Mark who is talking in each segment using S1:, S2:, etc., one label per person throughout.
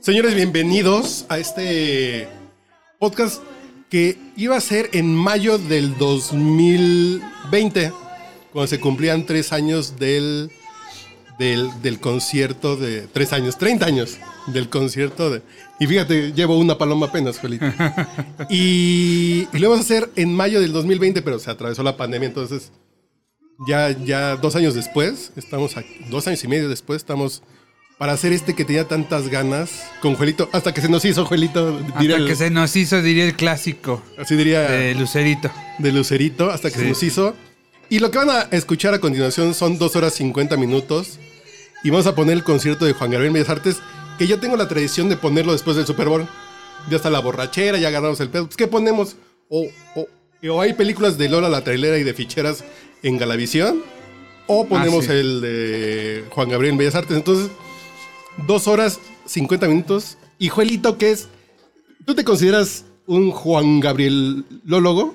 S1: Señores, bienvenidos a este podcast que iba a ser en mayo del 2020, cuando se cumplían tres años del, del, del concierto de... Tres años, 30 años del concierto de... Y fíjate, llevo una paloma apenas, Felipe. Y, y lo íbamos a hacer en mayo del 2020, pero se atravesó la pandemia, entonces ya, ya dos años después, estamos aquí, dos años y medio después, estamos para hacer este que tenía tantas ganas con Juelito, hasta que se nos hizo Juelito, diría
S2: Hasta
S1: el- Ah.
S2: que se nos hizo, diría el clásico
S1: así diría
S2: de Lucerito.
S1: de Lucerito, hasta que se
S2: Sí.
S1: nos hizo. Y lo que van a escuchar a continuación son dos horas 50 minutos. Y vamos a poner el concierto de Juan Gabriel Bellas Artes, que yo tengo la tradición de ponerlo después del Super Bowl. Ya está la borrachera, ya agarramos el pedo. Pues, ¿Qué ponemos? O, o- o hay películas de Lola la trailera y de ficheras en Galavisión. O ponemos
S2: Ah, sí.
S1: el de Juan Gabriel Bellas Artes. Entonces, dos horas 50 minutos. Y Juelito, que es? ¿Tú te consideras un Juan Gabriel Lólogo?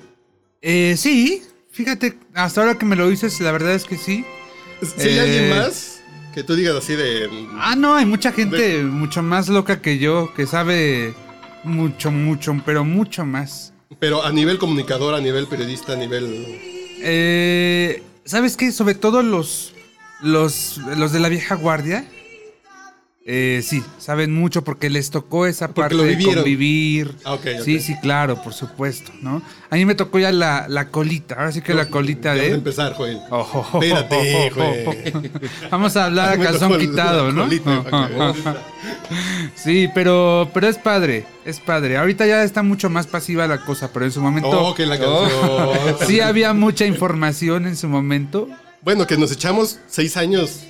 S2: Eh, sí, fíjate, hasta ahora que me lo dices, la verdad es que sí.
S1: Si hay alguien
S2: Eh,
S1: más que tú digas así de.
S2: Ah, no, hay mucha gente mucho más loca que yo, que sabe mucho, mucho, pero mucho más.
S1: Pero a nivel comunicador, a nivel periodista, a nivel.
S2: Eh, ¿Sabes qué? Sobre todo los, los, los de la vieja guardia. eh, sí, saben mucho porque les tocó esa
S1: Porque
S2: parte
S1: lo
S2: de
S1: vivieron.
S2: convivir.
S1: Ah, ok, ok.
S2: Sí, sí, claro, por supuesto, ¿no? A mí me tocó ya la, la colita, ahora sí que la colita
S1: Ya vas a
S2: de...
S1: empezar, Joel.
S2: Ojo.
S1: Espérate, güey.
S2: Oh. Vamos a hablar a
S1: Me tocó
S2: calzón
S1: la
S2: quitado, ¿no? Ah,
S1: colita, ok.
S2: Sí, pero, pero es padre, es padre. Ahorita ya está mucho más pasiva la cosa, pero en su momento...
S1: Oh, que la canción.
S2: Sí había mucha información en su momento.
S1: Bueno, que nos echamos seis años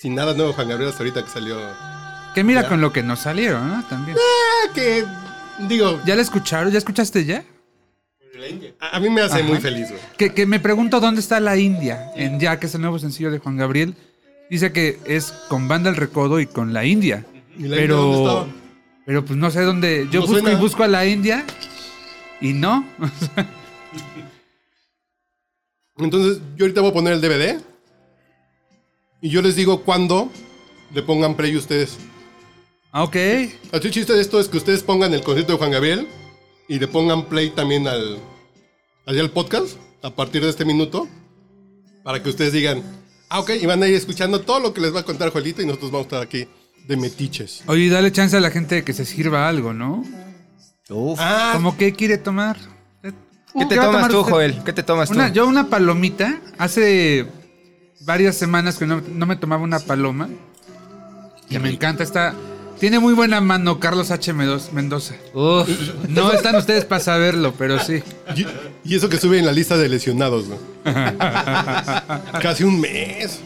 S1: sin nada nuevo, Juan Gabriel, hasta ahorita que salió. Ah,
S2: Que mira
S1: Ya.
S2: con lo que nos salieron, ¿no? También.
S1: que. Digo,
S2: ¿Ya la escucharon? ¿Ya escuchaste ya?
S1: a, a mí me hace
S2: Ajá.
S1: muy feliz, güey.
S2: Que, que me pregunto dónde está la India en Ya, que es el nuevo sencillo de Juan Gabriel. Dice que es con Banda El Recodo y con la India.
S1: ¿Y la India
S2: pero,
S1: dónde estaba?
S2: pero pues no sé dónde. Yo
S1: No
S2: busco y
S1: suena.
S2: busco a la India y no.
S1: Entonces, yo ahorita voy a poner el DVD. Y yo les digo cuándo le pongan play ustedes.
S2: Ah, ok.
S1: Así el chiste de esto es que ustedes pongan el concierto de Juan Gabriel y le pongan play también al, allá al podcast a partir de este minuto para que ustedes digan, ah, ok, y van a ir escuchando todo lo que les va a contar Juelito y nosotros vamos a estar aquí de metiches.
S2: Oye, dale chance a la gente de que se sirva algo, ¿no?
S3: Uf.
S1: Ah,
S2: Como que quiere tomar.
S3: ¿Qué
S2: Uh,
S3: te
S2: va a
S3: tomas
S2: tomar
S3: tú,
S2: usted?
S3: Joel? ¿Qué te tomas
S2: Una-
S3: tú?
S2: yo una palomita. Hace varias semanas que no, no me tomaba una paloma. Y me encanta esta. Tiene muy buena mano Carlos H. Medo- Mendoza. Uf, no están ustedes para saberlo, pero sí.
S1: y, y eso que sube en la lista de lesionados, ¿no? Casi un mes.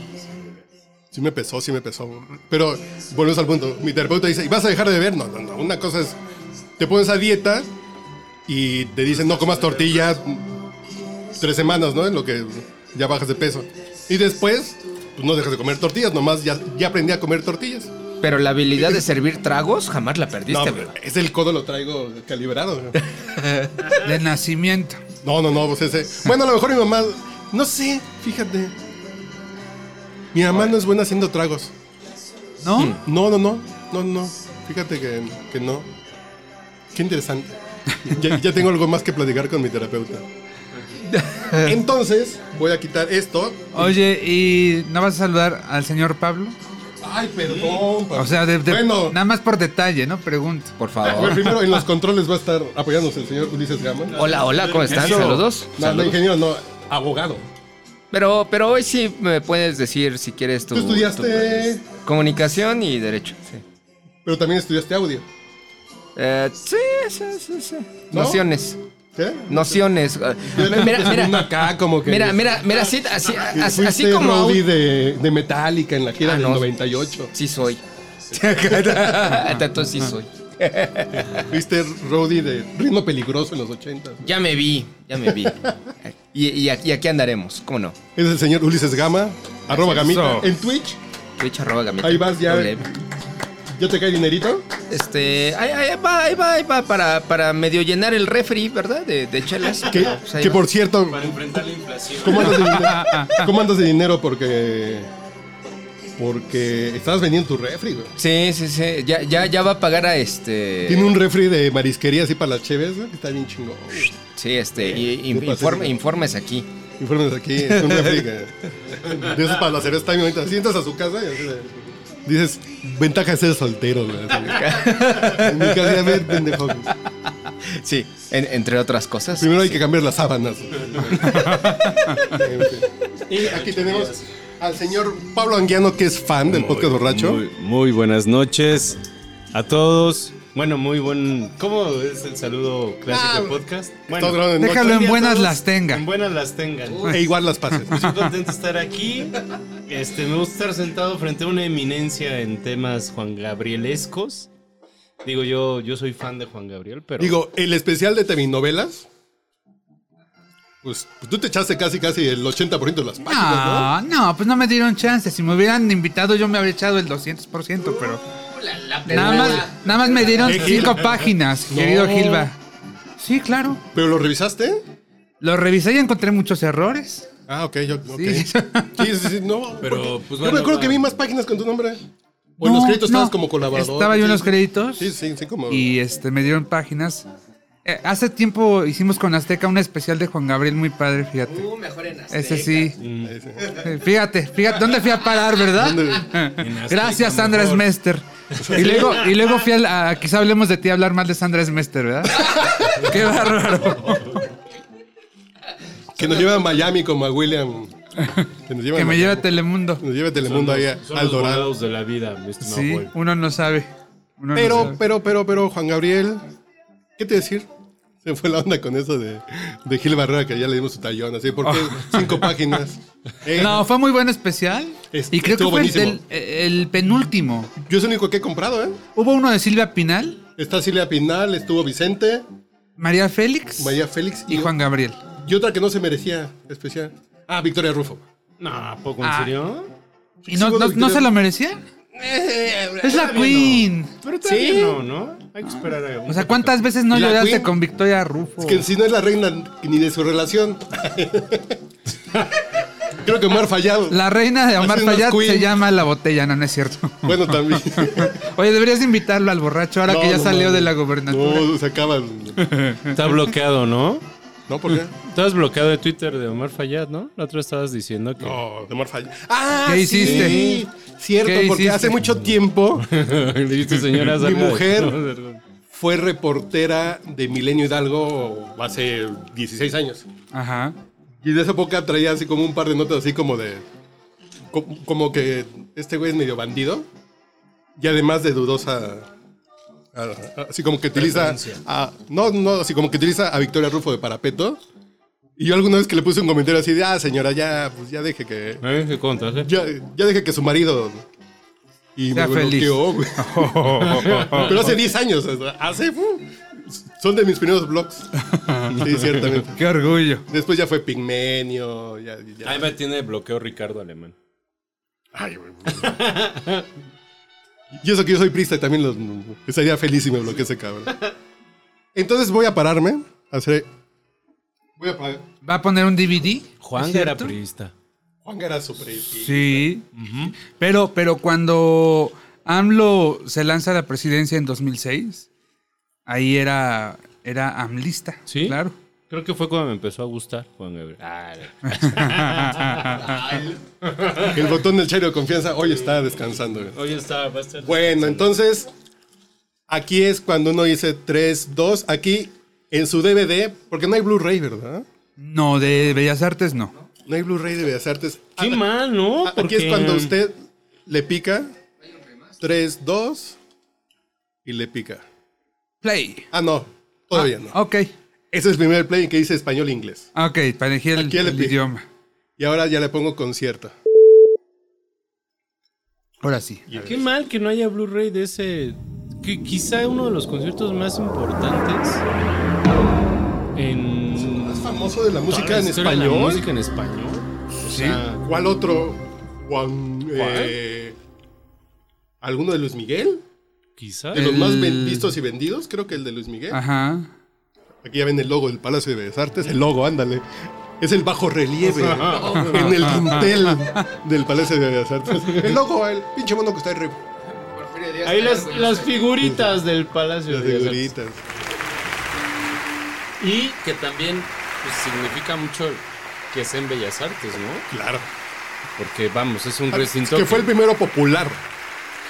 S1: Sí me pesó, sí me pesó. Pero volvemos al punto. Mi terapeuta dice, ¿y vas a dejar de beber? No, no, no. Una cosa es, te pones a dieta y te dicen, no comas tortillas tres semanas, ¿no? En lo que ya bajas de peso. Y después, pues no dejas de comer tortillas, nomás ya, ya aprendí a comer tortillas.
S3: Pero la habilidad de servir tragos jamás la
S1: No,
S3: perdiste, güey.
S1: es el codo lo traigo calibrado. ¿no?
S2: De nacimiento.
S1: No, no, no, pues ese. Bueno, a lo mejor mi mamá. No sé, fíjate. Mi mamá no es buena haciendo tragos.
S2: ¿No?
S1: No, no, no. No, no. Fíjate que, que no. Qué interesante. Ya, ya tengo algo más que platicar con mi terapeuta. Entonces, voy a quitar esto.
S2: Oye, ¿y no vas a saludar al señor Pablo?
S1: Ay, perdón. papá.
S2: O sea, de- de-
S1: bueno,
S2: nada más por detalle, ¿no? Pregunto.
S3: Por
S1: bueno,
S3: favor.
S1: primero en los controles va a estar apoyándonos el señor Ulises Gama.
S3: Hola, hola, ¿cómo están?
S2: Eso.
S3: Saludos.
S1: No, no,
S3: Saludos.
S1: ingeniero, no. Abogado.
S3: Pero, pero hoy sí me puedes decir si quieres tu.
S1: Tú estudiaste,
S3: tu- comunicación y derecho. Sí.
S1: pero también estudiaste audio.
S3: Eh, sí, sí, sí, sí.
S1: ¿No?
S3: Nociones.
S1: ¿Qué?
S3: Nociones. Ah, Mira,
S1: Una
S3: mira.
S1: acá como que.
S3: Mira, mira, mira, así, así,
S1: Que
S3: así,
S1: fuiste
S3: así como. a un-
S1: Roddy de, de Metallica en la gira
S3: Ah,
S1: del
S3: no.
S1: 98.
S3: Sí soy. Tanto sí soy.
S1: Fuiste Roddy de Ritmo Peligroso en los 80.
S3: Ya me vi, ya me vi. Y, y aquí, y aquí andaremos, ¿cómo no?
S1: Es el señor Ulises Gama, arroba gamita.
S2: Eso.
S1: En Twitch,
S3: Twitch arroba gameta.
S1: Ahí vas, ya.
S3: Doble.
S1: ¿ya te cae dinerito?
S3: Este, ahí, ahí va, ahí va, ahí va, para, para medio llenar el refri, ¿verdad? De, de chelas.
S1: Que,
S3: Pues ahí
S1: que
S3: va.
S1: por cierto,
S4: Para enfrentar la inflación.
S1: ¿cómo andas, de dinero? ¿cómo andas de dinero? Porque Porque estabas vendiendo tu refri, güey.
S3: Sí, sí, sí. Ya, ya, ya va a pagar a este.
S1: Tiene un refri de marisquería así para las cheves, güey, que está bien chingón. güey.
S3: Sí, este. y-
S1: Eh, ¿Qué
S3: in-
S1: pasa?
S3: informe- informes aquí.
S1: Informes aquí, es un refri. güey. De esos para la cerveza también ahorita. Sientas a su casa y así de- dices, ventaja es ser soltero, güey. así, güey. En mi casa ya me- pendejo, güey.
S3: Sí, en- entre otras cosas.
S1: Primero hay que cambiar las sábanas. En fin. y aquí tenemos al señor Pablo Anguiano, que es fan del podcast borracho.
S5: Muy, muy buenas noches a todos. Bueno, muy buen. ¿Cómo es el saludo clásico
S1: Ah,
S5: de podcast?
S1: todo grabado en
S2: Déjalo
S1: noche.
S2: en buenas
S5: Todos
S2: las tenga.
S5: En buenas las tengan.
S1: E igual las pases.
S5: Estoy contento de estar aquí. Este, me gusta estar sentado frente a una eminencia en temas Juan Gabrielescos. Digo, yo, yo soy fan de Juan Gabriel, pero.
S1: Digo, el especial de telenovelas. Pues, pues tú te echaste casi casi el 80% de las páginas,
S5: Ah.
S1: ¿no?
S2: No, no, pues no me dieron chance. Si me hubieran invitado, yo me habría echado el 200%, pero. Nada más, nada más me dieron
S1: Eh,
S2: cinco
S1: Gil.
S2: páginas, querido
S1: No.
S2: Gilba. Sí, claro.
S1: ¿Pero lo revisaste?
S2: Lo revisé y encontré muchos errores.
S1: Ah, ok, yo, ok. Sí,
S2: Sí.
S1: sí, sí, no.
S5: Pero,
S1: porque
S5: pues,
S1: yo me
S5: bueno,
S1: acuerdo que
S5: va.
S1: vi más páginas con tu nombre. O en los
S2: No,
S1: créditos estabas
S2: no.
S1: como colaborador.
S2: Estaba yo en
S1: sí.
S2: los créditos.
S1: Sí, sí, sí, como.
S2: y este me dieron páginas. Eh, hace tiempo hicimos con Azteca un especial de Juan Gabriel muy padre, fíjate.
S3: mejor en
S2: Ese sí.
S5: Mm,
S1: Sí, sí.
S2: Eh, Fíjate, fíjate, ¿dónde fui a parar, verdad?
S1: ¿Dónde?
S2: Eh,
S5: En Azteca,
S2: Gracias, Sandra
S5: mejor.
S2: Smester. Y luego, y luego fui a, la- a- quizá hablemos de ti, a hablar más de Sandra Smester, ¿verdad? Qué bárbaro.
S1: Que nos lleva a Miami como a William. Que nos lleva,
S2: Que
S1: a
S2: me
S1: Miami.
S2: lleva a Telemundo.
S1: Que nos lleva a
S5: son
S1: Telemundo
S5: los,
S1: ahí a-
S5: son
S1: al
S5: los
S1: Dorado.
S5: volados de la vida, mi estimado
S2: Sí,
S5: Boy.
S2: uno no sabe. uno no
S1: Pero,
S2: sabe.
S1: pero, pero, pero, Juan Gabriel, ¿qué te decir? Se fue la onda con eso de, de Gil Barrera, que ya le dimos su tallón, así, porque cinco páginas. Eh,
S2: No, fue muy buen especial.
S1: Es-
S2: Y creo que
S1: estuvo
S2: fue el,
S1: buenísimo.
S2: el- el penúltimo.
S1: Eh, Yo es el único que he comprado, ¿eh?
S2: Hubo uno de Silvia Pinal,
S1: Está Silvia Pinal, estuvo Vicente,
S2: María Félix
S1: María Félix
S2: y Juan Gabriel.
S1: Y otra que no se merecía especial. Ah, Victoria Rufo.
S5: No, ¿a poco en
S2: Ah.
S5: serio?
S2: ¿Y no,
S1: Sí,
S2: no-
S1: bueno,
S2: no
S1: creo-
S2: se lo merecía?
S1: Eh,
S2: Es la Queen.
S5: Pero
S1: Sí.
S5: también no, ¿no? pues, Hay que esperar a un
S2: O sea,
S5: poquito.
S2: ¿cuántas veces no
S1: ¿Y la
S2: lloraste
S1: Queen?
S2: con Victoria Rufo?
S1: Es que si no es la reina ni de su relación. Creo que Omar Fallado.
S2: La reina de Omar
S1: Haciendo
S2: Fayad
S1: Queen.
S2: se llama La Botella, no, no es cierto.
S1: Bueno, también.
S2: Oye, deberías invitarlo al borracho ahora
S1: No,
S2: que ya
S1: no,
S2: salió
S1: no.
S2: de la gobernatura.
S1: No, se acaban.
S2: Ah.
S5: Está bloqueado, ¿no?
S1: ¿No? ¿Por qué?
S5: Estabas bloqueado de Twitter de Omar Fayad, ¿no? La otra estabas diciendo que.
S1: No, de Omar Fallado. Ah,
S2: ¿Qué
S1: sí,
S2: hiciste?
S1: Cierto,
S2: ¿Qué
S1: porque
S2: hiciste?
S1: hace mucho tiempo
S5: Le dijiste, señora,
S1: Mi
S5: salga de-
S1: mujer.
S5: no, salga.
S1: fue reportera de Milenio Hidalgo hace 16 años.
S2: Ajá.
S1: Y de esa época traía así como un par de notas así como de... co- Como, que este güey es medio bandido. Y además de dudosa... a- a- Así como que utiliza... a- no, no, así como que utiliza a Victoria Rufo de parapeto. Y yo alguna vez que le puse un comentario así de, ah, señora, ya, pues ya deje que...
S5: Me dije, ¿Eh? contaste.
S1: Ya, ya deje que su marido... Y
S2: Sea
S1: me
S2: feliz.
S1: bloqueó, güey. Pero hace 10 años, o sea, hace... uh, son de mis primeros blogs. Sí, ciertamente.
S2: Qué orgullo.
S1: Después ya fue Pigmenio, ya... ya-
S5: Ahí me tiene bloqueo Ricardo Alemán.
S1: Ay, güey. y eso que yo soy prista y también lo- estaría feliz si me bloquea ese cabrón. Entonces voy a pararme a hacer. Voy a parar.
S2: ¿Va a poner un DVD?
S5: Juan
S2: ¿Es
S5: era
S2: cierto?
S5: priista.
S1: Juan era super.
S2: Sí. Pero, pero cuando AMLO se lanza a la presidencia en 2006, ahí era, era AMLista.
S5: ¿Sí?
S2: Claro.
S5: Creo que fue cuando me empezó a gustar Juan Gabriel. Ah,
S1: El botón del chairo de confianza hoy está descansando. güey.
S5: hoy está, va a estar.
S1: Bueno, entonces. Aquí es cuando uno dice 3, 2. Aquí en su DVD, porque no hay Blu-ray, ¿verdad?
S2: No, de Bellas Artes no.
S1: No hay Blu-ray de Bellas Artes.
S5: Qué
S1: Ah,
S5: mal, ¿no?
S1: Ah, Aquí
S5: Porque-
S1: es cuando usted le pica. 3, 2. Y le pica.
S2: Play.
S1: Ah, no. Todavía no.
S2: Ok.
S1: Ese es el primer play que dice español-inglés.
S2: Ok, para elegir el,
S1: Aquí le
S2: el
S1: pi-
S2: idioma.
S1: Y ahora ya le pongo concierto.
S2: Ahora sí.
S5: Qué mal que no haya Blu-ray de ese. Que quizá uno de los conciertos más importantes. En.
S1: ¿Es famoso de la música en
S5: Toda la historia de la
S1: español?
S5: música en español. O
S2: Sí.
S5: sea,
S1: ¿Cuál otro? Juan, eh, ¿Alguno de Luis Miguel?
S5: quizá.
S1: De los
S2: El-
S1: más ven- vistos y vendidos, creo que el de Luis Miguel.
S2: Ajá.
S1: Aquí ya ven el logo del Palacio de Bellas Artes. El logo, ándale. Es el bajo relieve en el dintel del Palacio de Bellas Artes. El loco, el pinche mono que está ahí re-
S4: Ahí las, las figuritas del Palacio
S1: las
S4: de Bellas Artes.
S1: figuritas.
S4: Y
S5: Que también pues, significa mucho que sea en Bellas Artes, ¿no?
S1: Claro.
S5: Porque vamos, es un recinto.
S1: Ah, Que fue el primero popular.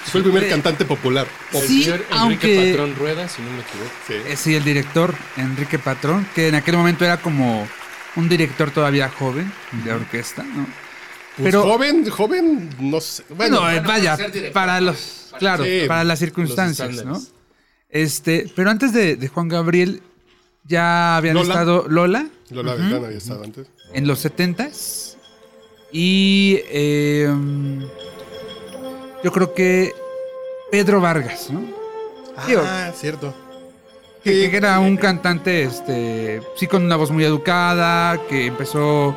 S1: Fue el primer cantante popular.
S5: el
S2: Sí,
S5: señor Enrique
S2: aunque-
S5: Patrón Rueda, si no me equivoco.
S1: Sí.
S2: Eh, Sí, el director Enrique Patrón, que en aquel momento era como un director todavía joven de orquesta, ¿no?
S1: Pues joven, joven, no sé. Bueno,
S2: Bueno, eh, vaya,
S6: ser director,
S2: para los, claro,
S1: Sí,
S2: para las circunstancias,
S5: los
S2: ¿no?
S5: estándares.
S2: Este, pero antes de, de Juan Gabriel ya habían
S1: Lola.
S2: estado Lola
S1: Lola Beltrán había estado antes.
S2: en los 70s y eh, yo creo que Pedro Vargas, ¿no? Digo,
S1: Ah, cierto.
S2: que, que era un cantante, este, sí con una voz muy educada, que empezó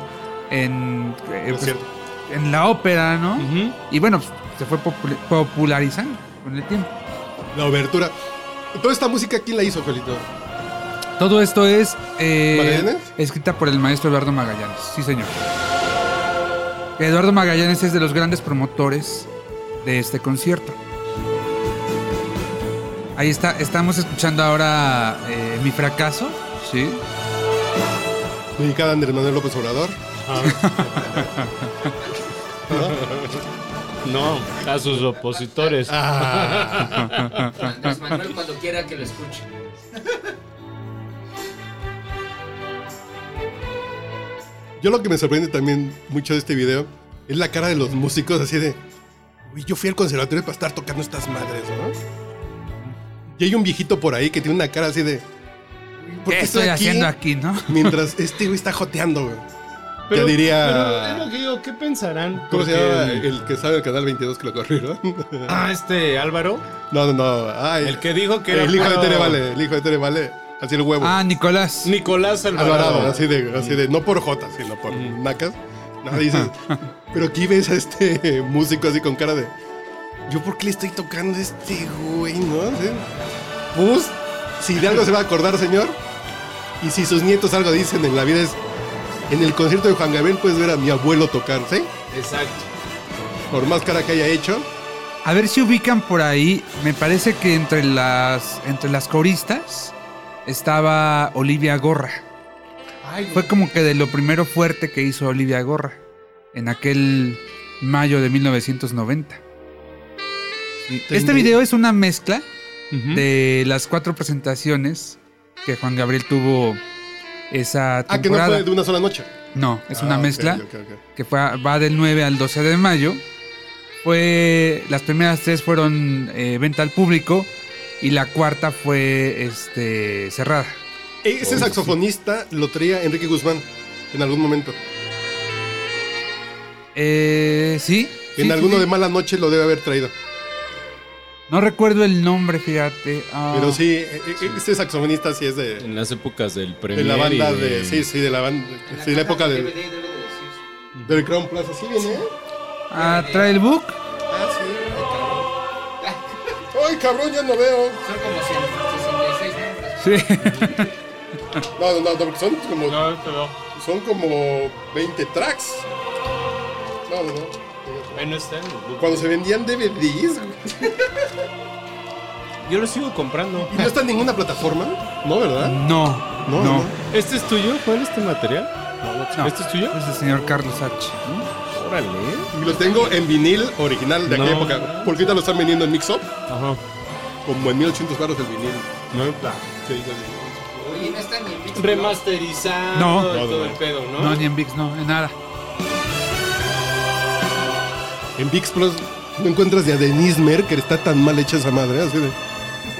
S2: en, eh, pues,
S1: cierto.
S2: en la ópera, ¿no?
S4: Ujú.
S2: Y bueno, pues, se fue popul- popularizando con el tiempo.
S1: La obertura. Toda esta música, ¿quién la hizo, Jolito?
S2: Todo esto es eh,
S1: ¿Magallanes?
S2: escrita por el maestro Eduardo Magallanes, sí señor. Eduardo Magallanes es de los grandes promotores de este concierto. Ahí está, estamos escuchando ahora eh, mi fracaso, sí.
S1: Dedicada a Andrés Manuel López Obrador.
S4: no, a sus opositores.
S1: Ah,
S3: Ah,
S6: Andrés Manuel cuando quiera que lo escuche.
S1: Yo lo que me sorprende también mucho de este video es la cara de los músicos así de... Uy, yo fui al conservatorio para estar tocando estas madres, ¿no? Y hay un viejito por ahí que tiene una cara así de... "Uy, ¿Por
S2: ¿Qué estoy haciendo aquí, no?
S1: Mientras este güey está joteando, güey.
S4: Pero-
S1: Yo
S4: pero es
S1: diría...
S4: lo que digo, ¿qué pensarán?
S1: ¿Cómo se
S4: Porque-
S1: llama Eh, el que sabe el canal 22 que lo corrieron?
S4: Ah, este Álvaro.
S1: No, no, no. Ay,
S4: El que dijo que era
S1: eh, El hijo de
S4: puro-
S1: Tere Vale, el hijo de Tere Vale. Así el huevo.
S2: Ah, Nicolás.
S4: Nicolás Alvarado.
S1: Alvarado, así
S2: Mm.
S1: de, así de, no por J, sino por nacas. Nada dices, pero aquí ves a este músico así con cara de, ¿yo por qué le estoy tocando a este güey, no? Así, pues, si de algo se va a acordar, señor, y si sus nietos algo dicen en la vida es, en el concierto de Juan Gabriel puedes ver a mi abuelo tocar, ¿sí?
S5: Exacto.
S1: Por más cara que haya hecho,
S2: A ver si ubican por ahí. Me parece que entre las, entre las coristas estaba Olivia Gorra. Fue como que de lo primero fuerte que hizo Olivia Gorra en aquel mayo de 1990. Y Este video es una mezcla
S1: ¿Mm?
S4: Ujú.
S2: de las cuatro presentaciones que Juan Gabriel tuvo esa
S1: ah, que no
S2: temporada.
S1: fue de una sola noche.
S2: no, es una
S1: Ah, ok,
S2: mezcla
S1: ok, ok.
S2: que fue, va del 9 al 12 de mayo. Fue, las primeras tres fueron eh, venta al público y la cuarta fue este, cerrada.
S1: Ese saxofonista lo traía Enrique Guzmán en algún momento.
S2: Eh, ¿Sí?
S1: En
S2: sí,
S1: alguno
S2: sí,
S1: de
S2: sí.
S1: mala noche lo debe haber traído.
S2: No recuerdo el nombre, fíjate. Ah,
S1: Pero sí, eh, eh, este saxofonista sí es de,
S5: En las épocas del premio.
S1: de la banda de. Sí, sí, de la banda. Sí, de la época
S6: de
S1: del, del Crown Plaza. Sí, viene. ¿eh?
S2: ah, trae el book.
S1: Ah, sí. Ay, cabrón, ya no veo.
S6: Son como 66 nombres.
S2: Sí.
S1: No, no, no, porque son como. Son como 20 tracks. No, no, no.
S4: Ahí no está. güey.
S1: Cuando se vendían DVDs, güey.
S4: Yo lo sigo comprando.
S1: ¿Y no está en ninguna plataforma? No, ¿verdad?
S2: No,
S1: No,
S2: no.
S1: no.
S4: ¿Este es tuyo? ¿Cuál es este material?
S2: no.
S4: ¿Este es tuyo?
S2: Es el señor Carlos H. ¿no?
S4: Órale.
S1: Y los tengo en vinil original de aquella
S4: No.
S1: época. Porque ahorita lo están vendiendo en Mix-Up.
S4: Ajá.
S1: Como en 1800 baros el vinil.
S4: No,
S1: Sí, sí.
S6: Oye, no está ni en Vix,
S4: Remasterizado
S2: No.
S4: y
S1: No, no,
S4: todo
S1: no.
S4: el pedo, ¿no?
S2: No, ni en VIX, no, en nada.
S1: En VIX Plus no encuentras de Adenismer, que está tan mal hecha esa madre. Así de,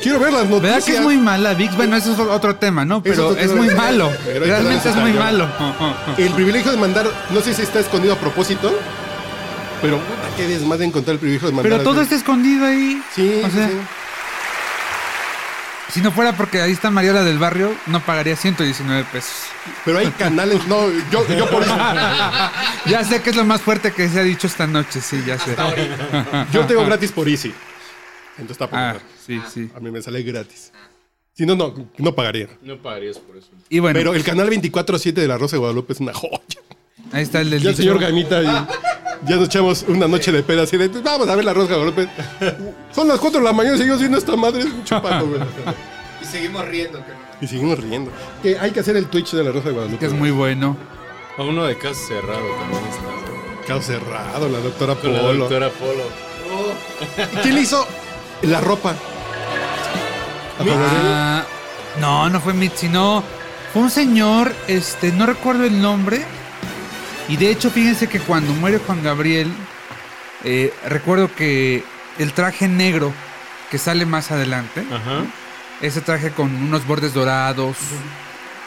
S1: quiero ver las noticias.
S2: ¿Verdad que es muy mala, VIX? Bueno, eso es otro tema, ¿no?
S1: Es
S2: Pero
S1: otro
S2: es,
S1: tema.
S2: muy malo.
S1: Pero ahí te
S2: Realmente
S1: la
S2: es muy
S1: saca.
S2: malo.
S1: El privilegio de mandar, no sé si está escondido a propósito, pero puta, qué desmadre encontrar el privilegio de mandar.
S2: Pero todo
S1: así.
S2: está escondido ahí.
S1: Sí,
S2: O
S1: sí,
S2: sea,
S1: sí.
S2: Si no fuera porque ahí está Mariola del Barrio, no pagaría 119 pesos.
S1: Pero hay canales, no, yo, yo por eso,
S2: Ya sé que es lo más fuerte que se ha dicho esta noche, sí, ya sé.
S1: yo tengo gratis por Easy. Entonces está por
S2: Ah, sí, sí.
S1: A mí me sale gratis. Si no, no, no pagaría.
S5: No pagarías por eso.
S2: Y bueno,
S1: Pero el canal 24-7 de la Rosa de Guadalupe es una joya.
S2: ahí está el del
S1: Ya el
S2: dicho.
S1: señor Gamita y ya nos echamos una noche de pedas y de, vamos a ver la Rosa de Guadalupe. Son las 4 de la mañana y seguimos viendo esta madre chupando, güey.
S6: Y seguimos riendo, cabrón.
S1: Y seguimos riendo. Que hay que hacer el Twitch de la Rosa de Guadalupe.
S2: que es muy bueno.
S5: A uno de casa cerrado también está.
S1: Cao cerrado, la doctora
S5: Con la
S1: Polo.
S5: doctora Polo.
S1: ¿Quién le hizo la ropa? A Pablo Abril.
S2: Ah, no, no fue Mitzi, no. Fue un señor, este, no recuerdo el nombre. Y de hecho, fíjense que cuando muere Juan Gabriel, eh, recuerdo que el traje negro que sale más adelante,
S4: Ajá.
S2: ese traje con unos bordes dorados,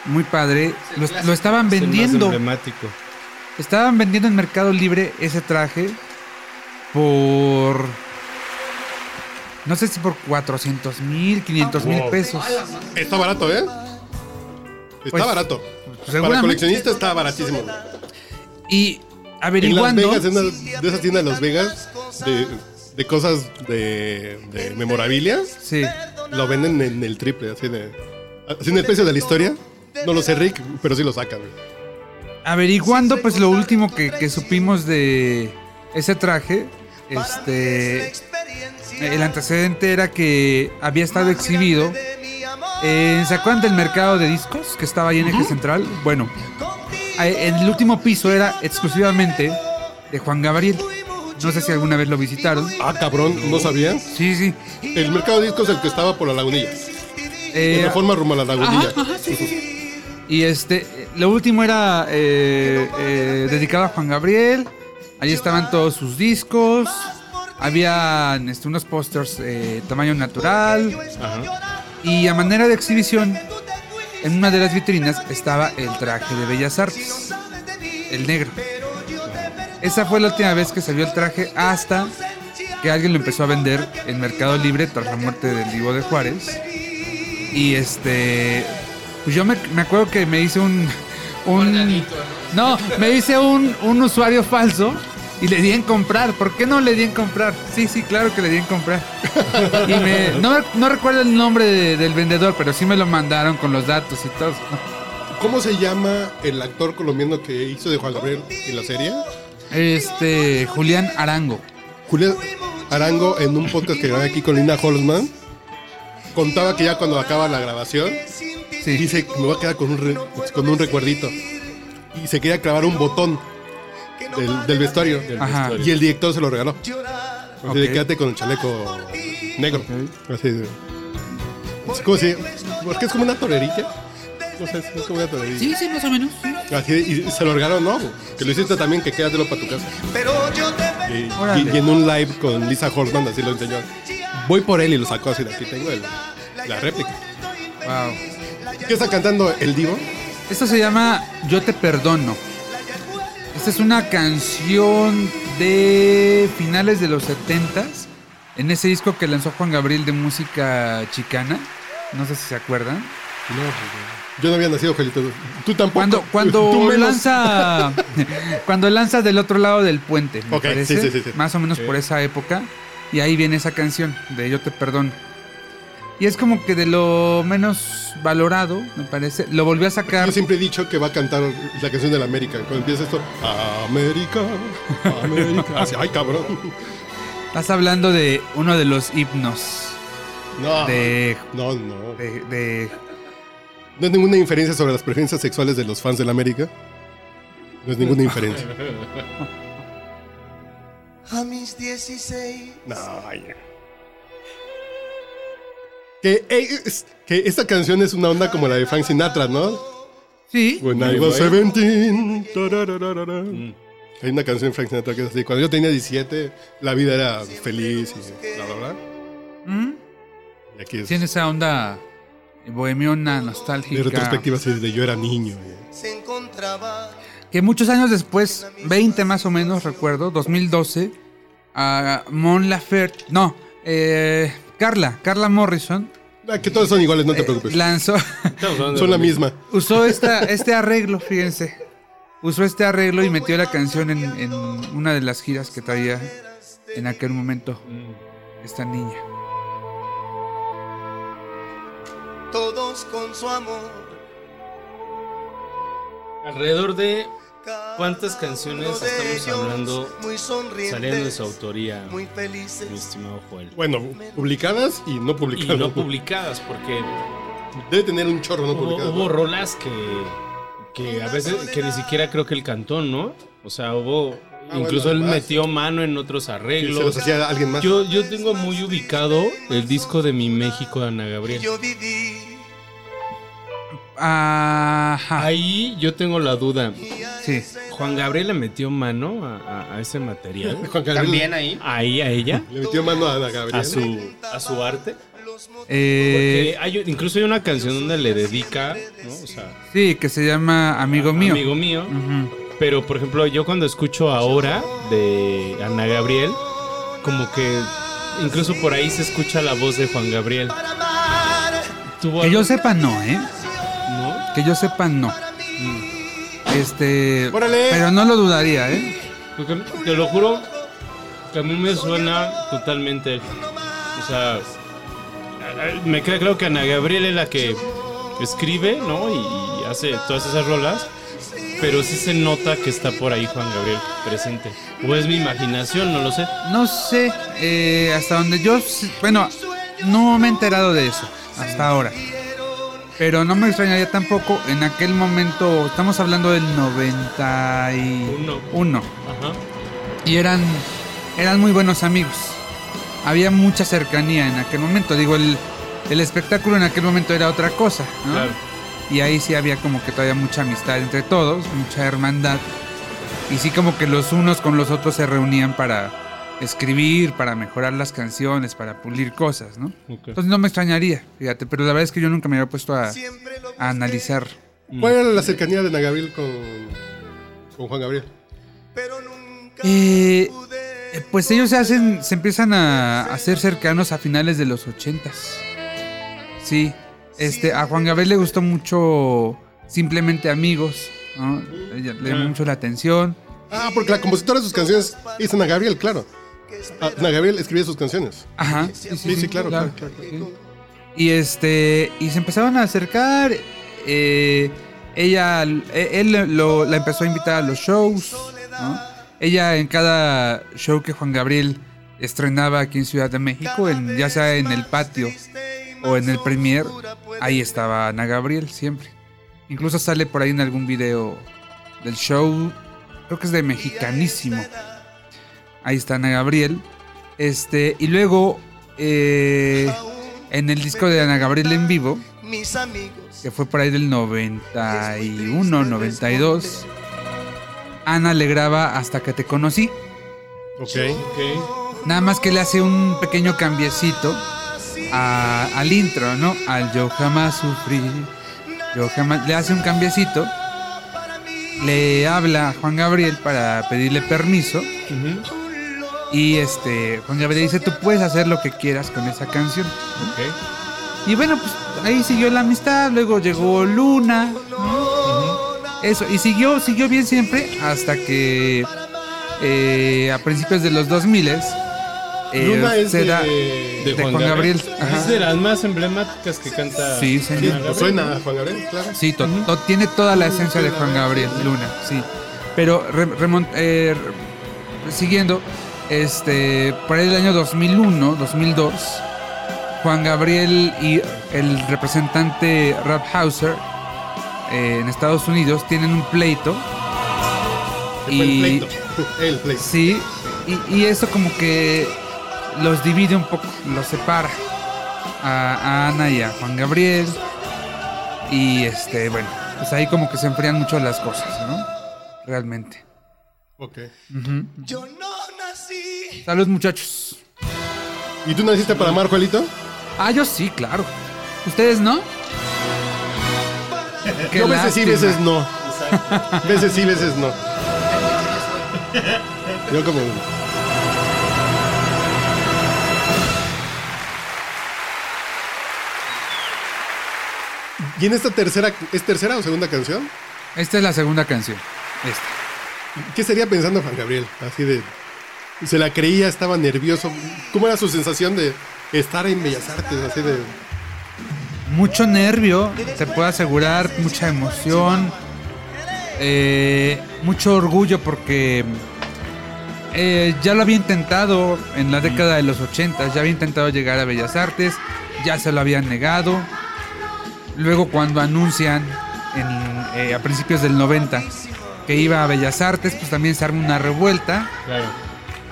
S2: muy padre,
S6: Es el
S2: lo,
S6: clásico.
S2: lo estaban
S4: Es el más
S2: vendiendo.
S4: emblemático.
S2: Estaban vendiendo en Mercado Libre ese traje por. No sé si por 400 mil, 500 mil pesos.
S1: Está barato, ¿eh? Está
S2: Pues,
S1: barato. Para
S2: seguramente.
S1: coleccionista está baratísimo.
S2: Y
S1: En Las
S2: averiguando.
S1: Vegas, en una de esas tiendas de Las Vegas, de, de cosas de, de memorabilia,
S2: Sí.
S1: lo venden en el triple, así de. Así en el precio de la historia. No lo sé, Rick, pero sí lo sacan.
S2: Averiguando, pues lo último que, que supimos de ese traje. Este. El antecedente era que había estado exhibido. en ¿Se acuerdan del mercado de discos que estaba ahí en Eje Central? Bueno, a- el último piso era exclusivamente de Juan Gabriel. No sé si alguna vez lo visitaron.
S1: Ah, cabrón, no sabía.
S2: Sí, sí.
S1: El mercado de discos es el que estaba por la lagunilla.
S2: Eh,
S1: en reforma rumbo a la lagunilla.
S2: Y este, eh, lo último era eh, eh, dedicado a Juan Gabriel. Allí estaban todos sus discos. Había este, unos pósters eh, tamaño natural. Y a manera de exhibición, en una de las vitrinas estaba el traje de Bellas Artes, el negro. Esa fue la última vez que se vio el traje hasta que alguien lo empezó a vender en Mercado Libre tras la muerte del Divo de Juárez. Y este. Pues yo me, me acuerdo que me hice un. un
S6: Guardadito,
S2: no, me hice un, un usuario falso y le di en comprar. ¿Por qué no le di en comprar? Sí, sí, claro que le di en comprar. Y me- no, no recuerdo el nombre de- del vendedor, pero sí me lo mandaron con los datos y todo.
S1: ¿Cómo se llama el actor colombiano que hizo de Juan Gabriel en la serie?
S2: Este, Julián Arango.
S1: Julián Arango, en un podcast que grabé aquí con Lina Holzman, contaba que ya cuando acaba la grabación,
S2: Sí.
S1: dice que me voy a quedar con un, re- con un recuerdito. Y se quería clavar un botón del, del vestuario.
S2: Ajá.
S1: Y el director se lo regaló. Así de
S2: Ok.
S1: quédate con el chaleco negro. Así de- Es como si. Porque es como una torerilla. No sé, es como una torerilla.
S2: Sí, sí, más o menos. sí.
S1: Así, y se lo regaló, ¿no? Que lo hiciste también, que quédatelo para tu casa. Y,
S2: Órale.
S1: y- y en un live con Lisa Hortman así lo enseñó. Voy por él y lo sacó así de aquí. Tengo el- la réplica.
S2: Wow.
S1: ¿Qué está cantando el divo?
S2: Esto se llama Yo te perdono. Esta es una canción de finales de los 70s, en ese disco que lanzó Juan Gabriel de música chicana. No sé si se acuerdan.
S1: Yo no había nacido, Juelito. Tú tampoco.
S2: pues, Cuando, cuando
S1: Tú menos.
S2: lanza cuando lanza del otro lado del puente, me
S1: Ok, sí,
S2: parece,
S1: sí, sí, sí.
S2: más o menos por esa época, y ahí viene esa canción de Yo te perdono. Y es como que de lo menos valorado, me parece, lo volvió a sacar.
S1: Yo siempre he dicho que va a cantar la canción de la América. Cuando empieza esto, América, América. Así, ay, cabrón.
S2: Estás hablando de uno de los himnos
S1: No,
S2: de,
S1: no, no.
S2: de- de-
S1: No es ninguna inferencia sobre las preferencias sexuales de los fans de la América. No es ninguna inferencia.
S7: A mis 16.
S1: No, ya. Que, es- que esta canción es una onda como la de Frank Sinatra, ¿no?
S2: Sí,
S1: When I was 17. tarararara. Hay una canción de Frank Sinatra que es así. Cuando yo tenía 17, la vida era feliz y bla, bla, bla.
S2: ¿Mm?
S1: Y aquí es
S2: tiene
S1: de
S2: esa onda bohemiona, nostálgica.
S1: retrospectiva, así de yo era niño. y-
S7: Se encontraba
S2: Que muchos años después, 20 más o menos, recuerdo, 2012, a Mon Laferte, no, eh, Carla, Carla Morrison,
S1: Ah, que todos son iguales, no te
S2: eh,
S1: preocupes.
S2: lanzó,
S5: Estamos hablando de
S1: Son la
S5: lo
S1: misma.
S2: usó esta, este arreglo, fíjense. Usó este arreglo y metió la canción en, en una de las giras que traía en aquel momento esta niña.
S7: todos con su amor.
S5: Alrededor de
S7: Cada
S5: ¿Cuántas canciones
S7: uno de
S5: estamos
S7: ellos
S5: hablando
S7: muy
S5: salieron de
S7: sonrientes,
S5: su autoría,
S7: muy
S5: mi
S7: felices.
S5: estimado Joel.
S1: Bueno, publicadas y no
S5: Y
S1: publicadas.
S5: no publicadas, porque
S1: Debe tener un chorro no
S5: hubo,
S1: publicado.
S5: hubo rolas que, que a veces, que ni siquiera creo que el cantón, ¿no? O sea, hubo,
S1: Ah,
S5: incluso
S1: bueno,
S5: él
S1: además.
S5: metió mano en otros
S1: Que se los
S5: arreglos.
S1: hacía alguien más.
S5: Yo, yo tengo muy ubicado el disco de Mi México de Ana Gabriel.
S7: Yo viví
S2: Ajá.
S5: Ahí yo tengo la duda.
S2: Sí.
S5: ¿Juan Gabriel le metió mano a, a- a ese material?
S1: Juan Gabriel
S3: ¿También ahí?
S5: ¿Ahí a ella?
S1: le metió mano a Ana Gabriel.
S5: ¿A su, a su arte?
S2: Eh,
S5: Porque hay- incluso hay una canción donde le dedica, ¿no? O sea,
S2: sí, que se llama Amigo Mío. Mm.
S5: Amigo mío.
S2: Ujú.
S5: Pero, por ejemplo, yo cuando escucho ahora de Ana Gabriel, como que incluso por ahí se escucha la voz de Juan Gabriel. Tuvo
S2: Que
S5: algo-
S2: yo sepa, no, ¿eh?
S5: ¿no?
S2: Que yo sepa, no. Este.
S1: ¡Órale!
S2: Pero no lo dudaría, ¿eh?
S5: Porque Pues te lo juro que a mí me suena totalmente. él. O sea, a- a- me queda claro que Ana Gabriel es la que escribe, ¿no? Y, y hace todas esas rolas. Pero sí se nota que está por ahí Juan Gabriel presente. O es mi imaginación, no lo sé.
S2: No sé, eh, hasta donde yo. s- Bueno, no me he enterado de eso hasta ahora. Pero no me extrañaría tampoco. En aquel momento, estamos hablando del 91.
S5: Ajá.
S2: y eran eran muy buenos amigos. Había mucha cercanía en aquel momento. Digo, el, el espectáculo en aquel momento era otra cosa, ¿no?
S5: Claro.
S2: Y ahí sí había como que todavía mucha amistad entre todos, mucha hermandad. Y sí como que los unos con los otros se reunían para escribir, para mejorar las canciones, para pulir cosas, ¿no?
S5: Ok.
S2: Entonces no me extrañaría, fíjate, pero la verdad es que yo nunca me había puesto a,
S7: Siempre lo
S2: a analizar.
S1: ¿Cuál era la cercanía de Ana Gabriel con, con Juan Gabriel?
S7: pero nunca
S2: Eh,
S7: pude.
S2: Eh, Pues ellos se hacen, se empiezan a hacer cercanos a finales de los ochentas. Sí, este, a Juan Gabriel le gustó mucho simplemente amigos, ¿no? Ella- Le llamó mucho la atención.
S1: Ah, porque la compositora de sus canciones es Ana Gabriel, claro. Ah, Ana Gabriel escribía sus canciones.
S2: Ajá. Sí,
S1: Sí, sí, claro, claro,
S2: sí. Y este, y se empezaron a acercar. eh, ella, eh, él lo- la empezó a invitar a los shows. ¿no? Ella en cada show que Juan Gabriel estrenaba aquí en Ciudad de México, en, ya sea en el patio o en el premier, ahí estaba Ana Gabriel siempre. Incluso sale por ahí en algún video del show, creo que es de Mexicanísimo. Ahí está Ana Gabriel. Este, y luego eh, en el disco de Ana Gabriel en vivo,
S7: Mis amigos.
S2: que fue por ahí del 91, 92, Ana le graba Hasta que te conocí.
S1: Ok.
S2: Nada más que le hace un pequeño cambiecito a- al intro, ¿no? Al yo jamás sufrí. Yo jamás. Le hace un cambiecito. Le habla a Juan Gabriel para pedirle permiso. Y este, Juan Gabriel dice: Tú puedes hacer lo que quieras con esa canción. Y bueno, pues ahí siguió la amistad. Luego llegó Luna. ¿no? Eso, y siguió, siguió bien siempre hasta que eh, a principios de los 2000 eh,
S1: Luna es
S2: se
S1: de,
S2: da-
S1: de-
S2: de Juan Gabriel. Ajá.
S5: Es de las más emblemáticas que canta.
S2: Sí,
S5: Ana
S2: señor.
S5: Gabriel.
S1: pues Suena a Juan Gabriel, claro.
S2: Sí, to- to- tiene toda la esencia de Juan Gabriel Luna, sí. Pero re- remon- eh, re- siguiendo, este, para el año 2001, 2002, Juan Gabriel y el representante Rob Hauser eh, en Estados Unidos tienen un pleito.
S1: Se fue el pleito. El pleito.
S2: Sí, y, y eso como que los divide un poco, los separa a, a Ana y a Juan Gabriel. Y este, bueno, pues ahí como que se enfrían mucho las cosas, ¿no? Realmente.
S1: Ok.
S7: Yo no nací
S2: Salud, muchachos.
S1: ¿Y tú naciste para amar, Juelito?
S2: Ah, yo sí, claro. ¿Ustedes no? Qué
S1: Yo veces sí,
S2: lástima.
S1: veces no. Veces sí, veces no. Yo como... ¿Y en esta tercera, es tercera o segunda canción?
S2: Esta es la segunda canción. Esta.
S1: ¿Qué estaría pensando Juan Gabriel? Así de. Se la creía, estaba nervioso. ¿Cómo era su sensación de estar en Bellas Artes? Así de.
S2: mucho nervio, te puedo asegurar, mucha emoción, eh, mucho orgullo porque eh, ya lo había intentado en la década de los 80, ya había intentado llegar a Bellas Artes, ya se lo habían negado. Luego cuando anuncian en, eh, a principios del 90 que iba a Bellas Artes, pues también se arma una revuelta.
S4: Claro.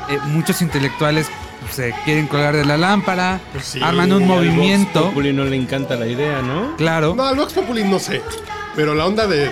S2: Eh, muchos intelectuales pues, se quieren colgar de la lámpara,
S4: Sí,
S2: arman un
S4: al
S2: movimiento.
S4: Vox Populi no le encanta la idea, ¿no?
S2: Claro.
S1: No, al Vox Populi no sé. Pero la onda de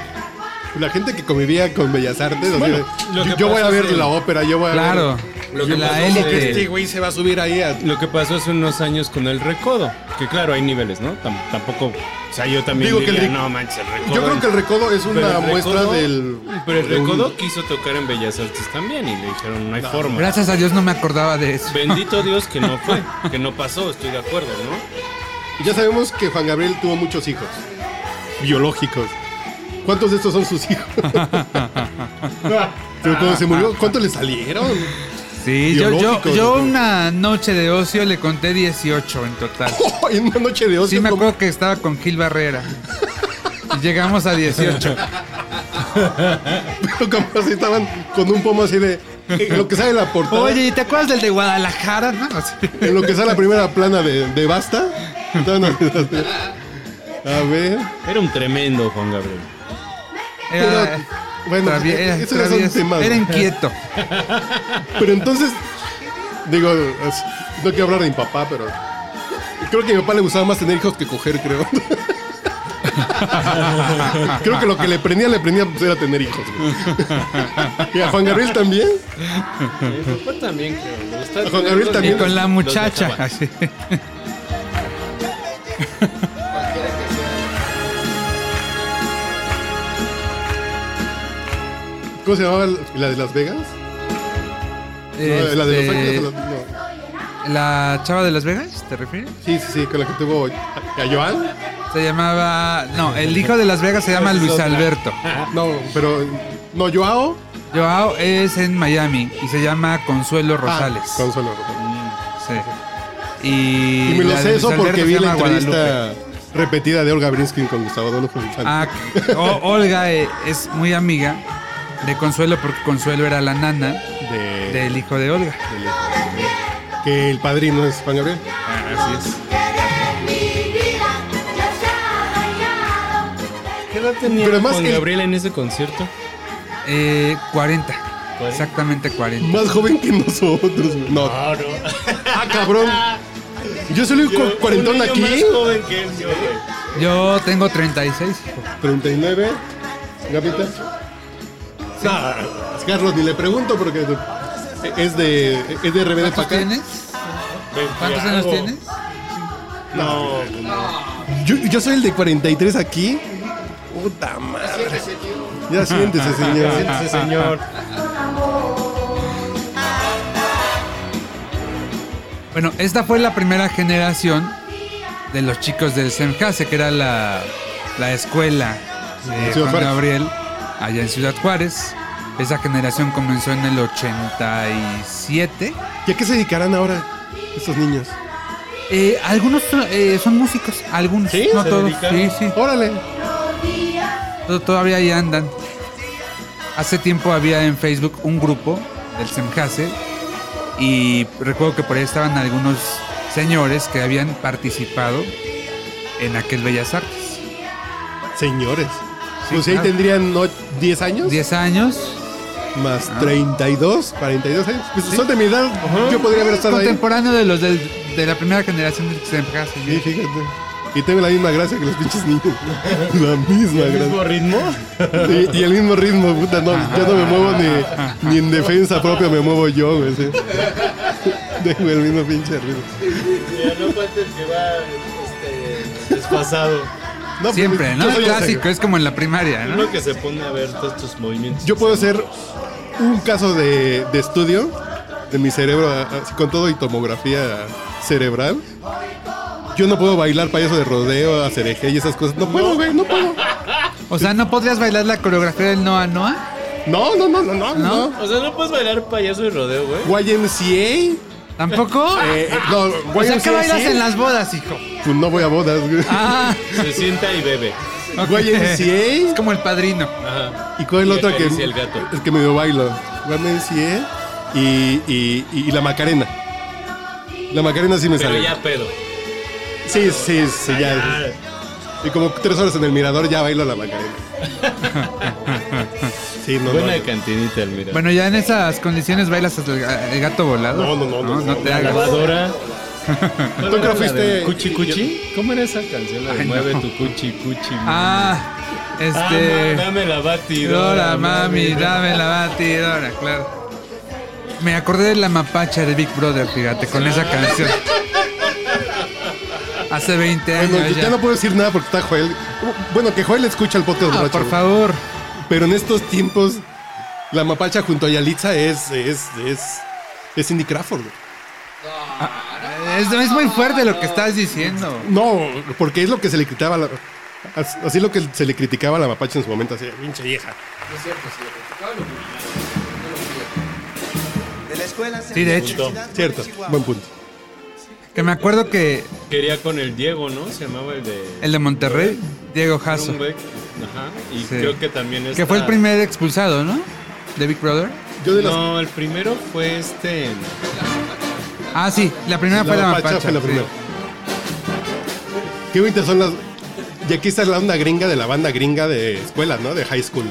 S1: la gente que convivía con Bellas Artes. así
S4: Bueno,
S1: de,
S4: lo
S1: yo,
S4: que
S1: yo voy
S4: pasa
S1: a ver
S4: es que-
S1: la ópera, yo voy a
S2: Claro.
S1: ver.
S5: Lo que
S2: la
S5: pasó es
S1: Como que este
S2: élite.
S1: güey se va a subir ahí a.
S4: Lo que pasó hace unos años con el recodo, que claro, hay niveles, ¿no? Tam- tampoco, o sea, yo también
S1: Digo que
S4: diría,
S1: el rec-
S4: no manches, el recodo.
S1: Yo creo que el recodo es
S4: Pero
S1: una
S4: el
S1: muestra
S4: recodo-
S1: del.
S4: Pero el
S1: de un-
S4: recodo quiso tocar en Bellas Artes también y le dijeron, no hay forma.
S2: Gracias a Dios no me acordaba de eso.
S4: Bendito Dios que no fue, que no pasó, estoy de acuerdo, ¿no?
S1: Ya sabemos que Juan Gabriel tuvo muchos hijos. Biológicos. ¿Cuántos de estos son sus hijos? Pero cuando se murió, ¿cuántos le salieron?
S2: Sí, yo, yo,
S1: Biológico,
S2: yo
S1: ¿no?
S2: una noche de ocio le conté 18 en total.
S1: en una noche de ocio.
S2: Sí, me
S1: como-
S2: acuerdo que estaba con Gil Barrera. Y llegamos a 18.
S1: Pero como así estaban con un pomo así de. en lo que sale la portada.
S2: Oye, ¿y ¿te acuerdas del de Guadalajara? no? Así.
S1: En lo que sale la primera plana de, de Basta. estaban así, así. A ver.
S4: Era un tremendo Juan Gabriel.
S2: Era,
S1: Pero, bueno,
S2: travie- era
S1: esos ya son
S2: travieso,
S1: temas,
S2: era
S1: ¿no?
S2: inquieto.
S1: Pero entonces. Digo, es- no quiero hablar de mi papá, pero. Creo que a mi papá le gustaba más tener hijos que coger, creo. creo que lo que le prendía, le prendía pues, era tener hijos. güey. y a Juan Gabriel también.
S5: Mi papá también, creo. le gusta
S1: Juan
S5: tener
S1: Gabriel
S5: los-
S2: Y
S1: también.
S2: con la
S5: los
S2: muchacha.
S5: dejaba.
S2: así.
S1: ¿Cómo se llamaba la de Las Vegas? No, la de Los Ángeles.
S2: Este,
S1: o la- no.
S2: ¿La chava de Las Vegas? ¿Te refieres?
S1: Sí, sí, sí, con la que tuvo a Joan.
S2: Se llamaba. No, el hijo de Las Vegas se llama Luis Alberto.
S1: No, pero. No, Joao.
S2: Joao es en Miami y se llama Consuelo Rosales.
S1: Ah, Consuelo Rosales.
S2: Sí. Y,
S1: Y me lo
S2: la de
S1: sé
S2: Luis
S1: eso
S2: Alberto
S1: porque
S2: se
S1: vi la
S2: llama Guadalupe.
S1: entrevista repetida de Olga Brinsky con Gustavo Adolfo Infante.
S2: Ah, o- Olga eh, es muy amiga de Consuelo porque Consuelo era la nana
S1: de,
S2: del hijo de Olga.
S1: del- que el padrino es ¿eh? Juan Gabriel.
S4: ¿Qué edad tenía
S1: Pero además
S4: Juan
S1: el-
S4: Gabriel en ese concierto?
S2: Eh, 40. Exactamente 40.
S1: Más joven que nosotros. No. Ah, cabrón. Yo soy el único cuarentón
S4: Un niño
S1: aquí.
S4: más joven que él, yo, güey.
S2: Yo tengo 36.
S1: 39. Gapita.
S4: Ah.
S1: No, Carlos, ni le pregunto porque es de, es de RBD para
S2: ¿Cuántos
S1: acá.
S2: tienes? ¿Cuántos
S4: Veintialgo.
S2: años tienes?
S4: No,
S1: Yo, yo soy el de 43 aquí. Puta madre. Ya siéntese, señor.
S4: ese señor.
S2: Bueno, esta fue la primera generación de los chicos del Semcase, que era la, la escuela de
S1: Ciudad
S2: Juan
S1: Juárez.
S2: Gabriel, allá en Ciudad Juárez. Esa generación comenzó en el 87.
S1: ¿Y a qué se dedicarán ahora estos niños?
S2: Eh, algunos son- eh, son músicos, algunos,
S4: ¿Sí?
S2: no
S4: ¿Se
S2: todos.
S4: dedicaron?
S2: Sí, sí,
S1: Órale.
S2: to- todavía ahí andan. Hace tiempo había en Facebook un grupo del Semcase y recuerdo que por ahí estaban algunos señores que habían participado en aquel Bellas Artes.
S1: Señores.
S2: Sí,
S1: pues ahí
S2: claro.
S1: tendrían ¿no? 10 años.
S2: 10 años.
S1: Más 32, 42 años. Pues Son de mi edad. Yo podría haber estado ahí.
S2: Contemporáneo de los del- de la primera generación del Xenfase.
S1: Sí, fíjate. Y tengo la misma gracia que los pinches niños. La misma
S4: ¿El mismo
S1: gracia.
S4: ritmo?
S1: Y, y el mismo ritmo, puta. No, yo no me muevo ni, ni en defensa propia, me muevo yo, güey. sí. Tengo el mismo pinche ritmo.
S4: Ya no falta el que va este, desfasado.
S1: No, pues,
S2: Siempre, ¿no?
S1: yo soy el
S2: Clásico, es como en la primaria, ¿no?
S4: Uno que se pone a ver todos estos movimientos.
S1: Yo puedo hacer un caso de, de estudio de mi cerebro, así con todo y tomografía cerebral. Yo no puedo bailar payaso de rodeo, hacer eje y esas cosas. No puedo, güey, no puedo.
S2: O sea, ¿no podrías bailar la coreografía del Noa Noa?
S1: No, no, no, no, no, no.
S4: O sea, no puedes bailar payaso y rodeo, güey.
S1: YMCA. eh,
S2: ¿Tampoco?
S1: eh, no,
S2: O sea,
S1: YMCA,
S2: ¿qué bailas
S1: sí.
S2: en las bodas, hijo?
S1: pues no voy a bodas, güey.
S2: Ah,
S5: Se sienta y bebe.
S2: ok.
S1: YMCA.
S2: Es como el padrino.
S5: Ajá.
S1: ¿Y cuál es la
S5: Y
S1: otra que,
S5: acaricia el gato.
S1: el que medio bailo? YMCA ¿eh? y, y, y, y la Macarena. La Macarena sí me
S5: Pero
S1: sale.
S5: ya Ah, pedo.
S1: Sí, sí, sí, ya. Y como tres horas en el mirador ya bailo la Macarena. sí, no,
S5: Buena
S1: no.
S5: cantinita, el mira.
S2: Bueno, ya en esas condiciones bailas hasta el, ga- el gato volado.
S1: No, no, no, no,
S2: No
S1: no,
S2: te
S1: no,
S5: La
S2: hagas.
S5: lavadora.
S1: ¿Tú nunca fuiste?
S5: ¿Cuchi Cuchi? ¿Cómo era esa canción? La de
S2: Ay,
S5: Mueve
S2: no.
S5: tu Cuchi Cuchi.
S2: Ah,
S5: Ah,
S2: este.
S5: ma- dame la batidora.
S2: Dora, mami, dame la batidora, claro. Me acordé de la mapacha de Big Brother, fíjate, con esa canción. Hace 20 años.
S1: Bueno, yo
S2: ya.
S1: ya no puedo decir nada porque está Joel. Bueno, que Joel escucha el podcast
S2: Ah,
S1: borracho,
S2: por
S1: güey.
S2: favor.
S1: Pero en estos tiempos, la mapacha junto a Yalitza es. es. es. es Cindy Crawford. güey.
S2: Es, es muy fuerte lo que estás diciendo.
S1: No, porque es lo que se le criticaba a la- as- así lo que se le criticaba a la mapacha en su momento, así, pinche vieja.
S7: De la escuela se
S2: Sí, de hecho.
S1: Cierto, buen punto.
S2: Que me acuerdo que
S5: Quería con el Diego, ¿no? Se llamaba el de.
S2: el de Monterrey, Diego Jasso,
S5: Strombeck. Ajá. Y
S2: Sí.
S5: creo que también es.
S2: que fue el primer expulsado, ¿no? De Big Brother.
S1: Yo de las.
S5: No, el primero fue este.
S2: Ah, sí, la primera fue la
S1: mapacha
S2: mapacha.
S1: fue la
S2: sí.
S1: primera. Qué bonitas son las. Y aquí está la onda gringa de la banda gringa de escuela, ¿no? De high school.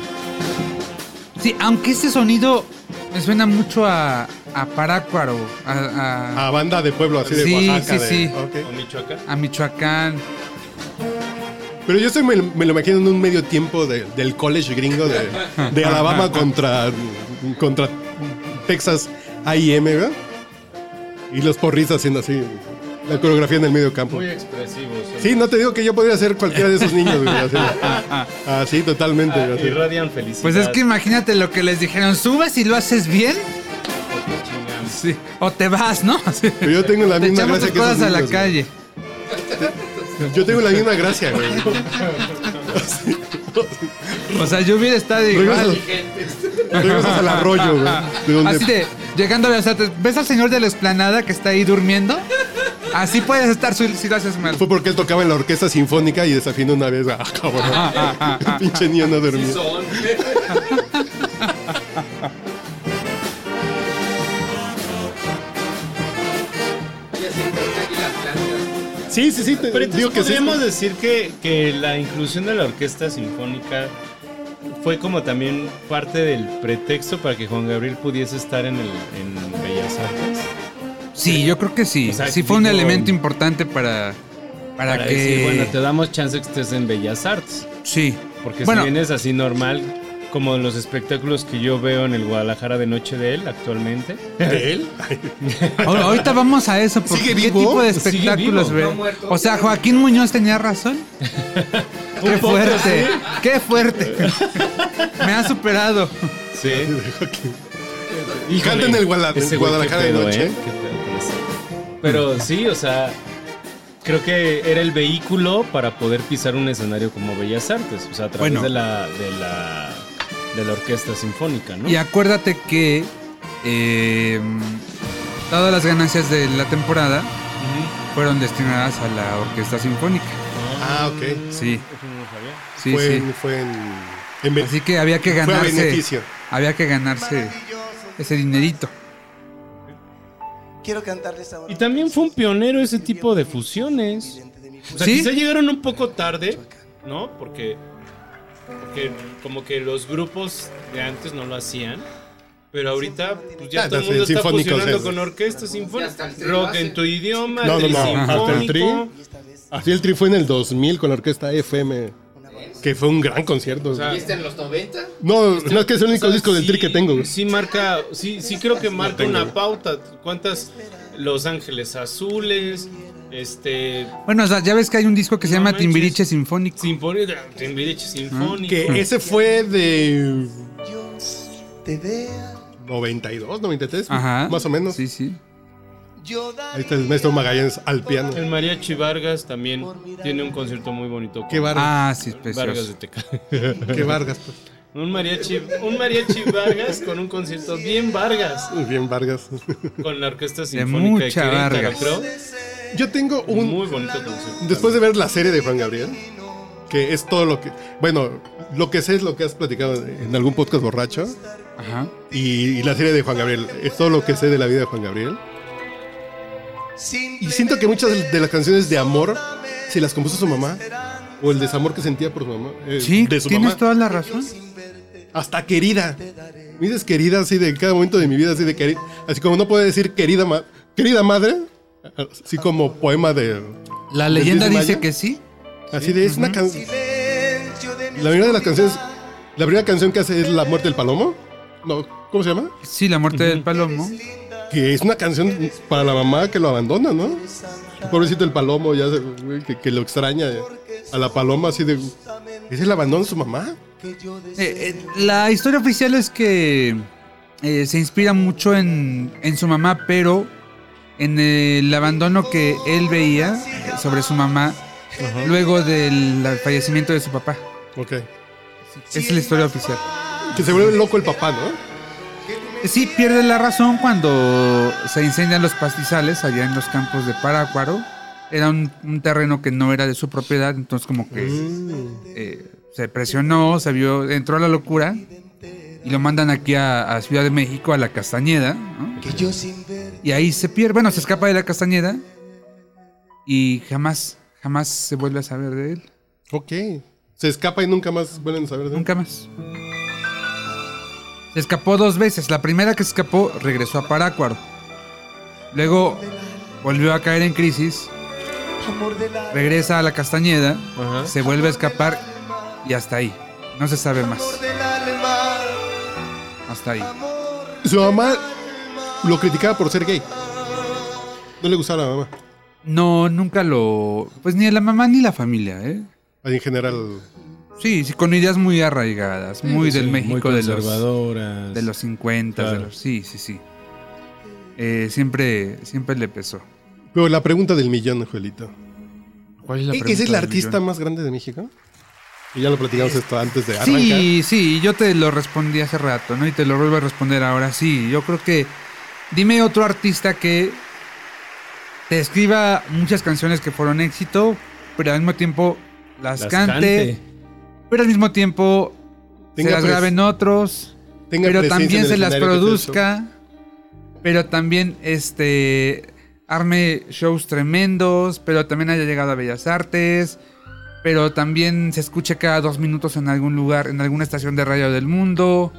S2: Sí, aunque ese sonido me suena mucho a, a Parácuaro, a, a-
S1: A banda de pueblo, así de
S2: Sí,
S1: Oaxaca.
S2: sí,
S1: de-
S2: sí.
S1: ok.
S5: ¿O Michoacán?
S2: a Michoacán.
S1: Pero yo estoy- me, me lo imagino en un medio tiempo de- del college gringo de, de Alabama contra, contra Texas AM, ¿verdad? Y los porristas haciendo así la coreografía en el medio campo.
S5: Muy expresivo. sí.
S1: Sí, no te digo que yo podría ser cualquiera de esos niños. güey, así, Así, totalmente.
S5: Ah,
S1: así.
S5: irradian felicidad.
S2: Pues es que imagínate lo que les dijeron, subas y lo haces bien. Sí. O te vas, ¿no? Sí.
S1: Pero yo tengo la
S2: Te
S1: misma
S2: echamos
S1: gracia
S2: tus
S1: que esos
S2: cosas a la
S1: niños, güey.
S2: calle.
S1: Yo tengo la misma gracia, güey.
S2: O sea, yo hubiera estado
S1: Regresas,
S2: igual.
S1: regresas al arroyo, güey. de donde-
S2: Así de, llegando a sea, te- ¿ves al señor de la explanada que está ahí durmiendo? Así puedes estar su- si lo haces mal.
S1: Fue porque él tocaba en la orquesta sinfónica y desafinó una vez. Ah, cabrón. Pinche niño no dormía. Sí, sí, sí. te-
S5: Pero entonces
S1: digo que sí.
S5: podríamos decir que, que la inclusión de la orquesta sinfónica fue como también parte del pretexto para que Juan Gabriel pudiese estar en, el, en Bellas Artes.
S2: Sí, yo creo que sí.
S5: O sea,
S2: sí fue un
S5: digo-
S2: elemento importante para, para,
S5: Para
S2: que...
S5: decir, bueno, te damos chance que estés en Bellas Artes.
S2: Sí.
S5: Porque
S2: Bueno.
S5: si vienes así normal, como los espectáculos que yo veo en el Guadalajara de Noche de él actualmente.
S1: ¿De él?
S2: Ahor- Ahorita vamos a eso, porque
S1: ¿Sigue
S2: ¿qué
S1: vivo?
S2: tipo de
S5: Sigue
S2: espectáculos
S5: vivo.
S2: ve?
S5: No
S7: muerto.
S2: o sea, Joaquín Muñoz tenía razón. qué fuerte, qué fuerte. Me ha superado.
S5: Sí.
S1: Y canta en el Guala-
S5: ese güey, qué
S1: Guadalajara de
S5: pedo,
S1: noche.
S5: ¿eh? Qué pedo con ese. Pero sí, o sea, creo que era el vehículo para poder pisar un escenario como Bellas Artes, o sea, a través
S2: Bueno.
S5: de, la, de, la, de la orquesta sinfónica, ¿no?
S2: Y acuérdate que eh, todas las ganancias de la temporada fueron destinadas a la orquesta sinfónica.
S1: Ah, ok.
S2: Sí,
S5: Eso no lo sabía.
S2: sí,
S1: fue,
S2: sí.
S1: En, fue en. en Be-
S2: Así que había que
S1: a
S2: ganarse,
S1: beneficio.
S2: había que ganarse
S7: Maravilloso.
S2: ese dinerito.
S7: Quiero cantarles ahora.
S5: Y también fue un pionero ese tipo de fusiones. O sea,
S2: ¿Sí?
S5: quizá llegaron un poco tarde, ¿no? Porque, porque como que los grupos de antes no lo hacían. Pero ahorita pues ya
S1: Ah,
S5: todo el
S1: sí,
S5: mundo está
S1: sinfónicos,
S5: fusionando
S1: sí.
S5: con orquestas sinfónicas. Rock en tu idioma,
S1: No, no,
S5: tri
S1: no. Ajá.
S5: sinfónico.
S1: Hasta el tri. Así el tri fue en el 2000 con la orquesta FM. Que fue un gran concierto.
S5: sea,
S1: güey.
S3: ¿Viste en los 90?
S1: no, no es que es el único
S5: O sea,
S1: disco del
S5: sí-
S1: tri que tengo. güey.
S5: Sí marca, sí, sí creo que marca una pauta. ¿Cuántas Los Ángeles Azules? Este,
S2: Bueno, o sea, ya ves que hay un disco que se
S5: No
S2: llama
S5: manches.
S2: Timbiriche Sinfónico.
S5: Sinfónico, Timbiriche Sinfónico.
S1: Que ese fue de
S7: Te vea,
S1: 92, 93,
S2: Ajá.
S1: más o menos.
S2: Sí, sí.
S7: yo
S1: Ahí está el maestro Magallanes al piano.
S5: El mariachi Vargas también tiene un concierto muy bonito. con
S1: Qué Vargas,
S2: Ah, sí, es
S5: Vargas de
S2: precioso.
S5: Teca.
S1: qué Vargas. pues.
S5: Un mariachi, un mariachi Vargas con un concierto bien Vargas
S1: pues. Bien Vargas.
S5: con la Orquesta
S2: De
S5: Sinfónica de,
S2: mucha
S5: Querétaro,
S2: Vargas.
S5: creo.
S1: Yo tengo un.
S5: Muy bonita canción.
S1: Después de ver la serie de Juan Gabriel, que es todo lo que. Bueno, lo que sé es lo que has platicado en algún podcast borracho.
S2: Ajá.
S1: Y, y la serie de Juan Gabriel. Es todo lo que sé de la vida de Juan Gabriel. Y siento que muchas de las canciones de amor se las compuso su mamá. O el desamor que sentía por su mamá. eh,
S2: Sí,
S1: de su
S2: tienes
S1: mamá.
S2: toda la razón.
S1: Hasta querida. Me dices querida así de cada momento de mi vida, así de querida. Así como no puedo decir querida, ma- querida madre. Así como poema de.
S2: La
S1: ¿Del
S2: leyenda
S1: 10 de
S2: dice
S1: mayo?
S2: que sí.
S1: Así de, es una canción. La mayoría de las canciones. La primera canción que hace es La muerte del palomo. No, ¿cómo se llama?
S2: Sí, la muerte del Eh, palomo.
S1: Que es una canción para la mamá que lo abandona, ¿no? Pobrecito el palomo, ya se- güey, que, que lo extraña. eh. A la paloma, así de. ¿Es el abandono de su mamá?
S2: Eh, eh, la historia oficial es que eh, se inspira mucho en, en su mamá, pero en el abandono que él veía sobre su mamá luego del fallecimiento de su papá.
S1: Ok.
S2: Esa es la historia oficial.
S1: Que se vuelve loco el papá, ¿no?
S2: Sí, pierde la razón cuando se incendian los pastizales allá en los campos de Parácuaro. Era un, un terreno que no era de su propiedad, entonces como que eh, se presionó, se vio, entró a la locura y lo mandan aquí a, a Ciudad de México, a la Castañeda. ¿no? Y ahí se pierde, bueno, se escapa de la Castañeda y jamás, jamás se vuelve a saber de él.
S1: Ok. Se escapa y nunca más vuelven a saber de él.
S2: Nunca más. Se escapó dos veces. La primera que se escapó regresó a Parácuaro. Luego volvió a caer en crisis. Regresa a la Castañeda. Se vuelve a escapar y hasta ahí. No se sabe más. Hasta ahí.
S1: Su mamá lo criticaba por ser gay. No le gustaba a la mamá.
S2: No, nunca lo. Pues ni a la mamá ni la familia, ¿eh?
S1: En general.
S2: Sí, sí, con ideas muy arraigadas, muy del México de los.
S5: conservadoras.
S2: De los 50, de
S5: Claro.
S2: los- sí, sí, sí. Eh, siempre, siempre le pesó.
S1: Pero la pregunta del millón, Juelito.
S2: ¿Cuál es la
S1: ¿Ese es
S2: pregunta
S1: el
S2: del
S1: artista
S2: millón?
S1: más grande de México? Y ya lo platicamos esto antes de arrancar.
S2: Sí, sí, yo te lo respondí hace rato, ¿no? Y te lo vuelvo a responder ahora. Sí, yo creo que. Dime otro artista que te escriba muchas canciones que fueron éxito, pero al mismo tiempo las,
S5: Las
S2: cante,
S5: cante. pues,
S2: pero al mismo tiempo
S1: Tenga
S2: se las
S1: pres-
S2: graben otros,
S1: tenga
S2: pero
S1: presencia en
S2: también
S1: el
S2: se las
S1: escenario que te
S2: produzca, pero también este arme shows tremendos, pero también haya llegado a Bellas Artes, pero también se escuche cada dos minutos en algún lugar, en alguna estación de radio del mundo.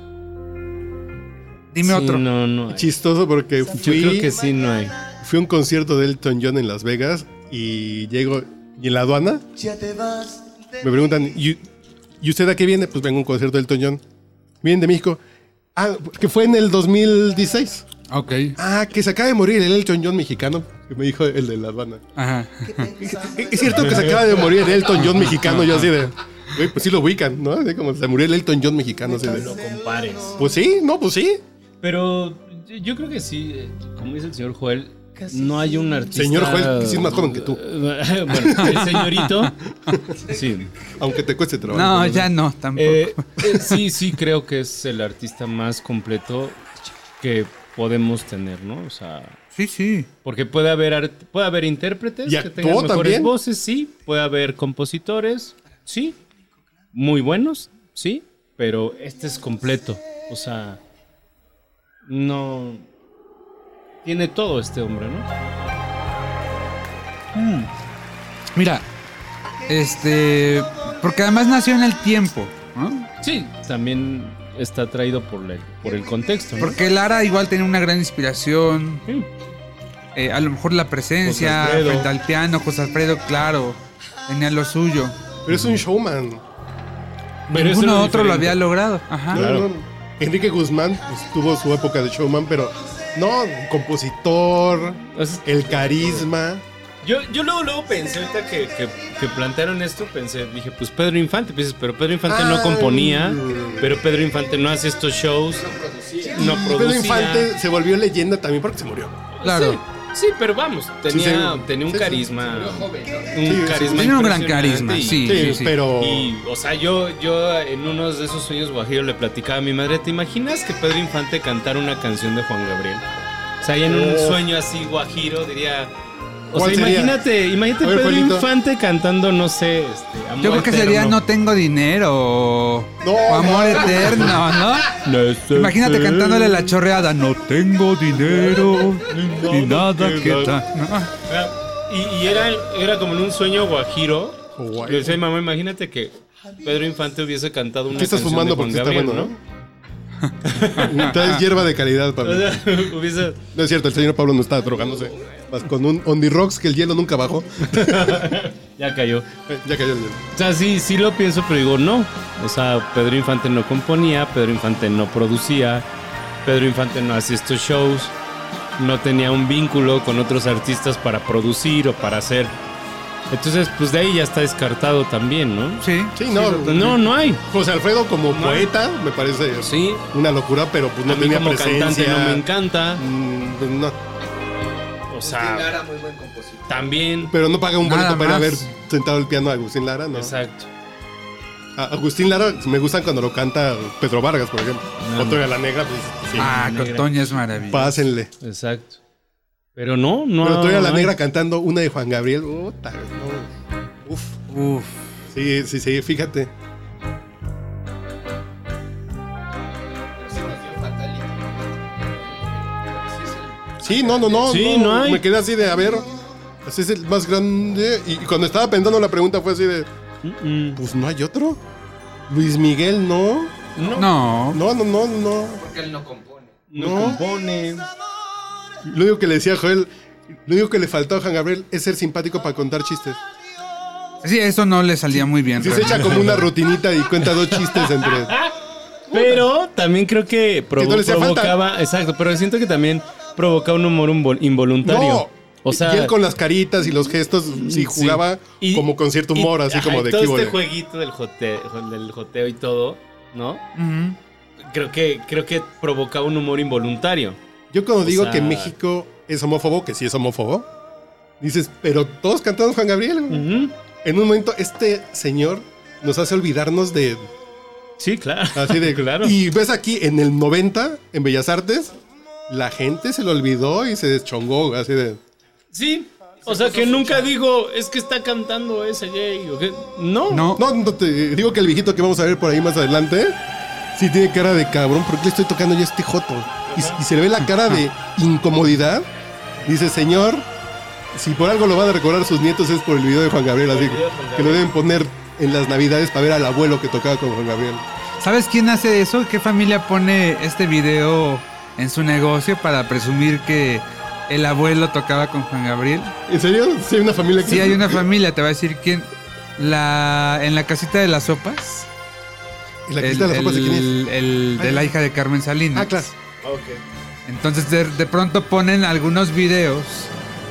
S2: Dime
S5: Sí,
S2: otro.
S5: No, no. hay.
S1: Chistoso porque
S5: Yo
S1: fui,
S5: creo que sí, no hay.
S1: fui a un concierto de Elton John en Las Vegas y llego y en la aduana
S7: Ya te vas.
S1: me preguntan, ¿y, y usted a qué viene? Pues vengo a un concierto del Elton John. Viene de México. Ah, que fue en el 2016.
S2: Ok.
S1: Ah, que se acaba de morir el Elton John mexicano, que me dijo el de La Habana.
S2: Ajá.
S1: Es cierto que se acaba de morir el Elton John mexicano, yo así de. Güey, pues sí lo ubican, ¿no? Así como se murió el Elton John mexicano, así de.
S5: Compares.
S1: Pues sí, no, pues sí.
S5: Pero yo, yo creo que sí, eh, como dice el señor Joel, no hay un artista.
S1: Señor Joel, que sí es más joven que tú.
S5: bueno, el señorito. Sí.
S1: Aunque te cueste trabajo.
S2: No, ya no, tampoco.
S5: Eh, eh, sí, sí, creo que es el artista más completo que podemos tener, ¿no? O sea,
S2: sí, sí.
S5: porque puede haber art- puede haber intérpretes
S1: ¿Y
S5: que
S1: actuó
S5: tengan mejores
S1: también?
S5: voces, sí, puede haber compositores, sí, muy buenos, sí, pero este es completo, o sea, no tiene todo este hombre, ¿no?
S2: Mm. Mira, este, porque además nació en el tiempo, ¿no?
S5: Sí, también está traído por el por el contexto, ¿no?
S2: Porque Lara igual tenía una gran inspiración,
S5: Sí.
S2: eh, a lo mejor la presencia
S5: José Alfredo.
S2: frente al piano, José Alfredo, claro, tenía lo suyo.
S1: Pero es un showman.
S2: Ah.
S5: Pero eso
S2: Ninguno
S5: era
S2: otro lo
S5: diferente.
S2: había logrado. Ajá.
S1: No, no, no. Enrique Guzmán pues, tuvo su época de showman, pero no, compositor,
S5: O sea,
S1: el carisma.
S5: Yo, yo luego, luego pensé, ahorita que, que- que plantearon esto, pensé, dije, pues Pedro Infante, pues, pero Pedro Infante no
S1: Ay.
S5: componía, pero Pedro Infante no hace estos shows, no
S1: Y
S5: producía.
S1: Pedro Infante se volvió leyenda también porque se murió.
S2: Claro.
S5: Sí, sí, pero vamos, tenía,
S1: sí.
S5: tenía un
S1: Sí, sí,
S5: carisma.
S1: Sí,
S5: Un
S1: sí,
S5: carisma.
S2: Tenía un gran
S5: impresionante
S2: carisma,
S5: y-
S2: Ah, sí,
S1: Sí,
S2: sí, sí.
S1: pero.
S5: Y, o sea, yo, yo en uno de esos sueños guajiros le platicaba a mi madre, ¿te imaginas que Pedro Infante cantara una canción de Juan Gabriel? O sea, y en un sueño así guajiro diría, O sea,
S1: ¿Cuál sería?
S5: imagínate, imagínate
S1: A ver,
S5: Pedro
S1: Juanito.
S5: Infante cantando, no sé, este, amor
S2: Yo creo que sería
S5: eterno.
S2: No tengo dinero o,
S1: No,
S2: o Amor
S1: no.
S2: Eterno, ¿no? Imagínate cantándole la chorreada. No tengo dinero ni nada que tal. ¿no? Ah,
S5: Era- Y, y era, era como en un sueño guajiro.
S1: Guay.
S5: Le decía, mamá, imagínate que Pedro Infante hubiese cantado una
S1: ¿Qué estás
S5: canción
S1: fumando?
S5: de Juan
S1: Porque está bueno,
S5: Gabriel,
S1: ¿no? Traes hierba de calidad, Pablo.
S5: O sea, hubiese...
S1: No es cierto, el señor Pablo no está drogándose. Más con un Ondi Rocks que el hielo nunca bajó.
S5: Ya cayó.
S1: Eh, ya cayó el hielo.
S5: O sea, sí, sí lo pienso, pero digo, no. O sea, Pedro Infante no componía, Pedro Infante no producía, Pedro Infante no hacía estos shows, no tenía un vínculo con otros artistas para producir o para hacer. Entonces, pues de ahí ya está descartado también, ¿no?
S2: Sí.
S1: Sí, no.
S5: No, no hay.
S1: José Alfredo como poeta me parece
S8: Sí,
S1: una locura, pero pues no
S5: A mí
S1: tenía
S5: como cantante
S1: presencia.
S5: no me encanta.
S1: Mm, no,
S5: O
S1: Ah.
S5: sea,
S6: muy buen compositor.
S5: también.
S1: pero no paga un
S2: Nada
S1: boleto para ir a ver
S2: más.
S1: sentado el piano a Agustín Lara, ¿no?
S5: Exacto.
S1: A Agustín Lara me gustan cuando lo canta Pedro Vargas, por ejemplo.
S5: No,
S1: Otro de la negra, pues sí.
S2: Ah,
S5: negra.
S2: Cotoña es maravilloso.
S1: Pásenle.
S5: Exacto. Pero no, no.
S1: Pero todavía la
S5: no hay.
S1: negra cantando una de Juan Gabriel. Puta, no. Uf.
S2: Uf.
S1: Sí, sí, sí, fíjate. Sí, no, no, no.
S5: Sí, no hay.
S1: Me quedé así de, a ver, así es el más grande. Y y cuando estaba pensando la pregunta fue así de,
S5: Mm, mm.
S1: pues no hay otro. Luis Miguel, no.
S2: No.
S1: No, no, no, no.
S6: Porque él no compone.
S5: No,
S1: No.
S5: compone.
S1: Lo único que le decía a Joel, lo único que le faltó a Juan Gabriel es ser simpático para contar chistes.
S2: Sí, eso no le salía muy bien.
S1: Si se echa
S2: realmente.
S1: como una rutinita y cuenta dos chistes entre.
S5: Pero también creo que provo-
S1: Que no le hacía falta.
S5: provocaba. Exacto, pero siento que también provocaba un humor invol- involuntario.
S1: No.
S5: O sea,
S1: y él con las caritas y los gestos, sí
S5: sí.
S1: jugaba
S5: Y-
S1: como con cierto
S5: y-
S1: humor, así
S5: ajá,
S1: como
S5: y
S1: de
S5: todo
S1: "¿Qué hubo
S5: este
S1: de?".
S5: jueguito del joteo, del joteo y todo, ¿no?
S2: Ujú.
S5: Creo que, creo que provocaba un humor involuntario.
S1: Yo cuando
S5: O
S1: digo
S5: sea-
S1: que México es homófobo, que sí es homófobo, dices, pero todos cantamos Juan Gabriel. güey".
S5: Ujú.
S1: En un momento, este señor nos hace olvidarnos de.
S5: Sí, claro.
S1: Así de
S5: claro.
S1: Y ves aquí en el 90, en Bellas Artes, la gente se lo olvidó y se deschongó, así de.
S5: Sí. O sea, que nunca digo, es que está cantando ese gay. o que- No.
S2: No.
S1: No, no te digo que el viejito que vamos a ver por ahí más adelante sí tiene cara de cabrón, porque le estoy tocando ya este joto. Y, y se le ve la cara de incomodidad. Dice, señor, si por algo lo van a recordar sus nietos es por el video de Juan Gabriel, así que, que lo deben poner en las navidades para ver al abuelo que tocaba con Juan Gabriel.
S2: ¿Sabes quién hace eso? ¿Qué familia pone este video en su negocio para presumir que el abuelo tocaba con Juan Gabriel?
S1: ¿En serio? ¿Sí hay una familia que...
S2: Sí, hay una familia, te va a decir quién. La, en la casita de las sopas.
S1: ¿Y la casita de las sopas de quién es?
S2: el- el de la hija de Carmen Salinas.
S1: Ah, claro.
S2: Entonces de, de pronto ponen algunos videos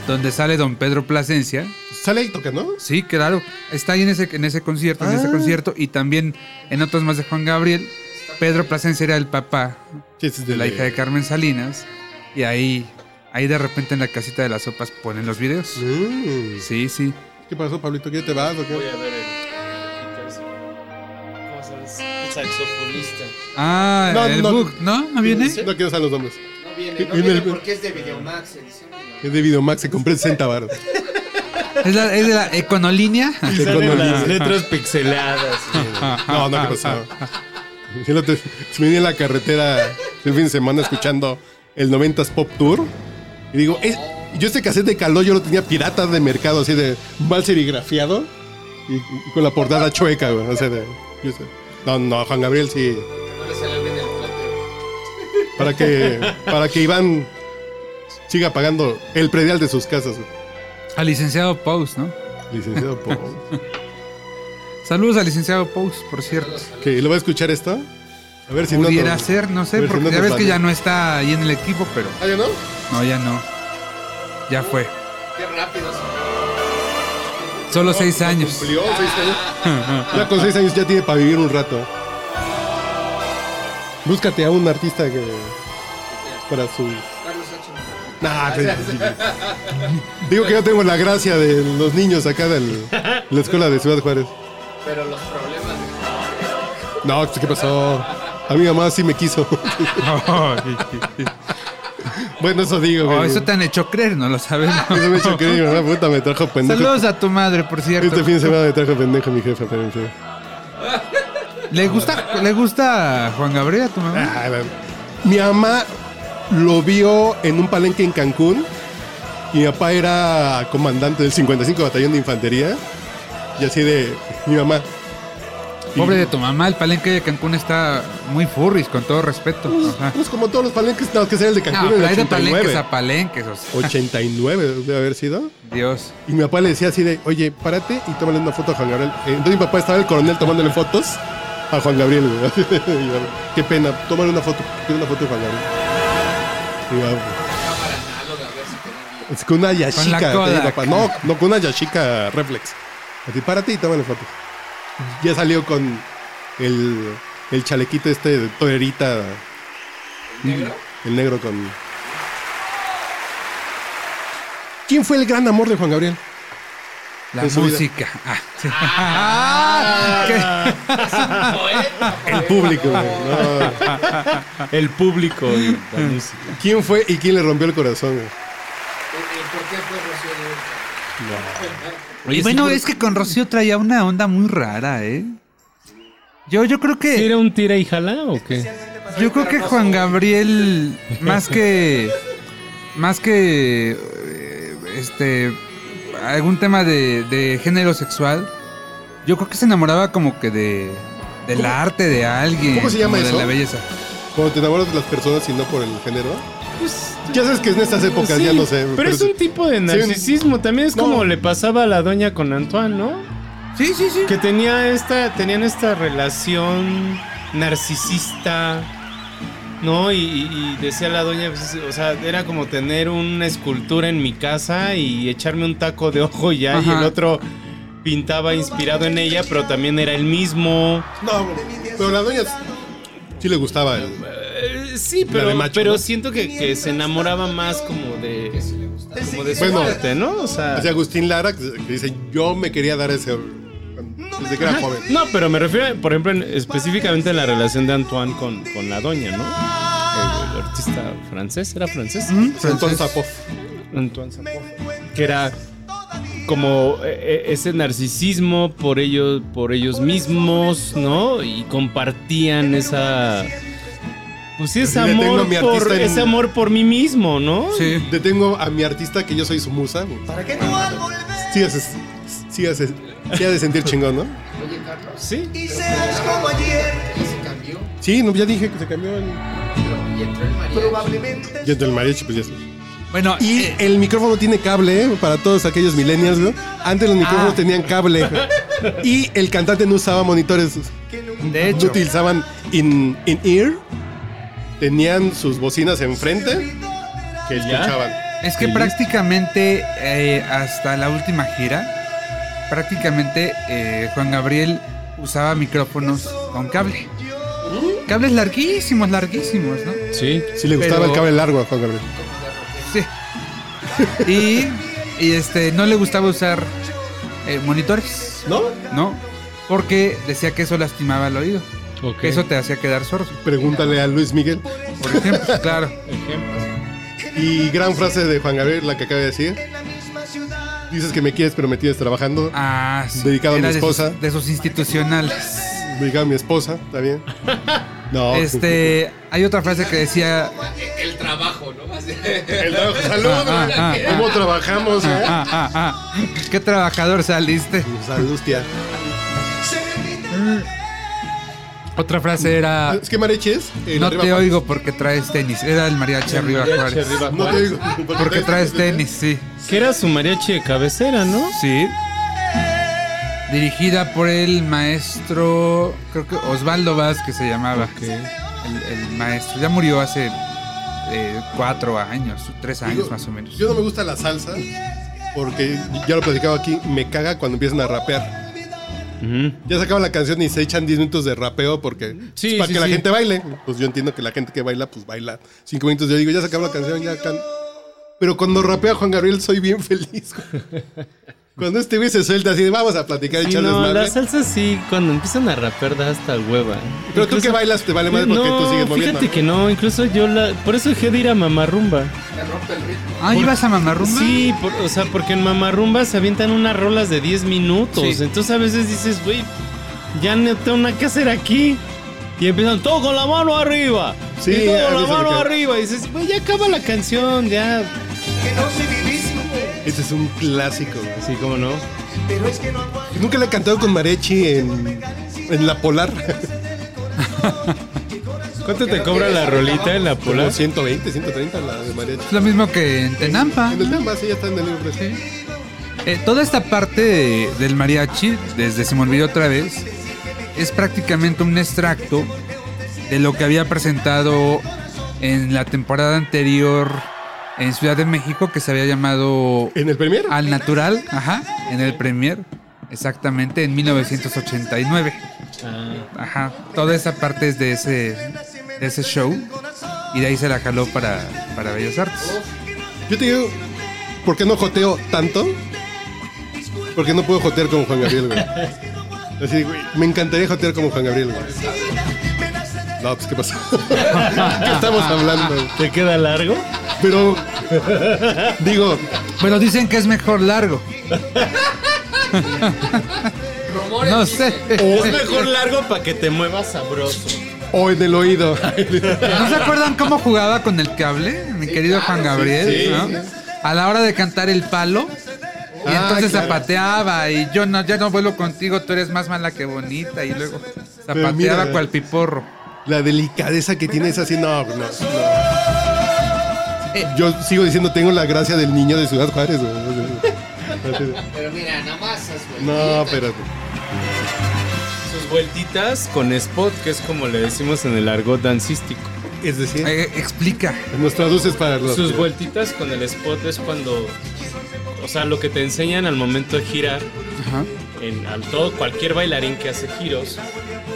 S2: donde sale don Pedro Plasencia.
S1: Sale ahí toca, ¿no?
S2: Sí, claro. Está ahí en ese, en ese concierto, en ese
S1: Ah.
S2: concierto. Y también en otros más de Juan Gabriel. Pedro Plasencia era el papá
S1: Sí, es
S2: de la hija de Carmen Salinas. Y ahí, ahí de repente en la casita de las sopas ponen los videos.
S1: Mm.
S2: Sí, sí.
S1: ¿Qué pasó, Pablito? ¿Qué te vas o qué?
S8: voy a ver el. ¿Cómo sabes? El saxofonista.
S2: Ah,
S1: No,
S2: el
S1: no.
S2: book, ¿no?
S5: ¿Ah,
S2: ¿No viene?
S1: No quiero saber los nombres.
S6: No viene,
S1: Y-
S6: no
S1: y en
S6: viene
S1: el-
S6: porque es de Videomax. edición Videomax.
S1: Es de Videomax, se compré 60 baros.
S2: ¿Es, la- es de la econolínea?
S5: Y salen las letras pixeladas.
S1: No, no, ¿qué pasó? El otro- me vine en la carretera el fin de semana escuchando el 90s Pop Tour. Y digo, es- yo este cassette de calor yo lo tenía pirata de mercado, así de mal serigrafiado y, y con la portada chueca, güey. o sea, de- yo sé. no, no, Juan Gabriel sí.
S6: No le salió bien el plato.
S1: Para que, para que Iván siga pagando el predial de sus casas,
S2: Al licenciado Pous, ¿no?
S1: licenciado Pop.
S2: Saludos al licenciado Pous, por cierto.
S1: Que lo va a escuchar esto. A ver si no. Pues,
S2: Pudiera
S1: no-
S2: ser, no sé,
S1: Pero si
S2: porque
S1: no
S2: ya
S1: nos
S2: ves que
S1: vale.
S2: ya no está ahí en el equipo, pero
S1: ¿Ah, ya no?
S2: no, ya no. Ya fue.
S6: Qué rápido. son.
S2: Solo seis años.
S1: Cumplió seis años. Ya con seis años ya tiene para vivir un rato. Búscate a un artista que. Para su.
S6: Carlos H.
S1: Nah, te- digo que yo tengo la gracia de los niños acá de la escuela de Ciudad Juárez.
S6: Pero los problemas de
S1: No, pues, ¿qué pasó? A mi mamá sí me quiso. Bueno, eso digo.
S2: O
S1: güey.
S2: Oh, eso te han hecho creer, no lo sabemos.
S1: Eso me hecho creer, una puta me trajo pendejo.
S2: Saludos a tu madre, por cierto.
S1: Este fin de semana me trajo pendejo mi jefa, pero en fin.
S2: ¿Le gusta, ¿Le gusta Juan Gabriel a tu mamá?
S1: Ah, la- Mi mamá lo vio en un palenque en Cancún. Y mi papá era comandante del 55 Batallón de Infantería. Y así de mi mamá. y-
S2: Pobre de tu mamá, el palenque de Cancún está muy furris, con todo respeto.
S1: Pues,
S2: Ajá.
S1: pues como todos los palenques, nada más que ser el de
S2: No,
S1: Cancún en
S2: pero
S1: el
S2: hay de palenques
S1: 89.
S2: a palenques, o sea,
S1: 89 debe haber sido.
S2: Dios.
S1: Y mi papá le decía así de, oye, párate y tómale una foto a Juan Gabriel. Eh, Entonces mi papá estaba el coronel tomándole fotos a Juan Gabriel. güey. Y yo, Qué pena, tómale una foto, tómale una foto de Juan Gabriel. Y yo, es con una yashica,
S2: Con la
S1: te digo,
S2: Kodak.
S1: papá. No, no, con una yashica reflex. Así, párate y tómale foto. Ya salió con el, el chalequito este de torerita. ¿El negro? El negro con... ¿Quién fue el gran amor de Juan Gabriel?
S2: La
S1: En su vida.
S2: música. Ah, sí. Ah, ¿qué?
S1: El público, güey. No.
S5: El público y la música.
S1: ¿Quién fue y quién le rompió el corazón? güey?
S2: Y bueno, es que con Rocío traía una onda muy rara, ¿eh? Yo, yo creo que.
S5: ¿Era un tira y jala o qué?
S2: Yo creo que Juan Gabriel, más que. Más que. eh, Este. Algún tema de, de género sexual. Yo creo que se enamoraba como que de. Del arte de alguien.
S1: cómo se llama
S2: como
S1: eso?
S2: De la belleza.
S1: Cuando te enamoras de las personas y no por el género. ya sabes que en estas épocas ya no sé.
S5: Pero, es un tipo de narcisismo. También es
S1: No.
S5: como le pasaba a la doña con Antoine, ¿no?
S2: Sí, sí, sí.
S5: Que tenía esta, tenían esta relación narcisista, ¿no? Y, y- y decía la doña, pues, o sea, era como tener una escultura en mi casa y echarme un taco de ojo ya y
S2: Ajá.
S5: el otro pintaba inspirado en ella, pero también era el mismo.
S1: No, pero la doña sí le gustaba. el-
S5: Eh, sí,
S1: La de
S5: pero,
S1: macho,
S5: pero
S1: ¿no?
S5: siento que, que se enamoraba más como de, como de su
S1: Bueno.
S5: arte, ¿no? O sea,
S1: O sea, Agustín Lara que que dice, yo me quería dar ese... Desde que era joven.
S5: no, pero me refiero, por ejemplo, en- específicamente a la relación de Antoine con, con la doña, ¿no? El, el artista francés, ¿era francés?
S1: Entonces, Zapof.
S5: Antoine Sapoff, que era como eh, eh, ese narcisismo por ellos, por ellos mismos, ¿no? Y compartían esa... Pues sí, ese
S1: Le tengo a
S5: amor,
S1: mi artista
S5: por,
S1: en-
S5: ese amor por mí mismo, ¿no?
S2: Sí.
S1: Detengo a mi artista que yo soy su musa.
S7: ¿Para qué no al volver?
S1: Sí, haces, sí, haces, sí ha de sentir chingón, ¿no?
S5: Sí.
S7: Y seas como ayer.
S1: Sí, no, ya dije que se cambió el...
S7: Probablemente.
S1: Y entre el mariachi, pues ya está.
S2: Bueno,
S1: Y
S2: eh,
S1: el micrófono tiene cable, ¿eh? para todos aquellos millennials, ¿no? Antes los micrófonos
S2: Ah.
S1: tenían cable. Y el cantante no usaba monitores.
S2: de
S1: No
S2: hecho.
S1: utilizaban in-ear. Tenían sus bocinas enfrente que escuchaban.
S2: Es que prácticamente eh, hasta la última gira, prácticamente eh, Juan Gabriel usaba micrófonos con cable.
S1: ¿Mm?
S2: Cables larguísimos, larguísimos, ¿no?
S5: Sí.
S1: Si le gustaba
S2: Pero-
S1: el cable largo a Juan Gabriel.
S2: Sí. Y, y, este, no le gustaba usar eh, monitores,
S1: ¿No?
S2: ¿no? Porque decía que eso lastimaba el oído. Que eso te hacía quedar sordo,
S1: Pregúntale a Luis Miguel.
S2: por ejemplo, claro.
S1: Y gran frase de Juan Gabriel, la que acaba de decir. Dices que me quieres, pero me tienes trabajando.
S2: Ah, sí.
S1: Dedicado a mi
S2: Era de sus-
S1: esposa.
S2: de sus institucionales.
S1: Me diga a mi esposa, ¿está bien? No.
S2: Este, hay otra frase que decía
S9: El trabajo, ¿no?
S1: El trabajo- Salud,
S2: Ah, ah, ah,
S1: ¿cómo trabajamos? eh?
S2: Ah, ah, ah. ¿Qué trabajador saliste?
S1: Salud, tía.
S2: Otra frase era
S1: Ah, Es que Marechi es. el
S2: No
S1: arriba
S2: te
S1: Juárez.
S2: oigo porque traes tenis. Era el mariachi arriba Juárez.
S1: No te oigo.
S2: Porque traes tenis, sí.
S5: Que era su mariachi de cabecera, ¿no?
S2: Sí. Dirigida por el maestro, creo que Osvaldo Vázquez se llamaba. El, el maestro. Ya murió hace eh, cuatro años, tres años más o menos.
S1: Yo no me gusta la salsa. Porque ya lo he platicado aquí. Me caga cuando empiezan a rapear. Ya se acaba la canción y se echan 10 minutos de rapeo porque es
S5: Sí,
S1: para
S5: sí,
S1: que la
S5: sí.
S1: gente baile. Pues yo entiendo que la gente que baila, pues baila 5 minutos. Yo digo, ya se acaba la canción, ya can. Pero cuando rapea Juan Gabriel soy bien feliz. güey. Cuando este güey se suelta así, de, vamos a platicar y
S4: Sí,
S1: echar
S4: no,
S1: desmadre.
S4: las salsas sí, cuando empiezan a rapear da hasta hueva. ¿eh?
S1: Pero tú que bailas te vale madre porque tú sigues moviendo.
S4: Fíjate que no, incluso yo la. Por eso dejé de ir a Mamarrumba.
S2: Ah, ¿ibas a mamarrumba?
S4: Sí, por- o sea, porque en Mamarrumba se avientan unas rolas de 10 minutos.
S2: Sí.
S4: Entonces a veces dices, güey, ya no tengo nada que hacer aquí. Y empiezan, todo con la mano arriba.
S1: Sí,
S4: y
S1: a
S4: todo con la
S1: mí se me
S4: mano
S1: queda.
S4: arriba. Y dices, güey, ya acaba la canción, ya.
S7: que no sé vivir sin usted,
S1: Este es un clásico, güey.
S4: Sí, cómo no.
S7: pero es que no aguanto
S1: Nunca le he cantado con Marechi en, en La Polar.
S4: ¿Cuánto te cobra la rolita en la
S1: Como
S4: polar?
S1: 120, 130 la de Marechi.
S2: Es lo mismo que en Tenampa.
S1: En el tema, sí, ya está en el libro.
S2: Sí. Eh, toda esta parte de- del mariachi, desde se me olvidó otra vez, es prácticamente un extracto de lo que había presentado en la temporada anterior en Ciudad de México, que se había llamado
S1: ¿En el Premier?
S2: Al Natural, ajá, en el Premier, exactamente en 1989. Ajá, toda esa parte es de ese, de ese show y de ahí se la jaló para, para Bellas Artes.
S1: Yo te digo, ¿por qué no joteo tanto? Porque no puedo jotear como Juan Gabriel, güey. Así, güey, me encantaría jotear como Juan Gabriel, güey. No, pues, ¿qué pasó? ¿Qué estamos hablando? güey?
S4: ¿Te queda largo?
S1: Pero, digo,
S2: Pero dicen que es mejor largo. No sé.
S4: O es mejor largo para que te muevas sabroso.
S1: o en el oído.
S2: ¿No se acuerdan cómo jugaba con el cable? Mi querido Juan Gabriel, ¿no? A la hora de cantar el palo. Y
S1: Ah,
S2: entonces
S1: claro.
S2: zapateaba y yo no, ya no vuelo contigo, tú eres más mala que bonita. Y luego
S1: Pero mira. eh.
S2: zapateaba cual piporro.
S1: La delicadeza que tiene es así, no, no, no.
S6: Eh.
S1: Yo sigo diciendo, tengo la gracia del niño de Ciudad Juárez, güey.
S6: Pero mira, nada más, güey.
S1: No, pero
S5: Sus vueltitas con spot, que es como le decimos en el argot dancístico.
S1: es decir,
S2: Eh, explica.
S1: nos traduces para los...
S5: Sus vueltitas con el spot es cuando, o sea, lo que te enseñan al momento de girar,
S2: Ajá.
S5: en, al todo, cualquier bailarín que hace giros,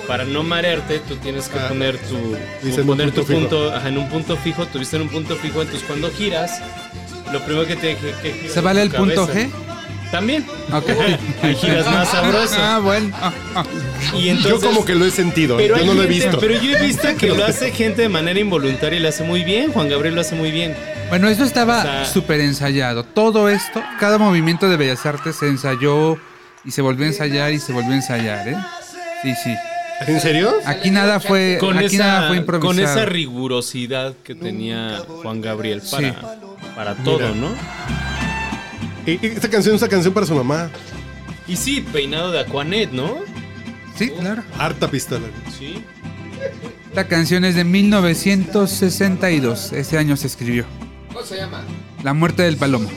S5: para no marearte, tú tienes que
S1: Ah.
S5: poner tu,
S1: Dice en
S5: poner
S1: un punto
S5: tu
S1: fijo.
S5: punto ajá, en un punto fijo, tuviste en un punto fijo, entonces cuando giras, lo primero que te que, que gira
S2: ¿Se vale
S5: tu
S2: el punto
S5: cabeza.
S2: G?
S5: También.
S2: Ok.
S5: Ahí giras más sabroso.
S2: Ah, bueno. Ah, ah.
S5: Y
S1: yo
S5: entonces,
S1: como que lo he sentido, ¿eh?
S5: pero
S1: yo
S5: hay
S1: no lo he
S5: gente-
S1: visto.
S5: Pero yo he visto que lo hace gente de manera involuntaria y lo hace muy bien. Juan Gabriel lo hace muy bien.
S2: Bueno, esto
S5: O
S2: estaba
S5: sea-
S2: súper ensayado. Todo esto, cada movimiento de Bellas Artes se ensayó y se volvió a ensayar y se volvió a ensayar, ¿eh? Sí, sí.
S1: ¿En serio?
S2: Aquí nada fue,
S5: Con,
S2: aquí nada
S5: esa,
S2: Eh, fue improvisado.
S5: con esa rigurosidad que tenía Juan Gabriel para,
S2: Sí.
S5: para todo, ¿no?
S1: Y- y Esta canción es una canción para su mamá.
S5: Y sí, peinado de Aquanet, ¿no?
S2: Sí, claro.
S1: Harta pistola.
S5: Sí.
S2: Esta canción es de 1962. Ese año se escribió.
S6: ¿Cómo se llama?
S2: La muerte del palomo.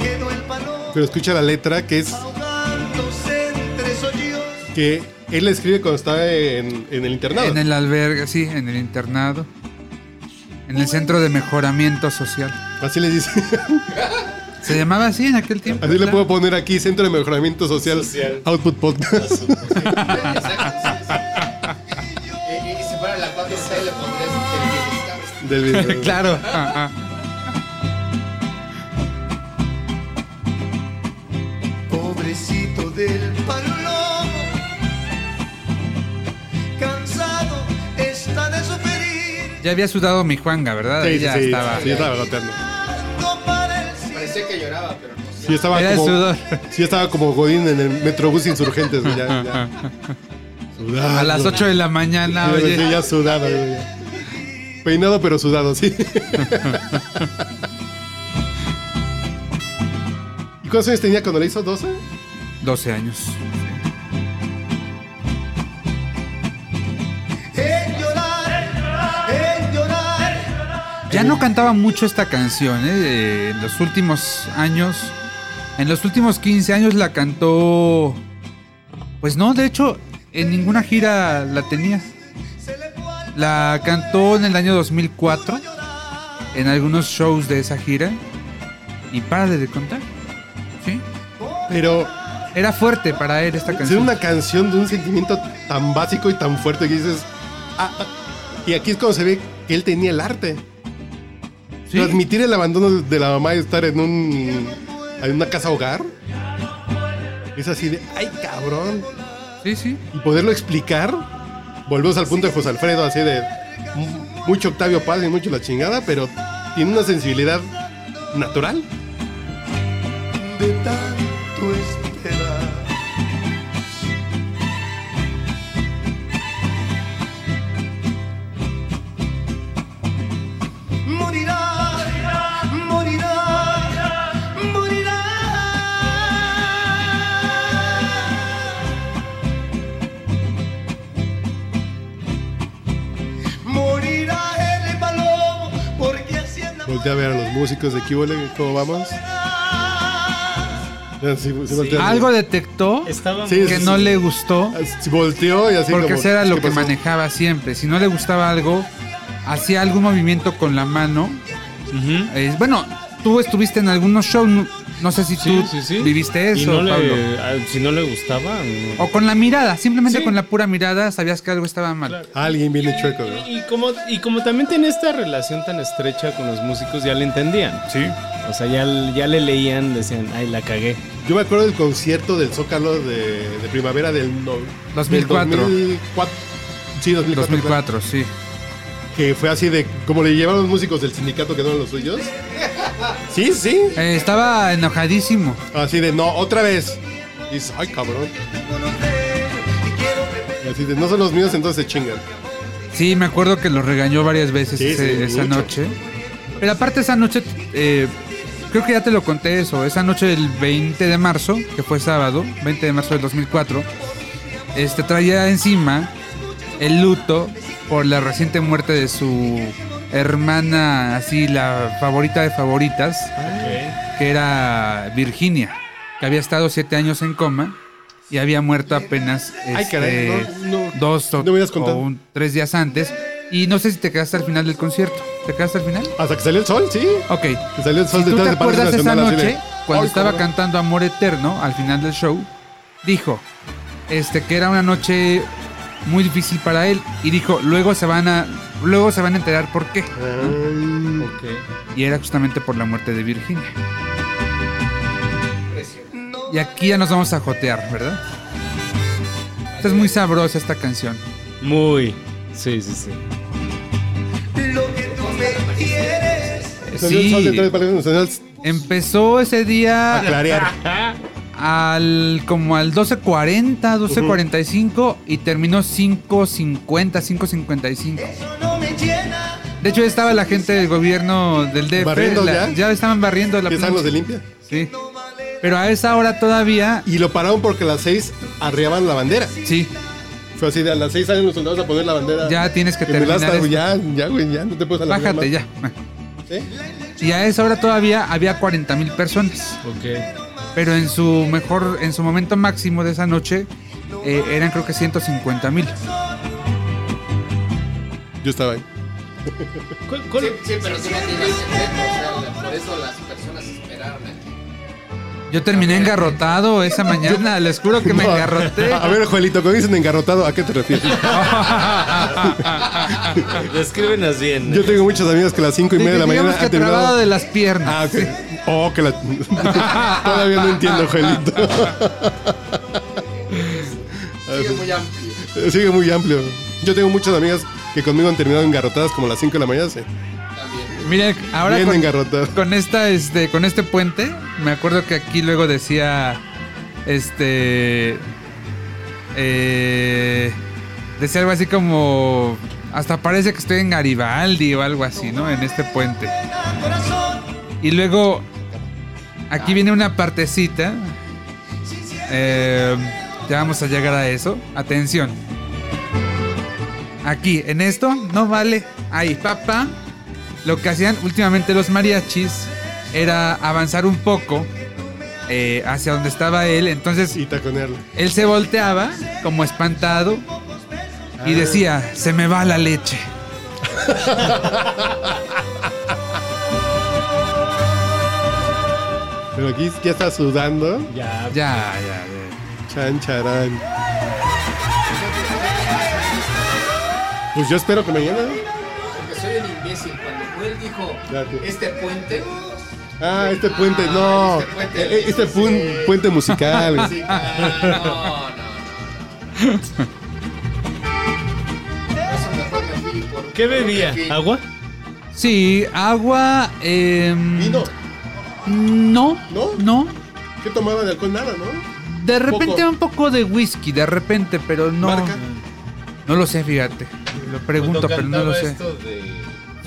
S7: Quedó el palo
S1: Pero escucha la letra que es
S7: ahogándose entre sollozos.
S1: que él la escribe cuando estaba en, en el internado.
S2: En el albergue, sí, en el internado. En el centro de mejoramiento social.
S1: Así le dice.
S2: Se llamaba así en aquel tiempo.
S1: Así le
S2: claro.
S1: puedo poner aquí, Centro de Mejoramiento Social, Output Podcast.
S6: Y, y si fuera la 4C le pondrías un televisor.
S1: del video.
S2: claro. Ah, ah.
S7: Pobrecito del palomo, cansado está de sufrir.
S2: Ya había sudado mi Juanga, ¿verdad?
S1: Sí,
S2: Ahí
S1: sí,
S2: ya
S1: sí,
S2: estaba.
S1: sí, estaba goteando.
S7: No para el cielo.
S6: Parecía que lloraba, pero no sé.
S1: Sí, estaba
S2: Era el
S1: como,
S2: sudor.
S1: sí, estaba como Godín en el Metrobús Insurgentes. güey, Ya, ya. Sudado.
S2: A las 8 de la mañana,
S1: Sí, sí,
S2: oye.
S1: ya sudado. güey, ya. Peinado pero sudado, sí. ¿Y cuántos años tenía cuando le hizo? ¿12?
S2: 12 años.
S7: En llorar, en llorar.
S2: Ya no cantaba mucho esta canción, ¿eh? Eh, En los últimos años. En los últimos 15 años la cantó. Pues no, de hecho, en ninguna gira la tenía. La cantó en el año 2004. En algunos shows de esa gira. Y para de contar. ¿Sí?
S1: Pero
S2: Era fuerte para él esta
S1: es
S2: canción.
S1: una canción de un sentimiento tan básico y tan fuerte que dices. "Ah, ah". Y aquí es cuando se ve que él tenía el arte.
S2: Sí.
S1: Transmitir el abandono de la mamá y estar en un en una casa hogar Es así de, ay cabrón.
S2: Sí, sí.
S1: Y poderlo explicar, volvemos al punto de José Alfredo, así de m- mucho Octavio Paz y mucho la chingada, pero tiene una sensibilidad natural.
S7: de tanto esperar. Morirá, morirá, morirá. Morirá el palomo porque así anda.
S1: Voltea a ver a los músicos de Kibole, ¿cómo vamos? Sí, sí, voltea a ver.
S2: Algo detectó
S4: Estaba
S1: Sí,
S2: que no le gustó
S1: Así, Volteó y así
S2: porque
S1: como,
S2: eso era
S1: ¿qué
S2: lo que
S1: pasó?
S2: manejaba siempre. Si no le gustaba algo, hacía algún movimiento con la mano. Eh, bueno, tú estuviste en algunos shows, no, no sé si tú viviste eso,
S4: y no
S2: Pablo.
S4: le, ah, Si no le gustaba.
S1: Oh,
S4: no.
S2: O con la mirada, simplemente
S4: Sí.
S2: con la pura mirada sabías que algo estaba mal.
S4: Claro.
S1: Alguien viene chueco, güey.
S4: Y, y como, y como también tenía esta relación tan estrecha con los músicos, ya le entendían.
S2: Sí.
S4: O sea, ya, ya le leían, decían, ay, la cagué.
S1: Yo me acuerdo del concierto del Zócalo de, de primavera del no-
S2: 2004.
S1: del 2004. Sí, 2004.
S2: 2004, sí.
S1: Que fue así de como le llevaron los músicos del sindicato que no eran los suyos. Sí, sí.
S2: Eh, estaba enojadísimo.
S1: Así de no, otra vez. Y dices, ay cabrón. Y Así de no son los míos, entonces se chingan.
S2: Sí, me acuerdo que lo regañó varias veces
S1: Sí,
S2: ese-
S1: sí,
S2: esa
S1: mucho.
S2: noche. Pero aparte esa noche, eh, creo que ya te lo conté eso, esa noche del 20 de marzo, que fue sábado, 20 de marzo del 2004, este, traía encima el luto por la reciente muerte de su hermana, así la favorita de favoritas, que era Virginia, que había estado siete años en coma y había muerto apenas
S1: Ay, caray,
S2: este,
S1: no, no,
S2: dos o,
S1: no me has
S2: o
S1: contado.
S2: un- tres días antes. Y no sé si te quedaste al final del concierto. ¿Te quedaste al final?
S1: Hasta que salió el sol, sí.
S2: Ok.
S1: Que salió el sol
S2: Si tú
S1: detrás
S2: te
S1: de Palacio
S2: acuerdas esa
S1: Nacional, así de,
S2: noche, cuando
S1: ay,
S2: estaba
S1: cabrón.
S2: cantando Amor Eterno al final del show, dijo este, que era una noche muy difícil para él y dijo, luego se van a, luego se van a enterar por qué.
S1: Ay,
S2: Y era justamente por la muerte de Virginia. Y aquí ya nos vamos a jotear, ¿verdad? Esta es muy sabrosa esta canción.
S4: Muy. Sí, sí, sí.
S7: Lo que tú me quieres.
S1: Salió el sol
S2: Sí,
S1: detrás de Ah, Palacio Nacional
S2: empezó ese
S1: a
S2: día
S1: clarear.
S2: al como al 12.40, 12.45 y terminó 5.50, 5.55.
S7: No me llena.
S2: De hecho, estaba la gente del gobierno del DF.
S1: Barriendo
S2: la-
S1: ya.
S2: estaban barriendo la
S1: Que están los de
S2: plancha.
S1: limpia.
S2: Sí. Pero a esa hora todavía,
S1: Y lo pararon porque a las 6 arreaban la bandera.
S2: sí,
S1: Fue así, de a las 6 salen los soldados a poner la bandera.
S2: ya tienes que
S1: En el
S2: terminar.
S1: asta,
S2: esto.
S1: güey, ya, ya, güey, ya, no te puedes alargar
S2: Bájate
S1: más.
S2: ya.
S1: ¿Sí?
S2: Y a esa hora todavía había 40 mil personas.
S4: Ok.
S2: Pero en su mejor, en su momento máximo de esa noche, eh, eran creo que 150 mil.
S1: Yo estaba ahí.
S4: ¿Cuál- cuál-
S6: Sí, sí, pero sí me tiras el dedo, o sea, por eso las personas esperaron aquí.
S2: Yo terminé engarrotado esa mañana, les juro que me
S1: No. Ah,
S2: engarroté.
S1: A ver, Joelito, cuando dicen engarrotado, ¿a qué te refieres?
S5: Ah, Descríbenos bien.
S1: Yo tengo muchas amigas que a las 5 y media de la
S2: Digamos
S1: mañana
S2: que
S1: han terminado-
S2: trabado de las piernas.
S1: Ah, ok. Oh, que la... Todavía no entiendo, Joelito. Ah,
S6: Sigue muy amplio.
S1: Sigue muy amplio. Yo tengo muchas amigas que conmigo han terminado engarrotadas como a las 5 de la mañana. sí.
S2: Mira, ahora
S1: Bien
S2: con,
S1: engarrotado.
S2: con esta, este, con este puente, me acuerdo que aquí luego decía, este, eh, decía algo así como, hasta parece que estoy en Garibaldi o algo así, ¿no? En este puente. Y luego, aquí viene una partecita. Eh, ya vamos a llegar a eso. Atención. Aquí, en esto, no vale. Ahí, papá. Lo que hacían últimamente los mariachis era avanzar un poco eh, hacia donde estaba él. Entonces,
S1: Y taconearla.
S2: él se volteaba como espantado y decía, se me va la leche.
S1: Pero aquí ya está sudando.
S4: Ya.
S2: Ya, ya, ya.
S1: Chan, charán. Pues yo espero que mañana.
S6: Porque soy un imbécil. Cuando él dijo
S1: Ya, tío.
S6: este puente,
S1: Ah, este puente, no.
S6: este puente.
S1: Eh, eh, Este fue un puente musical. güey.
S6: Ah, no, no, no. Eso mejor me fui por-
S5: ¿Qué bebía?
S6: Porque-
S5: ¿Agua?
S2: Sí, agua. em,
S1: Vino,
S2: No,
S1: ¿No?
S2: no, no.
S1: ¿qué tomaba de alcohol? Nada, ¿no?
S2: De repente
S1: Poco.
S2: un poco de whisky, de repente, pero no.
S1: Marca.
S2: No lo sé, fíjate. Lo pregunto, pero no lo sé.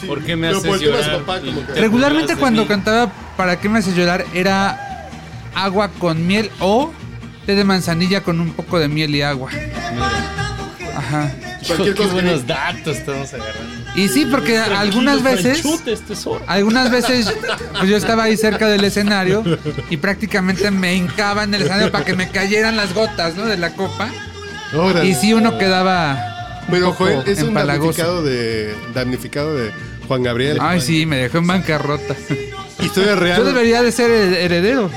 S5: ¿Por qué me
S1: Pero
S5: haces
S1: por el tema de su
S5: llorar?
S1: papá, como que-
S5: Y-
S2: Regularmente
S5: burlas de
S2: cuando
S5: mí.
S2: cantaba Para qué me haces llorar era agua con miel o té de manzanilla con un poco de miel y agua. Ajá.
S1: Cualquier
S5: Qué
S1: cosa que
S5: buenos datos estamos agarrando.
S2: Y sí, porque algunas veces,
S5: Franchutes, tesoro.
S2: algunas veces pues yo estaba ahí cerca del escenario y prácticamente me hincaba en el escenario para que me cayeran las gotas, ¿no? De la copa.
S1: Órale.
S2: Y sí uno quedaba un
S1: Pero
S2: poco
S1: Joel es un
S2: empalagoso.
S1: damnificado de, damnificado de Juan Gabriel.
S2: Ay, sí, me dejó en bancarrota.
S1: Historia
S2: Yo
S1: real.
S2: debería de ser el heredero.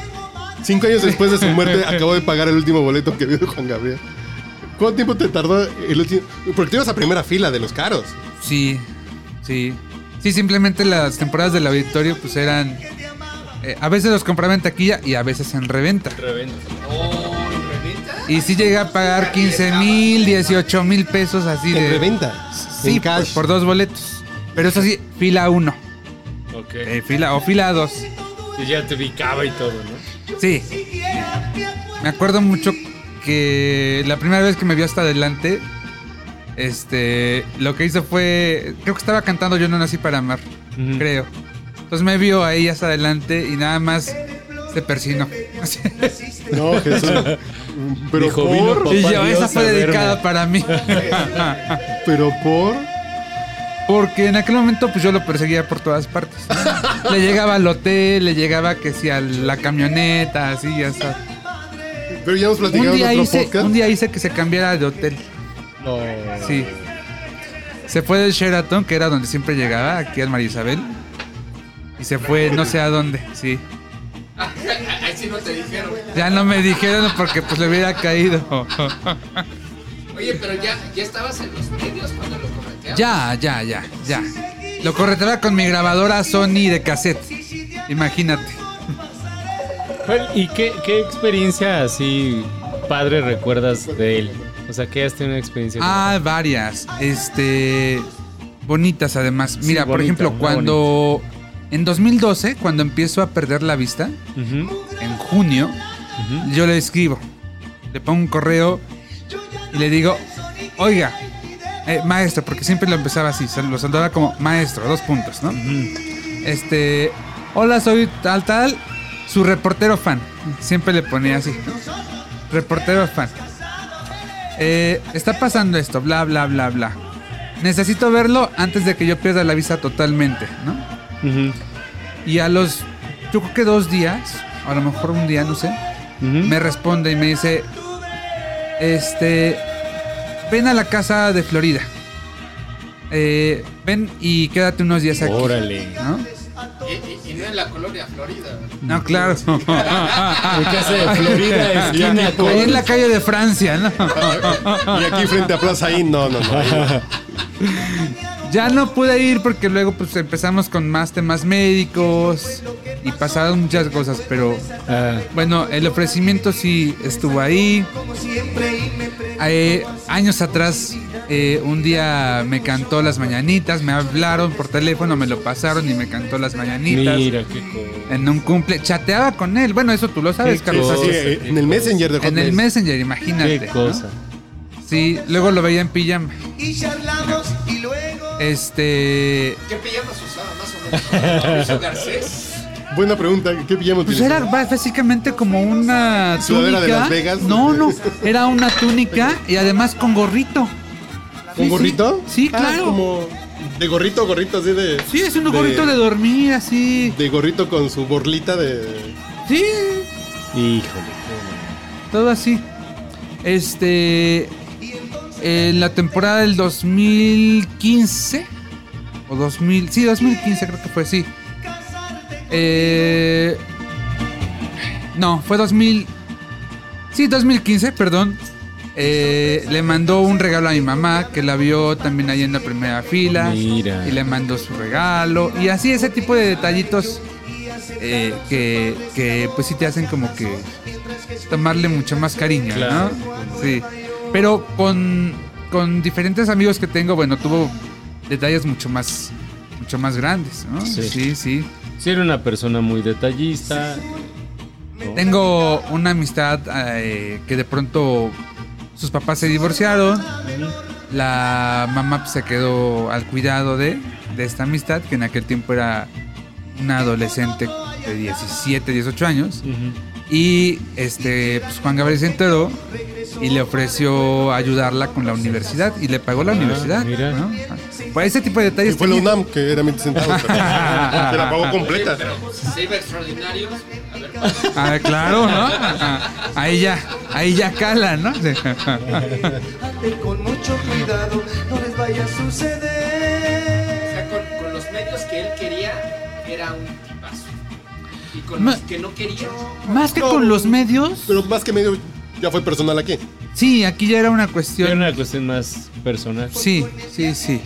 S1: Cinco años después de su muerte, acabó de pagar el último boleto que vio de Juan Gabriel. ¿Cuánto tiempo te tardó el último? Porque tú ibas a primera fila de los caros.
S2: Sí, sí. Sí, simplemente las temporadas del auditorio pues eran... eh, a veces los compraba en taquilla y a veces en reventa. Oh, Y sí llegué a pagar 15 mil, 18 mil pesos así
S1: En
S2: de...
S1: reventa.
S2: Sí,
S1: en cash.
S2: pues, por dos boletos. Pero eso sí, fila 1.
S5: Ok.
S2: fila, o fila 2.
S5: Y ya te ubicaba y todo, ¿no?
S2: Sí. Me acuerdo mucho que la primera vez que me vio hasta adelante, este, lo que hizo fue, creo que estaba cantando Yo no nací para amar, creo. Entonces me vio ahí hasta adelante y nada más se persinó.
S1: No, Jesús. Pero
S5: Dijo,
S1: por.
S5: vino
S2: y yo,
S5: Dios
S2: esa fue
S5: a verme".
S2: dedicada para mí.
S1: Pero por.
S2: Porque en aquel momento pues yo lo perseguía por todas partes. Le llegaba al hotel, le llegaba que si a la camioneta, así, ya sabes.
S1: Pero ya hemos platicado
S2: Un
S1: en
S2: día,
S1: otro
S2: hice,
S1: podcast.
S2: un
S5: Ah,
S2: día hice que se cambiara de hotel. Sí. Se fue del Sheraton, que era donde siempre llegaba, aquí al María Isabel. Y se fue no sé a dónde, sí.
S6: Ahí sí no te dijeron.
S2: Ya no me dijeron porque pues le hubiera caído.
S6: Oye, pero ya, ya estabas en los medios cuando lo comenté.
S2: ya, ya, ya, ya. Lo correteaba con mi grabadora Sony de cassette. Imagínate.
S5: Bueno, ¿Y qué, qué experiencia así padre recuerdas de él? O sea, ¿qué has tenido una experiencia?
S2: Ah, varias. Este. Bonitas además. Mira, por
S5: bonita,
S2: ejemplo,
S5: muy
S2: cuando. En 2012, cuando empiezo a perder la vista,
S5: Ujú.
S2: en junio, yo le escribo, le pongo un correo y le digo, oiga, eh, maestro, porque siempre lo empezaba así, sal- lo saludaba como maestro, dos puntos, ¿no? Este, hola, soy tal, tal, su reportero fan, siempre le ponía así, reportero fan. Eh, está pasando esto, bla, bla, bla, bla. Necesito verlo antes de que yo pierda la vista totalmente, ¿no?
S5: Ujú.
S2: Y a los, yo creo que dos días, a lo mejor un día, no sé, me responde y me dice, este, ven a la casa de Florida. Eh, ven y quédate unos días aquí.
S5: Órale.
S2: ¿No?
S6: Y, y- y no en la colonia Florida.
S2: No, claro.
S5: casa de Florida, esquina con-
S2: Ahí en la calle de Francia, ¿no?
S1: Y aquí frente a Plaza ahí, no, no, no.
S2: Ya no pude ir porque luego pues empezamos con más temas médicos y pasaron muchas cosas, pero
S5: Ah,
S2: Bueno, el ofrecimiento sí estuvo ahí. Eh, años atrás, eh, un día me cantó las mañanitas, me hablaron por teléfono, me lo pasaron y me cantó las mañanitas.
S5: mira, qué co-
S2: En un cumple, chateaba con él. Bueno, eso tú lo sabes, Carlos.
S1: Es así, eh, en el Messenger de
S2: En
S1: Hotmail.
S2: el Messenger, imagínate.
S5: qué
S2: ¿no?
S5: cosa.
S2: Sí, luego lo veía en pijama.
S7: Y charlamos y
S2: Eh,
S7: luego.
S2: Este.
S6: ¿Qué pijamas usaba más o menos? Mauricio Garcés.
S1: Buena pregunta, ¿qué pillamos?
S2: Pues era ba- básicamente como una
S1: Sudadera
S2: túnica.
S1: de Las Vegas.
S2: No, no, era una túnica y además con gorrito. Sí,
S1: ¿Un
S2: sí.
S1: gorrito?
S2: Sí,
S1: Ah,
S2: claro.
S1: como de gorrito, gorrito así de.
S2: Sí, es un
S1: de-
S2: gorrito de dormir así.
S1: De gorrito con su borlita de.
S2: Sí,
S5: Híjole.
S2: todo así. Este en la temporada del 2015 o 2000, sí, 2015 creo que fue, sí. Eh, no, fue 2000. Sí, 2015, perdón. Eh, le mandó un regalo a mi mamá que la vio también ahí en la primera fila
S5: Mira.
S2: y le mandó su regalo y así ese tipo de detallitos eh, que, que, pues sí te hacen como que tomarle mucho más cariño,
S5: Claro.
S2: ¿no? Sí. Pero con, con diferentes amigos que tengo, bueno, tuvo detalles mucho más mucho más grandes, ¿no?
S5: Sí.
S2: sí. sí.
S5: Sí, era una persona muy detallista.
S2: Tengo una amistad eh, que de pronto sus papás se divorciaron. La mamá pues, se quedó al cuidado de, de esta amistad, que en aquel tiempo era una adolescente de 17, 18 años. Y este, pues, Juan Gabriel se enteró y le ofreció ayudarla con la universidad y le pagó la universidad.
S5: mira.
S2: ¿no? Pues ese tipo de
S1: Ah, Y
S2: detalles.
S1: fue la
S2: tenía-
S1: UNAM, que era 20 centavos. pero- Te la pago completa.
S6: Se iba extraordinario. A ver,
S2: Ah, claro, ¿no? Ah, Ahí ya, ahí ya cala, ¿no? Sí.
S7: Ande con mucho cuidado, no les vaya a
S6: o sea,
S7: suceder.
S6: con, con los medios que él quería, era un tipazo. Y con
S2: Ma-
S6: los que no quería,
S2: Más que con los medios.
S1: Pero más que medio, ya fue personal aquí.
S2: Sí, aquí ya era una
S5: Era
S2: cuestión.
S5: una cuestión más personal.
S2: Sí, sí, sí.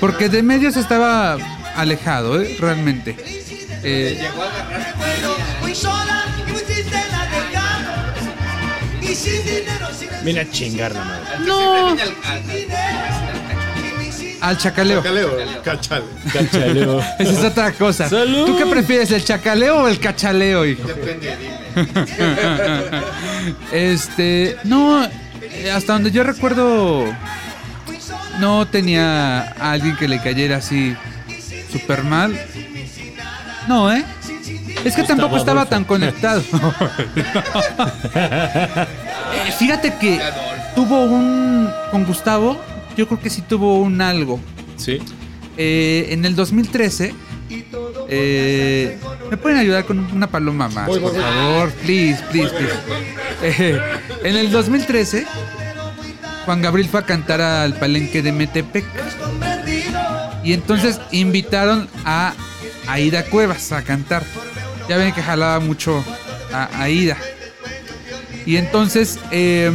S2: Porque de medios estaba alejado, ¿eh? realmente. Eh,
S6: llegó a agarrar
S7: Recuerdo, fui sola y me hiciste la de gato. Y sin dinero, sin el
S4: Mira, chingar la madre.
S6: al que
S2: No.
S6: siempre viene al- al- al- al-
S2: al chacaleo.
S1: Caleo, cachale.
S5: Cachaleo.
S2: Esa es otra cosa.
S5: ¡Salud!
S2: ¿Tú qué prefieres, el chacaleo o el cachaleo, hijo?
S6: Depende, dime.
S2: este, no, eh, hasta donde yo recuerdo, no tenía a alguien que le cayera así super mal. No, ¿eh? Es que tampoco estaba
S5: Adolfo.
S2: tan conectado. Eh, Fíjate que tuvo un... Con Gustavo, yo creo que sí tuvo un algo.
S5: Sí.
S2: Eh, en el 2013. eh, ¿Me pueden ayudar con una paloma más?
S1: Voy, voy,
S2: por
S1: voy.
S2: favor, please, please, please. Eh, en el 2013, Juan Gabriel fue a cantar al palenque de Metepec. Y entonces invitaron a Aida Cuevas a cantar. Ya ven que jalaba mucho a Aida. Y entonces, em,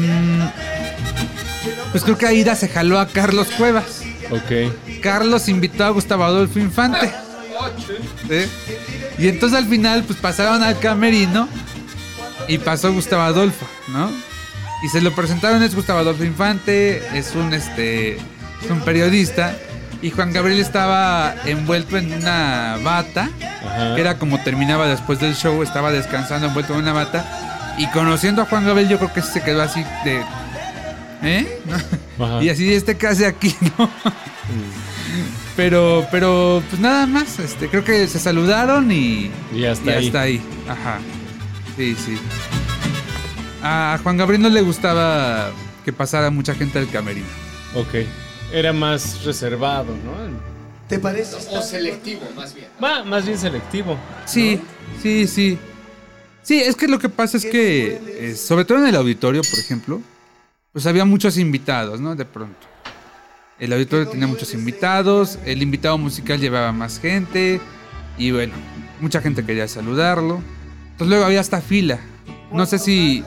S2: pues creo que Aida se jaló a Carlos Cuevas.
S5: Ok.
S2: Carlos invitó a Gustavo Adolfo Infante. ¿Sí? Y entonces al final, pues pasaron al camerino y pasó Gustavo Adolfo, ¿no? Y se lo presentaron, es Gustavo Adolfo Infante, es un, este, es un periodista. Y Juan Gabriel estaba envuelto en una bata,
S5: Ajá.
S2: que era como terminaba después del show, estaba descansando envuelto en una bata. Y conociendo a Juan Gabriel, yo creo que sí se quedó así de. ¿Eh?
S5: Ajá.
S2: Y así este casi aquí, ¿no?
S5: Mm.
S2: Pero, pero, pues nada más, este, creo que se saludaron y,
S5: Y hasta
S2: y
S5: ahí.
S2: Ajá. Sí, sí. A Juan Gabriel no le gustaba que pasara mucha gente al camerino.
S5: Ok. Era más reservado, ¿no?
S7: ¿Te pareces?
S6: O selectivo, más bien.
S5: Va, más bien selectivo.
S2: Sí, sí, sí. Sí, es que lo que pasa es que, eh, sobre todo en el auditorio, por ejemplo, pues había muchos invitados, ¿no? De pronto. El auditorio tenía muchos invitados, el invitado musical llevaba más gente, y bueno, mucha gente quería saludarlo. Entonces luego había hasta fila. No sé si,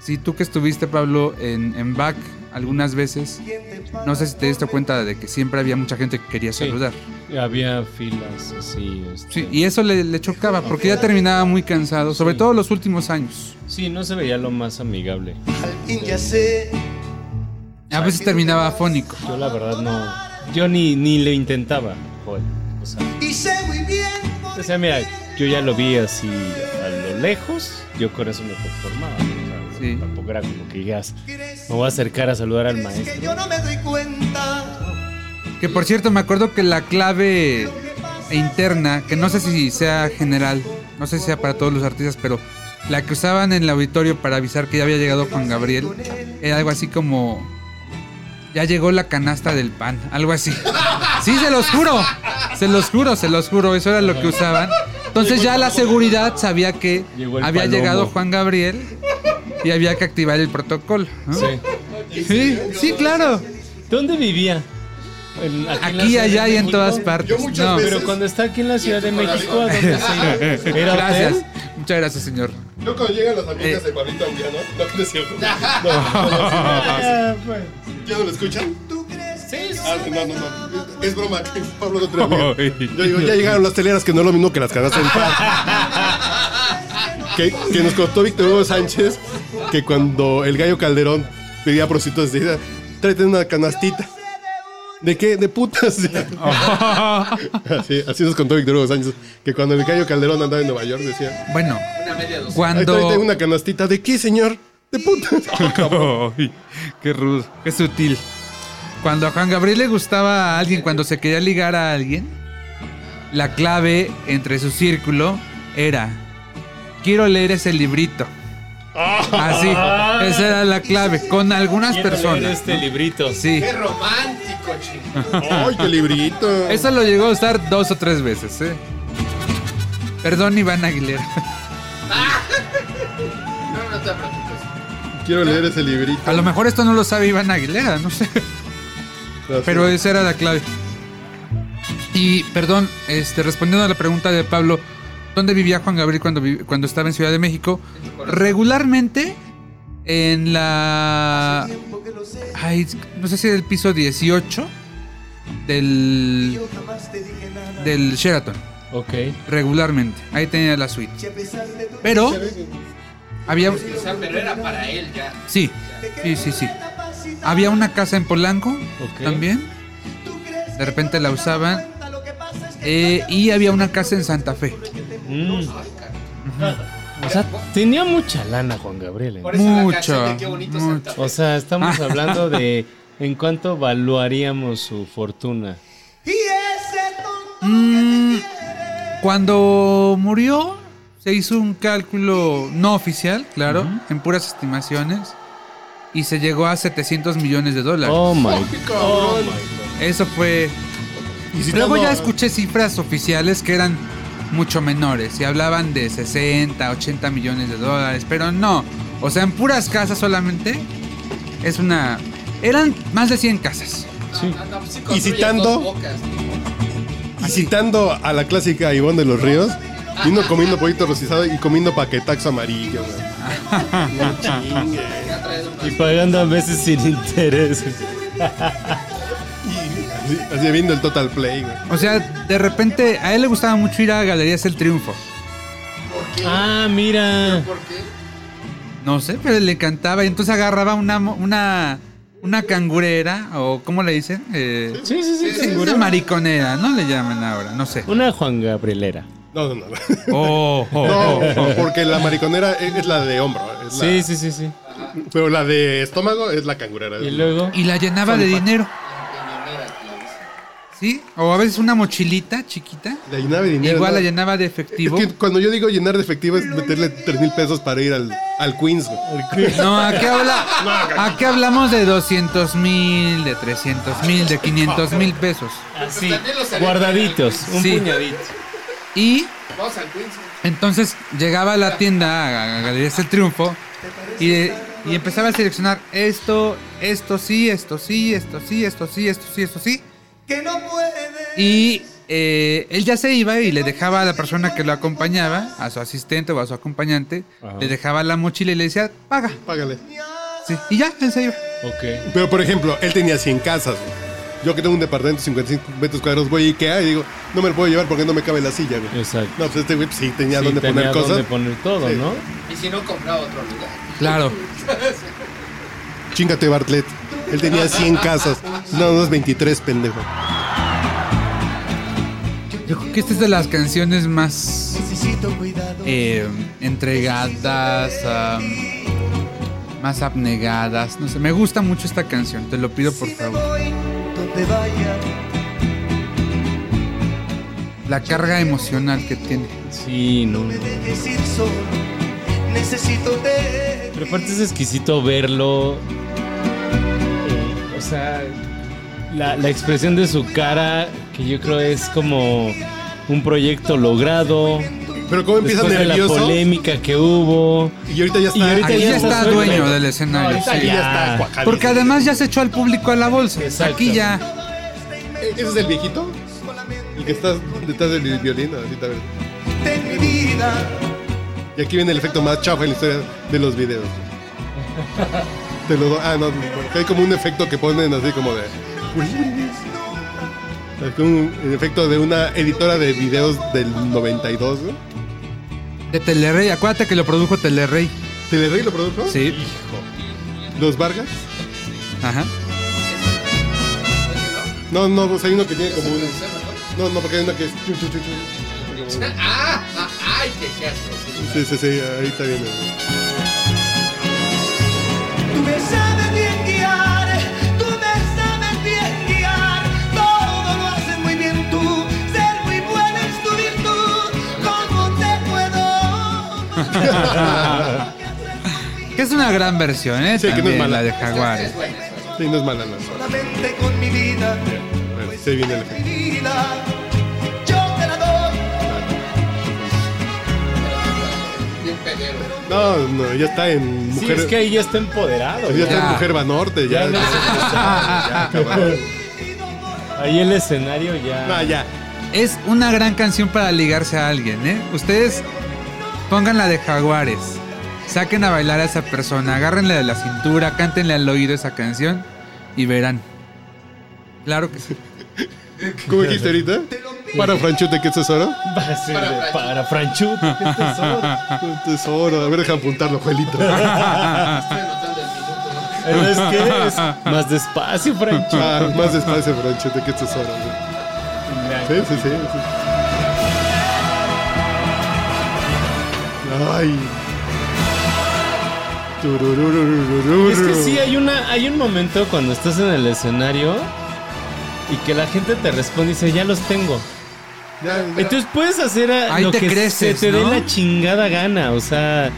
S2: si tú que estuviste, Pablo, en, en back algunas veces, no sé si te diste cuenta de que siempre había mucha gente que quería
S5: Sí.
S2: saludar.
S5: Había filas así. este,
S2: Sí, y eso le, le chocaba porque ya terminaba muy cansado, sobre
S5: Sí.
S2: todo los últimos años.
S5: sí, no se veía lo más amigable.
S7: Ya sé.
S2: A veces terminaba afónico.
S5: Yo la verdad no. Yo ni, ni le intentaba. joder. O sea,
S7: Y sé muy bien. por
S5: decía, mira, yo ya lo vi así a lo lejos. Yo con eso me conformaba. ¿no? O sea,
S2: Sí.
S5: Tampoco era como que digas,
S7: qué crees
S5: me voy a acercar a saludar al
S7: que
S5: maestro.
S7: yo no me doy cuenta.
S2: Que por cierto, me acuerdo que la clave interna, que no sé si sea general, no sé si sea para todos los artistas, pero la que usaban en el auditorio para avisar que ya había llegado Juan Gabriel, era algo así como... Ya llegó la canasta del pan, algo así. Sí, se los juro, se los juro, se los juro, eso era lo que usaban. Entonces ya la seguridad sabía que
S5: Llegó el
S2: había
S5: palomo.
S2: llegado Juan Gabriel y había que activar el protocolo. ¿no?
S5: Sí.
S2: Sí, sí, claro.
S5: ¿Dónde vivía? En- en la
S2: Aquí,
S5: Ciudad
S2: allá
S5: de
S2: y en
S5: México.
S2: todas partes.
S1: Yo muchas
S2: No.
S1: veces-
S5: Pero cuando está aquí en la Ciudad de México, ¿a dónde se iba? ¿Era hotel?
S2: Gracias. Muchas gracias, señor.
S1: Yo cuando llegan las
S2: amigas
S1: amigas
S2: de
S1: de Pablito Anguiano, no, no es cierto.
S5: Ah, pues.
S1: ¿Ya no lo escuchan?
S7: ¿Tú crees
S1: Ah, no, no, no. Es broma. Pablo no te lo digo. Yo digo, ya llegaron las teleras, que no es lo mismo que las cagadas en paz. Que, que nos contó Víctor Hugo Sánchez que cuando el gallo Calderón pedía prositos, decía, tráete una canastita. ¿De qué? De putas. Así, así nos contó Víctor Hugo Sánchez que cuando el gallo Calderón andaba en Nueva York decía,
S2: Bueno,
S6: Una media docena.
S1: ahí tráete
S2: cuando.
S1: una canastita. ¿De qué, señor? De putas.
S2: Ay, qué rudo, qué sutil. Cuando a Juan Gabriel le gustaba a alguien, cuando se quería ligar a alguien, la clave entre su círculo era: Quiero leer ese librito.
S1: Ah.
S2: Así, esa era la clave. Con algunas
S5: Quiero leer
S2: personas.
S5: este librito.
S2: Sí.
S6: Qué romántico, chingón.
S1: ¡Ay, qué librito!
S2: Eso lo llegó a usar dos o tres veces, ¿eh? Perdón, Iván Aguilera.
S6: No, no te preocupes.
S1: Quiero leer ese librito.
S2: A lo mejor esto no lo sabe Iván Aguilera, no sé. Pero esa era la clave. Y, perdón, este, respondiendo a la pregunta de Pablo, ¿dónde vivía Juan Gabriel cuando, vi- cuando estaba en Ciudad de México? Regularmente en la... Ay, no sé si era el piso 18 del... del Sheraton.
S5: Ok.
S2: Regularmente. Ahí tenía la suite. Pero... Había...
S6: O sea, pero era para él ya.
S2: Sí, sí, sí, sí. Había una casa en Polanco también. De repente la usaban. Eh, y había una casa en Santa Fe. Mm.
S5: O sea, tenía mucha lana Juan Gabriel. ¿eh?
S6: Por eso la
S2: Mucho,
S6: canción de qué bonito Santa Fe.
S5: O sea, estamos
S2: Ah.
S5: hablando de en cuánto valuaríamos su fortuna.
S2: Mm, cuando murió, se hizo un cálculo no oficial, claro, en puras estimaciones. Y se llegó a 700 millones de dólares.
S5: Oh my.
S2: Eso fue.
S1: Y si
S2: Luego
S1: todo-
S2: ya escuché cifras oficiales que eran mucho menores y hablaban de 60, 80 millones de dólares, pero no. O sea, en puras casas solamente es una... Eran más de 100 casas.
S6: Ah, no, pues sí
S1: Y
S6: construyen
S1: citando-
S6: dos bocas, ¿no?
S1: Y citando a la clásica Ivonne de los Ríos, vino comiendo pollito rostizado y comiendo paquetaxo amarillo, güey. No chingue.
S5: Y pagando a veces sin interés.
S1: Así, así viendo el Total Play, güey.
S2: O sea, de repente a él le gustaba mucho ir a Galerías El Triunfo.
S5: Ah, mira.
S2: No sé, pero le encantaba y entonces agarraba una... mo- una una cangurera, o ¿cómo le dicen? Eh,
S5: Sí, sí, sí.
S2: sí, una mariconera, ¿no? Le llaman ahora, no sé.
S5: Una Juan Gabrielera.
S1: No, no, no.
S2: Oh, oh,
S1: No,
S2: oh, oh.
S1: porque la mariconera es es la de hombro. es la-
S5: Sí, sí, sí, sí.
S1: Pero la de estómago es la cangurera.
S5: Y luego.
S2: Y la llenaba de dinero. ¿Sí? O a veces una mochilita chiquita.
S1: La llenaba de dinero.
S2: igual
S1: ¿no?
S2: la llenaba de
S1: Es
S2: efectivo.
S1: que cuando yo digo llenar de efectivo es meterle 3 mil pesos para ir al, al Queens, güey.
S2: No, ¿a qué, habla- a qué hablamos de 200 mil, de 300 mil, de 500 mil pesos?
S5: Así.
S6: también los había-
S5: Guardaditos. Un
S2: Sí.
S5: puñadito.
S2: Y
S6: Vamos al Queens.
S2: entonces llegaba a la tienda, a a Galerías El Triunfo, y, y empezaba a seleccionar esto, esto sí, esto sí, esto sí, esto sí, esto sí, esto sí.
S7: Que no puede.
S2: Y eh, él ya se iba y le dejaba a la persona que lo acompañaba, a su asistente o a su acompañante, le dejaba la mochila y le decía, paga.
S1: Págale.
S2: Sí, Y ya, él se iba.
S5: Ok.
S1: Pero por ejemplo, él tenía 100 casas. güey. Yo que tengo un departamento de 55 metros cuadrados, voy a Ikea y digo, no me lo puedo llevar porque no me cabe la silla, güey.
S5: Exacto.
S1: No, pues este güey pues, sí tenía
S5: Eh. Sí,
S1: donde
S5: tenía
S1: poner cosas.
S5: donde poner todo,
S1: Sí.
S5: ¿no?
S6: Y si no, compraba otro lugar.
S2: Claro.
S1: Chingate, Bartlett. Él tenía 100 casas. No, no es 23, pendejo.
S2: Yo creo que esta es de las canciones más
S7: Necesito cuidado.
S2: eh, entregadas, ah, más abnegadas. No sé, me gusta mucho esta canción, te lo pido por
S7: si me
S2: favor.
S7: voy, donde vaya.
S2: La carga emocional que tiene.
S5: Sí, no.
S7: Me dejes ir solo. Necesito de.
S5: Pero aparte es exquisito verlo. eh, o sea, la, la expresión de su cara, que yo creo es como un proyecto logrado.
S1: Pero cómo empieza
S5: Después de la
S1: nervioso
S5: polémica que hubo.
S1: y ahorita ya está.
S5: Y ahorita
S2: Aquí
S5: ya
S2: ya
S5: está Ah.
S2: está
S5: suelto.
S2: dueño del escenario.
S5: Ahorita
S2: sí.
S1: ya
S5: Ya.
S1: está cuajadísimo.
S2: Porque además ya se echó al público a la bolsa.
S5: Exacto.
S2: Aquí ya.
S1: Eh, ¿Ese es el viejito? El que está detrás del violín. Ahorita, a ver.
S7: De mi vida.
S1: Y aquí viene el efecto más chafa en la historia de los videos. Te lo doy. Ah, no. porque Hay como un efecto que ponen así como de. Un el efecto de una editora de videos del 92, ¿no?
S2: De Telerrey, acuérdate que lo produjo Telerrey.
S1: ¿Telerrey lo produjo?
S2: Sí.
S1: ¿Los Vargas?
S2: Ajá.
S1: No, no, pues hay uno que tiene como un... No, no, porque hay uno que es... chu, chu, chu, chu.
S6: Ah, ah, ay, qué casco. sí.
S1: Sí, sí, sí, ahí está bien. ¿no?
S7: Tú me sabes bien guiar, tú me sabes bien guiar, todo lo haces muy bien tú, ser muy buena es tu virtud, ¿cómo te puedo?
S2: Que es una gran versión, ¿eh?
S1: Sí, que no es
S2: También,
S1: mala.
S2: la de Jaguar.
S1: Sí, no es mala, no.
S7: Solamente con mi vida,
S1: Ahí se viene el
S7: mi
S1: efecto.
S7: vida, yo te la doy.
S6: Bien pedero.
S1: No, no, ya está en
S5: Sí,
S1: Mujer...
S5: es que ahí ya está empoderado.
S1: Ya está
S2: Ya.
S1: en Mujer Banorte, ya.
S5: Ya no sé qué
S1: Ya, cabrón.
S5: Ahí el escenario ya.
S1: No, ya.
S2: Es una gran canción para ligarse a alguien, ¿eh? Ustedes pongan la de Jaguares. Saquen a bailar a esa persona, agárrenla de la cintura, cántenle al oído esa canción y verán. Claro que sí.
S1: ¿Cómo dijiste ahorita? Para Franchute, ¿qué tesoro?
S5: Para, ser de- para Franchut.
S1: Un tesoro. A ver, deja apuntarlo, Juelito.
S6: Estoy anotando el minuto. ¿no?
S5: Pero es que es más despacio, Franchut.
S1: Ah, más despacio, Franchute, ¿qué tesoro? güey. Sí, sí, sí. sí. Ay. Tururururururu.
S5: Es que sí, hay, una, hay un momento cuando estás en el escenario y que la gente te responde y dice, ya los tengo.
S1: Ya, ya.
S5: Entonces puedes hacer a
S2: Ahí
S5: lo
S2: te
S5: que
S2: creces,
S5: se te
S2: ¿no?
S5: dé la chingada gana, o sea...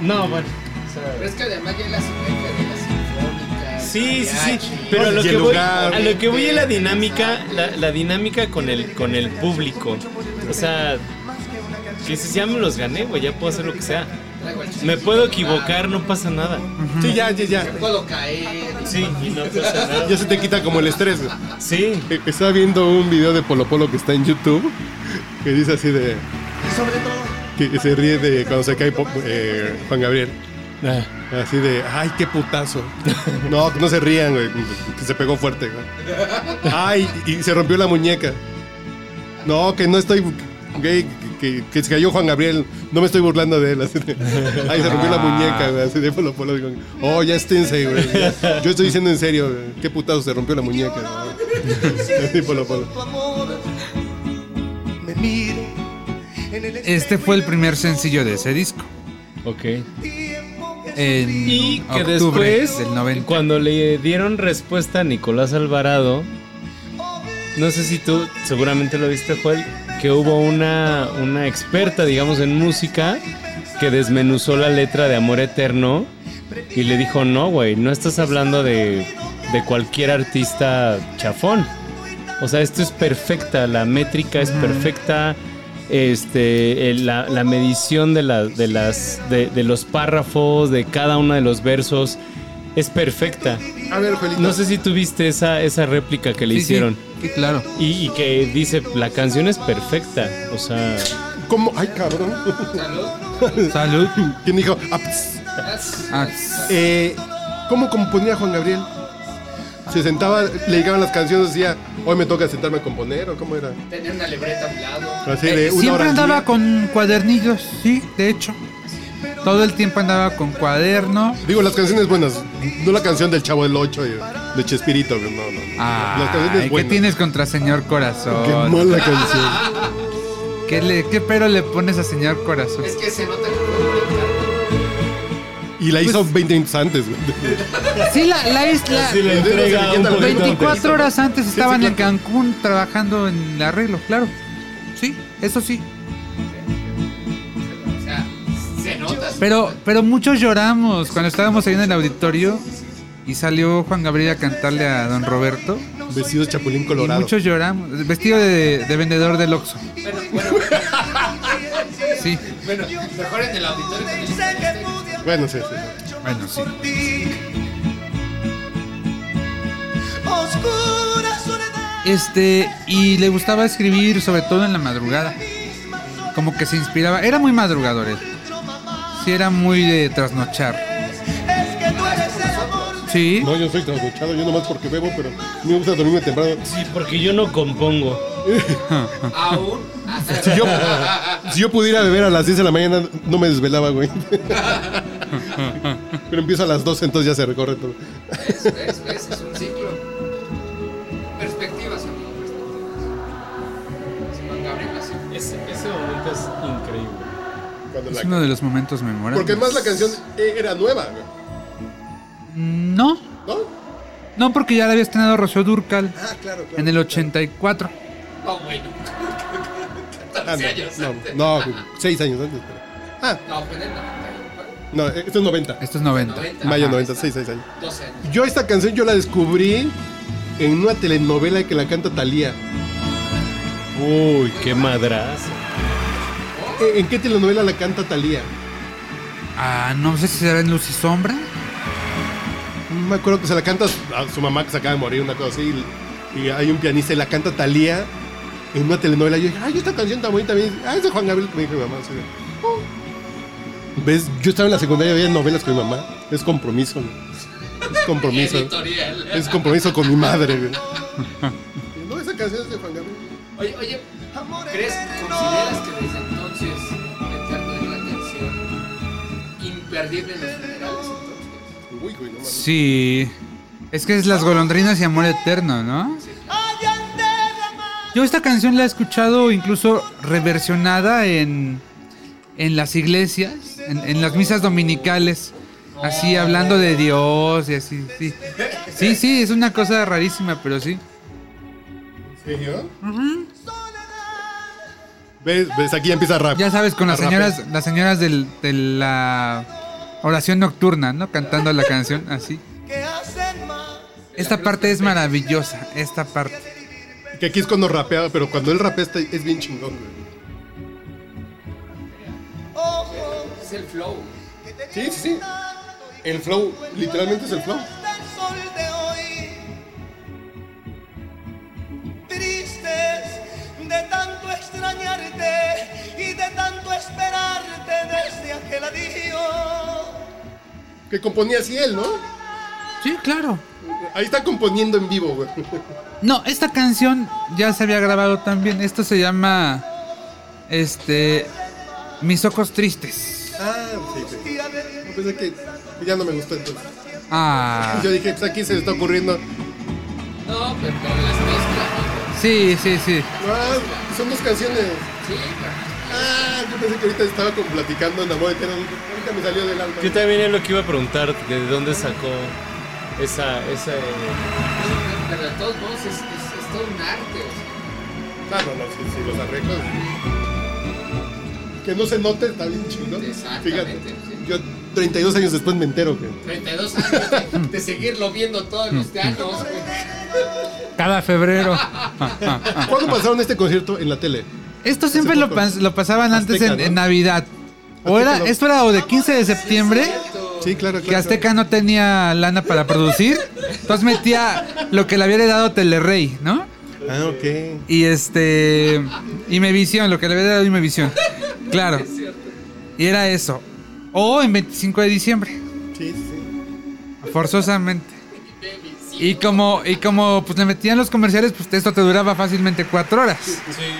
S5: No, bueno. o sea,
S6: Pero es que además ya hay la sinergia de la sinfónica.
S5: Sí, sí, sí.
S6: mariachi.
S5: Pero a
S1: Y
S5: lo
S1: el
S5: que voy,
S1: lugar.
S5: a lo que voy es la dinámica, la, la dinámica con el, con el público. O sea, que dices, ya me los gané, güey, ya puedo hacer lo que sea.
S6: Traigo el chiste.
S5: Me puedo equivocar, no pasa nada.
S1: Sí, ya, ya, ya.
S6: Puedo caer.
S5: Sí, y no pasa nada.
S1: Ya se te quita como el estrés. güey.
S5: Sí.
S1: Eh, Estaba viendo un video de Polo Polo que está en YouTube que dice así de. Que que se ríe de cuando se cae po- eh, Juan Gabriel.
S2: Ah.
S1: Así de, ay, qué putazo. No, que no se rían, güey. Que se pegó fuerte, güey. Ay, y se rompió la muñeca. No, que no estoy gay, que, que se cayó Juan Gabriel. No me estoy burlando de él. Así de, ay, se rompió la
S5: Ah.
S1: muñeca, güey. Así de polo polo. Digo, oh, ya esténse, güey. Yo estoy diciendo en serio, güey, qué putazo se rompió la muñeca. güey. Así polo polo.
S7: Tu amor, me miro en el
S2: Este fue el primer sencillo de ese disco.
S5: Ok.
S7: tiempo que
S2: En
S5: Y que
S2: octubre
S5: después,
S2: del 90.
S5: cuando le dieron respuesta a Nicolás Alvarado, no sé si tú seguramente lo viste, Joel, que hubo una, una experta, digamos, en música que desmenuzó la letra de Amor Eterno y le dijo, no, güey, no estás hablando de, de cualquier artista chafón. O sea, esto es perfecta, la métrica es perfecta, este, el- la, la medición de, la- de, las, de, de los párrafos, de cada uno de los versos, es perfecta.
S1: A ver, Juelito.
S5: No sé si tuviste esa, esa réplica que le
S2: Sí, sí,
S5: hicieron.
S2: sí, claro.
S5: Y, y que dice, la canción es perfecta. O sea,
S1: ¿Cómo? Ay, cabrón.
S2: Salud.
S1: ¿Quién dijo? Ah, pss.
S2: Ah,
S1: Eh, ¿Cómo componía Juan Gabriel? Se sentaba, le llegaban las canciones, decía, hoy me toca sentarme a componer, o cómo era.
S6: Tenía una libreta a un lado.
S1: Así de Eh, una hora
S2: Eh, siempre
S1: al
S2: andaba
S1: día.
S2: con cuadernillos, sí, de hecho. Todo el tiempo andaba con cuaderno.
S1: Digo, las canciones buenas, no la canción del Chavo del Ocho, y de Chespirito, no, no. no. las
S2: Ay,
S1: canciones
S2: ¿qué
S1: buenas.
S2: tienes contra señor
S1: Qué
S2: corazón?
S1: mala canción.
S2: ¿Qué, le, ¿Qué pero le pones a señor corazón?
S6: Es que se nota que fue
S1: Y la hizo
S2: Pues-
S1: 20 minutos antes, güey.
S2: Sí, la, la isla.
S5: sí le entrega un poquito.
S2: 24 horas antes
S1: sí,
S2: estaban en
S1: claro.
S2: Cancún trabajando en el arreglo, claro. Sí, eso sí.
S6: un- O sea, se nota.
S2: Pero, pero muchos lloramos cuando estábamos ahí en el auditorio y salió Juan Gabriel a cantarle a don Roberto.
S1: Vestido chapulín
S2: Y
S1: colorado.
S2: muchos lloramos. Vestido de, de vendedor del Oxxo.
S6: Bueno, bueno,
S2: Sí,
S6: bueno, mejor en el auditorio. que en el-
S7: pensé que pude
S1: Bueno, sí, sí.
S2: bueno, sí.
S7: por ti. Oscura soledad.
S1: Eh.
S2: Este, y le gustaba escribir, sobre todo en la madrugada. Como que se inspiraba. Era muy madrugador él. Sí, era muy de trasnochar.
S7: Es que tú eres el amor.
S2: Sí.
S1: No, yo soy trasnochado, yo nomás porque bebo, pero me gusta dormirme temprano.
S4: Sí, porque yo no compongo.
S6: Aún.
S1: Si yo, si yo pudiera beber a las 10 de la mañana, no me desvelaba, güey. Pero empiezo a las 12, entonces ya se recorre todo.
S6: ¿Ves? ¿Ves? ¿Ves? Es un ciclo. Perspectivas, amigo, perspectivas. Si Juan Gabriel así.
S4: Ese, ese momento es increíble.
S1: Cuando
S2: Es
S1: la-
S2: uno de los momentos memorables.
S1: Porque además la canción era nueva, güey,
S2: No,
S1: ¿no?
S2: no, porque ya la había estrenado Rocío Durcal
S1: Ah, claro, claro.
S2: en el 84.
S6: No, bueno.
S1: Ah,
S6: 14 años
S1: no,
S6: antes.
S1: no, no, güey, seis años antes. pero- Ah,
S6: No, fue en el 91,
S1: no, esto es 90.
S2: Esto es 90.
S6: 90.
S1: Mayo
S2: Ajá.
S1: 90, seis, seis años.
S6: 12 años.
S1: Yo esta canción yo la descubrí en una telenovela que la canta Thalía.
S5: Uy, qué madrazo.
S1: ¿En en qué telenovela la canta Thalía?
S2: Ah, no sé si será en Luz y Sombra.
S1: No Me acuerdo que se la canta a su mamá que se acaba de morir, una cosa así. y- Y hay un pianista y la canta Thalía en una telenovela. Yo dije, ay, esta canción tan bonita. Me dice, ah, es de Juan Gabriel que me dijo mi mamá. así de, "Oh". ¿Ves? Yo estaba en la secundaria, veía novelas con mi mamá. Es compromiso. güey. Es compromiso.
S6: Editorial.
S1: es compromiso con mi madre. güey. no, esa canción es de Juan Gabriel.
S6: Oye, oye, ¿crees, consideras que desde entonces meterlo en la canción imperdible en los funerales entonces?
S1: Uy, güey, no mames.
S2: Sí. Es que es Las Golondrinas y Amor Eterno, ¿no? Yo esta canción la he escuchado incluso reversionada en, en las iglesias, en, en las misas dominicales. Así hablando de Dios y así, sí. Sí, sí, es una cosa rarísima, pero sí.
S1: ¿En serio? ¿Ves? ¿Ves? Aquí ya empieza a rap.
S2: Ya sabes, con las
S1: A
S2: señoras, las señoras del- de la oración nocturna, ¿no? Cantando la canción, así. Esta parte es maravillosa, esta parte.
S1: rapear. Que aquí es cuando rapea, pero cuando él rapea está- es bien chingón, güey.
S6: Es el flow.
S1: Sí, sí, sí. El flow, literalmente es el flow.
S7: del sol de hoy. Tristes de tanto extrañarte y de tanto esperarte desde aquel adiós.
S1: Que componía así él, ¿no?
S2: Sí, claro.
S1: Ahí está componiendo en vivo, güey.
S2: No, esta canción ya se había grabado también. Esto se llama. Este. Mis ojos tristes.
S1: Ah, sí, sí. No, Pensé que ya no me gustó entonces.
S2: Ah.
S1: Yo dije, pues aquí se le está ocurriendo.
S6: No, pero con las mezclas.
S2: Sí, sí, sí.
S1: Ah, son dos canciones.
S6: Sí, pero
S1: Ah, yo pensé que ahorita estaba como platicando en amor eterno. Ahorita me salió del alma.
S5: Yo también es lo que iba a preguntar, de dónde sacó esa, esa eh,
S6: pero de todos modos es, es, es todo un arte. O
S1: Ah, no, no, sí, sí, los arreglos. Que no se note, está bien chingón. Fíjate,
S6: Exactamente, sí.
S1: yo 32 años después me entero que.
S6: sea, 32 años de, de seguirlo viendo todos los años. güey.
S2: Cada febrero. Ah,
S1: ¿Cuándo pasaron este concierto en la tele?
S2: Esto siempre lo,
S1: poco.
S2: pas- lo pasaban antes
S1: Azteca,
S2: en,
S1: ¿no?
S2: en Navidad. O era,
S1: Azteca lo-
S2: esto era o de 15 de septiembre.
S1: Sí, claro,
S2: Que Azteca no tenía lana para producir. Entonces metía lo que le había heredado Telerrey, ¿no?
S1: Ah, ok.
S2: Y este. Y Imevisión, lo que le había dado Imevisión. Claro. Y era eso. O en 25 de diciembre,
S1: Sí, sí.
S2: forzosamente. Y como, y como pues le metían los comerciales, pues esto te duraba fácilmente cuatro horas.
S5: sí,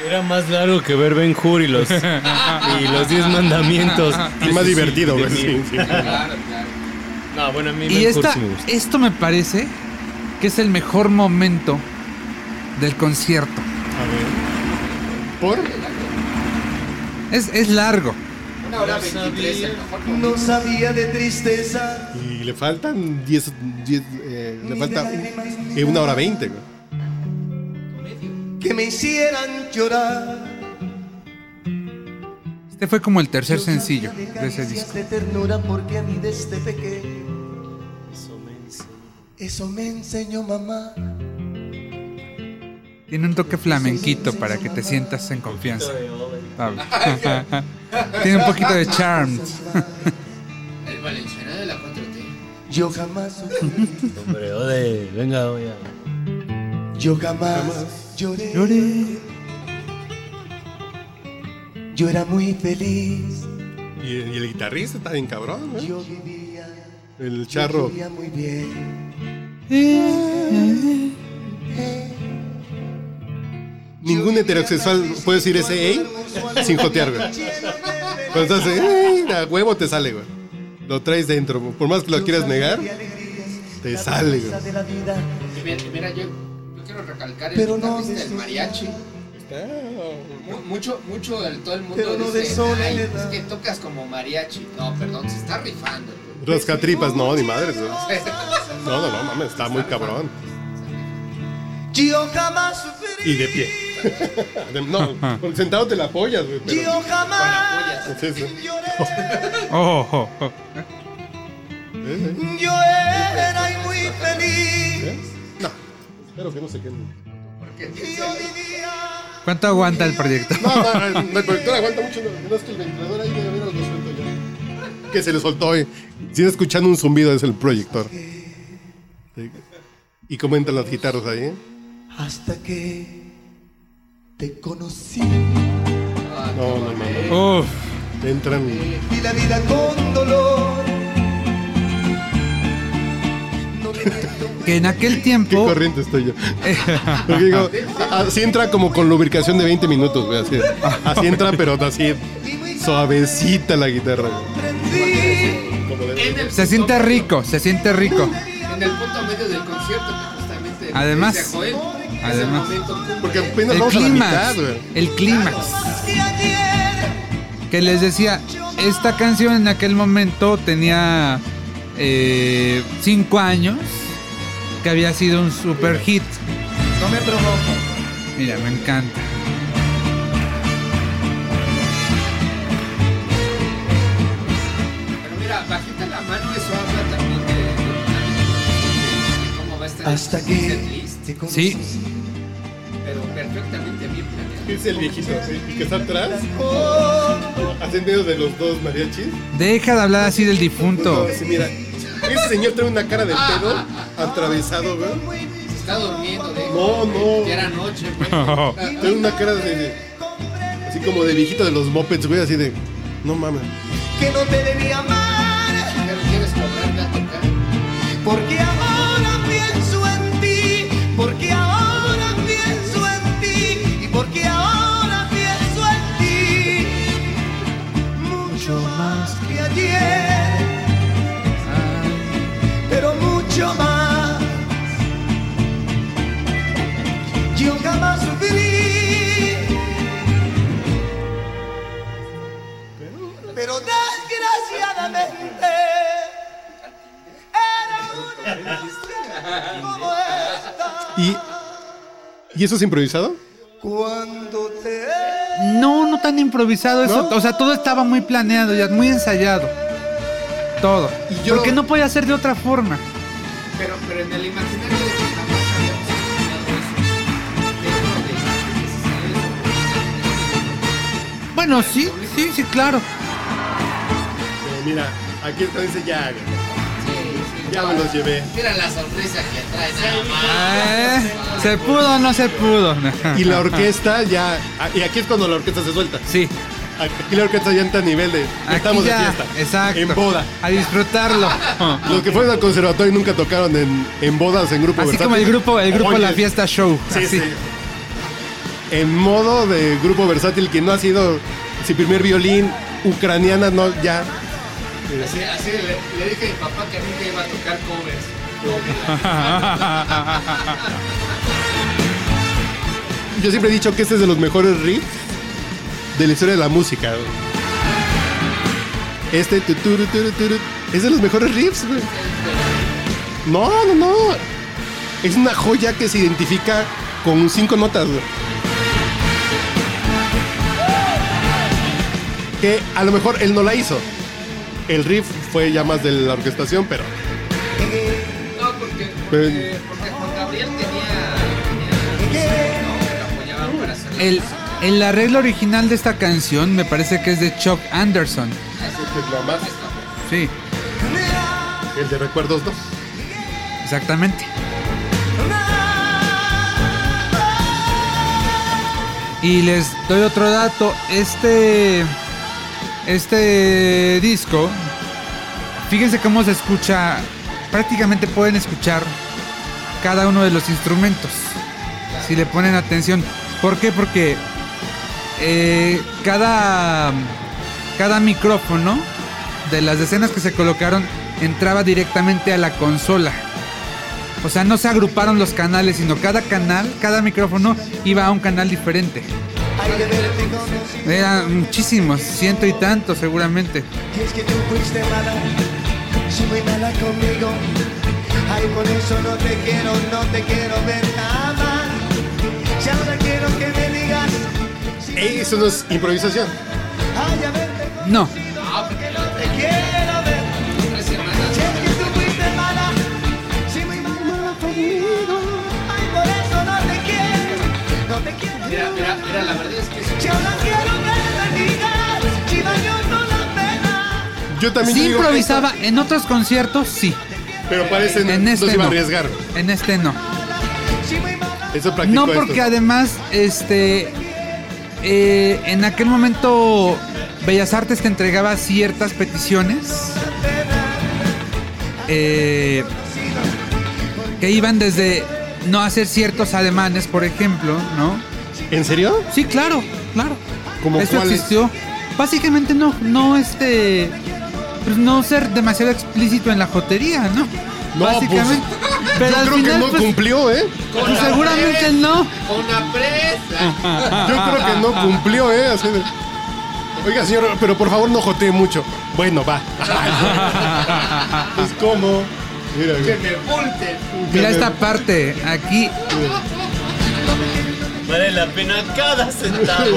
S5: era más largo que ver Ben Hur y los y los diez mandamientos.
S1: Y más divertido, güey. Sí, sí.
S6: Claro, claro.
S5: No, bueno, a mí
S2: Y
S5: Ben Hur
S2: esta,
S5: sí me gusta.
S2: esto me parece que es el mejor momento del concierto.
S1: ¿Por?
S2: Es, es largo.
S6: Una hora 23 es el mejor momento.
S7: No sabía de tristeza.
S1: Y le faltan 10. 10 eh, le falta un- eh, una hora 20, güey.
S7: que me hicieran llorar.
S2: Este fue como el tercer
S7: Yo sabía
S2: sencillo
S7: de
S2: de ese
S7: caricias,
S2: disco.
S7: de ternura porque a mí desde pequeño eso me enseñó mamá.
S2: Tiene un toque flamenquito para que te sientas en confianza. Pablo. Tiene un poquito de charm.
S6: El valenciano de la 4T.
S7: Yo jamás,
S5: Hombre, ode, venga, oye.
S7: yo jamás lloré. Yo era muy feliz.
S1: Y, y el guitarrista está bien cabrón, güey.
S7: Yo vivía
S1: El charro.
S7: Sabía muy bien.
S1: Ningún heterosexual puede decir ese ey sin jotear, güey. Cuando estás ey, a huevo te sale, güey. Lo traes dentro, güey. por más que lo quieras negar, te sale, güey.
S7: de la vida.
S6: Y Mira, mira, yo, yo quiero recalcar el
S7: Pero
S6: Pero
S7: no
S6: del
S7: desones.
S6: mariachi. Mu- Mucho, mucho del todo el mundo
S7: oh. Pero no
S6: dice,
S7: desones
S6: "Ay,
S7: la-
S6: es que tocas como mariachi. No, perdón, se está rifando. güey.
S1: Rascatripas, no, ni madres, güey.
S6: Se está
S1: No, no, no, mames, está muy cabrón.
S7: Yo jamás sufrí.
S1: Y de pie. No, porque sentado te la apoyas, güey. pero-
S7: Yo
S6: la
S7: jamás
S6: polla.
S1: Sí, sí.
S7: lloré.
S2: Oh, oh, oh.
S7: Yo era y muy feliz.
S1: ¿Eh? No, espero que no se queden.
S7: Yo vivía.
S2: ¿Cuánto aguanta el proyecto?
S1: No, no, no, el proyector aguanta mucho. No no, es que el ventilador ahí debe haber algo suelto ya. Que se le soltó hoy. Sigue escuchando un zumbido, es el proyector. Sí. Y comentan las guitarras ahí. ¿eh?
S7: Hasta que te conocí.
S1: No, no, no. no.
S2: Uf.
S1: Entran.
S7: Y la vida con dolor. No me meto
S2: Que en aquel
S1: Qué
S2: tiempo.
S1: corriente estoy yo. Porque digo, así entra como con lubricación de 20 minutos, güey. Así, así entra, pero así suavecita la guitarra. güey.
S7: Sí,
S1: Como de-
S6: En el
S2: Se
S6: punto
S2: siente
S6: medio-
S2: rico, se siente rico.
S6: En el punto medio del concierto, que justamente
S2: Además,
S6: dice Joel, es el
S2: además.
S6: momento cumbre.
S1: Porque apenas
S2: El
S1: vamos a la
S2: clímax.
S1: mitad, güey.
S2: El clímax.
S7: si ayer
S2: que les decía, esta canción en aquel momento tenía 5 años, que había sido un super hit.
S7: no me provoco.
S2: Mira, me encanta.
S6: Pero mira, bajita la mano, eso habla también de, de- de cómo va a estar
S7: Hasta
S6: el
S7: que
S6: setlist,
S7: te conocí.
S2: Sí,
S6: Pero perfectamente bien planeado.
S1: Es el viejito, el que está atrás. Ascendido de los dos mariachis.
S2: deja de hablar así del difunto.
S1: Sí, mira, ese señor trae una cara de pedo atravesado, güey.
S6: Se está durmiendo, de
S1: No, no.
S6: Ya era noche, güey.
S1: Trae una cara de. Así como de viejito de los mopeds, güey, así de. No mames.
S7: que no te debía amar.
S6: Pero quieres cobrar, ya tocar.
S7: Porque ahora pienso en ti, porque ahora pienso en ti, y porque ahora pienso en ti. Mucho más que ayer, pero mucho más. Yo jamás sufrí. Pero desgraciadamente era una canción como esta.
S1: ¿Y, ¿y eso es improvisado?
S7: Cuando te
S2: No, no tan improvisado eso.
S1: ¿No?
S2: O sea, todo estaba muy planeado, ya muy ensayado. Todo.
S1: Y yo-
S2: Porque no podía ser de otra forma.
S6: Pero, pero en el imaginario de que jamás habíamos imaginado eso. Pero de que se salió de su
S2: Bueno, sí, sí, sí, claro.
S1: mira, aquí está, dice ya, güey.
S6: Sí, sí.
S1: Ya me los llevé.
S6: Mira la sonrisa que trae nada más.
S2: Eh, ¿Se pudo o no se pudo?
S1: Y la orquesta ya. ah, Y aquí es cuando la orquesta se suelta.
S2: Sí.
S1: Aquí la orquesta ya entra a nivel de.
S2: Aquí
S1: estamos
S2: ya,
S1: de fiesta.
S2: Exacto.
S1: En boda.
S2: A disfrutarlo.
S1: Los que fueron al conservatorio nunca tocaron en, en bodas, en grupo
S2: Así
S1: versátil.
S2: como el grupo, el grupo
S1: Oye,
S2: La Fiesta Show.
S1: Sí,
S2: así.
S1: sí. En modo de grupo versátil, quien no ha sido si primer violín, ucraniana, no, ya.
S6: Así, así le, le dije a mi papá que nunca iba a tocar covers.
S1: Yo siempre he dicho que este es de los mejores riffs de la historia de la música. Este tu, tu, tu, tu, tu, tu, es de los mejores riffs, güey. No, no, no. Es una joya que se identifica con cinco notas, güey. Que a lo mejor él no la hizo. El riff fue ya más de la orquestación, pero. Pues,
S6: No, porque, porque,
S1: Pero-
S6: porque Juan Gabriel tenía, tenía no, que lo apoyaban para hacer la
S2: El,
S6: música.
S2: el arreglo original de esta canción me parece que es de Chuck Anderson. Sí,
S1: El de recuerdos, ¿no?
S2: exactamente. Y les doy otro dato. Este. Este disco Fíjense cómo se escucha. Prácticamente pueden escuchar cada uno de los instrumentos. Si le ponen atención. ¿Por qué? Porque eh, cada, cada micrófono de las decenas que se colocaron entraba directamente a la consola. O sea, no se agruparon los canales, sino cada canal, cada micrófono iba a un canal diferente. Eran muchísimos, ciento y tantos seguramente.
S7: Y es que tú fuiste mala, sí, muy mala conmigo. Ay, por eso no te quiero, no te quiero ver nada más. Si ahora quiero que me digas, si
S1: Eso no es improvisación.
S7: ay, a verte con-
S2: No,
S7: que no te quiero ver. Si es que tú fuiste mala, sí, muy mala conmigo. Ay, por eso no te quiero, no te quiero
S6: Mira,
S7: ver
S6: mira, mira, la verdad es que es
S7: Si ahora quiero que me digas, si daño con la pena.
S1: Yo también
S2: sí
S1: te digo,
S2: improvisaba. En otros conciertos sí.
S1: pero parecen
S2: En
S1: no se
S2: este
S1: iba a
S2: no.
S1: arriesgar.
S2: En este no.
S7: Si muy mala,
S1: Eso practicó
S2: No porque
S1: esto.
S2: además, este, eh, en aquel momento Bellas Artes te entregaba ciertas peticiones eh, que iban desde no hacer ciertos ademanes, por ejemplo, ¿no?
S1: ¿En serio?
S2: Sí, claro, claro.
S1: ¿Cómo
S2: Eso
S1: cuáles?
S2: existió. Básicamente no, no este, pues no ser demasiado explícito en la jotería, ¿no?
S1: No, pues,
S2: Básicamente. Pero
S1: Yo
S2: al
S1: creo
S2: final,
S1: que no
S2: pues,
S1: cumplió, ¿eh?
S2: pues, seguramente no.
S6: una
S2: Ah.
S6: presa.
S1: Yo creo que no cumplió, ¿eh? Así de- Oiga, señor, pero por favor no jotee mucho. Bueno, va. es como. Mira,
S6: Que
S1: mira.
S6: me multen.
S2: Mira esta parte, aquí.
S5: Vale la pena cada centavo.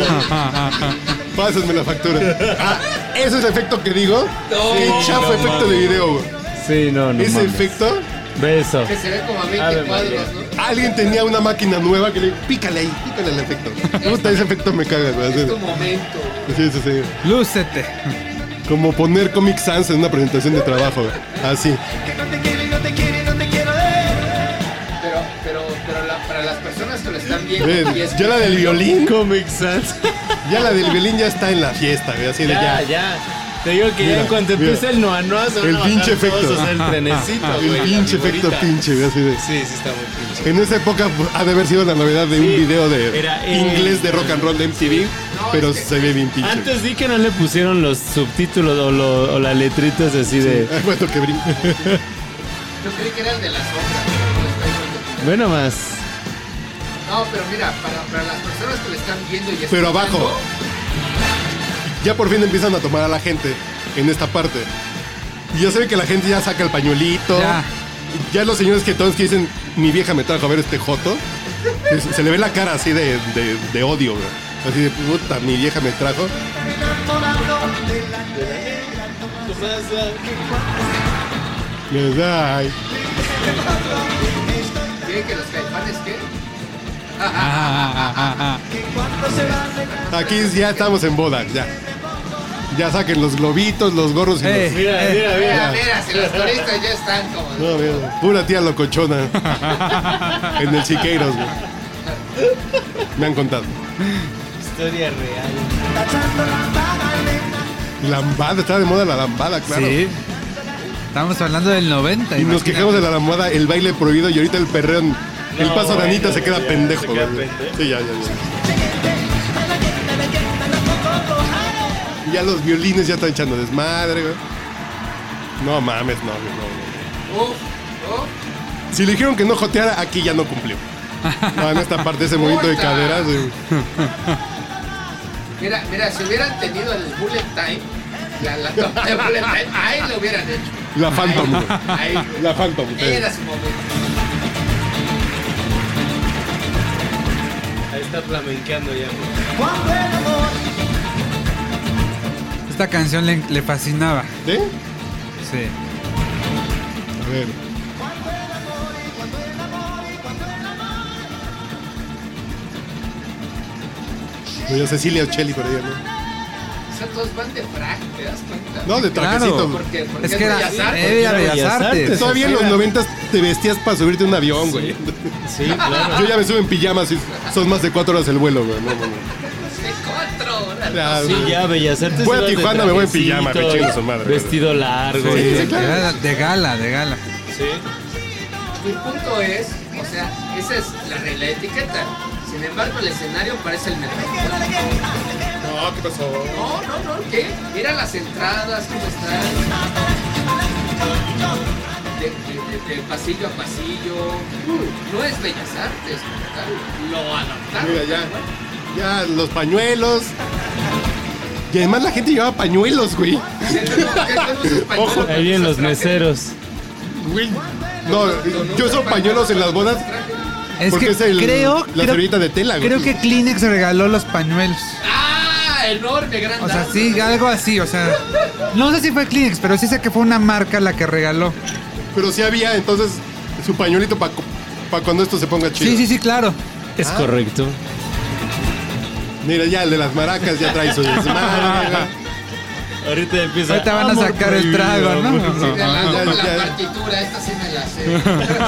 S1: Pásenme la factura. Ah, ese es el efecto que digo. Qué chafo efecto de video, güey.
S5: Sí, no, no.
S1: Ese
S5: mames.
S1: efecto.
S5: Ve eso.
S6: Que se ve como a 20
S5: Ave María.
S6: cuadros, ¿no?
S1: Alguien tenía una máquina nueva que le pícale ahí, pícale el efecto. Puta, ese efecto me caga, güey. así
S6: Es tu
S1: de-
S6: momento.
S1: Sí, sí, sí.
S2: Lúcete.
S1: Como poner Comic Sans en una presentación de trabajo, güey. Así.
S7: que no te quiero y no te quiero y no te quiero ver.
S6: Pero, pero, pero la- para las personas que lo están viendo
S1: Ve,
S6: y es
S1: Ya la del violín.
S5: Comic Sans.
S1: Ya la del violín ya está en la fiesta, güey. Así de ya.
S5: Ya, ya. Te digo que
S1: Mira,
S5: ya en cuanto
S1: mira.
S5: empiece el Noa Noa se van
S1: El
S5: a bajar
S1: pinche
S5: todos
S1: efecto.
S5: a hacer el trenecito,
S1: El
S5: güey, la
S1: pinche efecto
S5: figurita.
S1: pinche, güey, así de-
S5: Sí, sí está muy pinche.
S1: En esa época pues, ha de haber sido la novedad de un
S5: Sí,
S1: video de
S5: era, eh,
S1: inglés de rock and roll de MTV, pero se ve bien pinche.
S5: Antes di que no le pusieron los subtítulos o, lo- o las letritas así de...
S1: Ay, bueno, que brinco.
S6: Yo creí que era el de las sombras. pero lo estoy viendo.
S5: Bueno, más.
S6: No, pero mira, para, para las personas que lo están viendo y
S1: Pero
S6: escuchando,
S1: abajo. Ya por fin empiezan a tomar a la gente en esta parte. Y ya se ve que la gente ya saca el pañuelito.
S2: Ya.
S1: Ya, los señores que todos que dicen, mi vieja me trajo a ver este joto. pues, Se le ve la cara así de, de- de odio, güey. Así de puta, mi vieja me trajo. Les da, ay.
S6: ¿Creen que los caifanes qué?
S1: Aquí ya estamos en boda, ya. Ya saquen los globitos, los gorros y
S2: Eh,
S5: Mira,
S2: eh,
S5: mira, mira.
S6: Mira, mira, si los turistas ya están como...
S1: los. No, mira, pura tía locochona. en el Chiqueiros, güey. Me han contado.
S5: Historia real.
S1: Lambada, está de moda la lambada, claro.
S2: Sí. Estamos hablando del 90.
S1: Y nos
S2: imagínate.
S1: quejamos de la lambada, el baile prohibido y ahorita el perreón. el
S5: No,
S1: paso de Anita
S5: bueno,
S1: se queda
S5: ya,
S1: pendejo.
S5: se queda
S1: güey.
S5: pendejo.
S1: Sí, ya, ya, ya. Y Ya los violines ya están echando desmadre, güey. No mames, no, güey, no, güey.
S6: Uf, uf.
S1: Si le dijeron que no joteara, aquí ya no cumplió. No, en esta parte, ese movimiento de
S6: Puta.
S1: caderas, güey.
S6: Mira, mira, si hubieran tenido el bullet time, la, la toma de bullet time, ahí lo hubieran hecho.
S1: La Phantom, güey.
S6: Ahí, güey.
S1: La Phantom, sí.
S6: Era su momento.
S5: Ahí está flamenqueando ya.
S7: Cuando el amor
S2: Esta canción le, le fascinaba.
S1: ¿Sí?
S2: Sí.
S1: A ver. No, yo Cecilia Ocelli por ahí, ¿no?
S6: O sea, todos van de frac, ¿te das cuenta?
S1: No, de
S2: Claro.
S1: trajecito.
S6: ¿Por qué? Porque
S2: Es que era,
S6: Bellas Artes.
S2: era
S5: Era
S2: Bellas
S5: Bellas
S2: Artes.
S5: Artes.
S1: Todavía en los noventas te vestías para subirte a un avión, güey.
S5: Sí, claro.
S1: Yo ya me subo en pijamas y son más de cuatro horas el vuelo, güey. No, no, no.
S6: cuatro horas.
S1: Claro.
S5: Sí, ya, Bellas Artes.
S1: Voy a
S5: iba de
S1: Tijuana, me voy en pijama,
S5: trajecito,
S1: que chingue su madre.
S5: Vestido largo.
S1: Sí,
S5: y-
S1: sí, claro.
S2: Era De gala, de gala.
S6: Mi punto es, o sea, esa es la regla de etiqueta. Sin embargo, el escenario parece el mejor.
S1: No, ¿qué pasó?
S6: No, no, no, ¿qué? Mira las entradas, cómo están. De, de- de- de pasillo a pasillo. No es Bellas Artes, como tal. Lo adaptaron.
S1: Mira, ya. Ya, los pañuelos. Y además la gente llevaba pañuelos, güey.
S6: Ojo,
S5: Ahí vienen los meseros.
S1: Güey. No, yo uso pañuelos en las bodas
S2: Es
S1: porque
S2: que
S1: es el,
S2: creo,
S1: la
S2: creo-
S1: servilleta de tela, güey.
S2: Creo que Kleenex regaló los pañuelos.
S6: ¡Ah! Enorme, gran
S2: O sea,
S6: dama.
S2: sí, algo así, o sea. No sé si fue Kleenex, pero sí sé que fue una marca la que regaló.
S1: Pero sí había entonces su pañuelito para cuando esto se ponga chido.
S2: Sí, sí, sí, claro.
S5: Es
S1: Ah.
S5: correcto.
S1: Mira, ya el de las maracas ya trae su desmadre. güey.
S5: Ahorita empieza.
S2: Ahorita van a
S5: Amor
S2: sacar el
S5: prohibido,
S2: trago, ¿no?
S5: amor prohibido.
S6: Te la
S1: ya,
S6: hago con
S1: ya.
S6: la partitura, esta sí me la sé.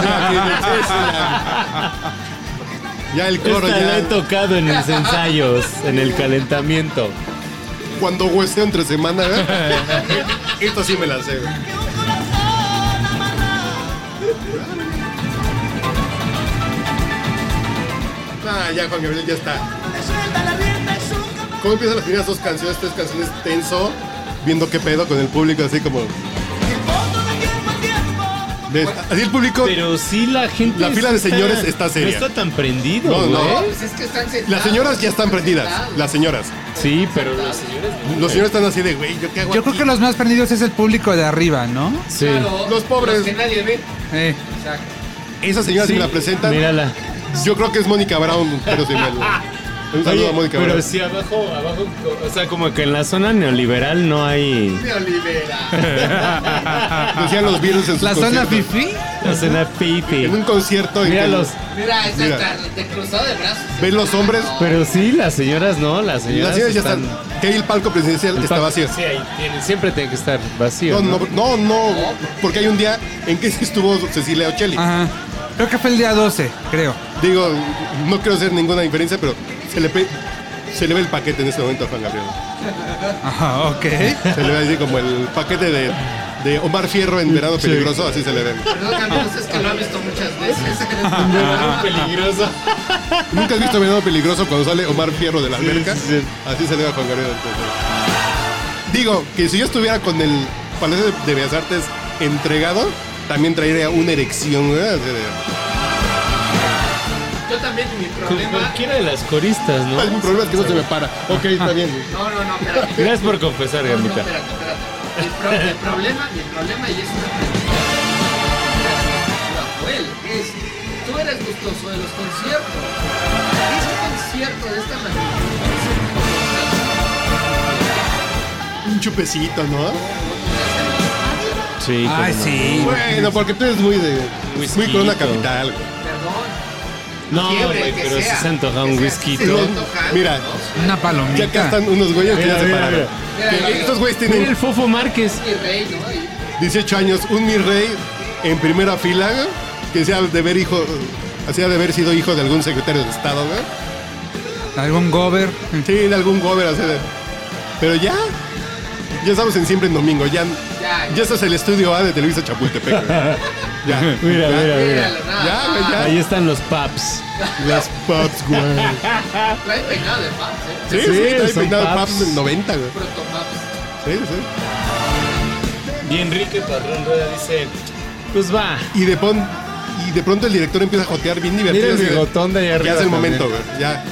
S1: Ya el coro,
S2: Este
S5: Esta la he
S1: ya.
S5: tocado en mis ensayos, en el calentamiento.
S1: Cuando hueseo entre semana, ¿eh? Esto sí me la sé, güey. Ah, ya Juan Gabriel ya está. ¿Cómo empiezan las primeras dos canciones, tres canciones tenso, viendo qué pedo con el público, así como. De- así el público.
S5: Pero sí la gente.
S1: La fila de señores está seria.
S5: No está tan prendido,
S1: No,
S5: güey.
S1: no.
S6: Pues es que están sentados,
S1: Las señoras ya están prendidas.
S6: sentados.
S1: Las señoras.
S5: Sí, pero los señores.
S1: Los señores están así de, güey, ¿yo qué hago?
S2: Yo creo
S1: aquí?"
S2: que los más perdidos es el público de arriba, ¿no?
S5: Sí.
S6: Claro,
S1: Los pobres.
S6: Los que nadie ve.
S2: Eh,
S6: Exacto.
S1: Esa señora, si
S5: Sí,
S1: me la presentan,
S5: Mírala.
S1: yo creo que es Mónica Brown, pero sin mal. Un saludo
S5: Oye,
S1: a Mónica
S5: pero
S1: Brown.
S5: sí, abajo, abajo, o sea, como que en la zona neoliberal no hay
S1: Decían los Beatles en su
S2: la zona
S1: concierto.
S2: fifi.
S5: la zona pipi.
S1: En un concierto. en que
S5: Míralos.
S6: Mira, es
S1: Mira.
S6: hasta de cruzado de brazos.
S1: Ven los hombres.
S5: Pero sí, las señoras no, las señoras.
S1: Las señoras ya están. Que ahí el palco presidencial está
S5: pa-
S1: vacío.
S5: Sí, ahí tiene- siempre tiene que estar vacío.
S1: No,
S5: ¿no?
S1: no, no, no, porque hay un día en que sí estuvo Cecilia Ocelli.
S2: Ajá. Creo que fue el día 12, creo.
S1: Digo, no quiero hacer ninguna diferencia, pero se le, pe- se le ve el paquete en este momento a Juan Gabriel.
S2: Ajá, ok.
S1: Se le ve así como el paquete de, de Omar Fierro en verano peligroso, así se le ve.
S6: Perdóname, pues es que lo ha visto muchas veces.
S5: Ah, peligroso.
S1: ¿Nunca has visto Venado Peligroso cuando sale Omar Fierro de la alberca? Así se le ve a Juan Gabriel. entonces. Digo, que si yo estuviera con el Palacio de- de Bellas Artes entregado, también traería una erección. ¿eh? Así de-
S6: Yo también, mi
S5: Con
S6: problema.
S5: cualquiera de las coristas, ¿no?
S1: Ay, mi problema es que no se me para. Ok, está bien.
S6: No, no, no, espérate.
S5: Gracias por confesar,
S6: No, no,
S5: Gamita.
S6: espérate, espérate. El, pro- el problema, mi problema, y es una pregunta. Rafael, es. Tú eres gustoso de los conciertos. Es un concierto de esta magnitud.
S1: Un chupecito, ¿no?
S5: Sí,
S2: Ay,
S5: cómo no.
S2: sí.
S1: Bueno, porque tú eres muy de. Muy
S5: Whisky.
S1: corona capital, güey.
S6: Perdón.
S5: No,
S6: Fiebre,
S5: güey,
S6: que
S5: pero sí
S6: sea.
S5: se antoja un
S6: Que sea,
S5: whisky.
S6: sí se
S1: Los-
S6: antoja,
S1: mira,
S6: ¿no?
S2: Una
S1: ya acá
S2: palomita.
S1: están unos güeyes que
S5: Mira,
S1: ya se
S5: mira,
S1: pararon.
S6: mira. Mira, mira.
S1: Estos güeyes
S5: Mira
S1: tienen
S5: el Fofo Márquez.
S6: Mi rey, ¿no? Y-
S1: 18 años, un mi rey en primera fila, güey, que sea de ver hijo, hacía de haber sido hijo de algún secretario de Estado, güey.
S2: Algún gober.
S5: Mm.
S1: Sí, de algún gober, así de- Pero ya, ya estamos en siempre en domingo, ya,
S6: Ya,
S1: ya estás el estudio A de Televisa Chapultepec. güey. Ya,
S5: Mira,
S1: ya,
S5: mira, mira.
S6: míralo, nada.
S1: Ya, güey, ya.
S5: Ahí están los paps.
S1: Las Paps, güey.
S6: Trae peinado de paps, ¿eh?
S1: Sí, sí,
S5: Sí,
S1: trae
S5: son
S1: peinado
S5: Paps.
S1: Paps del 90, güey.
S6: Protopaps.
S1: Sí, sí.
S5: Y Enrique Padrón Rueda dice: Pues va.
S1: Y de, pon- y de pronto el director empieza a jotear bien divertido.
S5: Mira el
S1: así de-
S5: bigotón de allá arriba.
S1: Ya es el
S5: también.
S1: momento, güey. Ya.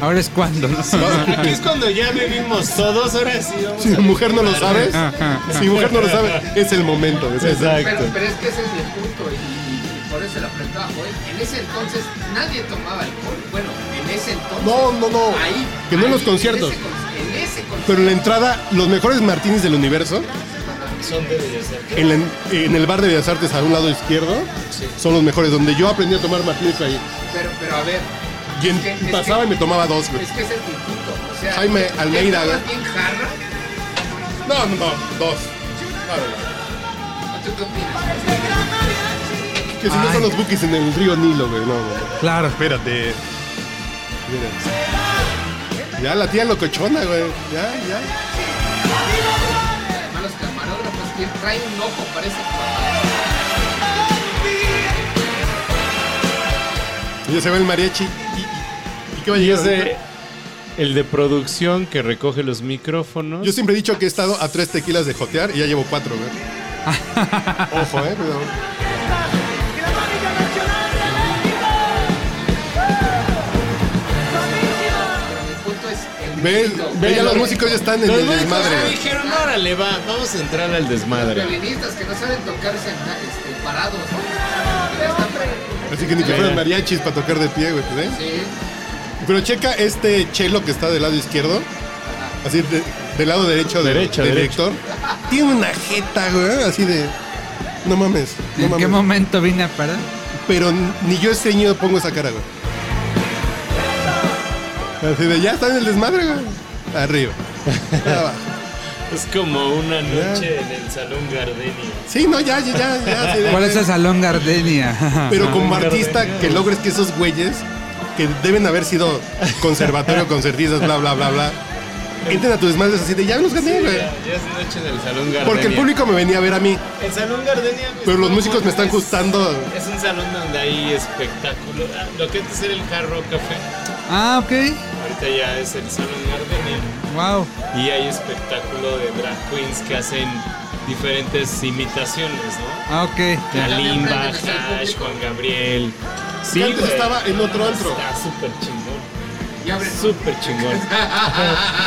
S2: Ahora es cuando. ¿no?
S5: Aquí es cuando ya vivimos todos, ahora sí vamos
S1: Si
S5: a
S1: mi mujer no lo sabe,
S5: disfrutar.
S1: si mi mujer no lo sabe, es el momento. es- es-
S5: Exacto.
S6: Pero, pero es que ese es mi punto y, y- y por eso lo apretaba Joel. En ese entonces nadie tomaba alcohol. Bueno, en ese entonces.
S1: No, no, no.
S6: Ahí.
S1: Que no en
S6: ahí,
S1: los conciertos.
S6: En ese, con- en ese concierto.
S1: Pero en la entrada, los mejores martinis del universo. En, la- en el bar de Bellas Artes, a un lado izquierdo, son los mejores. Donde yo aprendí a tomar martinis ahí.
S6: Pero, pero a ver,
S1: Y en-
S6: Es que- es
S1: pasaba
S6: que-
S1: y me tomaba dos, güey.
S6: es que ese es mi punto. O sea,
S1: Jaime Almeida,
S6: ¿estabas
S1: güey.
S6: bien jarra?
S1: No, no, no, dos.
S6: ¿O tú qué opinas?
S1: Que si no son los buques en el río Nilo, güey. No, no, no.
S2: Claro.
S1: Espérate. Mira. Ya la tía locochona, güey. Ya, ya.
S6: Además, los camarógrafos que traen un ojo para esa
S1: Y ya se ve el mariachi. ¿Y, y- y qué va a llegar?
S5: Ese, el de producción que recoge los micrófonos.
S1: Yo siempre he dicho que he estado a tres tequilas de jotear y ya llevo cuatro, güey. Ojo, eh, cuidado.
S6: El punto es el
S1: Ve, ve, ya los músicos ya están en
S5: Los
S1: el
S5: músicos ya
S1: desmadre.
S5: dijeron, órale, va, vamos a entrar al desmadre.
S6: violinistas que no saben tocar senta- este, parados.
S1: Así que ni que fueran mariachis para tocar de pie, güey. pues, ¿eh?
S6: Sí.
S1: Pero checa este chelo que está del lado izquierdo. Así de- del lado derecho del,
S5: Derecho,
S1: del
S5: derecho.
S1: director. Tiene una jeta, güey. ¿eh? Así de. No mames. No
S2: ¿En
S1: mames.
S2: qué momento vine a parar?
S1: Pero ni yo este niño pongo esa cara, güey. Así de ya está en el desmadre, güey. Arriba. Abajo.
S4: Es como una noche en el Salón Gardenia.
S1: Sí, no, ya, ya, ya, ya. así de-
S2: ¿Cuál es el Salón Gardenia?
S1: Pero como artista que logres que esos güeyes, que deben haber sido conservatorio, concertistas, bla, bla, bla, bla, entren a tus desmadres así de ya los gané, güey.
S4: Ya, ya es noche en el Salón Gardenia.
S1: Porque el público me venía a ver a mí,
S4: El Salón Gardenia.
S1: pero los
S4: es
S1: músicos me están
S4: es-
S1: gustando.
S4: Es un salón donde hay espectáculo. Ah, Lo que antes era el Carro Café,
S2: Ah, ok.
S4: ahorita ya es el Salón Gardenia.
S2: Wow.
S4: Y hay espectáculo de drag queens que hacen diferentes imitaciones, ¿no?
S2: Ah, ok.
S4: Kalimba, Hash, Juan Gabriel. Sí,
S1: antes
S4: güey.
S1: estaba en otro antro.
S4: Está súper chingón.
S6: Y abren
S4: Súper chingón.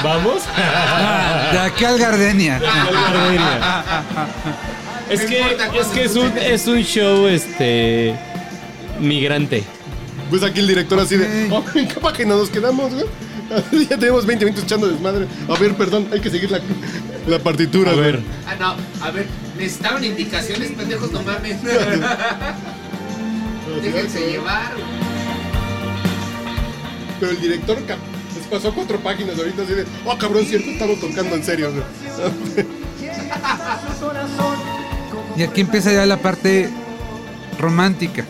S4: ¿Vamos?
S2: De aquí al Gardenia.
S4: es que, es, que es, un, es
S5: Es un show, este, migrante.
S1: Pues aquí el director así de, oh, ¿en qué página nos quedamos, güey? ya tenemos 20 minutos echando desmadre. A ver, perdón, hay que seguir la, la partitura,
S5: A
S1: güey.
S5: ver,
S6: Ah, no, a ver, necesitaban indicaciones, pendejos, no mames. Déjense llevar.
S1: Pero el director ca- les pasó cuatro páginas ahorita así de, oh, cabrón, cierto, estamos tocando en serio, güey.
S2: Y aquí empieza ya la parte romántica.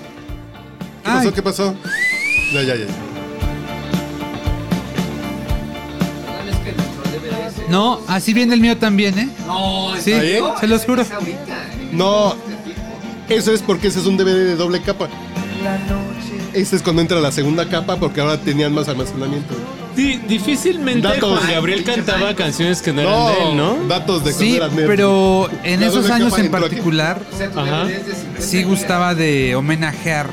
S1: ¿Qué pasó?
S2: Ay,
S1: ¿Qué pasó? Ya, ya, ya.
S6: Perdón, es que nuestro DVD es-
S2: no, así viene el mío también, ¿eh?
S6: No, es-
S2: Sí,
S1: ¿Ahí?
S2: se los juro.
S6: es ahorita, eh.
S1: No, eso es porque ese es un DVD de doble capa. Ese es cuando entra la segunda capa porque ahora tenían más almacenamiento.
S5: di- difícilmente
S1: Datos.
S5: Juan Gabriel cantaba canciones que no eran de él, ¿no?
S1: datos de
S2: Sí,
S1: cuando eras nerd.
S2: pero en
S1: La
S2: esos
S1: doble
S2: años
S1: capa
S2: en
S1: entró aquí.
S2: particular
S6: O sea, tu
S5: Ajá.
S6: DVD es de 50
S2: sí gustaba de homenajear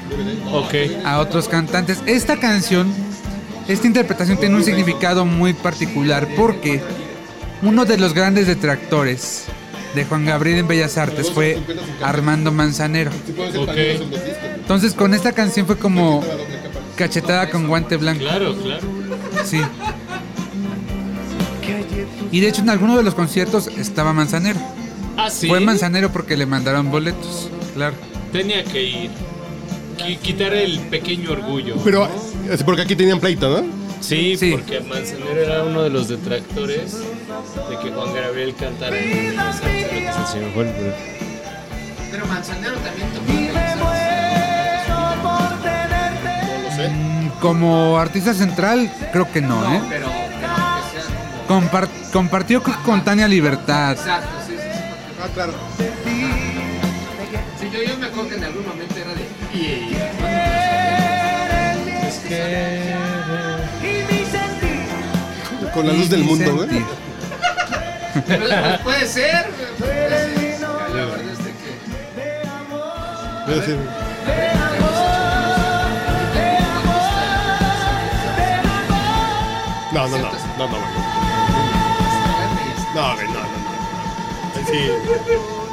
S5: Ok.
S2: a otros cantantes. Esta canción, esta interpretación tiene un significado muy particular porque uno de los grandes detractores de Juan Gabriel en Bellas Artes fue Armando Manzanero.
S1: Sí, puedes hacer
S5: Ok.
S1: paneles en los discos,
S2: Entonces con esta canción fue como
S1: la doble capa.
S2: cachetada con guante blanco.
S4: Claro, claro.
S2: Sí. Y de hecho en alguno de los conciertos estaba Manzanero.
S4: Ah, sí.
S2: Fue Manzanero porque le mandaron boletos. Claro.
S4: Tenía que ir. Qui- Quitar el pequeño orgullo.
S1: Pero es porque aquí tenían pleito, ¿no?
S4: Sí,
S2: Sí.
S4: porque Manzanero era uno de los detractores de que Juan Gabriel cantara en Bellas Artes.
S5: Sí, me fue el- pero-
S6: años. Pero Manzanero también tocó. ¿sabes?
S1: No lo sé.
S2: Mm, Como artista central, creo que no, ¿eh?
S6: No, pero, pero que sea como-
S2: Compar- compartió creo que con Tania Libertad.
S6: Exacto, sí, sí, sí.
S1: Ah, claro.
S6: Sí, yo, yo me acuerdo que en algún momento era de.
S1: Con la luz del mundo, güey.
S2: Vicente.
S6: Pero, "Pues puede ser. puede ser. La verdad es de que.
S1: Pero sí. No, no, no. No, no, güey. No, güey, no, no, no. Ay, sí.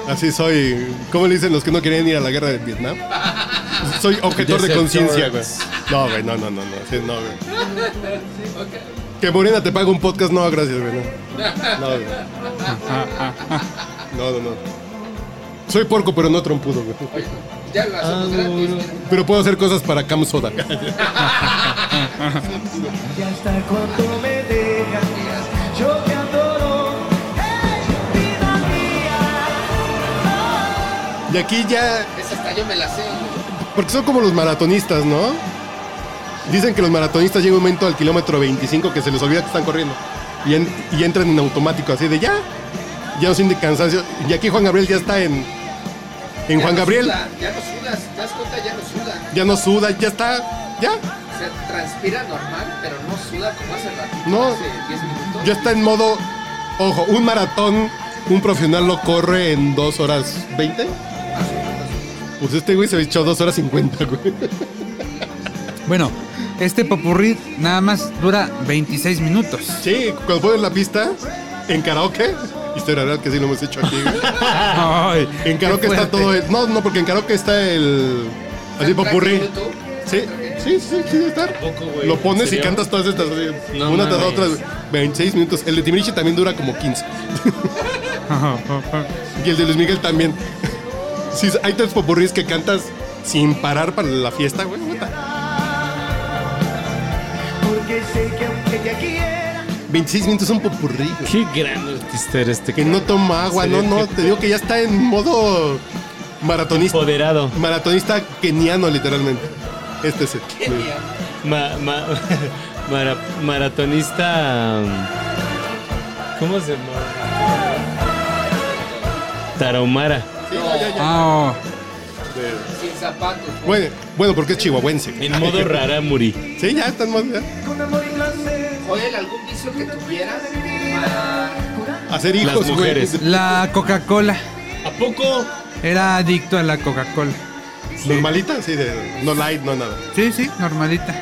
S1: Así soy. ¿Cómo le dicen los que no querían ir a la guerra de Vietnam? Soy objetor de conciencia, güey. No, güey, no, no, no, no. Sí, no, güey. Que Morena te paga un podcast, no, gracias, güey. No, no, güey. No, no, no. Soy porco, pero no trompudo, güey.
S6: Ya lo hacemos gratis.
S1: Pero puedo hacer cosas para Cam Soda.
S7: Y hasta cuando me dejas, yo te adoro.
S1: Y aquí ya
S6: Esa hasta yo me la sé. güey.
S1: Porque son como los maratonistas, ¿no? Dicen que los maratonistas llega un momento al kilómetro 25 que se les olvida que están corriendo. Y, en- y entran en automático, así de ya. Ya no sienten cansancio. Y aquí Juan Gabriel ya está en. En Juan Gabriel.
S6: ya no sudas, te das cuenta, ya no suda.
S1: Ya no suda, ya está. Ya.
S6: O sea, transpira normal, pero no suda como hace ratito.
S1: No.
S6: Hace 10 minutos.
S1: Ya está en modo. Ojo, un maratón, un profesional lo corre en 2 horas 20. Pues este güey se echó 2 horas 50, güey.
S2: Bueno, este popurrí nada más dura 26 minutos.
S1: Sí, cuando pones la pista en karaoke. Historia real que sí lo hemos hecho aquí, güey.
S2: Ay,
S1: En
S2: qué
S1: karaoke está
S2: fuerte.
S1: todo. el- no, no, porque en karaoke está el. Así popurrí. Sí, sí, sí, sí, debe estar.
S4: Tampoco, güey.
S1: Lo pones y
S4: ¿Serio?
S1: cantas todas estas. así,
S4: No
S1: una tras
S4: mames.
S1: otra. 26 minutos. El de Timbiriche también dura como 15. Y el de Luis Miguel también. Sí, hay tres popurrís que cantas sin parar para la fiesta, güey. puta.
S7: Porque sé que aunque te quiera,
S1: 26 minutos son popurrí, güey.
S5: Qué gran artista era este.
S1: Que no toma agua, no, no. Te digo que ya está en modo maratonista.
S5: Empoderado.
S1: Maratonista keniano, literalmente. Este es el.
S5: Ma- ma- mara- maratonista. um, ¿Cómo se llama? Tarahumara.
S1: Sí, no, ya, ya.
S2: Ah,
S6: Sin zapatos.
S1: Bueno, bueno, porque es chihuahuense. güey.
S5: En modo raramuri.
S1: Sí, ya está en modo. ya.
S7: con amor y placer,
S6: O él, algún vicio que tuvieras para
S1: Hacer hijos, güey.
S5: mujeres.
S2: la Coca-Cola.
S4: ¿A poco?
S2: Era adicto a la Coca-Cola.
S1: Normalita, sí, de no light, no nada.
S2: Sí, sí, normalita.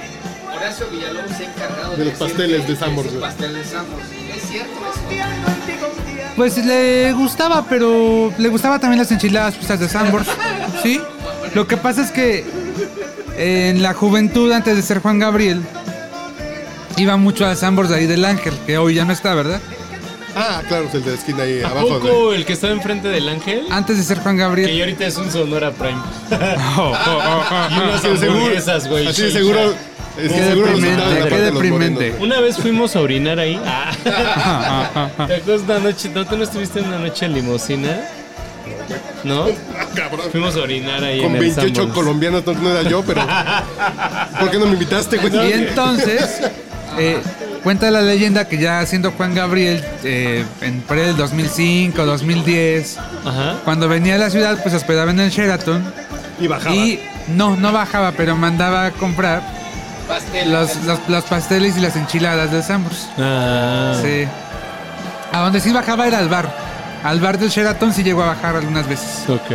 S6: Horacio Villalobos se ha encargado
S1: De los
S6: decir
S1: pasteles
S6: que-
S1: de
S6: que
S1: Sambor,
S6: Es un
S1: güey.
S6: pastel de Sambor. Es cierto eso.
S7: confiando en ti, confiando.
S2: Pues le gustaba, pero le gustaba también las enchiladas pistas de Sambors, ¿sí? Lo que pasa es que en la juventud, antes de ser Juan Gabriel, iba mucho a Sambors de ahí del Ángel, que hoy ya no está, ¿verdad?
S1: Ah, claro, es el de la esquina ahí
S5: ¿A
S1: abajo. güey. Ah,
S5: poco el que estaba enfrente del ángel?
S2: Antes de ser Juan
S5: Que
S2: Gabriel.
S5: ya ahorita es un Sonora Prime.
S2: Oh, oh, oh, oh.
S5: Y unas
S1: Así de seguro.
S5: hamburguesas, güey.
S1: Así de
S5: Shake
S1: seguro.
S5: Shack.
S1: es
S2: Qué
S1: que seguro los
S2: deprimente,
S1: sentaban en la
S2: qué
S1: parte de los
S2: deprimente.
S1: morenos, güey.
S5: Una vez fuimos a orinar ahí. Ah.
S2: Ah, ah, ah.
S5: ¿Te acuerdas una noche? ¿No tú no estuviste una noche en limosina? ¿No?
S1: Ah, cabrón.
S5: Fuimos a orinar ahí
S1: Con
S5: en el
S1: 28
S5: Sanborns.
S1: colombianos, no, no era yo, pero. ¿Por qué no me invitaste, güey?
S2: Y entonces, eh, cuenta la leyenda que ya siendo Juan Gabriel, eh, en por ahí del 2005, 2010,
S5: Ajá.
S2: cuando venía a la ciudad, pues se hospedaba en el Sheraton.
S1: Y bajaba.
S2: Y no, no bajaba, pero mandaba a comprar
S6: Pastel.
S2: los, los- los pasteles y las enchiladas de Sambors.
S5: Ah.
S2: Sí. A donde sí bajaba era al bar. Al bar del Sheraton sí llegó a bajar algunas veces.
S5: Ok.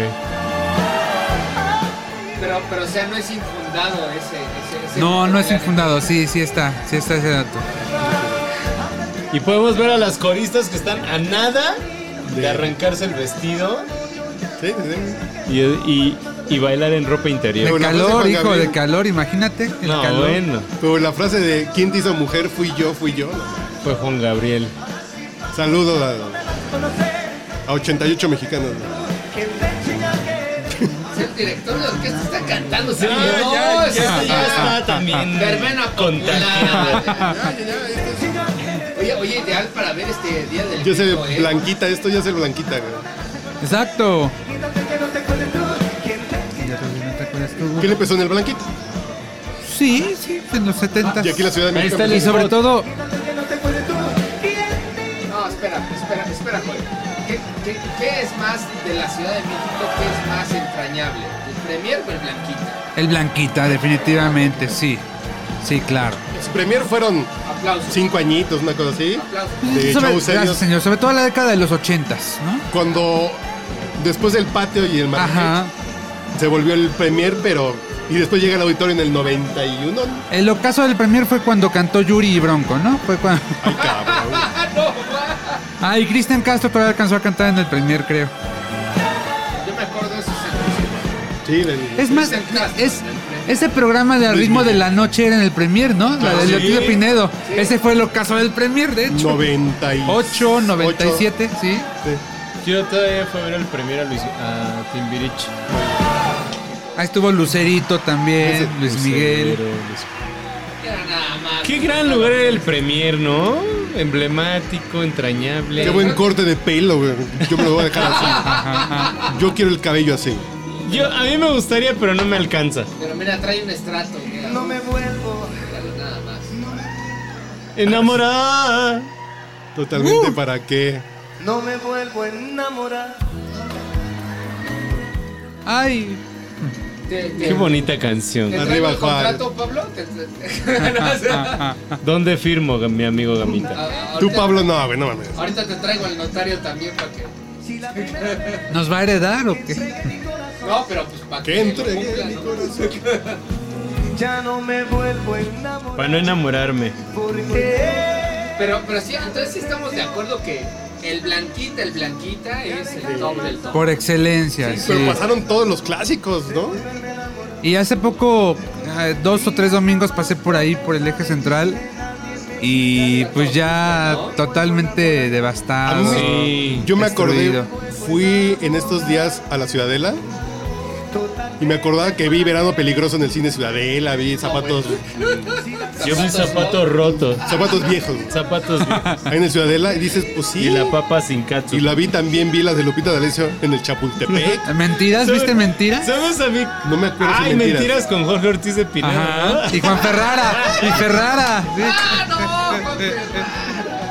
S6: Pero, pero, o sea, no es infundado ese. ese, ese
S2: No, no es
S6: claro.
S2: infundado, sí, sí está, sí está ese dato.
S5: Y podemos ver a las coristas que están a nada de arrancarse el vestido
S1: Sí, sí, sí.
S5: y, y- y bailar en ropa
S2: De
S5: interior.
S1: Pero la voz de
S2: calor,
S1: Juan
S2: hijo,
S1: Gabriel.
S2: de calor, imagínate. El
S5: No,
S2: calor.
S5: bueno.
S1: Pero la frase de ¿Quién te hizo mujer? Fui yo, fui yo.
S5: Fue Juan Gabriel.
S1: Saludos a, a 88 mexicanos. güey.
S7: que te enseña que
S6: O sea, El director de orquesta está cantando. se
S5: Ah,
S6: olvidó,
S5: ya,
S6: ese
S5: ya, ya
S6: señor.
S5: está también
S6: Verbena
S5: contagiada.
S6: popular. Oye, oye, ideal para ver este día del
S1: Ya se
S6: grito, ¿eh?
S1: blanquita, esto ya se blanquita, güey.
S2: Exacto.
S7: quítate que no te acuerdes tú, quien te enseña
S1: ¿Qué le empezó en el blanquito?
S2: Sí, sí, en los 70.
S1: Y aquí la Ciudad de
S5: Ahí
S1: México.
S5: está el
S2: Y sobre
S5: spot.
S2: todo,
S7: Quítate que no te acuerdes tú, quien te
S6: No, espera, espera, espera, Joel. ¿Qué, qué, qué es más de la Ciudad de México? ¿Qué es más entrañable? ¿El Premier o el Blanquita?
S2: el Blanquita, definitivamente, sí. Sí, claro.
S1: Su Pues, premier fueron
S6: Aplausos.
S1: cinco añitos, una cosa así.
S6: Aplausos.
S1: De
S2: Sobre-
S1: shows
S2: gracias,
S1: serios.
S2: señor. Sobre todo la década de los 80s, ¿no?
S1: Cuando después del patio y el
S2: Ajá.
S1: mariachi se volvió el premier, pero. Y después llega el auditorio en el 91.
S2: El ocaso del premier fue cuando cantó Yuri y Bronco, ¿no? Fue cuando...
S1: Ay, cabrón.
S2: Ah, y Cristian Castro todavía alcanzó a cantar en el premier, creo.
S6: Yo me acuerdo de esos anuncios.
S1: Sí, le-
S2: Es más,
S6: Cristian Castro
S2: es,
S6: en el Premier.
S2: ese programa de Al ritmo de la noche era en el premier, ¿no? La de
S1: sí.
S2: Leotilio Pinedo. Ese fue el ocaso del premier, de hecho.
S1: 98.
S2: 8, 97, sí.
S1: Sí.
S5: Yo todavía fui a ver el premier a, Luis, a Timbiriche.
S2: Ahí estuvo Lucerito también,
S1: Ese
S2: Luis Miguel.
S5: Pero, Luis-
S6: Era nada más.
S5: Qué gran lugar era el premier, ¿no? Emblemático, entrañable.
S1: Qué buen corte de pelo, güey. Yo me lo voy a dejar así. Yo quiero el cabello así.
S5: Yo, a mí me gustaría, pero no me alcanza.
S6: Pero mira, trae un estrato. mira.
S7: no me vuelvo.
S5: Enamorada. Uh.
S1: Totalmente para qué.
S7: No me vuelvo a enamorar.
S2: Ay,
S6: Te- te-
S5: Qué bonita canción.
S6: ¿Te traigo
S1: Arriba,
S6: el
S1: Juan.
S6: contrato, Pablo? Te- te- No, o sea,
S2: ah, ah,
S5: ¿Dónde firmo, mi amigo
S6: a-
S5: Gamita?
S6: ahorita-
S1: Tú, Pablo, no, güey, no mames.
S6: Ahorita te traigo al notario también para que.
S7: Si la primera vez
S2: ah. ¿Nos va a heredar o qué?
S7: que mi corazón
S6: No, pero pues para que.
S1: Que
S6: lo
S1: entregué
S6: cumpla,
S1: mi
S6: ¿no?
S1: corazón.
S7: ya no me vuelvo a enamorar.
S5: Para no enamorarme.
S7: Porque
S6: Pero, pero sí, entonces sí estamos de acuerdo que el blanquita, el blanquita es el top del top.
S2: Por excelencia, sí.
S1: Pero pasaron todos los clásicos, ¿no?
S2: Y hace poco, eh, dos o tres domingos pasé por ahí, por el eje central. Y pues ya totalmente devastado.
S1: A mí-
S5: Sí.
S1: Yo me acordé,
S2: Destruido.
S1: fui en estos días a la Ciudadela y me acordaba que vi Verano Peligroso en el cine Ciudadela, vi zapatos,
S5: Ah, Yo vi zapatos rotos.
S1: zapatos viejos güey,
S5: Zapatos viejos.
S1: ahí en el Ciudadela y dices, pues sí.
S5: Y la papa sin katsu.
S1: Y la vi también, vi las de Lupita D'Alessio en el Chapultepec.
S2: ¿Mentiras? ¿Viste mentiras?
S5: ¿Eh? ¿Sabes a mí?
S1: No me acuerdo si
S5: Ay,
S1: mentiras.
S5: mentiras. con Jorge Ortiz de Pineda.
S2: Ajá. Y Juan Ferrara. Y Ferrara. sí.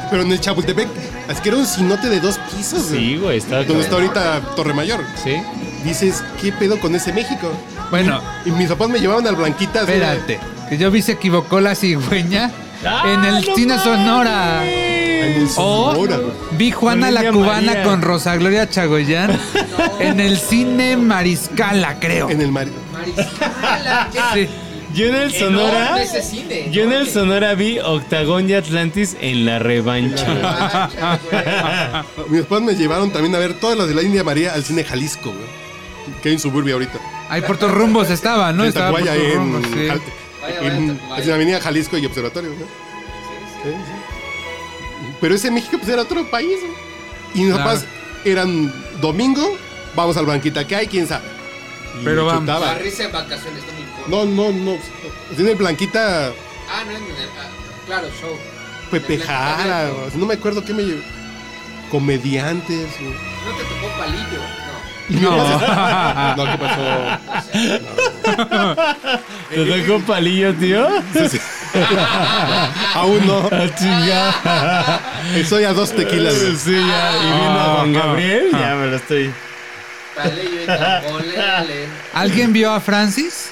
S1: Pero en el Chapultepec, es que era un cinote de dos pisos,
S5: ¿no?
S1: güey,
S5: Sí, güey, está
S1: donde está ahorita Torremayor.
S5: Sí.
S1: Dices, ¿qué pedo con ese México?
S2: Bueno,
S1: Y mis papás me llevaban al Blanquitas. güey.
S2: espérate. Que yo vi se equivocó la cigüeña
S5: Ah,
S2: en el cine Sonora.
S1: En el Sonora,
S2: O
S1: güey.
S2: vi Juana
S5: Con
S2: la
S5: India
S2: Cubana
S5: María.
S2: con Rosa Gloria Chagoyán en el cine Mariscala, creo.
S1: En el mar.
S6: Mariscala, qué
S2: Sí.
S5: Yo en el Sonora.
S6: enorme ese cine.
S5: Yo en el Sonora vi Octagón y Atlantis en la revancha.
S6: Mancha, güey.
S1: Mis papás me llevaron también a ver todas las de la India María al cine Jalisco, güey, que hay un suburbio ahorita.
S2: Ahí por tus rumbos estaba, ¿no?
S1: en
S2: Estaba por
S1: Tacubaya,
S2: tus
S1: en,
S2: rumbos, sí.
S1: Jal-
S6: Vaya,
S1: en-
S6: vaya, Tacubaya.
S1: en la avenida Jalisco y Observatorio, ¿no? Sí, sí. Pero ese México pues, era otro país, güey. Y mis
S2: Claro.
S1: papás eran domingo, vamos al Blanquita, ¿qué hay? ¿Quién sabe? Y
S2: Pero
S1: me
S2: vamos.
S1: chutaba.
S6: La risa en vacaciones, no me importa.
S1: Ah, No, no, no. Tiene Blanquita
S6: Ah, no, en el, ah, claro, show.
S1: Pepe
S6: Blanquita
S1: Jara, o
S6: Blanco.
S1: sea, no me acuerdo qué me llevó. Comediantes, güey.
S6: No te tocó palillo, no.
S1: Y
S2: No.
S1: mi papá se- no, ¿qué pasó?
S5: ¿Te tocó palillo, tío?
S1: Aún no.
S5: Ah, chinga.
S2: Ah.
S1: Soy a dos tequilas. güey.
S5: Sí, ya. Y vino a Juan Gabriel.
S2: ah.
S5: Ya me lo estoy.
S6: Palillo y tacolele.
S2: ¿Alguien vio a Francis?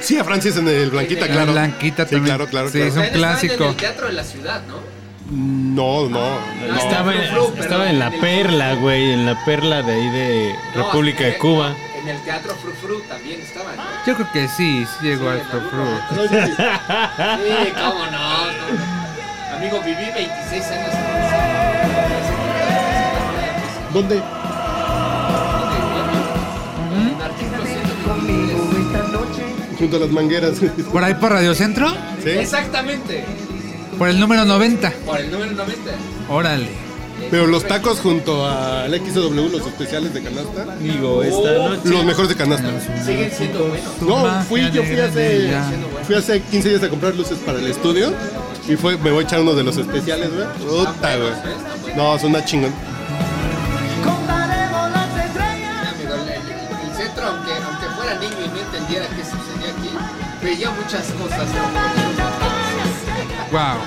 S1: Sí, a Francis en el Blanquita,
S6: En
S2: el
S1: claro.
S2: Blanquita
S1: sí,
S2: también.
S1: claro, claro.
S2: Sí,
S1: claro.
S2: Es un
S6: Ustedes estaban
S2: clásico.
S6: En el teatro de la ciudad, ¿no?
S1: No, no.
S6: No,
S5: estaba, en,
S6: Fru, Fru,
S5: estaba
S6: perdón,
S5: en la
S6: el-
S5: perla, eh, güey. En la perla de ahí de
S6: No,
S5: República
S6: en
S5: de
S6: el-
S5: Cuba.
S6: En el teatro Fru Fru también estaban. ¿no?
S2: Yo creo que sí, sí llegó al Fru.
S6: Sí, cómo no. cómo no. Amigo, viví 26 años en ese-
S1: ¿Dónde?
S6: en artículo 123.
S7: conmigo esta noche
S1: Junto a las mangueras. sí.
S2: ¿Por ahí por Radio Centro?
S6: Exactamente,
S2: Por el número 90.
S6: por el número 90.
S2: Órale.
S1: Pero los tacos junto al XW, los especiales de canasta.
S5: Digo, esta noche.
S1: Los mejores de canasta.
S6: Siguen siendo buenos.
S1: No, fui, yo fui hace, fui hace 15 días a comprar luces para el estudio. Y fue, me voy a echar uno de los especiales, güey. Puta, güey. No, son una chingón.
S7: contaremos las estrellas.
S6: Amigo, el, el- el centro, aunque, aunque fuera niño y no entendiera qué sucedía aquí, veía muchas cosas.
S2: Wow.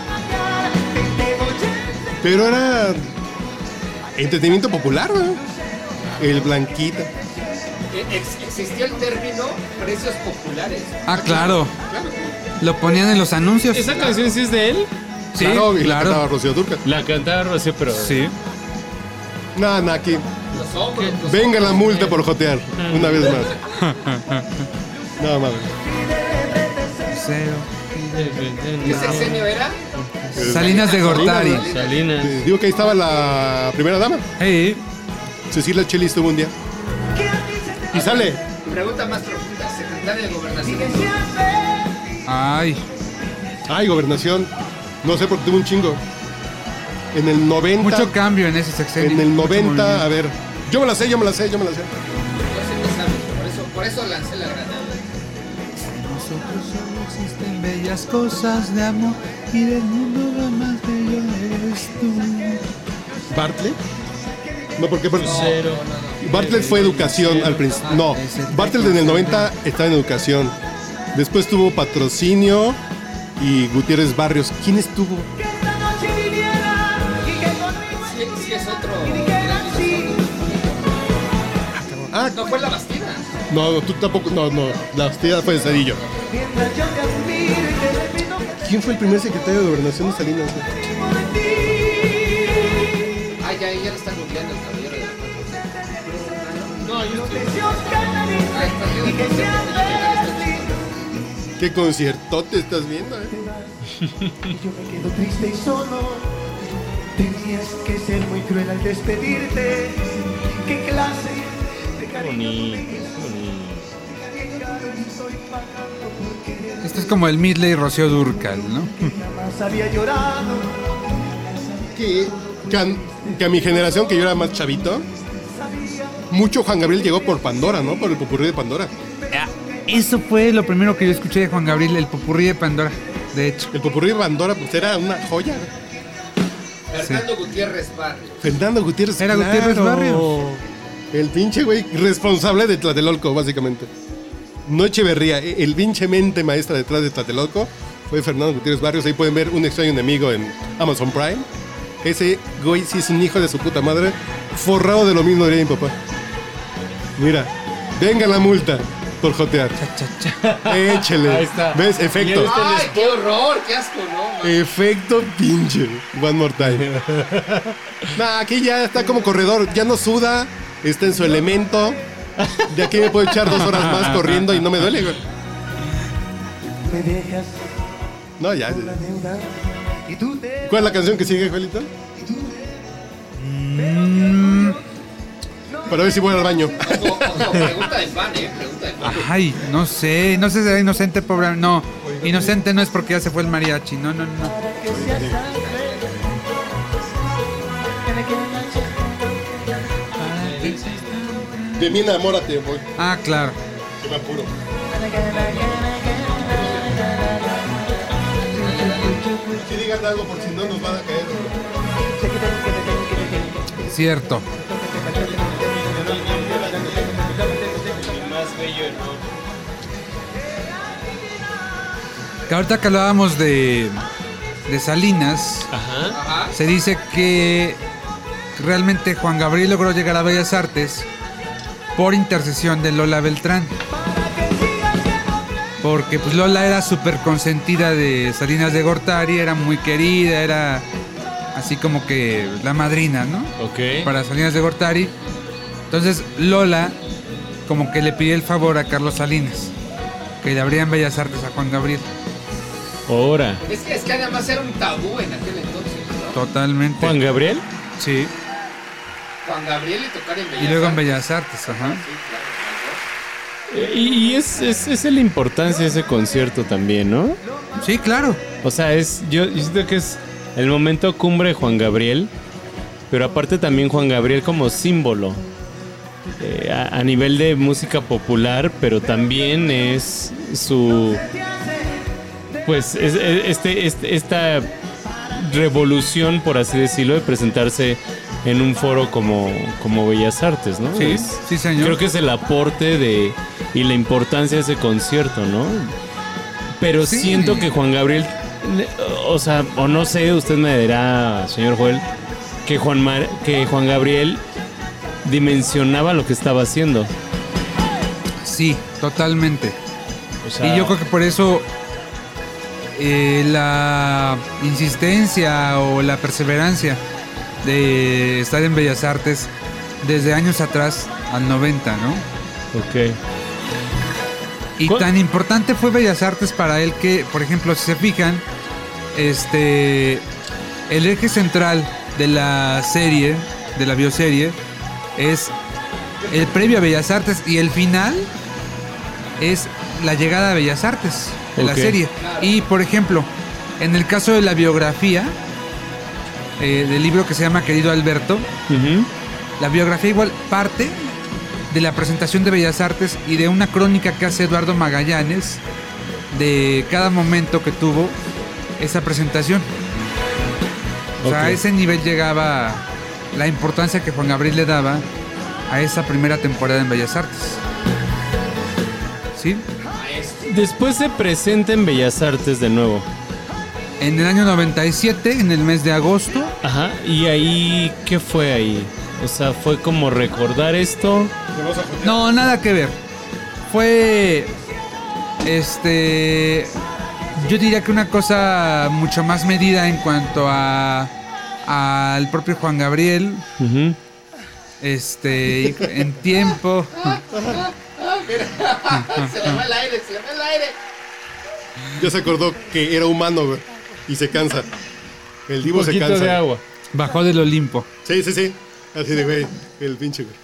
S1: Pero era entretenimiento popular, güey. El Blanquita.
S6: Eh, ex- existió el término precios populares.
S2: Ah, claro.
S6: Claro que
S2: Lo ponían en los anuncios.
S5: ¿Esa canción sí es de él?
S2: Sí,
S1: claro. y la cantaba
S2: claro.
S1: Rocío Durca.
S5: La cantaba Rocío, pero.
S2: Sí.
S1: Nada, nada, aquí.
S6: los hombros. los
S1: Venga la
S6: hombros,
S1: multa
S6: eh,
S1: por jotear. Una vez más. No mames.
S2: Cero.
S6: ¿Qué sexenio era?
S2: Salinas de Gortari.
S5: Salinas.
S1: Eh, Digo que ahí estaba la primera dama.
S2: Hey.
S1: Cecilia Cheli estuvo un día. Y sale.
S6: Pregunta más profunda. Secretaria de Gobernación.
S2: Ay.
S1: Ay, gobernación. No sé por qué tuvo un chingo. En el 90.
S2: Mucho cambio en ese sexenio.
S1: en el
S2: mucho
S1: 90. A
S2: movimiento.
S1: ver. Yo me la sé, yo me la sé, yo me la sé.
S6: Yo sé que sabes, por eso, por eso lancé la granada.
S2: Nosotros solo existen bellas cosas de amor y del mundo lo más bello eres tú.
S1: Bartlett. No, porque Bartlett.
S5: Cero.
S1: Bartlett fue educación al principio. No, Bartlett en el 90 estaba en educación. Después tuvo Patrocinio y Gutiérrez Barrios. ¿Quién estuvo?
S7: Que esta noche viviera y que conmigo
S6: Sí, sí es otro. gran
S1: Ah,
S6: No fue la bastida.
S1: no, no, tú tampoco. No, no. La hostia fue de Cedillo.
S7: mientras yo te admiro y te repito que
S1: ¿Quién fue el primer secretario de Gobernación de Salinas?
S7: vivo de ti.
S6: Ah, ya, ya lo está googleando el caballero de la Este, Cuatro.
S7: Lo que Dios
S6: este,
S7: canalice y que seas verde.
S1: ¿Qué conciertote estás viendo? eh?
S7: Y
S6: este,
S7: yo me quedo triste y solo. Tenías que ser muy cruel al despedirte. ¿Qué clase de cariño tú me
S4: Bonito,
S7: diste?
S4: bonito.
S7: Estoy pagando por quererte.
S2: Esto es como el Midley y Rocío Durcal, ¿no?
S7: Jamás había llorado.
S1: Que, que a, que a mi generación, que yo era más chavito, mucho Juan Gabriel llegó por Pandora, ¿no? Por el popurrí de Pandora.
S2: Ah, Eso fue lo primero que yo escuché de Juan Gabriel, el popurrí de Pandora, de hecho.
S1: El popurrí de Pandora, pues era una joya.
S6: Fernando Gutiérrez Barrio.
S1: Fernando Gutiérrez.
S2: Era Gutiérrez Barrios.
S1: El pinche güey responsable de Tlatelolco, básicamente. No Echeverría, eh, el pinche mente maestra detrás de Tlatelolco fue Fernando Gutiérrez Barrios. Ahí pueden ver un extraño enemigo en Amazon Prime. Ese güey sí es un hijo de su puta madre, forrado de lo mismo diría mi papá. Mira, venga la multa por jotear. Échele.
S5: Ahí está.
S1: ¿Ves? Efecto.
S6: ¡Ay, qué horror! ¡Qué asco, no!
S1: Efecto pinche. One more time. Nah, aquí ya está como corredor. Ya no suda. Está en su elemento. De aquí me puedo echar dos horas más corriendo y no me duele, güey.
S7: Me dejas
S1: No, ya.
S7: la deuda. Y tú te
S1: ¿Cuál es la canción que sigue, Juelito? Mm. Para ver si voy al baño.
S6: Ojo, ojo, pregunta de fan, ¿eh? Pregunta de fan.
S2: Ay, no sé, no sé si era inocente, pobre. No, inocente no es porque ya se fue el mariachi, no, no, no.
S7: que seas verde. Tiene que enganchar.
S1: De mí enamórate, voy.
S2: Ah, claro.
S1: Yo me apuro. Si digan algo, por si no nos van a caer.
S2: Cierto. Que ahorita que hablábamos de, de Salinas, se dice que realmente Juan Gabriel logró llegar a Bellas Artes por intercesión de Lola Beltrán. Porque pues Lola era súper consentida de Salinas de Gortari, era muy querida, era así como que la madrina, ¿no?
S4: Ok.
S2: para Salinas de Gortari. Entonces Lola como que le pidió el favor a Carlos Salinas, que le abrían Bellas Artes a Juan Gabriel.
S5: Ahora,
S6: Es que, es que además era un tabú en aquel entonces, ¿no?
S2: Totalmente.
S5: Juan Gabriel.
S2: Sí.
S6: Juan Gabriel y tocar en Bellas
S2: Y luego en
S6: Artes.
S2: Bellas Artes, ajá.
S6: Sí, claro,
S5: Eh, Y, y es, es, es la importancia de ese concierto también, ¿no?
S2: Sí, claro.
S5: O sea, es, yo, yo siento que es el momento cumbre de Juan Gabriel, pero aparte también Juan Gabriel como símbolo eh, a, a nivel de música popular, pero también es su, pues es- es- este, este- esta revolución, por así decirlo, de presentarse en un foro como, como Bellas Artes, ¿no?
S2: Sí,
S5: Es-
S2: sí, señor.
S5: Creo que es el aporte de y la importancia de ese concierto, ¿no? Pero
S2: Sí.
S5: siento que Juan Gabriel, le- o sea, o no sé, usted me dirá, señor Joel, que Juan, Mar- que Juan Gabriel dimensionaba lo que estaba haciendo.
S2: Sí, totalmente.
S5: O sea,
S2: y yo creo que por eso eh, la insistencia o la perseverancia de estar en Bellas Artes desde años atrás al 90, ¿no?
S5: Ok.
S2: Y
S5: ¿Cuál?
S2: tan importante fue Bellas Artes para él que, por ejemplo, si se fijan, este el eje central de la serie, de la bioserie, es el previo a Bellas Artes y el final es la llegada a Bellas Artes de la
S5: Ok.
S2: serie. Y, por ejemplo, en el caso de la biografía, eh, del libro que se llama Querido Alberto,
S5: Ujú.
S2: la biografía igual parte de la presentación de Bellas Artes y de una crónica que hace Eduardo Magallanes de cada momento que tuvo esa presentación. O sea,
S5: Ok.
S2: a ese nivel llegaba la importancia que Juan Gabriel le daba a esa primera temporada en Bellas Artes. ¿Sí?
S6: maestro.
S5: después se presenta en Bellas Artes de nuevo.
S2: En el año 97, en el mes de agosto,
S5: Ajá, y ahí, ¿qué fue ahí? O sea, fue como recordar esto.
S2: No, nada que ver. Fue. Este. Yo diría que una cosa mucho más medida en cuanto a. al propio Juan Gabriel.
S5: Ujú.
S2: Este. y En tiempo.
S5: Ah,
S6: Se le va el aire, se le va el aire.
S1: Ya se acordó que era humano, güey. Y se cansa. El divo se
S5: Poquito
S1: cansa.
S5: de agua.
S2: Bajó del Olimpo.
S1: Sí, sí, sí. Así de, güey. El pinche, güey.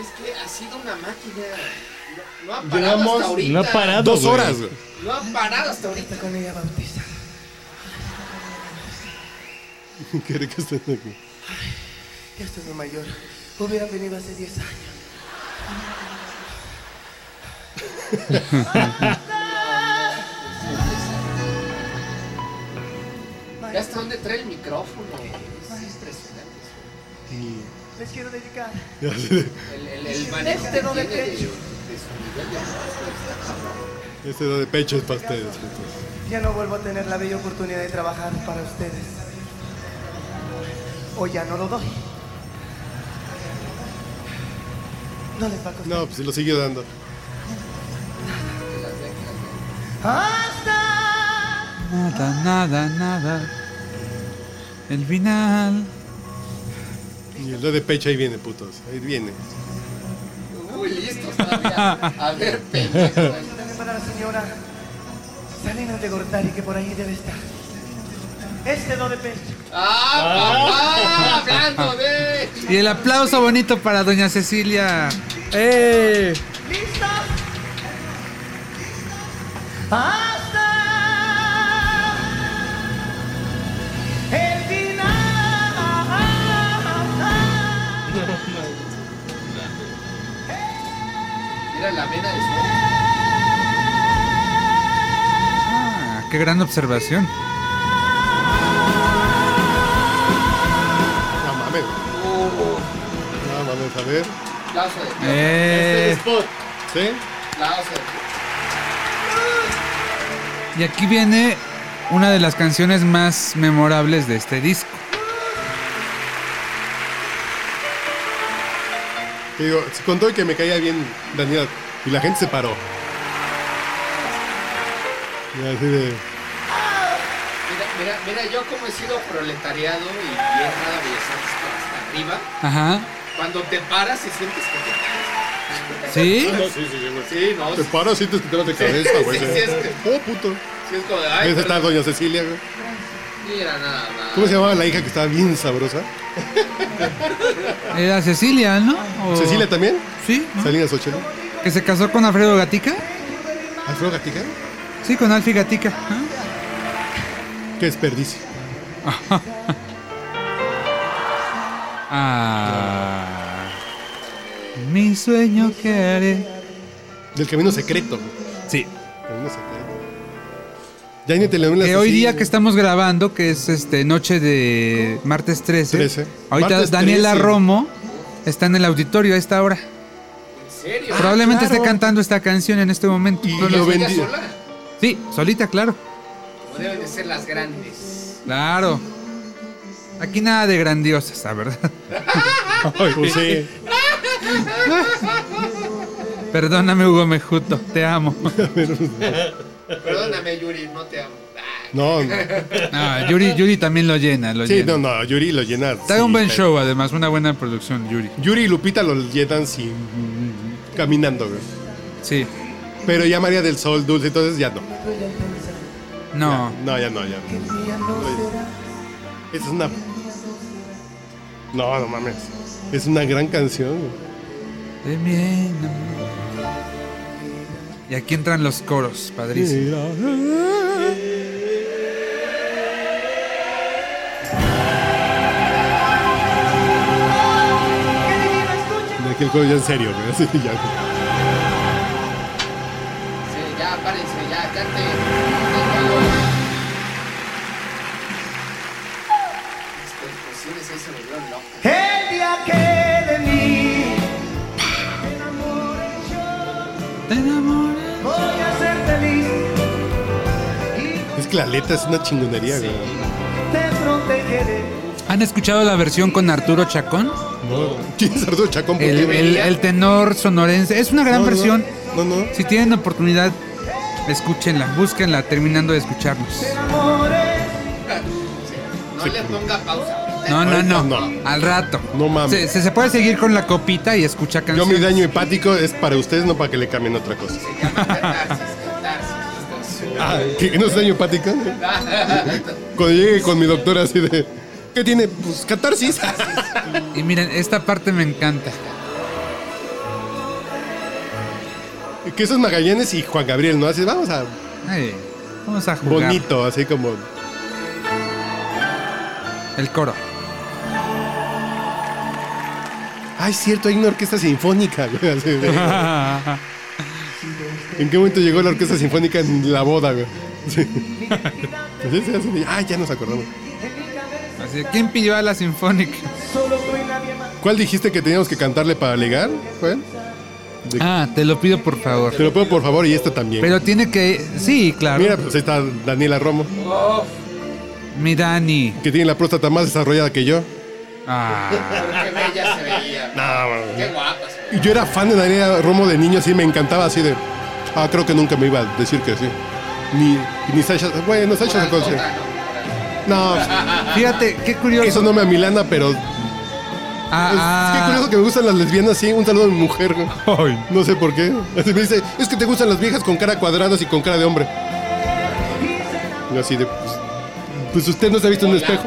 S6: Es que ha sido una máquina. No, no ha parado
S1: Llevamos
S6: hasta ahorita.
S5: No ha parado.
S1: dos
S5: güey.
S1: horas, güey.
S6: No ha parado hasta ahorita con ella Bautista.
S1: Qué rico está aquí.
S6: Ya estoy muy mayor. Hubiera venido hace 10 años. Ya hasta dónde trae el micrófono. Es impresionante.
S7: Les quiero dedicar
S1: Ya así de,
S6: El, el, el manejo
S7: Este no
S6: que
S7: me
S6: tiene de-
S7: pecho.
S6: de su nivel de
S1: este da de pechos para ustedes. putos.
S7: Ya no vuelvo a tener la bella oportunidad de trabajar para ustedes. O ya no lo doy. No les va a costar.
S1: No, pues lo sigue dando.
S7: Hasta
S2: Nada, nada, nada. El final.
S1: Y el da de pecho ahí viene, putos. Ahí viene.
S6: Uy, listos todavía. A ver, pendejo.
S7: también para la señora Salinas de Gortari, que por ahí debe estar. Este no de pecho.
S6: ¡Ah, papá! Hablando de...
S2: Y el aplauso bonito para Doña Cecilia. ¡Eh!
S7: ¿Listos? Hasta el final.
S6: Mira la vena de su...
S2: Ah, ¡Qué gran observación!
S1: No mames. güey. No mames, a ver. Este
S6: Aplauso de pie,
S2: ¡Eh!
S1: ¿Sí?
S6: aplauso de pie.
S2: Y aquí viene una de las canciones más memorables de este disco.
S1: Te digo, con todo y que me caía bien Daniel. Y la gente se paró. Y así de.
S6: Mira, mira, mira, yo como he sido proletariado y bien nada Bellas Artes pero hasta arriba,
S2: Ajá.
S6: cuando te paras y sientes que te caes.
S2: ¿Sí?
S6: Sí, no,
S1: Te
S6: sí,
S1: paras y te quitas de cabeza, güey.
S6: sí, sí, es que-
S1: Oh, puto.
S6: sí es como de, ay,
S1: Ahí está
S6: perdón.
S1: Doña Cecilia, güey.
S6: mira nada más.
S1: ¿Cómo se llamaba la hija que estaba bien sabrosa?
S2: Era Cecilia, ¿no? O-
S1: ¿Cecilia también?
S2: Sí. Oh. ¿no?
S1: Salinas Ochoa.
S2: ¿Que se casó con Alfredo Gatica?
S1: ¿Alfredo Gatica?
S2: Sí, con Alfie Gatica. ¿Ah?
S1: Qué desperdicio.
S2: Ah. Mi sueño que haré.
S1: Del camino secreto. güey.
S2: Sí.
S1: Camino secreto. Ya ni telenovelas.
S2: Que hoy
S1: así,
S2: día
S1: güey.
S2: que estamos grabando, que es este noche de martes 13.
S1: 13.
S2: Ahorita
S1: Martes
S2: Daniela
S1: 13.
S2: Romo está en el auditorio a esta hora.
S6: ¿En serio?
S2: Probablemente
S1: Ah, claro.
S2: esté cantando esta canción en este momento.
S1: Y
S2: No lo
S1: lo
S2: sé.
S6: ¿Ella
S1: vendí.
S6: sola?
S2: Sí, solita, claro.
S6: ¿O deben de ser las grandes?
S2: Claro. Aquí nada de grandiosas, la verdad.
S1: Ay, pues sí.
S2: Perdóname, Hugo Mejuto, te amo.
S6: Perdóname, Yuri, no te amo. Ah,
S1: No, no.
S2: Ah, Yuri, Yuri también lo llena, lo
S1: Sí,
S2: llena.
S1: no, no. Yuri lo llena.
S2: Trae
S1: sí,
S2: un buen
S1: pero-
S2: show, además, una buena producción, Yuri.
S1: Yuri y Lupita lo llenan sin. caminando, güey.
S2: Sí.
S1: Pero ya María del Sol, Dulce, entonces ya no.
S2: No.
S1: No, ya no, ya no. Esa es una. No, no mames. Es una gran canción. güey.
S2: De mi enamorado. Y aquí entran los coros, padrísimo.
S1: De aquel juego ya en serio, güey. Así ya, güey.
S6: sí, ya, párense, ya, cante. Este, Explosiones ahí se volvieron locas.
S7: El día que de mí.
S2: Te enamoré.
S1: mezcla aleta es una chingonería, güey.
S7: te protegeré.
S2: ¿Han escuchado la versión con Arturo Chacón?
S1: ¿Quién es Arturo Chacón? ¿Por
S2: El,
S1: qué?
S2: el- el tenor sonorense. Es una
S1: No,
S2: gran
S1: no,
S2: versión.
S1: No, no.
S2: Si tienen oportunidad, escúchenla, búsquenla terminando de escucharnos.
S6: No le ponga pausa.
S2: No, no,
S1: Ahorita
S2: no.
S1: no.
S2: Al rato.
S1: No mames.
S2: Se, se- se puede seguir con la copita y escucha
S1: Yo mi
S2: canciones.
S1: daño hepático es para ustedes, no para que le cambien otra cosa.
S6: Se llama catarsis, catarsis.
S1: Ah, ¿qué? ¿No es daño hepático? Cuando llegue con mi doctora así de... ¿Qué tiene? Pues catarsis.
S2: Y miren, esta parte me encanta.
S1: que esos Magallanes y Juan Gabriel, ¿no? Así, vamos a...
S2: Ay, vamos a jugar.
S1: Bonito, así como...
S2: El coro.
S1: Ay, cierto, hay una orquesta sinfónica. güey, así de- ¿En qué momento llegó la orquesta sinfónica en la boda, güey? Sí. Así se hace de- Ah, ya nos acordamos.
S2: Así, ¿Quién pidió a la sinfónica?
S1: ¿Cuál dijiste que teníamos que cantarle para ligar, Juan?
S2: Ah, te lo pido por favor.
S1: Te lo pido por favor y esta también.
S2: Pero tiene que. Sí, claro.
S1: Mira, pues ahí está Daniela Romo,
S2: Mi Dani.
S1: que tiene la próstata más desarrollada que yo.
S2: Ah,
S6: Pero qué bella se veía. Qué guapas.
S1: Y yo era fan de Daniela Romo de niño, así me encantaba, así de. Ah, creo que nunca me iba a decir que sí. Ni, ni Sasha. Bueno, Sasha Sokol, sí. No, pues,
S2: fíjate, qué curioso.
S1: eso no me amilana, pero.
S2: Ah,
S1: es-
S2: ah.
S1: qué curioso que me gustan las lesbianas, sí. Un saludo a mi mujer, güey. No sé por qué. Así me dice, es que te gustan las viejas con cara cuadradas y con cara de hombre. Y así de. Pues, pues usted no se ha visto en un espejo.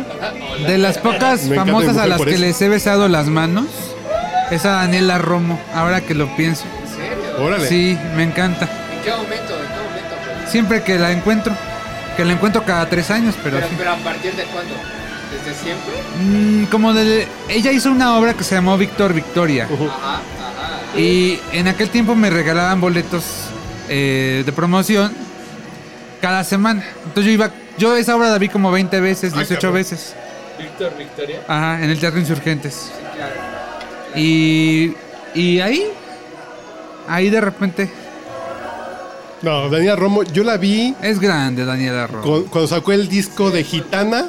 S2: De las pocas
S1: Me encanta
S2: famosas
S1: mi
S2: a
S1: mujer
S2: las
S1: por
S2: que
S1: eso.
S2: les he besado las manos, es a Daniela Romo, ahora que lo pienso.
S6: ¿En serio?
S1: Órale.
S2: Sí, me encanta.
S6: ¿En qué momento? ¿En qué momento? pues?
S2: Siempre que la encuentro, que la encuentro cada tres años, pero,
S6: Pero,
S2: sí.
S6: pero a partir de cuándo? ¿Desde siempre?
S2: Mm, como de... Ella hizo una obra que se llamó Víctor Victoria.
S6: Ajá, ajá.
S2: Y en aquel tiempo me regalaban boletos eh, de promoción cada semana. Entonces yo iba... Yo esa obra la vi como 20 veces, 18 veces.
S5: Víctor Victoria.
S2: Ajá, en el Teatro Insurgentes. Y, y ahí, ahí de repente,
S1: No, Daniela Romo, yo la vi
S2: es grande Daniela Romo.
S1: cu- cuando sacó el disco de Gitana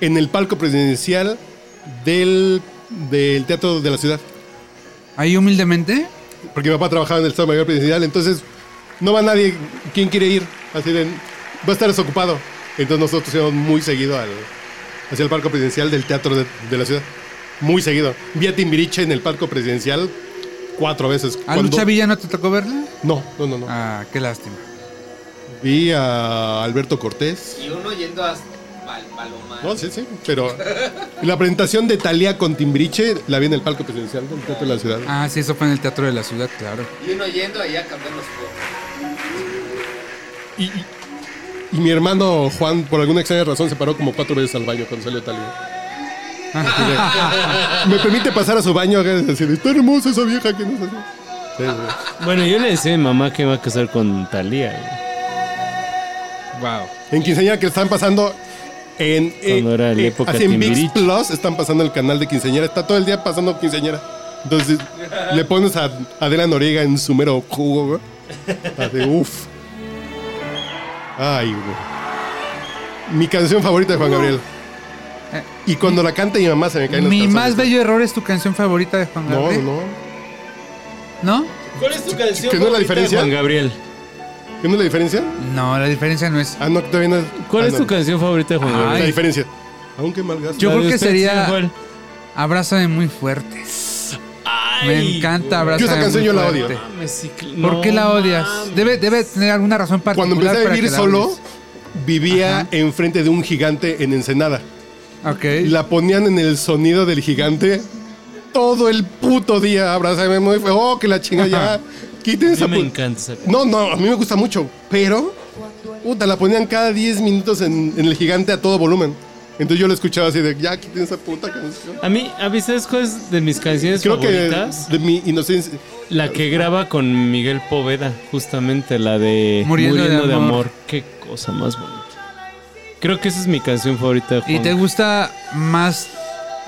S1: en el palco presidencial del, del Teatro de la Ciudad.
S2: Ahí humildemente,
S1: Porque mi papá trabajaba en el Estado Mayor Presidencial, entonces no va nadie. ¿Quién quiere ir? Así de, va a estar desocupado. Entonces nosotros íbamos muy seguido al, hacia el palco presidencial del Teatro de, de la Ciudad. Muy seguido. Vi a Timbiriche en el palco presidencial cuatro veces.
S2: ¿a
S1: Cuando-
S2: Lucha Villa no te tocó verla?
S1: No, no, no, no.
S2: Ah, qué lástima.
S1: Vi a Alberto Cortés.
S6: Y uno yendo a Pal Palomar.
S1: No, sí, sí, pero la presentación de Talía con Timbiriche la vi en el palco presidencial del Teatro de la Ciudad.
S2: Ah, sí, eso fue en el Teatro de la Ciudad, claro.
S6: Y uno yendo allá a cambiar los juegos.
S1: Y, y- y mi hermano Juan, por alguna extraña razón, se paró como cuatro veces al baño cuando salió Talía. Me permite pasar a su baño acá y decir, está hermosa esa vieja que no sé. Sí, sí.
S5: Bueno, yo le decía a mi mamá que me iba a casar con Talía.
S2: Wow.
S1: En quinceañera que están pasando en... eh,
S5: Cuando era la época
S1: así en ViX
S5: Timbiriche.
S1: Plus están pasando el canal de quinceañera. Está todo el día pasando quinceañera. Entonces le pones a Adela Noriega en su mero jugo, güey. Así, uff. Ay, güey. Mi canción favorita de Juan Gabriel.
S2: Uh. Eh,
S1: Y cuando la canta mi mamá se me caen las
S2: Mi
S1: calzones.
S2: más bello error es tu canción favorita de Juan
S1: No,
S2: Gabriel.
S1: no, no.
S2: no.
S5: ¿Cuál es tu canción?
S1: ¿Que no es la
S5: favorita de
S1: diferencia?
S5: Juan Gabriel.
S1: ¿Qué no es la diferencia?
S2: No, la diferencia no es.
S1: Ah, no, todavía no.
S5: ¿Cuál
S1: ah,
S5: es
S1: no.
S5: tu canción favorita de Juan
S2: Ay.
S1: La
S5: Gabriel?
S1: diferencia. Aunque malgaste.
S2: Yo
S5: La
S2: creo
S5: de
S2: que
S5: usted,
S2: sería-
S5: señor Juan.
S2: Abrázame muy fuerte. Me encanta
S1: Yo
S2: Abrázame
S1: esa canción
S2: muy
S1: yo la
S2: fuerte.
S1: odio.
S5: Mames, sí, cl-
S2: ¿Por
S5: no
S2: qué la odias?
S5: mames.
S2: Debe, debe tener alguna razón particular.
S1: Cuando empecé a
S2: para
S1: vivir
S2: que la
S1: solo,
S2: odies.
S1: vivía
S2: Ajá.
S1: enfrente de un gigante en Ensenada.
S2: Ok.
S1: La ponían en el sonido del gigante todo el puto día. Abrázame muy fue. Oh, que la chinga ya. Quiten
S5: A
S1: esa
S5: mí me
S2: pues
S1: pu-
S5: encanta esa canción.
S1: No, no, a mí me gusta mucho. Pero, puta, la ponían cada 10 minutos en, en el gigante a todo volumen. Entonces yo la escuchaba así de, ya quiten esa puta canción.
S5: A mí, a mí, ¿sabes cuál es de mis canciones
S1: Creo que
S5: favoritas?
S1: de mi inocencia.
S5: La que graba con Miguel Poveda, justamente la de
S2: Muriendo de Amor.
S5: Qué cosa más bonita. Creo que esa es mi canción favorita de
S2: ¿Y
S5: Juan
S2: te gusta más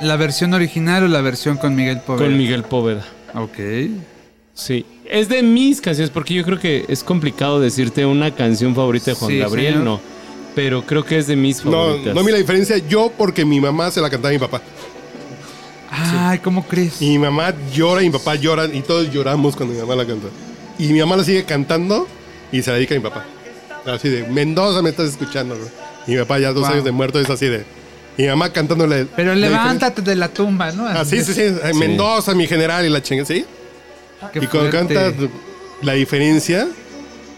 S2: la versión original o la versión con Miguel Poveda?
S5: con Miguel Poveda.
S2: Ok.
S5: Sí, es de mis canciones porque yo creo que es complicado decirte una canción favorita de Juan
S2: Sí,
S5: Gabriel,
S2: señor.
S5: no. pero creo que es de mis
S1: No,
S5: favoritas.
S1: no vi la diferencia. Yo, porque mi mamá se la cantaba a mi papá.
S2: Ay, ¿cómo crees?
S1: Y mi mamá llora, y mi papá llora, y todos lloramos cuando mi mamá la canta. Y mi mamá la sigue cantando y se la dedica a mi papá. Así de, Mendoza me estás escuchando, güey. Y mi papá ya dos
S2: Wow.
S1: años de muerto es así de, mi mamá cantándole.
S2: Pero
S1: la
S2: levántate de la tumba, ¿no?
S1: diferencia. Ah, sí, sí, sí, eh, Mendoza, mi general, y la chingue, sí.
S2: Qué
S1: y cuando
S2: fuerte.
S1: canta la diferencia,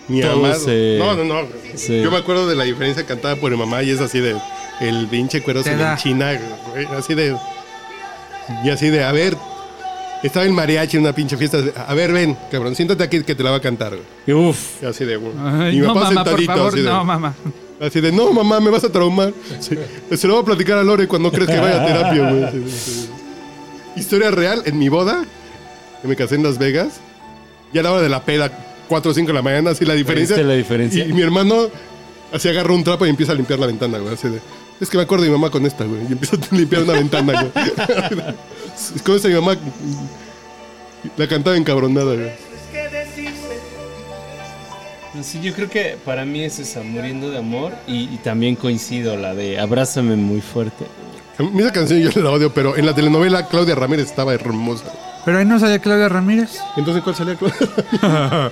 S1: mi
S5: Todo
S1: mamá.
S5: se-
S1: No, no, no.
S5: se-
S1: Yo me acuerdo de la diferencia cantada por mi mamá y es así de. El pinche cuero
S2: Te
S1: se le
S2: da.
S1: enchina, güey, así de. Y así de, a ver. Estaba el mariachi en una pinche fiesta. A ver, ven, cabrón, siéntate aquí que te la va a cantar. güey.
S5: Y Uf,
S1: Y así de, güey.
S2: Ay,
S1: Y mi
S2: no,
S1: papá
S2: mamá, por
S1: sentadito,
S2: favor,
S1: así de.
S2: no, mamá.
S1: Así de, no, mamá, me vas a traumar. Sí. Se lo voy a platicar a Lore cuando crees que vaya a terapia, güey. Sí, sí, sí. Historia real, en mi boda, que me casé en Las Vegas, ya a la hora de la peda, 4 o 5 de la mañana, así la diferencia.
S5: ¿Viste la diferencia?
S1: Y, mi hermano así agarra un trapo y empieza a limpiar la ventana, güey. Así de, es que me acuerdo de mi mamá con esta, güey. Y empieza a limpiar una ventana, güey. con esta mi mamá la cantaba encabronada, güey.
S5: Pues sí, yo creo que para mí es esa, Muriendo de Amor, y, y también coincido la de Abrázame muy fuerte.
S1: A mí esa canción yo la odio, pero en la telenovela Claudia Ramírez estaba hermosa.
S2: Pero ahí no salía Claudia Ramírez.
S1: Entonces, ¿cuál salía? ah,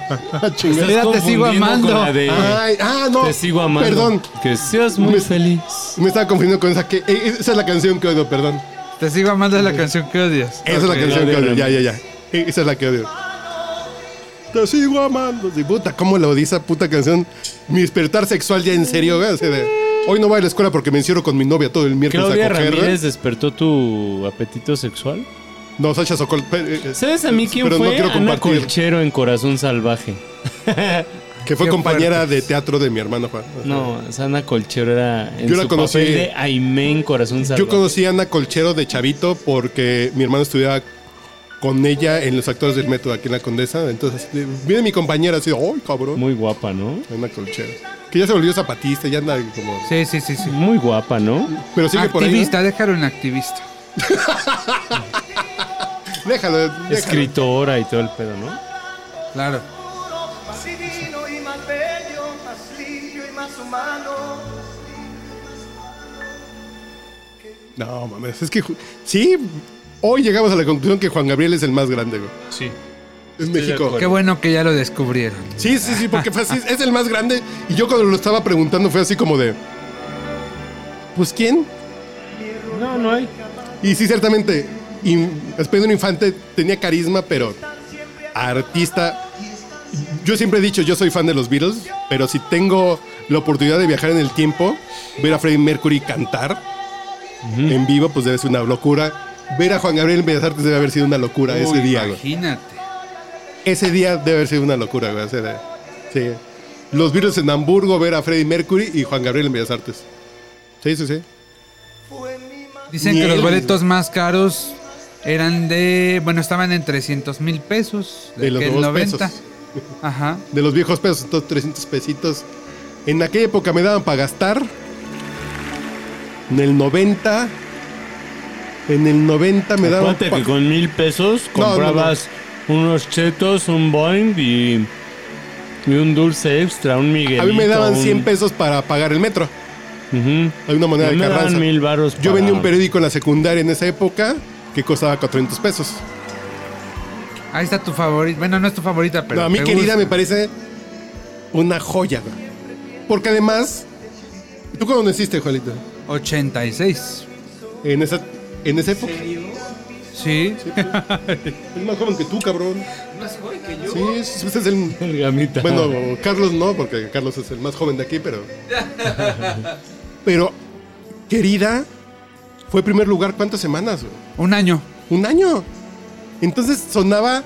S1: chingada.
S5: Estás
S2: Mira, te sigo
S5: confundiendo
S2: amando.
S5: con la de
S1: Ay, ah, no.
S5: Te sigo amando.
S1: Perdón.
S5: Que seas muy
S1: Me-
S5: feliz.
S1: Me estaba confundiendo con esa que. eh, Esa es la canción que odio, perdón. Ah,
S2: Te sigo amando de la canción que odias.
S1: Esa es la
S5: Ok,
S1: canción
S5: la
S1: que
S5: de
S1: odio. Ya, ya,
S5: Ramírez.
S1: ya. Eh, Esa es la que odio. Te sigo amando. Sí, puta, ¿cómo la odio esa puta canción? Mi despertar sexual ya en serio, güey. así de, Hoy no voy a la escuela porque me encierro con mi novia todo el miércoles
S5: ¿Claudia
S1: a coger. güey.
S5: Ramírez despertó tu apetito sexual?
S1: No, Sasha Sokol. eh, eh,
S5: ¿Sabes a mí quién
S1: Pero
S5: fue? Ah,
S1: no quiero
S5: Ana
S1: compartir.
S5: Colchero en Corazón Salvaje.
S1: que fue
S2: Qué
S1: compañera de teatro de mi hermano Juan.
S5: No, es Ana Colchero era en
S1: Yo la
S5: su
S1: conocí-
S5: papel de Aimé en Corazón Salvaje.
S1: Yo conocí a Ana Colchero de chavito porque mi hermano estudiaba con ella en los actores del método aquí en la Condesa. Entonces, eh, viene mi compañera así, ¡ay, cabrón!
S5: Muy guapa, ¿no?
S1: Ana Colchero. Que ya se volvió zapatista, ya anda como...
S2: Sí, sí, sí, sí.
S5: Muy guapa, ¿no?
S1: Pero sigue por ahí,
S2: Activista, déjalo en activista.
S1: ¿no? Déjalo, déjalo.
S5: Escritora y todo el pedo, ¿no?
S2: Claro.
S7: Más divino y más bello, más limpio y más humano.
S1: No, mames, es que... ju- Sí, hoy llegamos a la conclusión que Juan Gabriel es el más grande, güey.
S4: Sí.
S1: En
S4: de
S1: México.
S4: acuerdo.
S2: Qué bueno que ya lo descubrieron.
S1: Sí, sí, sí, porque fue así, es el más grande. Y yo cuando lo estaba preguntando fue así como de... Pues, ¿quién?
S5: No, no hay.
S1: Y sí, ciertamente, in- Pedro Infante tenía carisma, pero artista. Yo siempre he dicho, yo soy fan de los Beatles, pero si tengo la oportunidad de viajar en el tiempo, ver a Freddie Mercury cantar en vivo, pues debe ser una locura. Ver a Juan Gabriel en Bellas Artes debe haber sido una locura ese
S2: Uy,
S1: día, güey.
S2: Imagínate.
S1: Ese día debe haber sido una locura, güey. o sea, de- sí. Los Beatles en Hamburgo, ver a Freddie Mercury y Juan Gabriel en Bellas Artes. Sí, sí, sí.
S2: Dicen
S1: Ni
S2: que los
S1: él,
S2: boletos más caros eran de. Bueno, estaban en 300 mil pesos.
S1: De los
S2: aquel
S1: nuevos pesos.
S2: Ajá.
S1: de los viejos pesos, estos 300 pesitos. En aquella época me daban para gastar. En el 90. En el 90 me daban.
S5: Acuérdate
S1: pa-
S5: que con mil pesos
S1: No, no, no.
S5: comprabas unos chetos, un boing y, y un dulce extra, un miguelito.
S1: A mí me daban
S5: un-
S1: 100 pesos para pagar el metro.
S5: Ujú.
S1: Hay una moneda
S5: No
S1: de
S5: me
S1: Carranza.
S5: daban mil varos
S1: Yo
S5: para-
S1: vendí un periódico en la secundaria en esa época que costaba 400 pesos.
S2: Ahí está tu favorita. Bueno, no es tu favorita, pero.
S1: No, a mí,
S2: te
S1: querida,
S2: gusta.
S1: me parece una joya. güey. Porque además. ¿Tú cuándo naciste, Juanita?
S2: 86.
S1: En esa, en esa época.
S2: Sí.
S1: Es más joven que tú, cabrón.
S6: Más joven que yo.
S1: Sí, usted es el.
S5: El gamita.
S1: Bueno, Carlos no, porque Carlos es el más joven de aquí, pero. Pero, querida, fue primer lugar cuántas semanas, güey?
S2: Un año.
S1: Un año. Entonces sonaba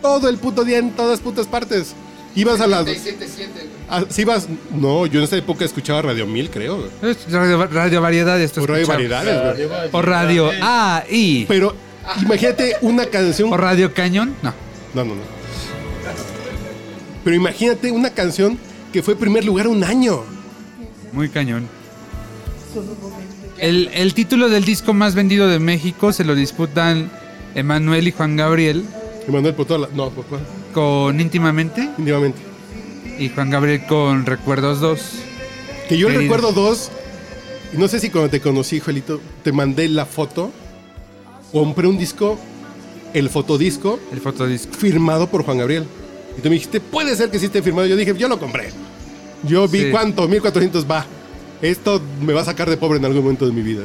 S1: todo el puto día en todas putas partes. Ibas a las.
S6: 37,
S1: a- si ibas. No, yo en esa época escuchaba Radio 1000, creo. güey.
S2: Es Radio, radio Variedad, esto
S1: O Radio
S2: escuchamos.
S1: Variedades, güey.
S2: O Radio AI.
S1: Pero, imagínate una canción.
S2: O Radio Cañón. No.
S1: No, no, no. Pero imagínate una canción que fue primer lugar un año.
S2: Muy cañón. El, el título del disco más vendido de México se lo disputan Emanuel y Juan Gabriel
S1: Emanuel Potola. No, por cuál.
S2: con Íntimamente
S1: Íntimamente.
S2: y Juan Gabriel con Recuerdos 2.
S1: Que Que yo
S2: Querido.
S1: recuerdo dos. y No sé si cuando te conocí, Joelito, te mandé la foto. Compré un disco, el fotodisco,
S2: El fotodisco.
S1: firmado por Juan Gabriel. Y tú me dijiste, puede ser que sí esté firmado. Yo dije, yo lo compré. Yo vi
S2: Sí.
S1: cuánto, 1400 va. Esto me va a sacar de pobre en algún momento de mi vida.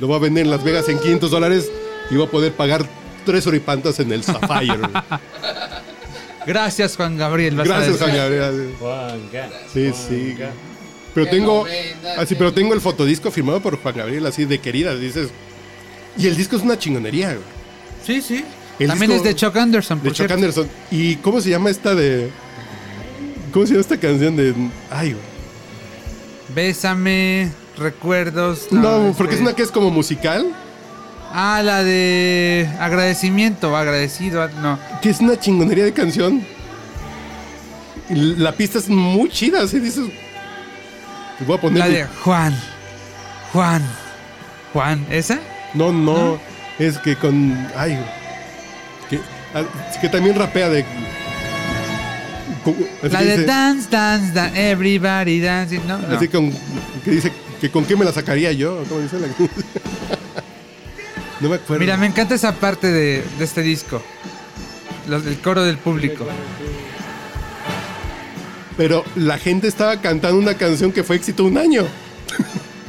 S1: Lo voy a vender en Las Vegas en 500 dólares y voy a poder pagar tres oripantas en el Sapphire.
S2: Gracias, Juan Gabriel. vas a
S1: Gracias,
S2: decir.
S1: Juan Gabriel. Sí, sí. Pero
S6: Que
S1: tengo,
S6: no venda,
S1: así,
S6: que
S1: pero
S6: no-
S1: tengo el fotodisco firmado por Juan Gabriel, así de querida, dices. Y el disco es una chingonería, güey.
S2: Sí, sí.
S1: El
S2: También
S1: disco
S2: es de Chuck Anderson, por
S1: De Chuck
S2: cierto.
S1: Anderson. ¿Y cómo se llama esta de. ¿Cómo se llama esta canción de. Ay, güey.
S2: Bésame, recuerdos.
S1: No,
S2: este-
S1: porque es una que es como musical,
S2: Ah, la de agradecimiento, agradecido. ah, No.
S1: que es una chingonería de canción. Y La pista es muy chida, así dices. Te voy a poner.
S2: La
S1: mi-
S2: de Juan. Juan. Juan. ¿Esa?
S1: No, no, Es que con. Ay. güey. Que, ah, que también rapea de. con- así
S2: La
S1: que
S2: de
S1: dice-
S2: Dance, Dance, Dance, Everybody Dancing. No, no.
S1: Así con, que dice que con qué me la sacaría yo. ¿Cómo dice la No me acuerdo.
S2: Mira, me encanta esa parte de, de este disco. Los del coro del público.
S1: Pero la gente estaba cantando una canción que fue éxito un año.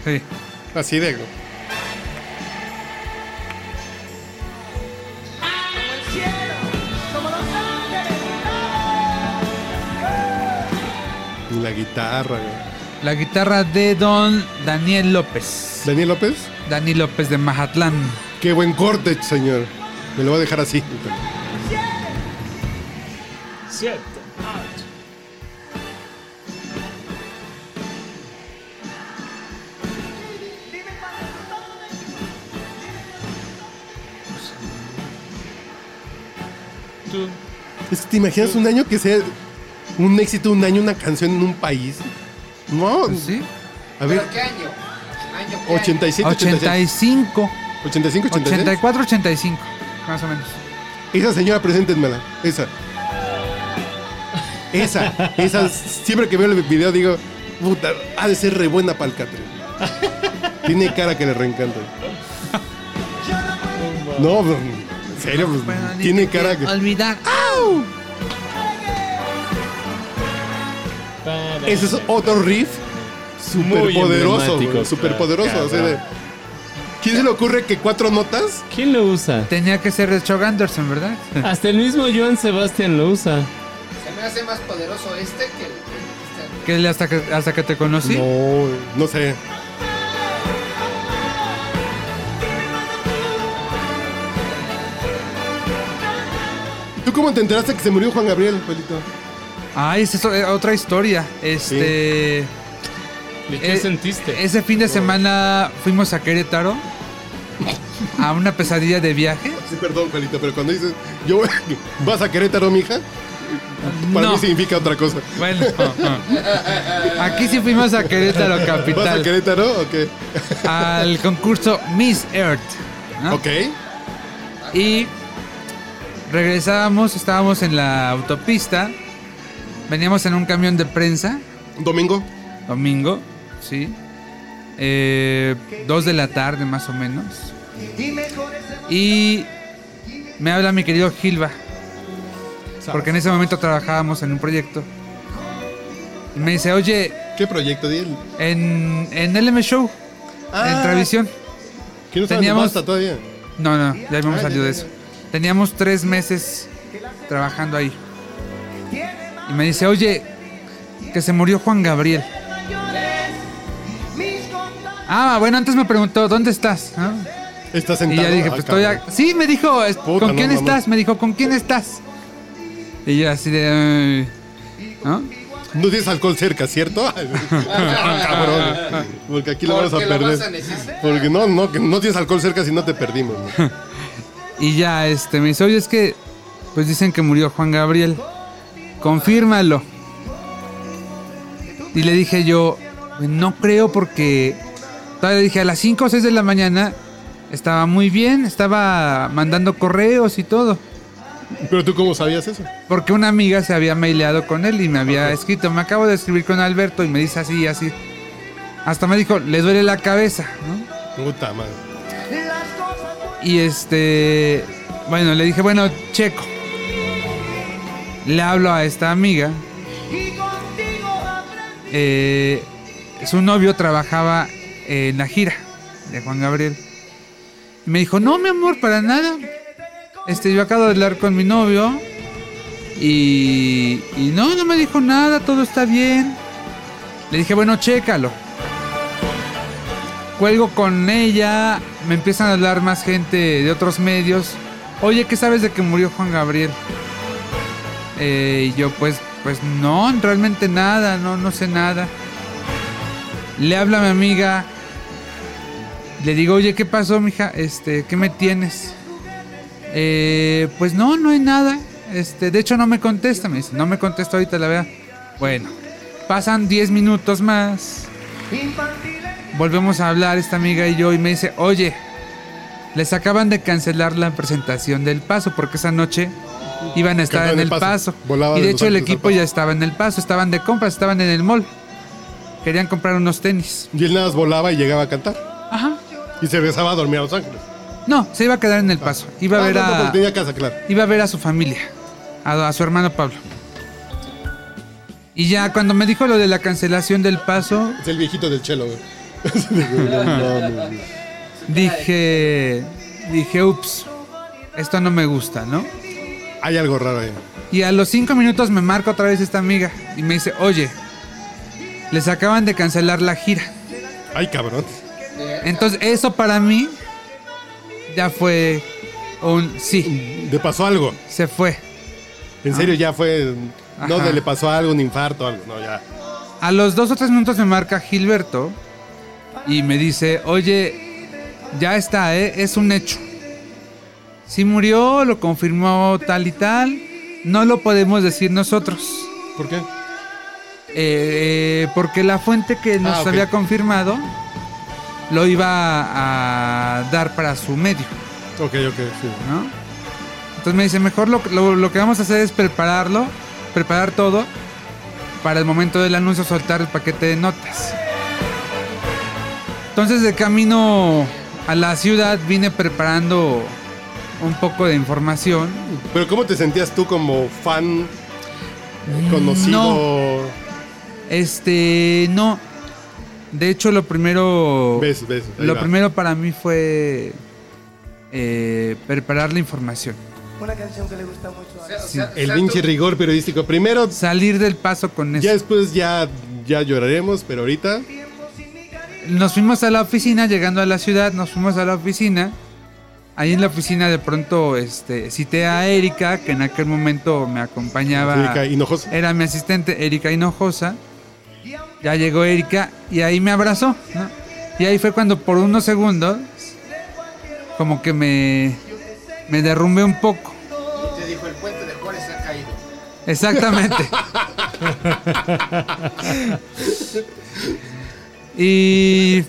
S2: Sí.
S1: Así de. Y la guitarra, güey.
S2: La guitarra de Don Daniel López.
S1: Daniel López,
S2: Dani López de Mazatlán.
S1: qué buen corte, señor. Me lo voy a dejar así. Es que te imaginas un año que sea un éxito, un año, una canción en un país. No,
S2: Pues sí.
S1: a ver,
S6: ¿Pero qué año? ¿Año qué año?
S1: 87, 86.
S2: 85.
S1: 85, 86.
S2: 84, 85. Más o menos.
S1: Esa señora, preséntenmela. Esa. Esa. Esa. Siempre que veo el video digo, puta, ha de ser re buena para el catre. Tiene cara que le reencanta. No, bro, en serio, bro,
S2: Bueno, ni
S1: tiene
S2: te
S1: cara
S2: quiero
S1: que...
S2: Olvidar. ¡Au!
S1: Ese es otro riff
S5: Muy
S1: superpoderoso,
S5: emblemático,
S1: bro, superpoderoso.
S5: claro,
S1: o sea, de- ¿Quién se le ocurre que cuatro notas?
S5: ¿Quién lo usa?
S2: Tenía que ser de Chuck Anderson, ¿verdad?
S5: Hasta el mismo Joan Sebastián lo usa.
S6: Se me hace más poderoso este que el que este. dijiste antes.
S2: que hasta que, hasta que te conocí.
S1: No, no sé. ¿Tú cómo te enteraste que se murió Juan Gabriel, Pelito?
S2: Ah, es eso, eh, otra historia. Este.
S5: ¿Y qué
S2: eh,
S5: sentiste?
S2: Ese fin de semana fuimos a Querétaro a una pesadilla de viaje.
S1: Sí, perdón, Pelito, pero cuando dices, yo voy- vas a Querétaro, mija, para
S2: No.
S1: mí significa otra cosa.
S2: Bueno, aquí sí fuimos a Querétaro
S1: ¿Vas a
S2: capital
S1: Querétaro o qué?
S2: al concurso Miss Earth. ¿no?
S1: Ok.
S2: Y regresábamos, estábamos en la autopista, veníamos en un camión de prensa,
S1: ¿Domingo?
S2: domingo, sí, eh, dos de la tarde más o menos. Y me habla mi querido Gilba, porque en ese momento trabajábamos en un proyecto. Y me dice, oye,
S1: ¿Qué proyecto, Diel?
S2: en, en LM Show, en
S1: Ah.
S2: Travisión.
S1: ¿Quién no sabe de
S2: Teníamos-
S1: Basta todavía?
S2: No, no, ya habíamos
S1: Ah,
S2: salido
S1: ya,
S2: de
S1: ya,
S2: eso. Teníamos tres meses trabajando ahí. Y me dice, oye, que se murió Juan Gabriel. Ah, bueno, antes me preguntó, ¿dónde estás? ¿Ah?
S1: ¿Estás
S2: Y
S1: sentado?
S2: ya dije,
S1: Ah,
S2: pues estoy
S1: cabrón.
S2: a- Sí, me dijo, es-
S1: Puta,
S2: ¿con
S1: no
S2: quién
S1: mames.
S2: estás? Me dijo, ¿con quién estás? Y yo así de... "Ay", ¿no?
S1: No tienes alcohol cerca, ¿cierto? Ah, Cabrón. Porque aquí lo
S6: Porque
S1: vamos a
S6: lo
S1: perder.
S6: vas a necesitar.
S1: Porque no, no, que no tienes alcohol cerca si no te perdimos. ¿no?
S2: Y ya, este, me dice, oye, es que, pues dicen que murió Juan Gabriel. Confírmalo. Y le dije yo, "Pues, no creo porque, todavía le dije, a las 5 o 6 de la mañana estaba muy bien, estaba mandando correos y todo.
S1: Pero tú cómo sabías eso?
S2: Porque una amiga se había maileado con él y me había escrito, me acabo de escribir con Alberto y me dice así y así. Hasta me dijo, le duele la cabeza, ¿no?
S1: Puta madre.
S2: Y este, bueno, le dije, bueno, checo. Le hablo a esta amiga. Eh, su novio trabajaba en la gira de Juan Gabriel. Y me dijo, no, mi amor, para nada. Este, yo acabo de hablar con mi novio. Y, y no, no me dijo nada, todo está bien. Le dije, bueno, chécalo. Cuelgo con ella, me empiezan a hablar más gente de otros medios. Oye, ¿qué sabes de que murió Juan Gabriel? Eh, y yo pues, pues no, realmente nada, no, no sé nada. Le habla a mi amiga, le digo, oye, ¿qué pasó, mija? Este, ¿qué me tienes? Eh, pues no, no hay nada. Este, de hecho no me contesta, me dice, no me contesta ahorita la verdad. Bueno, pasan 10 minutos más. Volvemos a hablar esta amiga y yo y me dice, oye, les acaban de cancelar la presentación del paso porque esa noche iban a estar
S1: Cantaban
S2: en
S1: El
S2: el
S1: Paso.
S2: paso.
S1: Volaba
S2: Y
S1: de
S2: de
S1: Los
S2: hecho el
S1: Ángeles al
S2: equipo
S1: Paso.
S2: ya estaba en el paso, estaban de compras, estaban en el mall. Querían comprar unos tenis.
S1: Y él nada más volaba y llegaba a cantar.
S2: Ajá.
S1: Y se regresaba a dormir a Los Ángeles.
S2: No, se iba a quedar en el paso. Iba a
S1: Ah,
S2: ver
S1: no, no, porque
S2: a...
S1: tenía casa, claro.
S2: iba a ver a su familia, a, a su hermano Pablo. Y ya cuando me dijo lo de la cancelación del paso,
S1: Es el viejito del chelo, güey. No, no, no.
S2: dije, dije, ups, esto no me gusta, ¿no?
S1: Hay algo raro ahí.
S2: Y a los cinco minutos me marca otra vez esta amiga y me dice, oye, les acaban de cancelar la gira.
S1: Ay, cabrón.
S2: Entonces eso para mí ya fue un sí,
S1: Le pasó algo.
S2: se fue.
S1: En serio, ya fue. No,
S2: Ah. Ajá.
S1: de le pasó algo, un infarto, algo. No, ya.
S2: A los dos o tres minutos me marca Gilberto y me dice, oye, ya está, ¿eh? es un hecho. Si murió, lo confirmó tal y tal, no lo podemos decir nosotros.
S1: ¿Por qué?
S2: Eh, porque la fuente que nos
S1: Ah, ok.
S2: había confirmado lo iba a dar para su medio,
S1: Ok, ok, sí.
S2: ¿no? Entonces me dice, mejor lo, lo- lo que vamos a hacer es prepararlo, preparar todo, para el momento del anuncio soltar el paquete de notas. Entonces de camino a la ciudad vine preparando un poco de información.
S1: Pero ¿cómo te sentías tú como fan eh, conocido?
S2: Este, no. De hecho, lo primero...
S1: Ves, ves. ahí
S2: Lo
S1: va.
S2: primero para mí fue eh, preparar la información.
S1: El pinche rigor periodístico. Primero,
S2: Salir del paso con
S1: ya
S2: eso.
S1: después ya, ya lloraremos, pero ahorita.
S2: Nos fuimos a la oficina, llegando a la ciudad, nos fuimos a la oficina. Ahí en la oficina de pronto este, cité a Erika, que en aquel momento me acompañaba.
S1: Erika Hinojosa.
S2: Era mi asistente, Erika Hinojosa. Ya llegó Erika y ahí me abrazó. ¿no? Y ahí fue cuando por unos segundos, como que me, me derrumbé un poco.
S6: Te dijo, el puente de Juárez ha caído.
S2: Exactamente. y,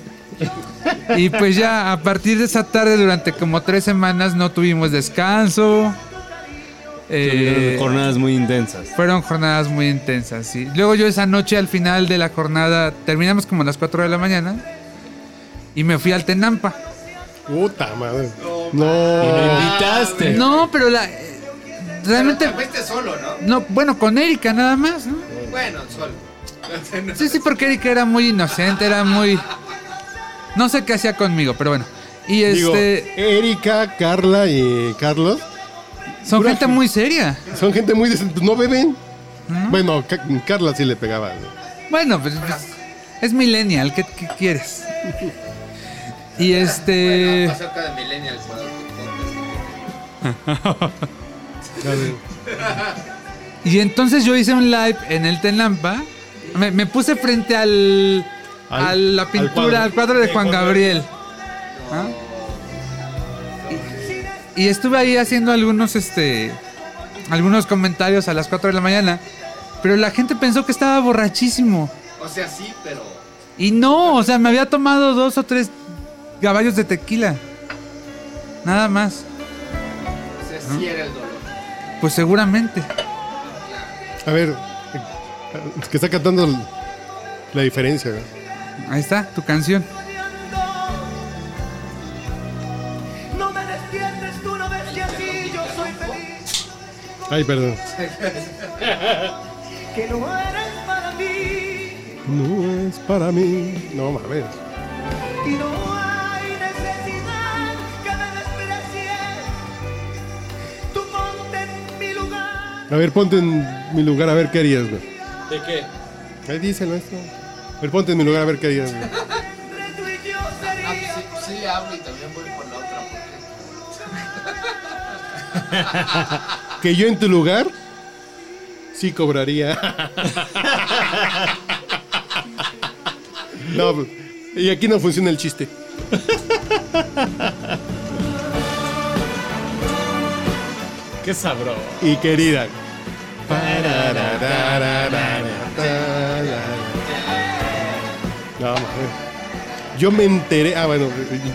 S2: y pues ya a partir de esa tarde durante como tres semanas no tuvimos descanso. Eh,
S5: Jornadas muy intensas.
S2: fueron jornadas muy intensas, sí. Luego yo esa noche al final de la jornada terminamos como a las 4 de la mañana y me fui al Tenampa.
S1: Puta madre.
S5: Y lo
S1: No.
S5: invitaste.
S2: No, pero la... eh, Realmente...
S6: Pero te fuiste este solo, ¿no?
S2: No, bueno, con Erika nada más, ¿no?
S6: Bueno, solo.
S2: Sí, sí, porque Erika era muy inocente, era muy. No sé qué hacía conmigo, pero bueno. Y
S1: Digo,
S2: este.
S1: Erika, Carla y Carlos
S2: son
S1: pura
S2: gente
S1: gen-
S2: muy seria.
S1: son gente muy decente. No beben.
S2: ¿Ah?
S1: Bueno, Ca- Carla sí le pegaba.
S2: Bueno, pues. pues, es millennial, ¿qué, qué quieres? Y este.
S6: Bueno, pues, acerca de Millennials. ¿no?
S2: Y entonces yo hice un live en el Tenlampa. Me, me puse frente al,
S1: Al-
S2: a la
S1: al cuadro.
S2: pintura, al cuadro, de Juan Gabriel. ¿Ah? Y, y estuve ahí haciendo algunos, este, algunos comentarios a las 4 de la mañana. Pero la gente pensó que estaba borrachísimo.
S6: O sea, sí, pero...
S2: Y no, o sea, me había tomado dos o tres caballos de tequila. Nada más.
S6: O sea, sí era el dolor.
S2: Pues seguramente.
S1: A ver, que está cantando la diferencia. güey.
S2: Ahí está, tu canción.
S7: No me despiertes, tú no ves que así yo soy feliz.
S1: Ay, perdón.
S7: Que no eres para mí
S1: No es para mí. No mames.
S7: y no hay necesidad que me desprecies. Tú ponte en mi lugar.
S1: A ver, ponte en mi lugar a ver qué harías, güey.
S4: ¿De qué?
S1: Ahí díselo esto. A ver, ponte en mi lugar a ver qué harías, güey.
S7: Entre tú y yo
S6: Ah, pues
S7: sería.
S6: sí, sí hablo y también voy por la otra porque
S1: Que yo en tu lugar sí cobraría. No, pues, y aquí no funciona el chiste.
S4: Qué sabroso.
S1: Y querida. No, mames. eh. Yo me enteré. Ah, bueno,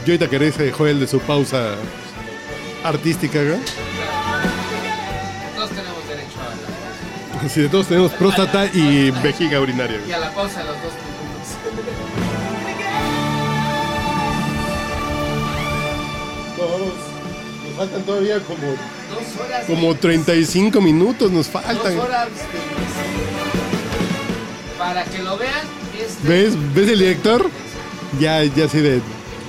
S1: yo Taqueré se dejó el de su pausa artística, ¿no?
S6: todos tenemos derecho a la,
S1: Si de todos tenemos próstata y vejiga urinaria.
S6: y a la pausa de los dos minutos.
S1: Nos faltan todavía como,
S6: Dos horas.
S1: como 35 minutos, nos faltan.
S6: Dos horas de- Para que lo vean, este.
S1: ¿Ves? ¿Ves el director? Ya, ya sí de.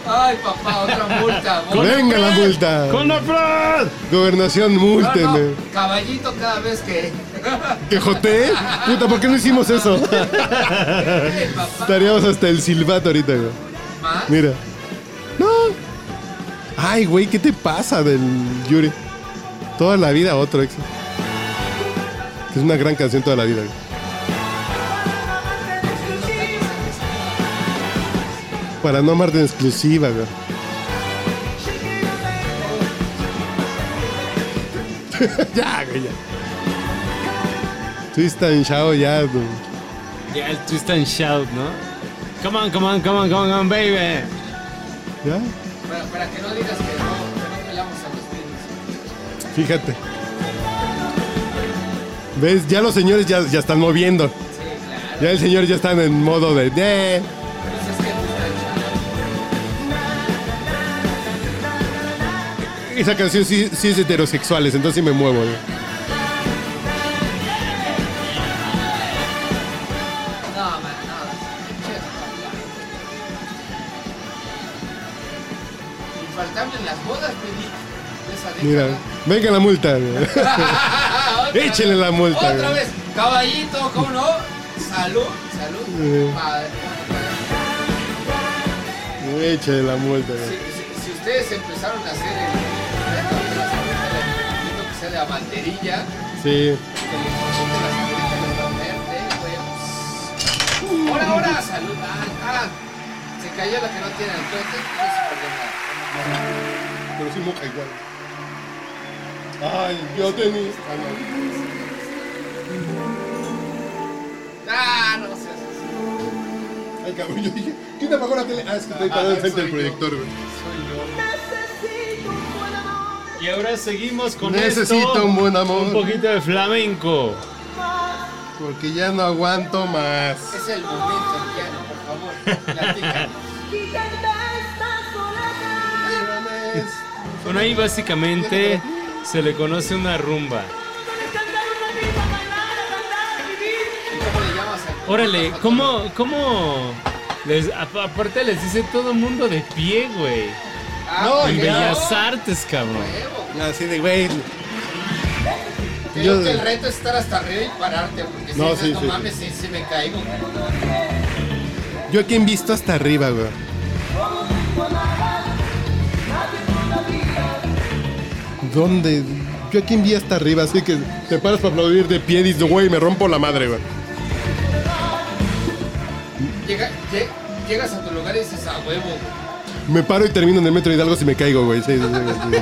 S6: Ay, papá, otra multa. multa.
S1: ¡Venga la multa!
S4: ¡Conapred!
S1: Gobernación,
S6: No,
S1: multen.
S6: no,
S1: eh.
S6: caballito cada vez que.
S1: ¿Que jotee? Puta, ¿por qué no hicimos eso?
S6: Ay, papá,
S1: Estaríamos hasta el silbato ahorita, güey.
S6: más.
S1: Mira. No. Ay, güey, ¿qué te pasa del Yuri? Toda la vida otro éxito. Es una gran canción toda la vida, güey. Para no amarte en exclusiva, güey. ya, güey, ya. Twist and shout, ya, güey.
S4: Ya el twist and shout, ¿no? Come on, come on, come on, come on, come on, baby.
S1: Ya,
S6: Para, para que no digas que no, que no pelamos a los niños.
S1: fíjate. ¿Ves? Ya los señores ya, ya están moviendo.
S6: Sí, claro.
S1: Ya el señor ya está en modo de... "Eh, de.
S6: Pues es que tú estás
S1: Esa canción sí, sí es heterosexuales, entonces sí me muevo. güey.
S6: chavo. No, man, no. che, papá. Infaltable en las bodas, Pedro. Esa década.
S1: Mira, venga la multa. güey.
S6: Otra
S1: Échele
S6: vez.
S1: la multa,
S6: Otra
S1: güey.
S6: vez, caballito, ¿cómo no? Salud, salud.
S1: Eh.
S6: Padre.
S1: Échale la multa. güey.
S6: Si, si- si ustedes empezaron a hacer el. el- que sea de la banderilla,
S1: Sí.
S6: que les quiten las banderitas, les va a verte, güey. Ahora, ahora, salud. Ah, ah, se cayó la que no tiene el coche, no se perdió nada.
S1: Pero sí moja igual. Ay, yo tenía...
S6: Ah, no seas así.
S1: Ay, cabrón, yo dije... ¿Quién apagó la tele? Ah, es que estoy parado enfrente del proyector, güey.
S4: Y ahora seguimos con
S1: Necesito
S4: esto.
S1: un buen amor.
S4: Un poquito de flamenco.
S1: Porque ya no aguanto más.
S6: Es el momento, Diana, por favor. Platícanos.
S4: Bueno, ahí básicamente se le conoce una rumba.
S6: ¿Y cómo le llamas al- Ah,
S4: Órale, ¿cómo, cómo? Les, a- aparte les dice todo mundo de pie, güey.
S6: Ah,
S1: No,
S4: En
S6: porque
S1: ya.
S4: Bellas Artes, cabrón.
S1: Así de, güey.
S6: Creo que el reto es estar hasta arriba y pararte, porque si
S1: No,
S6: dices,
S1: sí,
S6: no
S1: sí,
S6: mames, si me caigo.
S1: Yo aquí en visto hasta arriba, güey. ¿Dónde? Yo aquí en vi hasta arriba, así que te paras para aplaudir de pie y dices, güey, me rompo la madre, güey.
S6: Llega- lle- llegas a tu lugar y dices, a huevo, güey.
S1: Me paro y termino en el metro Hidalgo si me caigo, güey. Sí, sí, sí,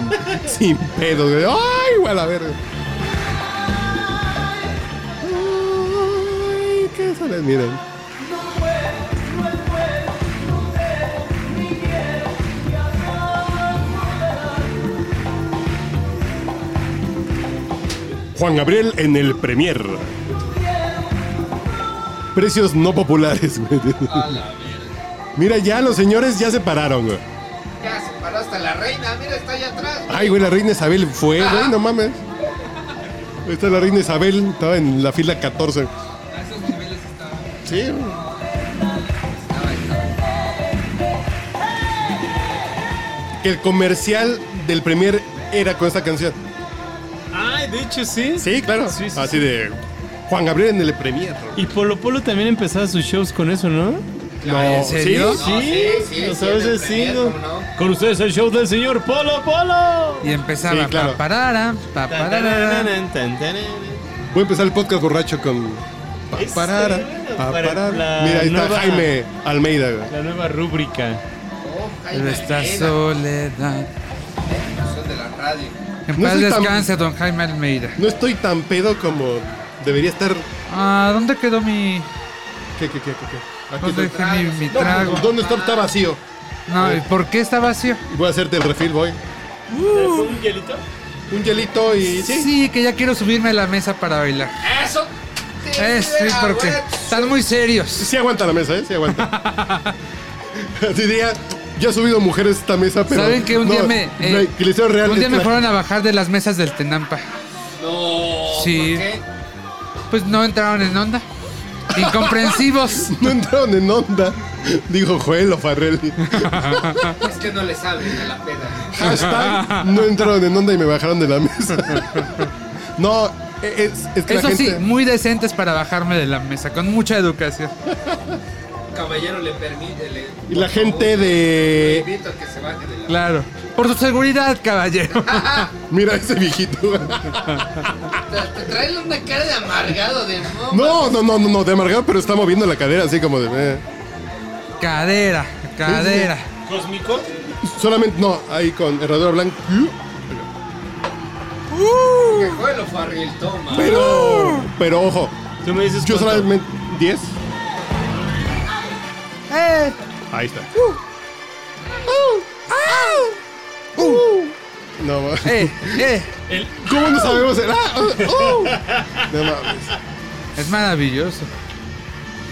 S1: sí. sin pedo, güey. Ay, güey, a la verga. Ay, qué sale, miren. Juan Gabriel en el Premier. Precios no populares, güey. Mira, ya los señores ya se pararon, güey.
S6: Ya se paró hasta la reina, mira, está allá atrás.
S1: Ay, güey, la reina Isabel fue, güey, no mames. Ahí está la reina Isabel, estaba en la fila 14.
S6: A esos niveles estaba.
S1: Sí, güey. Que el comercial del Premier era con esta canción.
S4: Ay, de hecho sí.
S1: Sí, claro.
S4: Sí, sí,
S1: Así de Juan Gabriel en el Premier.
S4: Y Polo Polo también empezaba sus shows con eso, ¿no?
S1: No,
S2: ¿en serio?
S1: ¿sí?
S6: No, sí, sí,
S4: o
S6: sí,
S4: sea, a
S6: en el
S4: veces sí,
S6: Premier,
S4: ¿no?
S6: ¿cómo no?
S4: Con ustedes el show del señor Polo Polo.
S2: Y empezaba
S1: Sí, claro.
S2: pa, parara, pa, parara.
S1: Voy a empezar el podcast borracho con. Pa,
S4: Este,
S1: parara, pa,
S4: para
S1: parara.
S4: la
S1: Mira, ahí está
S4: nueva-
S1: Jaime Almeida. güey.
S4: La nueva rúbrica.
S6: Oh,
S2: Pero
S6: Jaime
S2: esta
S6: Almeida,
S2: soledad.
S6: producción de la radio.
S2: En
S1: No
S2: paz
S1: soy tan-
S2: descanse, don Jaime Almeida.
S1: No estoy tan pedo como debería estar.
S2: Ah, ¿dónde quedó mi.
S1: ¿Qué, qué, qué, qué? qué? Aquí
S2: ¿Dónde
S1: estoy.
S2: dejé mi, mi Pues trago?
S1: No, pues, ¿Dónde está? Está vacío.
S2: No, ¿y por qué está vacío?
S1: Y voy a hacerte el refil, voy.
S4: ¿Un hielito?
S1: Un hielito y.
S2: Sí.
S1: Sí.
S2: que ya quiero subirme a la mesa para bailar.
S6: Eso.
S2: Eh, sí,
S6: Ah,
S2: porque
S6: bueno,
S2: están muy serios.
S1: Sí, aguanta la mesa, ¿eh? Sí, aguanta. Así diría. Yo he subido mujeres a esta mesa, pero.
S2: ¿Saben que un
S1: no,
S2: día me. eh,
S1: no hay- que le hicieron real
S2: un día
S1: es
S2: me
S1: la-
S2: fueron a bajar de las mesas del Tenampa.
S6: No.
S2: Sí.
S6: ¿por qué?
S2: Pues no entraron en onda. Incomprensivos.
S1: No entraron en onda, dijo Joel O'Farrelly.
S6: Es que no le saben a la peda.
S1: Hashtag, no entraron en onda y me bajaron de la mesa. No, es, es que
S2: Eso
S1: la
S2: sí,
S1: gente...
S2: muy decentes para bajarme de la mesa, con mucha educación.
S6: Caballero le permite. le- por
S1: Y la
S6: favor,
S1: gente eh,
S6: le
S1: de...
S6: invito a que se baje de la.
S2: Claro. Por su seguridad, caballero.
S1: Mira ese viejito.
S6: Te, te traen una cara de amargado de no.
S1: No, no, no, no, no, de amargado, pero está moviendo la cadera así como de... eh.
S2: Cadera, cadera.
S4: ¿Cósmico?
S1: Solamente, no, ahí con herradura blanca. Uh.
S6: Que fue lo farril, toma.
S1: Pero, pero ojo,
S4: Tú me dices
S1: yo
S4: cuánto.
S1: solamente... 10.
S2: ¡Eh!
S1: Ahí está. Uh. No, ma-
S2: ¡Eh! ¡Eh!
S1: ¿Cómo no sabemos el... ah, ah, ah? No mames.
S2: Es maravilloso.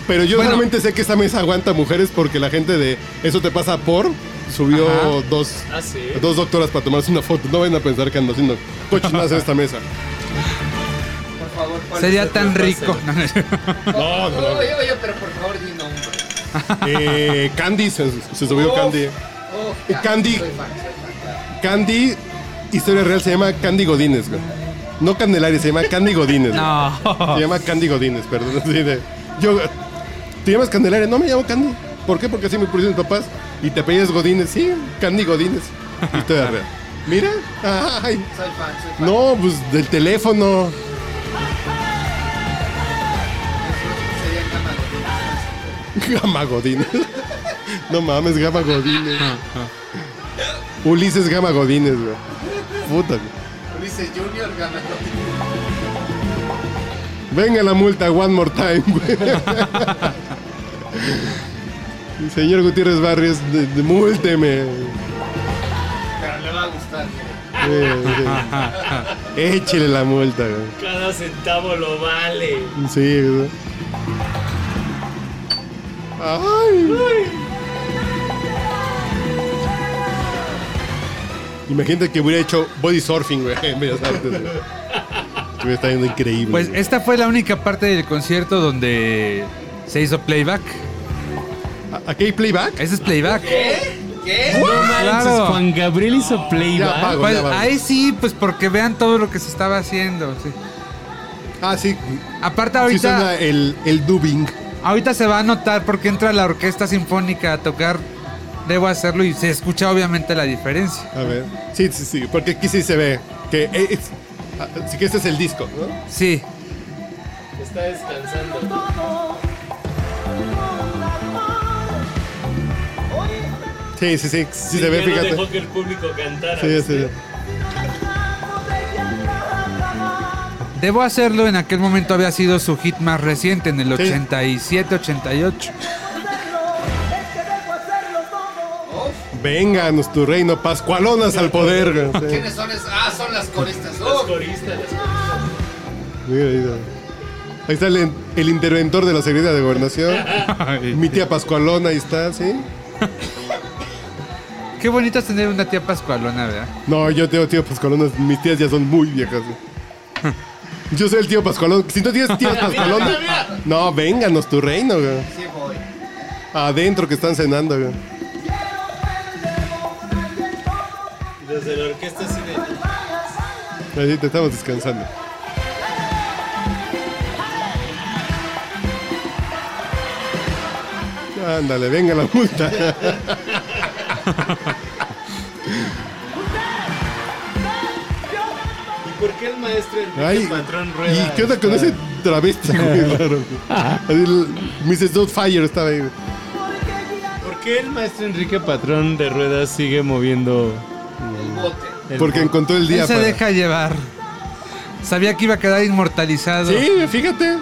S1: Pero yo
S2: Bueno.
S1: realmente sé que esta mesa aguanta mujeres porque la gente de Eso te pasa por subió
S2: Ajá.
S1: dos,
S4: Ah, sí.
S1: dos doctoras para tomarse una foto. No vayan a pensar que ando haciendo cochinadas en esta mesa.
S6: Por favor, ¿cuál es
S2: Sería
S6: el-
S2: tan rico.
S1: No, no, no.
S6: Oye, oye, pero por favor, di nombre.
S1: Eh, Candy, se, se subió
S6: Oh.
S1: Candy.
S6: Oh,
S1: Eh,
S6: ya,
S1: Candy.
S6: soy fan, soy fan,
S1: Candy, historia real, se llama Candy Godínez, güey. No Candelaria, se llama Candy Godínez. güey.
S2: No.
S1: Se llama Candy Godínez, perdón. Así de, yo, ¿Te llamas Candelaria? No me llamo Candy. ¿Por qué? Porque así me pusieron mis papás. Y te apellidas Godínez. Sí, Candy Godínez. Historia real. Mira. Ay.
S6: Soy fan, soy fan.
S1: No, pues del teléfono.
S6: Sería Gama Godínez.
S1: Gama Godínez. No mames, Gama Godínez. Ulises Gama Godínez, güey. Puta. güey.
S6: Ulises Junior, Gama Godínez.
S1: Venga la multa one more time, güey. El Señor Gutiérrez Barrios, de- de- múlteme.
S6: Pero le va a gustar.
S1: Eh, eh. Échele la multa, güey.
S4: Cada centavo lo vale.
S1: Sí, güey. Ay. Imagínate que hubiera hecho body surfing, güey, en Bellas Artes, güey. Hubiera estado yendo increíble.
S2: Pues
S1: güey.
S2: esta fue la única parte del concierto donde se hizo playback.
S1: ¿A- ¿Aquí hay playback?
S2: Ese es playback.
S6: ¿Qué?
S4: No manches,
S2: Claro.
S4: Juan Gabriel hizo
S1: Ya
S4: playback.
S1: pago,
S2: Pues
S1: ya pago.
S2: ahí sí, pues porque vean todo lo que se estaba haciendo. sí.
S1: Ah, sí.
S2: Aparte
S1: Sí
S2: ahorita,
S1: suena el, el dubbing.
S2: ahorita se va a notar porque entra la orquesta sinfónica a tocar. Debo hacerlo y se escucha obviamente la diferencia.
S1: A ver. Sí, sí, sí. Porque aquí sí se ve que es- ah, sí que este es el disco, ¿no?
S2: Sí,
S4: Está descansando.
S1: Sí, sí, sí. Sí se ve, fíjate.
S4: que el público cantara.
S1: Sí, sí, sí.
S2: Debo hacerlo, en aquel momento había sido su hit más reciente, en el 87-88.
S1: Vénganos tu reino, Pascualonas al poder. güey. Sí.
S6: ¿Quiénes son esas? Ah, son las coristas. Oh,
S4: Corista, las-
S1: Mira, ahí está. Ahí está el, el interventor de la Secretaría de Gobernación. Mi tía Pascualona, ahí está, ¿sí?
S2: Qué bonito es tener una tía pascualona, ¿verdad?
S1: No, yo tengo tío Pascualona, mis tías ya son muy viejas. güey. Yo soy el tío Pascualón. Si no tienes tías Pascualón, no, vénganos tu reino, güey. Adentro que están cenando, güey.
S4: Desde la orquesta así de...
S1: Así te estamos descansando. Ándale, venga la multa.
S4: ¿Y por qué el maestro Enrique
S1: Ay,
S4: Este Patrón
S1: ¿Y
S4: Rueda
S1: qué onda con
S4: está-
S1: ese travesti? güey, raro, güey? Así, el- Mrs. Doubtfire estaba ahí. güey.
S4: ¿Por qué el maestro Enrique
S5: ¿Qué patrón de ruedas sigue moviendo?
S1: Porque encontró el día
S2: Él se
S1: para-
S2: deja llevar. Sabía que iba a quedar inmortalizado.
S1: Sí, fíjate.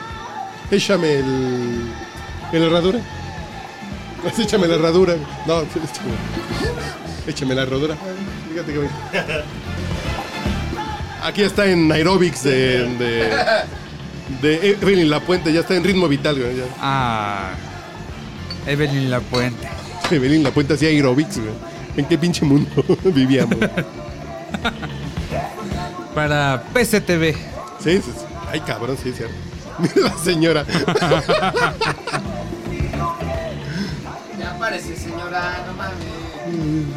S1: Échame el. el herradura. Pues échame la herradura. No, échame. Échame la herradura. Fíjate que bien. Aquí está en aerobics de. de. de eh, Evelyn La Puente, ya está en ritmo vital, güey. ya.
S2: Ah. Evelyn La Puente.
S1: Evelyn La Puente hacía aerobics, güey. ¿En qué pinche mundo vivíamos?
S2: Para PCTV.
S1: Sí, sí, sí. Ay, cabrón, sí, es cierto. Mira la señora.
S6: Ya aparece, señora, no mames.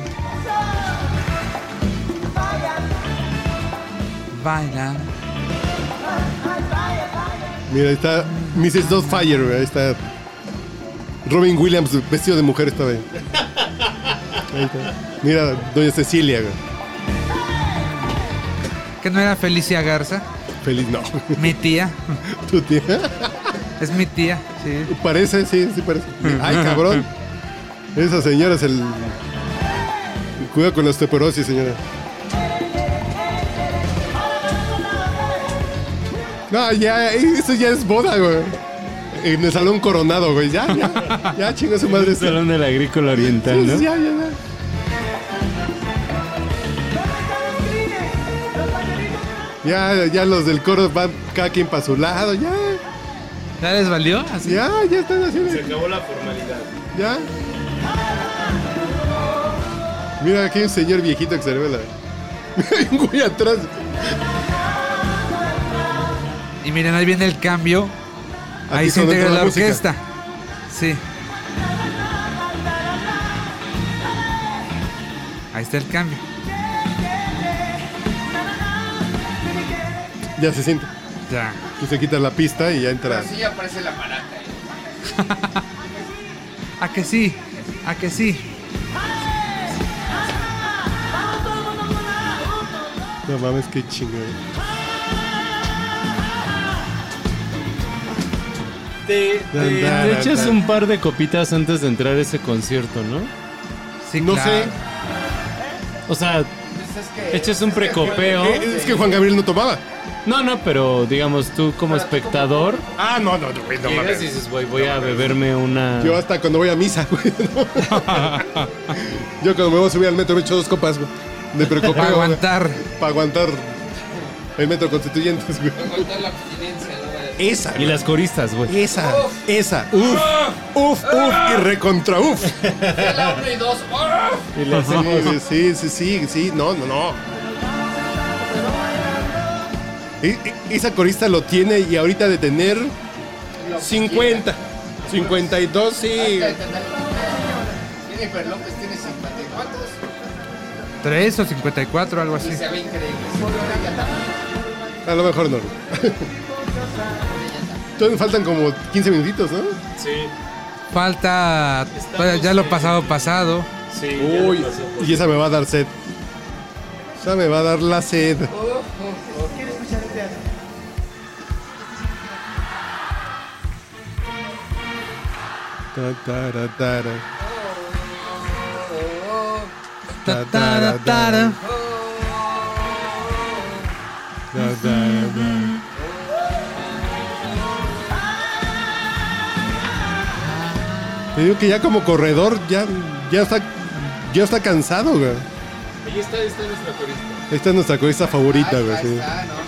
S2: Baila.
S1: Mira, ahí está Mrs. Doubtfire, güey, ahí está. Robin Williams vestido de mujer esta vez. Ahí está. Mira, doña Cecilia, güey.
S2: Que no era Felicia Garza.
S1: Feliz, no.
S2: Mi tía.
S1: Tu tía.
S2: Es mi tía. Sí.
S1: Parece, sí, sí parece. Ay, cabrón. Esa señora es el. Cuidado con la osteoporosis, señora. No, ya, eso ya es boda, güey. En el salón coronado, güey. Ya, ya. Ya, chinga su madre.
S5: El salón del agrícola oriental, ¿no?
S1: Ya, ya, ya. Ya, ya los del coro van cada quien para su lado, ya,
S2: ¿Ya les valió? Así.
S1: ya, ya están haciendo,
S4: se acabó la formalidad?
S1: ya. Mira, aquí hay un señor viejito que se le ve la... Hay un güey atrás.
S2: Y miren, ahí viene el cambio. Ahí
S1: Aquí
S2: se
S1: cuando
S2: integra
S1: entra
S2: la
S1: la música.
S2: orquesta. Sí. Ahí está el cambio.
S1: Ya se siente.
S2: Ya.
S1: Y se quita la pista y ya entra.
S2: Ah,
S6: Así ya aparece la maraca. ¿eh?
S2: ¿A que sí? ¿A que sí?
S1: No mames, qué eh. chingón.
S4: Te, te-
S5: Te echas un par de copitas antes de entrar a ese concierto, ¿no?
S2: Sí,
S1: No
S2: claro.
S1: sé.
S5: O sea, echas un precopeo.
S1: Eh, Es que Juan Gabriel no tomaba.
S5: No, no, pero digamos tú como espectador,
S1: Ah, no, no, no, güey, no
S5: llegas y dices, "Güey, voy a beberme una...
S1: Yo hasta cuando voy a misa, güey. ¿no? Yo cuando me voy a subir al metro me echo dos copas, güey. De precopeo.
S2: Para aguantar.
S1: Para aguantar el metro constituyentes, güey.
S6: Aguantar la abstinencia, no mames.
S1: Esa,
S5: Y las coristas, güey.
S1: Esa, esa. Uf, uf, uf y recontra uf.
S6: La 1 y 2.
S5: Y le hacen-
S1: Sí, sí, sí, sí, sí. No, no, no. E- e- Esa corista lo tiene y ahorita de tener 50. 52, sí.
S6: Jennifer López tiene 50. ¿Cuántos?
S2: 3 o 54, algo así.
S6: Y se ve increíble.
S1: A lo mejor no. Todavía faltan como 15 minutitos, ¿no?
S4: Sí,
S2: Falta todavía ya lo pasado pasado.
S4: sí. ya lo
S1: Uy,
S4: pasé.
S1: y esa me va a dar sed. Esa me va a dar la sed. Ta, tara, tara. Ta, tara, tara. Ta, tara, tara. Te digo que ya como corredor ya, ya está ya está cansado, güey.
S4: Ahí está, ahí está nuestra corista.
S1: Esta es nuestra corista favorita, güey. sí.
S6: Ah, no.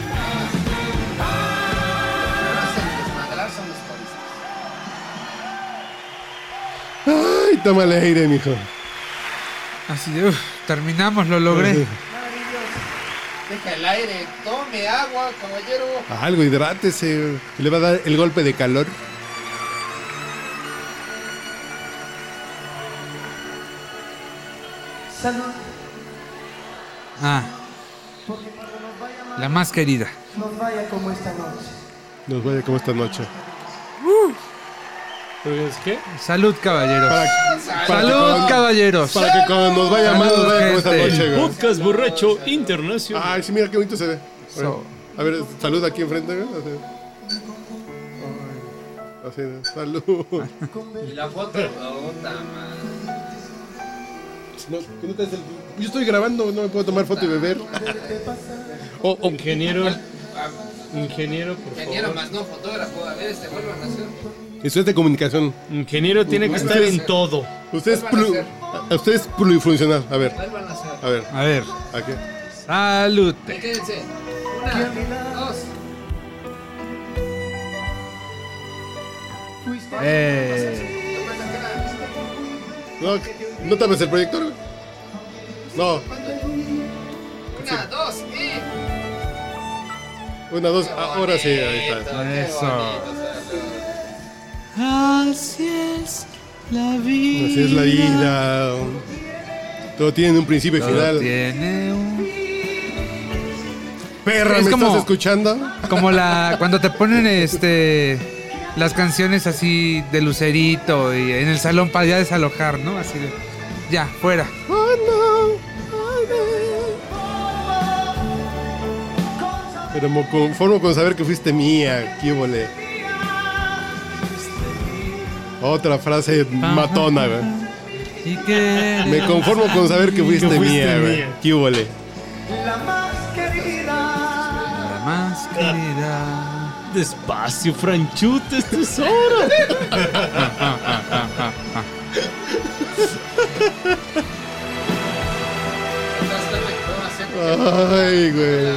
S1: Ay, tómale aire, mijo.
S2: Así de, uf, terminamos, lo logré.
S6: Deja el aire, tome agua, caballero.
S1: Algo, hidrátese. Le va a dar el golpe de calor.
S7: Salud,
S2: Ah,
S7: porque cuando nos vaya
S2: la más querida.
S7: mal, nos vaya como esta noche.
S1: Nos vaya como esta noche.
S4: Pero es que
S2: Salud, caballeros.
S1: Para, para que
S2: Salud,
S1: cuando-
S2: caballeros.
S1: Para que cuando nos vaya mal, nos vaya como esta
S2: Salud,
S1: noche, güey.
S4: Podcast borracho internacional.
S1: Ay, sí, mira qué bonito se ve.
S2: So-
S1: A ver, salud aquí enfrente, güey. Así. Así, ¿no? salud.
S6: Y la foto, puta madre.
S1: No, ¿qué no traes el- Yo estoy grabando, no me puedo tomar foto y beber. Ah,
S4: Oh, oh, ingeniero. Ingeniero, por
S6: Ingeniero
S4: favor.
S6: más no fotógrafo, a ver, este vuelvan a hacer.
S1: Eso es de comunicación.
S4: Ingeniero tiene
S1: Pues,
S4: que estar en todo.
S1: Usted es,
S6: Vuelvan a
S1: plu- a- usted es plurifuncional. A ver,
S6: Vuelvan a hacer.
S1: a ver,
S2: A ver,
S1: aquí.
S2: salud.
S6: Ahí Quédense. Una, dos.
S2: Eh,
S1: No, no tapes el proyector. güey. No,
S6: Una, dos y.
S1: una, dos, ah, ahora sí, ahí está.
S2: eso.
S1: Así es la vida. Todo tiene un principio y
S2: Todo
S1: final.
S2: tiene un-
S1: Perra,
S2: Es
S1: ¿me
S2: como-
S1: estás escuchando?
S2: Como la. Cuando te ponen este. Las canciones así de lucerito y en el salón para ya desalojar, ¿no? Así de. Ya, fuera.
S1: Pero me conformo con saber que fuiste mía, qué vole. Otra frase matona, güey.
S2: Y que.
S1: Me conformo con saber que fuiste,
S4: fuiste
S1: mía, güey.
S4: mía.
S1: Qué vole.
S7: La más querida.
S2: La
S1: Ah.
S2: más querida.
S4: Despacio, Franchute, esto es oro.
S1: Ah, Ay, güey.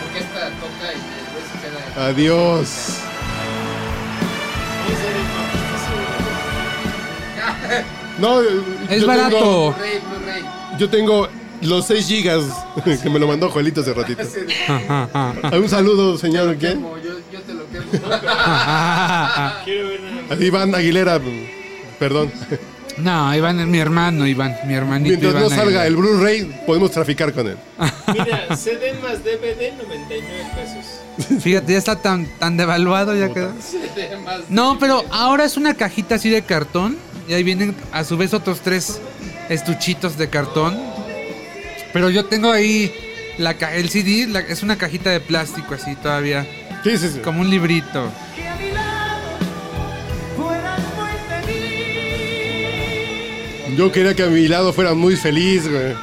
S6: Porque esta toca y el güey se queda.
S1: Adiós. No,
S2: Es
S1: yo tengo-
S2: barato.
S6: Blu-ray, Blu-ray.
S1: yo tengo los 6 gigas que me lo mandó Joelito hace ratito.
S2: Ajá, ajá,
S1: Un saludo, señor. ¿Quién?
S6: Como yo, yo te lo quemo.
S2: Ah, ajá.
S4: Quiero ver nada.
S1: Iván Aguilera. Perdón.
S2: No, Iván es mi hermano, Iván, mi hermanito.
S1: Mientras no
S2: Iván
S1: salga
S2: Aguilar.
S1: el Blu-ray, podemos traficar con él.
S4: Mira, CD más DVD, 99 pesos.
S2: Fíjate, ya está tan, tan devaluado ya quedó.
S6: Además,
S2: No, pero ahora es una cajita así de cartón. Y ahí vienen a su vez otros tres estuchitos de cartón. Pero yo tengo ahí la ca- el CD, la- es una cajita de plástico así todavía.
S1: Sí, sí, sí.
S2: Como un librito.
S7: que a mi lado fueras muy feliz.
S1: Yo quería que a mi lado fuera muy feliz, güey.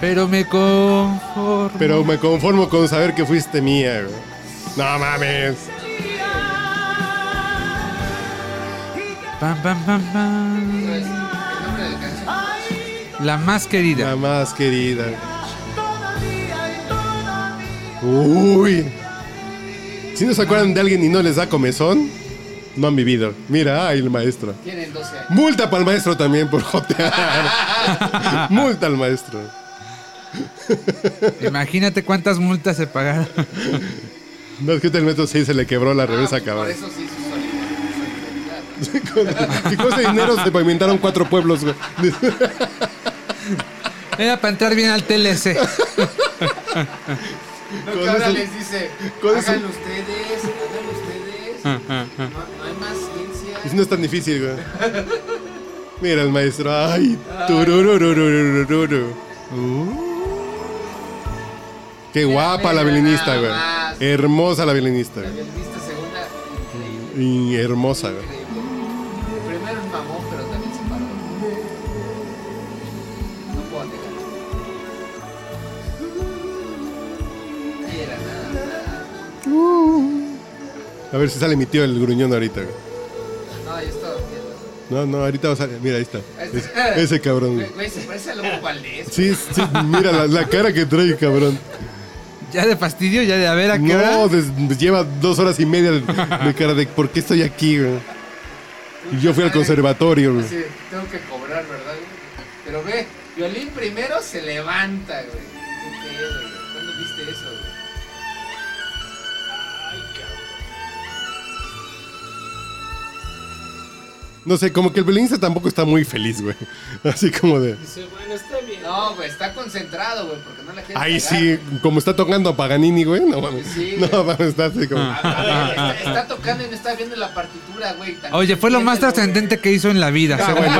S2: Pero me conformo.
S1: Pero me conformo con saber que fuiste mía, güey. No mames.
S2: Pam, pam, pam, pam.
S6: pues, el nombre de la canción.
S2: La más
S1: La
S2: querida.
S1: más querida. Uy. Si no se acuerdan de alguien y no les da comezón, no han vivido. Mira, ay, el maestro.
S6: Tienen 12 años.
S1: Multa para el maestro también por jotear. Multa al maestro.
S2: Imagínate cuántas multas se pagaron.
S1: No es que el metro sí se le quebró la reversa,
S6: Ah, pues, Por
S1: cabrón.
S6: eso sí, su solidar- solidaridad. ¿no?
S1: Y con ese dinero se pavimentaron cuatro pueblos, güey.
S2: Era para entrar bien al TLC.
S6: No,
S1: Con
S6: que ahora
S1: eso-
S6: les dice,
S1: con
S6: háganlo
S1: eso-
S6: ustedes, háganlo ustedes. No, no hay más ciencia.
S1: Y si no es tan difícil, güey. Mira el maestro. Ay, turururururururu. Uh. Qué guapa la violinista, güey. Hermosa la violinista,
S6: La
S1: güey.
S6: violinista segunda, increíble,
S1: Y hermosa, güey.
S6: increíble. Primero es mamón, pero también se paró. No puedo negarlo. Y era nada, nada.
S1: A ver si sale mi tío el gruñón ahorita, güey.
S6: No, yo estaba viendo.
S1: No, no, ahorita va a salir. Mira, ahí está.
S6: Ahí está.
S1: Ese, ese cabrón,
S6: Güey,
S1: güey.
S6: güey, se parece a Lobo Valdés.
S1: Sí, sí, mira la, la cara que trae, cabrón.
S2: Ya de fastidio, ya de a ver a qué hora.
S1: No, des- lleva dos horas y media de, de cara de por qué estoy aquí, güey.
S6: Uy,
S1: Y yo fui al conservatorio, güey.
S6: Así, tengo que cobrar, ¿verdad? güey? Pero ve, violín primero se levanta, güey. ¿Qué pedo, güey? ¿Cuándo viste eso, güey?
S1: No sé, como que el violinista tampoco está muy feliz, güey. Así como de.
S4: Dice, bueno, está bien.
S6: No, güey, está concentrado, güey, porque no le quiere
S1: Ahí
S6: pagar,
S1: sí,
S6: güey.
S1: como está tocando a Paganini, güey. No mames.
S6: Sí, güey. Ah.
S1: no mames, está así como.
S6: A- a ver, está, está tocando y no está viendo la partitura, güey. También
S2: Oye, fue lo más
S6: entiéndelo,
S2: trascendente que hizo en la vida, según
S1: Ah, bueno,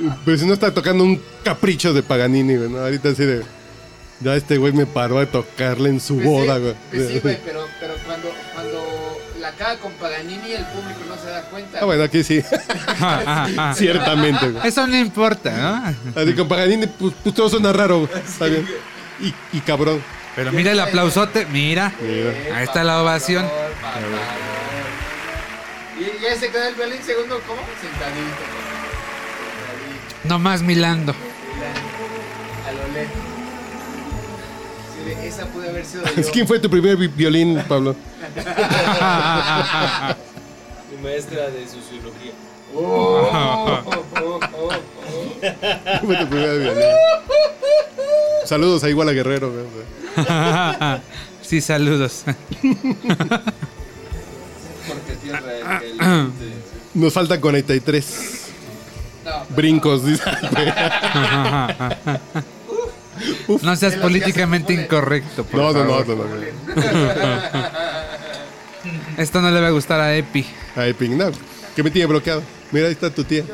S2: parece.
S1: Pero si no está tocando un capricho de Paganini, güey. ¿no? Ahorita así de. Ya este güey me paró a tocarle en su
S6: Pues sí,
S1: boda, güey.
S6: pues sí, güey, pero, pero cuando, cuando la caga con Paganini, el público no se da cuenta.
S1: Ah, bueno, aquí sí.
S2: Ajá,
S6: Ah.
S2: ajá.
S1: Ciertamente, güey.
S2: Ah, Eso no importa, ¿no?
S1: Así con Paganini, pues, pues todo suena raro, güey. Está bien. Y, y cabrón.
S2: Pero mira el aplausote, mira.
S1: Mira.
S2: Ahí está la ovación.
S6: Por favor. Y ya se quedó el violín segundo, ¿cómo? Sentadito. Sentadito,
S2: Nomás milando.
S6: A lo lejos. Sí, de- esa pude haber sido yo.
S1: ¿Quién fue tu primer vi- violín, Pablo?
S4: Mi maestra de sociología.
S6: Oh, oh, oh, oh, oh.
S1: ¿Quién fue tu primer violín? Saludos a Iguala Guerrero, güey.
S2: sí, saludos.
S6: Porque tierra es el...
S1: Nos faltan 43
S6: No, pero-
S1: brincos, dice.
S2: no seas
S6: De las que
S2: políticamente
S6: hacen mole.
S2: incorrecto, por
S1: No, no, no,
S2: favor.
S1: no, no, güey.
S2: Esto no le va a gustar a Epi.
S1: Ay, ping, no. Que me tiene bloqueado. Mira, ahí está tu tía.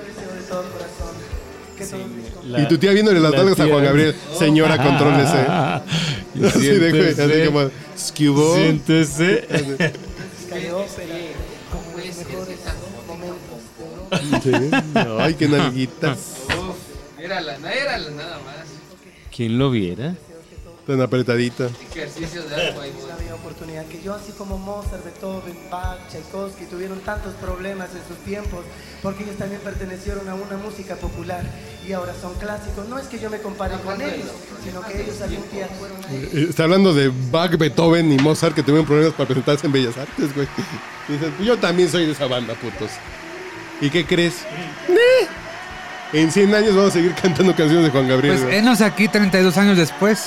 S5: La-
S1: y tu tía viéndole las
S5: la
S1: nalgas a
S5: tía- Ah.
S1: Juan Gabriel. Señora, contrólese.
S5: Y
S1: ¿eh? Así de güey, así
S5: ah. siéntese,
S1: como. "Skibó".
S5: siéntese.
S6: ¿Cómo es que es esa momento?
S1: Sí. Ay, qué nalguitas.
S6: Uf, érala, no, érala nada más.
S5: ¿Quién lo viera?
S1: Tan apretadita.
S6: Ejercicio de agua y
S10: la misma oportunidad que yo, así como Mozart, Beethoven, Bach, Tchaikovsky tuvieron tantos problemas en sus tiempos, porque ellos también pertenecieron a una música popular y ahora son clásicos. No es que yo me compare con ellos, sino que ellos algún día fueron ahí.
S1: Eh, Está hablando de Bach, Beethoven y Mozart que tuvieron problemas para presentarse en Bellas Artes, güey. Dicen, yo también soy de esa banda, putos. ¿Y qué crees? ¡Nee! En 100 años vamos a seguir cantando canciones de Juan Gabriel.
S2: Pues
S1: güey.
S2: enos aquí 32 años después.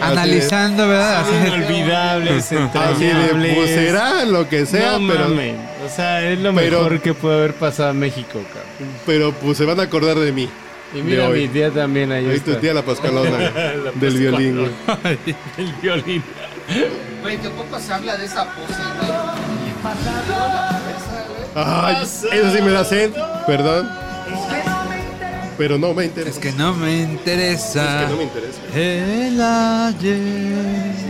S2: Analizando, ¿verdad? Así de-
S5: Inolvidables,
S1: Así de, pues será lo que sea,
S5: no
S1: pero,
S5: mamen. O sea, es lo
S1: pero-
S5: mejor que puede haber pasado a México, cabrón.
S1: pero pues se van a acordar de mí.
S5: Y mira,
S1: hoy.
S5: mi tía también ahí
S1: Ahí
S5: está.
S1: tu tía la Pascalona güey, del violín, güey.
S5: El violín.
S6: Güey, que poco se habla de esa pose, güey.
S1: Ay, eso sí me da sed, perdón. Pero no me interesa.
S2: Es que no me interesa.
S1: Es que no me interesa.
S2: El ayer.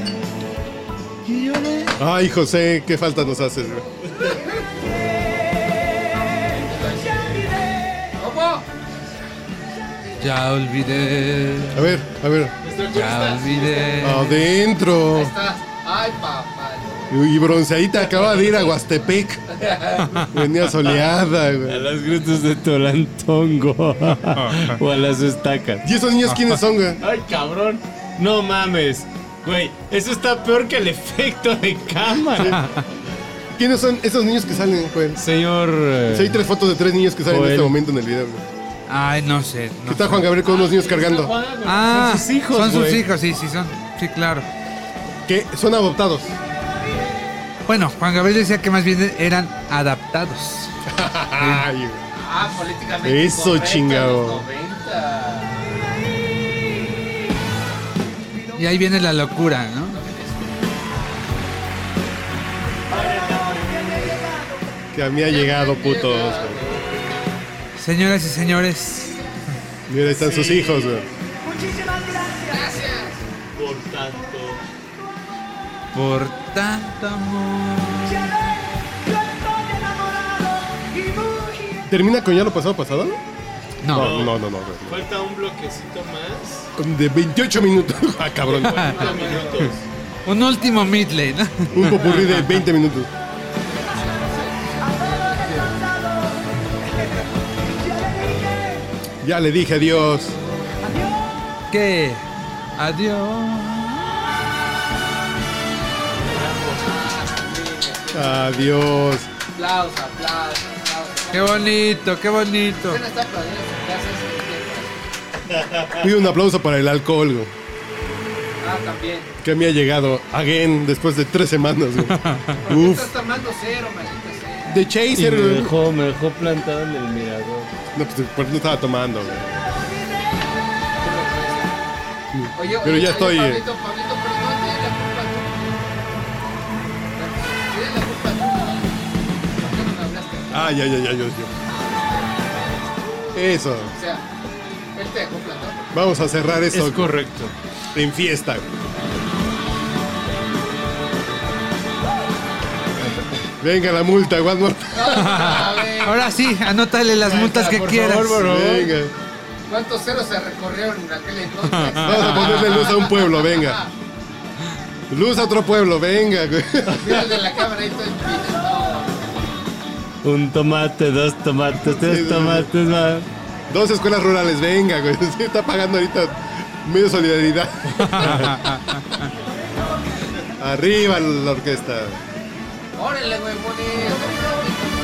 S2: Y yo le-
S1: Ay, José, qué falta nos haces, güey.
S6: ¿Cómo?
S2: Ya olvidé.
S1: A ver, a ver.
S2: Ya olvidé.
S1: Ah. Adentro.
S6: Estás. Ay, papá.
S1: Y bronceadita acaba de ir a Huastepec. Venía soleada,
S5: A
S1: güey.
S5: las grutas de Tolantongo. o a las estacas.
S1: ¿Y esos niños quiénes son, güey?
S5: Ay, cabrón. No mames. Güey, eso está peor que el efecto de cámara.
S1: ¿Quiénes son esos niños que salen, güey?
S5: Señor. eh,
S1: Sí, hay tres fotos de tres niños que salen en
S5: Joel.
S1: este momento en el video, güey.
S2: Ay, no sé.
S1: Aquí
S2: no
S1: Está
S2: sé.
S1: Juan Gabriel con unos niños cargando.
S2: Ah,
S5: son sus hijos.
S2: Son sus
S5: güey.
S2: hijos, sí, sí, son. Sí, claro.
S1: Que son adoptados.
S2: Bueno, Juan Gabriel decía que más bien eran adaptados.
S1: Ay, güey.
S6: Ah, políticamente.
S1: Eso,
S6: incorrecto,
S1: chingado.
S6: los 90.
S2: Y ahí viene la locura, ¿no?
S1: que a mí ha llegado, putos. güey.
S2: Señoras y señores,
S1: Mira, ahí están sus hijos, güey.
S2: por tanto amor.
S1: ¿Termina con ya lo pasado pasado?
S2: No,
S1: no, no, no. no,
S4: Falta un bloquecito más.
S1: no. De 28 minutos. Ah, cabrón.
S4: 40 minutos.
S2: un último midley, ¿no?
S1: Un popurrí de 20 minutos. Ya le dije adiós.
S2: ¿Qué? Adiós.
S1: Adiós.
S6: Aplausos, aplausos, aplausos.
S2: Qué bonito, qué bonito.
S6: Usted no está aplaudiendo en sus casas.
S1: Pido un aplauso para el alcohol, güey,
S6: Ah, también.
S1: Que me ha llegado, again, después de tres semanas, güey.
S6: Uf.
S1: Uf.
S6: Estás tomando cero, maldita sea.
S1: The
S5: Y me
S1: Chaser, güey.
S5: dejó, me dejó plantado en el mirador.
S1: No, pues pues, no estaba tomando, güey.
S6: Oye,
S1: Pero
S6: oye,
S1: ya
S6: oye,
S1: estoy, eh.
S6: Pablito, Pablito, pero no tienes la culpa tú. Tienes la culpa tú. ¿Por qué no me hablaste?
S1: Ah, ya, ya, ya, yo, yo. Eso.
S6: O sea, él te dejó plantado.
S1: Vamos a cerrar
S4: Es
S1: esto
S4: correcto.
S1: en fiesta, güey. Venga la multa, one more time.
S6: A ver,
S2: Ahora sí, anótale las multas que quieras.
S1: Venga.
S6: ¿cuántos ceros se recorrieron en aquel entonces?
S1: Vamos a ponerle luz a un pueblo, venga. Luz a otro pueblo, venga, güey.
S6: Mira el de la cámara, ahí todo el pito, no.
S5: Un tomate, dos tomates,
S1: Sí, sí,
S5: tres
S1: sí.
S5: tomates, más.
S1: Dos escuelas rurales, venga, güey. Sí, está pagando ahorita medio solidaridad. Arriba la orquesta.
S6: Órale, güey, pone.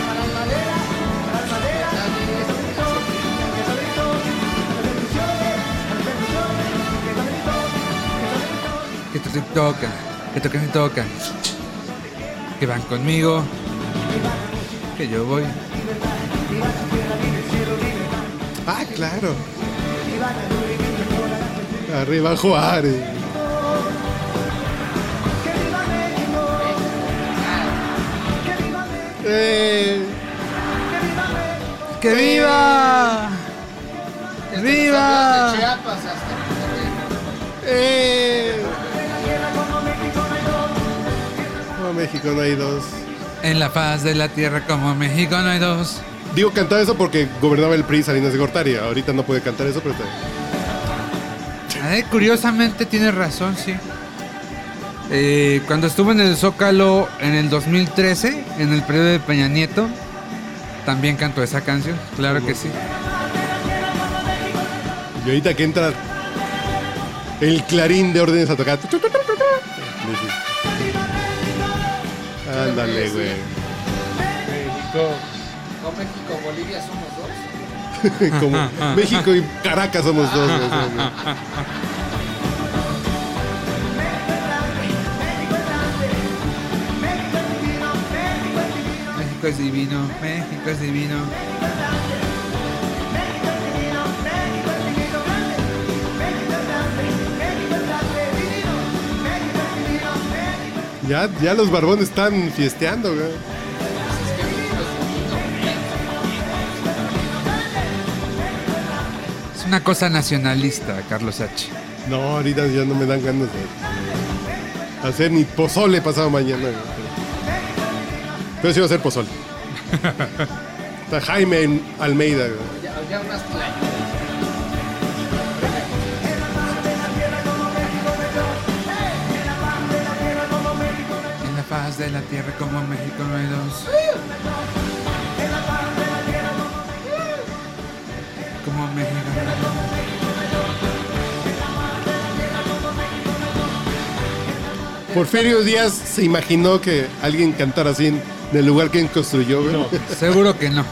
S6: Para la madera, para la madera.
S2: Que te tocan, que tocan y tocan. Que van conmigo. Que yo voy.
S1: Ah, claro. Arriba Juárez. Eh,
S2: ¡Que viva! ¡Viva!
S6: Desde Chiapas hasta
S1: eh. Como México no hay dos.
S2: En la paz de la tierra como México no hay dos.
S1: Digo, cantaba eso porque gobernaba el PRI Salinas de Gortari. Ahorita no puede cantar eso, pero está bien.
S2: Ay, curiosamente tienes razón, sí. Eh, cuando estuve en el Zócalo en el 2013, en el periodo de Peña Nieto, también cantó esa canción, claro que sí.
S1: Y ahorita que entra el clarín de órdenes a tocar. Ándale, güey.
S6: con México, Bolivia somos dos.
S1: Como México y Caracas somos dos. güey.
S2: México es divino, México es divino.
S1: Ya, ya los barbones están fiesteando, güey.
S2: Es una cosa nacionalista, Carlos H.
S1: No, ahorita ya no me dan ganas de hacer ni pozole pasado mañana. güey. Pero sí va a hacer pozole. Está Jaime en Almeida. güey.
S6: Ya, ya unas playas.
S2: En la paz de la tierra como México no hay dos. Como México no hay dos.
S1: Porfirio Díaz se imaginó que alguien cantara así en el lugar que construyó, güey.
S2: Seguro que no.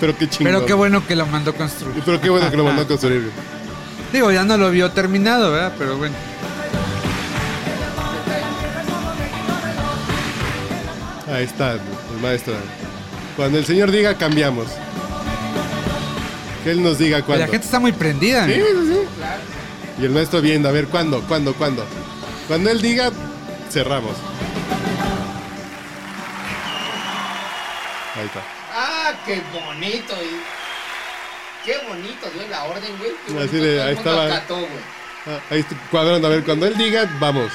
S1: Pero qué chingón.
S2: Pero qué bueno que lo mandó construir.
S1: Pero qué bueno que lo mandó a construir. güey.
S2: Digo, ya no lo vio terminado, ¿verdad? Pero bueno.
S1: Ahí está, el maestro. Cuando el señor diga, cambiamos. Que él nos diga
S2: La
S1: cuándo.
S2: gente está muy prendida.
S1: Sí,
S2: ¿no?
S1: sí, sí. Y el maestro viendo, a ver, ¿cuándo, cuándo, cuándo? Cuando él diga, cerramos. Ahí está.
S6: Ah, qué bonito, y Qué bonito dio la orden, güey. Qué bonito
S1: Así de,
S6: todo el
S1: ahí
S6: mundo
S1: estaba. ¿eh?
S6: acató, güey.
S1: Ah, Ahí está cuadrando, a ver, cuando él diga, vamos.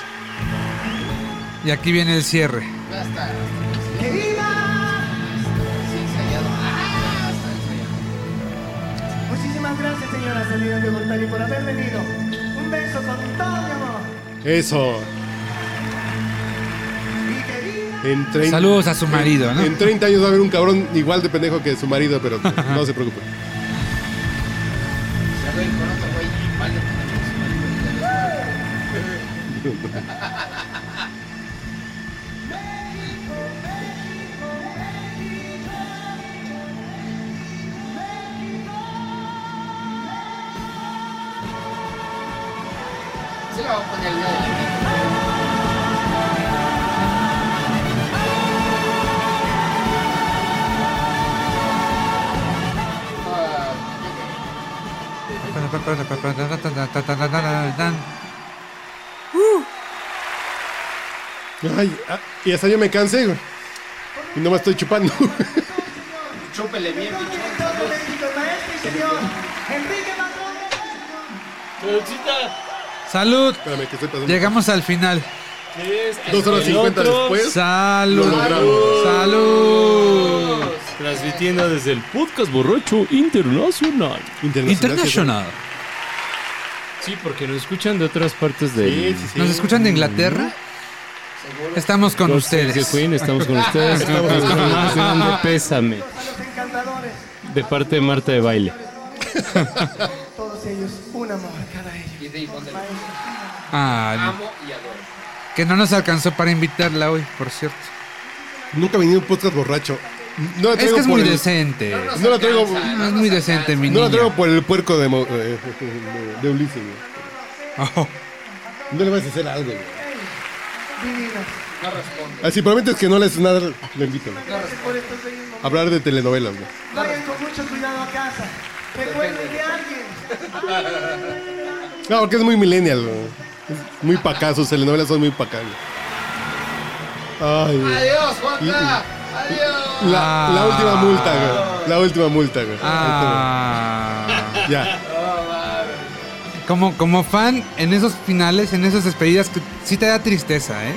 S2: Y aquí viene el cierre.
S6: Ya está. Sí, ensayado. Ah, está ensayado.
S10: Muchísimas gracias, señora Salinas de Gortari, por haber venido. Un beso con todo mi amor.
S1: Eso. En 30
S2: Saludos a su marido, ¿no?
S1: En 30 años va a haber un cabrón igual de pendejo que su marido, pero no se preocupe.
S6: Se ven con otro güey igual de o con el violín? Ah, yo creo
S1: Ay, ah, y hasta yo me cansé, güey. Y no me estoy chupando.
S6: que Chúpele bien, bicho.
S4: Producita,
S2: Salud.
S1: Espérame, que estoy pasando.
S2: Llegamos al final.
S4: ¿qué es?
S1: Dos horas
S4: El
S1: cincuenta
S4: otro,
S1: después.
S2: Salud.
S1: Lo logramos.
S2: Salud.
S4: Transmitiendo desde el podcast borracho internacional.
S2: International.
S5: Sí, porque nos escuchan de otras partes del...
S1: Sí, sí, sí.
S2: ¿Nos escuchan de Inglaterra? Estamos con
S5: Los Sex
S2: ustedes.
S5: Queen, estamos con ustedes. Estamos con ustedes. de pésame. De parte de Marta de Baile.
S10: Todos ellos, un amor cada ellos.
S6: Y de Ivonne del-
S2: Ah,
S6: Amo y adoro.
S2: que no nos alcanzó para invitarla hoy, por cierto.
S1: Nunca he venido a un podcast borracho. No la
S2: Es
S1: traigo
S2: que es
S1: por
S2: muy
S1: el-
S2: decente.
S1: No la traigo.
S2: No es muy decente, mi
S1: No la
S2: niña.
S1: traigo por el puerco de, Mo- eh, de Ulises, güey.
S2: Oh,
S1: No le vas a hacer algo, güey.
S10: Divinos.
S1: Así prometes que no le haces nada, le invito. güey.
S10: Gracias por estos bellos momentos.
S1: Hablar de telenovelas, güey.
S10: Vayan con mucho cuidado a casa. Recuerden que alguien.
S1: No, porque es muy millennial, güey. Es Muy pacá, sus telenovelas son muy pacá, güey. Ay, güey.
S6: Adiós, Juanca. Adiós.
S1: La, la
S2: Ah.
S1: última multa, güey. La última multa, güey.
S2: ah.
S1: Ahí está, güey. Ya.
S2: Como, como fan, en esos finales, en esas despedidas, que sí te da tristeza, ¿eh?